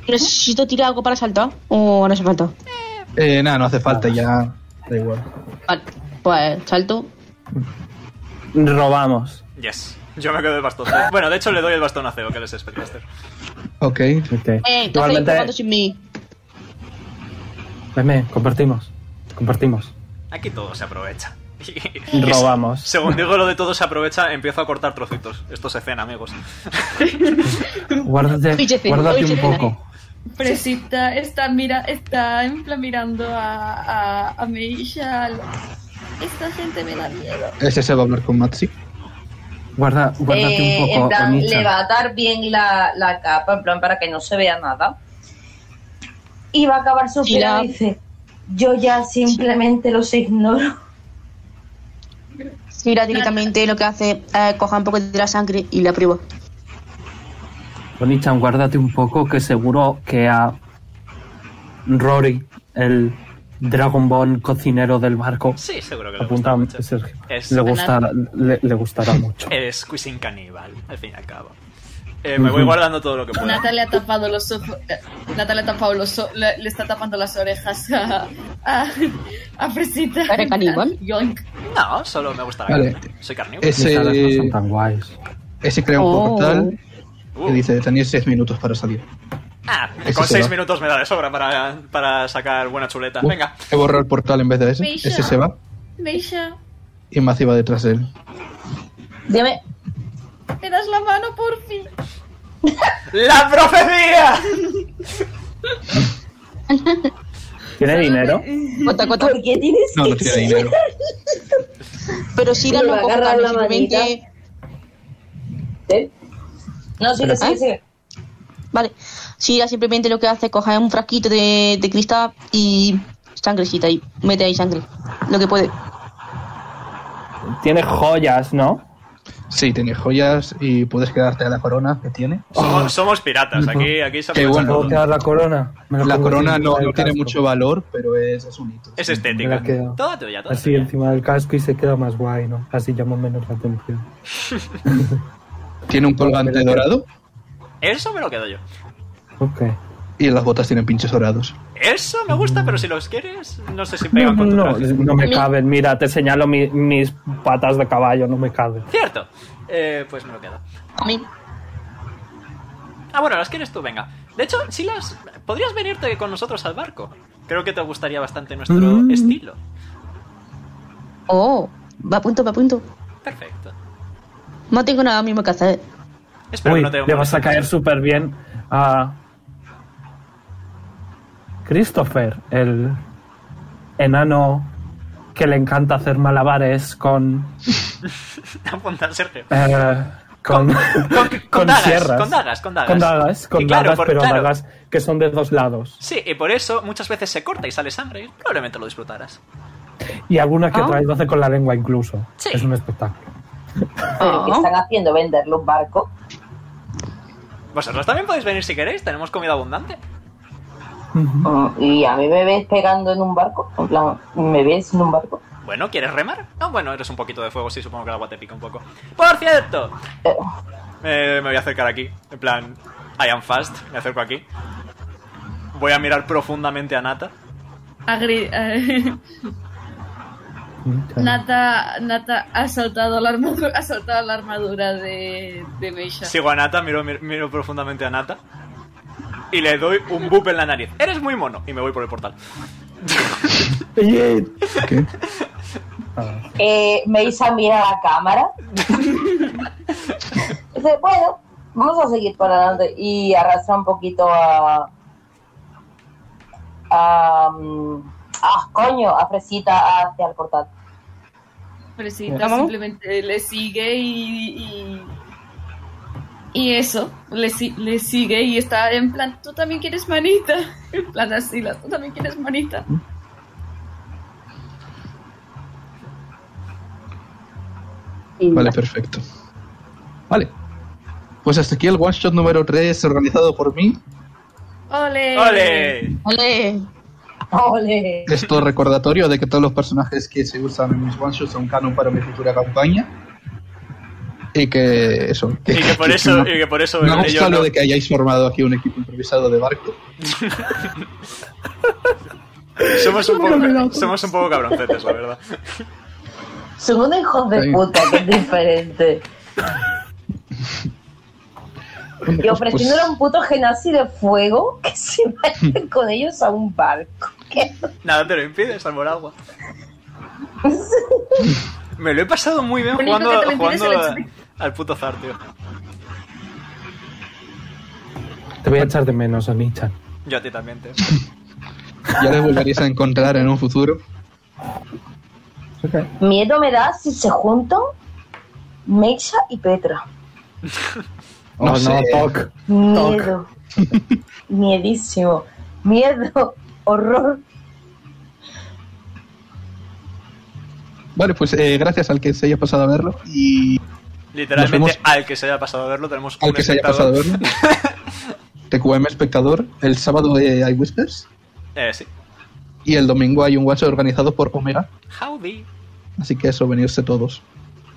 Speaker 7: ¿Necesito tirar algo para saltar? ¿O no hace falta?
Speaker 2: Eh, nada, no hace falta, ya. Da igual.
Speaker 7: Vale, pues salto.
Speaker 3: Robamos.
Speaker 1: Yes. Yo me quedo el bastón. Bueno, de hecho le doy el bastón a Ceo, que les espera.
Speaker 2: Ok,
Speaker 3: Ok.
Speaker 7: Eh, ¿qué hacéis
Speaker 3: Igualmente,
Speaker 7: jugando sin mí?
Speaker 3: Meme, compartimos. Compartimos.
Speaker 1: Aquí todo se aprovecha. Y- y-
Speaker 3: Robamos.
Speaker 1: Según digo lo de todo se aprovecha, empiezo a cortar trocitos. Esto se cena, amigos.
Speaker 7: Oye,
Speaker 3: Guárdate,
Speaker 7: sí,
Speaker 3: guárdate
Speaker 7: oye,
Speaker 3: un
Speaker 7: sí.
Speaker 3: poco.
Speaker 4: Presita está, mira, está en plan mirando a, a, a Meisha. Esta gente me da miedo.
Speaker 2: ese se va a hablar con Maxi.
Speaker 3: Guarda, guárdate
Speaker 5: Eh,
Speaker 3: un
Speaker 5: en
Speaker 3: poco,
Speaker 5: plan,
Speaker 3: Onicha.
Speaker 5: le va a dar bien la, la capa, en plan, para que no se vea nada. Y va a acabar su
Speaker 7: Sí, la-
Speaker 5: y dice, yo ya simplemente los ignoro.
Speaker 7: Mira directamente lo que hace es coger un poco de la sangre y la prueba.
Speaker 3: Bonichan, guárdate un poco, que seguro que a Rory, el Dragon Ball cocinero del barco,
Speaker 1: Sí, seguro que le gusta.
Speaker 3: apunta
Speaker 1: mucho.
Speaker 3: a Sergio,
Speaker 1: Es-
Speaker 3: le, gustará, le, le gustará mucho.
Speaker 1: Es cuisine caníbal, al fin y al cabo. Eh, me voy guardando todo lo que pueda.
Speaker 4: Nata le ha tapado los ojos. eh, Nata le ha tapado los o- le, le está tapando las orejas a, a, a Presita.
Speaker 7: ¿Eres caníbal?
Speaker 4: Yoink.
Speaker 1: No, solo me gusta la
Speaker 2: Vale.
Speaker 1: carne. Soy carnívoro.
Speaker 3: Mis alas no
Speaker 2: Ese,
Speaker 3: son tan guays.
Speaker 2: ese crea un
Speaker 7: Oh.
Speaker 2: portal
Speaker 1: Uh.
Speaker 2: que dice: tenéis 10 minutos para salir.
Speaker 1: Ah,
Speaker 2: ese
Speaker 1: con
Speaker 2: se
Speaker 1: 6
Speaker 2: va.
Speaker 1: minutos me da de sobra para, para sacar buena chuleta.
Speaker 2: Uh,
Speaker 1: Ah, Venga.
Speaker 2: He borrado el portal en vez de ese.
Speaker 4: Misha.
Speaker 2: Ese se va
Speaker 4: Meisha,
Speaker 2: y Maxi va detrás de él.
Speaker 5: Dime,
Speaker 4: me das la mano por fin.
Speaker 1: ¡La profecía!
Speaker 3: ¿Tiene dinero?
Speaker 7: Cuenta, cuenta.
Speaker 5: ¿por qué tienes
Speaker 2: No, no
Speaker 5: que
Speaker 2: tiene dinero.
Speaker 7: Pero sí
Speaker 5: Le
Speaker 7: dale
Speaker 5: va
Speaker 7: un
Speaker 5: a
Speaker 7: poco
Speaker 5: agarrar
Speaker 7: también,
Speaker 5: la manita.
Speaker 7: simplemente.
Speaker 5: ¿Eh? No, sigue,
Speaker 7: Pero-
Speaker 5: sigue, sigue.
Speaker 7: Vale. Sí, ya simplemente lo que hace es coger un frasquito de, de cristal y sangrecita y mete ahí sangre. Lo que puede.
Speaker 3: Tiene joyas, ¿no?
Speaker 2: Sí, tiene joyas y puedes quedarte a la corona que tiene.
Speaker 3: Oh.
Speaker 1: Somos, somos piratas, aquí, aquí se
Speaker 2: Qué
Speaker 1: aprovecha
Speaker 2: bueno.
Speaker 1: todo.
Speaker 3: ¿Puedo quedar la corona? Me lo
Speaker 2: La
Speaker 3: pongo
Speaker 2: corona
Speaker 3: encima
Speaker 2: no,
Speaker 3: del
Speaker 2: no tiene
Speaker 3: casco.
Speaker 2: mucho valor, pero es, es un hito.
Speaker 1: Es
Speaker 3: Me
Speaker 1: estética.
Speaker 3: la quedo.
Speaker 1: Toda tuya, toda
Speaker 3: Así
Speaker 1: tuya.
Speaker 3: encima del casco y se queda más guay, ¿no? Así llama menos la atención.
Speaker 2: Tiene un
Speaker 3: Me la
Speaker 2: colgante
Speaker 3: quedo.
Speaker 2: dorado
Speaker 1: Eso me lo quedo yo.
Speaker 3: Ok.
Speaker 2: y las botas tienen pinches dorados.
Speaker 1: Eso me gusta, pero si los quieres, no sé si
Speaker 3: No,
Speaker 1: pegan
Speaker 3: no,
Speaker 1: con tu
Speaker 3: no,
Speaker 1: traje.
Speaker 3: no me
Speaker 7: Mi-
Speaker 3: caben. Mira, te señalo mi- mis patas de caballo, no me caben.
Speaker 1: Cierto. Eh, pues me lo quedo.
Speaker 7: A mí.
Speaker 1: Ah, bueno, las quieres tú, venga. De hecho, si las... Podrías venirte con nosotros al barco. Creo que te gustaría bastante nuestro
Speaker 3: Mm.
Speaker 1: estilo.
Speaker 7: Oh, va a punto, va a punto.
Speaker 1: Perfecto.
Speaker 7: No tengo nada mismo que hacer.
Speaker 1: Espero
Speaker 3: Uy,
Speaker 1: que no te
Speaker 3: le vas a caer súper bien a Christopher, el enano que le encanta hacer malabares con
Speaker 1: Apunta al Sergio.
Speaker 3: eh, con,
Speaker 1: Con, con dagas,
Speaker 3: sierras.
Speaker 1: con dagas, con dagas.
Speaker 3: Con dagas, con
Speaker 1: Y claro,
Speaker 3: dagas,
Speaker 1: por-
Speaker 3: pero
Speaker 1: claro.
Speaker 3: dagas que son de dos lados.
Speaker 1: Sí, y por eso muchas veces se corta y sale sangre y probablemente lo disfrutarás.
Speaker 13: Y alguna que
Speaker 5: Ah.
Speaker 13: trae 12 con la lengua incluso.
Speaker 5: Sí.
Speaker 13: Es un espectáculo.
Speaker 5: ¿Pero qué están haciendo? ¿Vender los barcos?
Speaker 1: Vosotros también podéis venir si queréis, tenemos comida abundante.
Speaker 5: Mm, ¿Y a mí me ves pegando en un barco? En plan, ¿me ves en un barco?
Speaker 1: Bueno, ¿quieres remar? Ah, bueno, eres un poquito de fuego, sí, supongo que el agua te pica un poco. ¡Por cierto!
Speaker 2: Oh.
Speaker 1: Eh, me voy a acercar aquí, en plan, I am fast, me acerco aquí. Voy a mirar profundamente a Nata.
Speaker 4: Agri- eh, Nata, Nata ha saltado la armadura, ha saltado la armadura de, de Meisha.
Speaker 1: Sigo a Nata, miro, miro, miro profundamente a Nata. Y le doy un boop en la nariz. Eres muy mono. Y me voy por el portal.
Speaker 5: Eh, me hizo mirar a la cámara. Dice, bueno, vamos a seguir para adelante. Y arrastra un poquito a. a. mm, ah, coño, a Fresita hacia el portal.
Speaker 4: Fresita
Speaker 5: ¿Cómo?
Speaker 4: simplemente le sigue y. y, y eso, le, si- le sigue y está en plan, tú también quieres manita. En plan así, las- tú también quieres manita.
Speaker 2: Vale, perfecto. Vale. Pues hasta aquí el one shot número 3 organizado por mí.
Speaker 4: ¡Ole!
Speaker 1: ¡Ole!
Speaker 7: ¡Ole!
Speaker 5: ¡Ole!
Speaker 2: Esto es recordatorio de que todos los personajes que se usan en mis one shots son canon para mi futura campaña. Y que eso.
Speaker 1: Y que por eso-
Speaker 2: no-
Speaker 1: y que por eso
Speaker 2: Me
Speaker 1: ellos
Speaker 2: gusta lo
Speaker 1: no-
Speaker 2: de que hayáis formado aquí un equipo improvisado de barco.
Speaker 1: Somos un poco, somos un poco cabroncetes, la verdad.
Speaker 5: Son unos hijos de puta, que es diferente. Y
Speaker 2: pues,
Speaker 5: ofreciéndole a un puto genasi de fuego que se vayan con ellos a un barco.
Speaker 1: Nada te lo impide, salvo el agua. Me lo he pasado muy bien
Speaker 4: Lo único
Speaker 1: jugando,
Speaker 4: que te lo impide es
Speaker 1: jugando
Speaker 4: el
Speaker 1: a- al puto Zar, tío.
Speaker 13: Te voy a echar de menos, Onichan.
Speaker 1: Yo a ti también, tío.
Speaker 2: Ya les volveréis a encontrar en un futuro.
Speaker 5: Miedo me da si se juntan Meisha y Petra.
Speaker 2: No sé.
Speaker 5: Miedo. Miedísimo. Miedo. Horror.
Speaker 2: Vale, pues eh, gracias al que se haya pasado a verlo y Nos
Speaker 1: Literalmente,
Speaker 2: vemos-
Speaker 1: al que se haya pasado a verlo, tenemos
Speaker 2: al
Speaker 1: un
Speaker 2: que se haya pasado a
Speaker 1: espectador.
Speaker 2: verlo. TQM espectador. El sábado eh, hay Whispers
Speaker 1: Eh, sí.
Speaker 2: y el domingo hay un watch organizado por Omega.
Speaker 1: Howdy.
Speaker 2: Así que eso, venirse todos.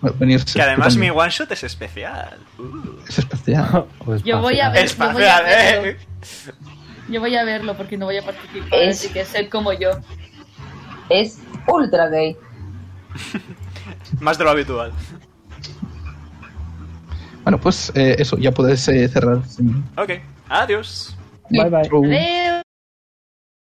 Speaker 2: Bueno, Venirse.
Speaker 1: Que además
Speaker 2: yo
Speaker 1: mi
Speaker 2: también.
Speaker 1: one shot es especial. Uh.
Speaker 2: Es especial.
Speaker 4: Yo voy a ver. yo voy a
Speaker 1: Espacial,
Speaker 4: verlo.
Speaker 1: eh.
Speaker 4: Yo voy a verlo porque no voy a participar,
Speaker 5: Es-
Speaker 4: así que ser como yo.
Speaker 5: Es ultra gay.
Speaker 1: Más de lo habitual.
Speaker 2: Bueno, pues eh, eso, ya podéis eh, cerrar.
Speaker 1: Ok, adiós.
Speaker 2: Bye bye.
Speaker 4: Adiós.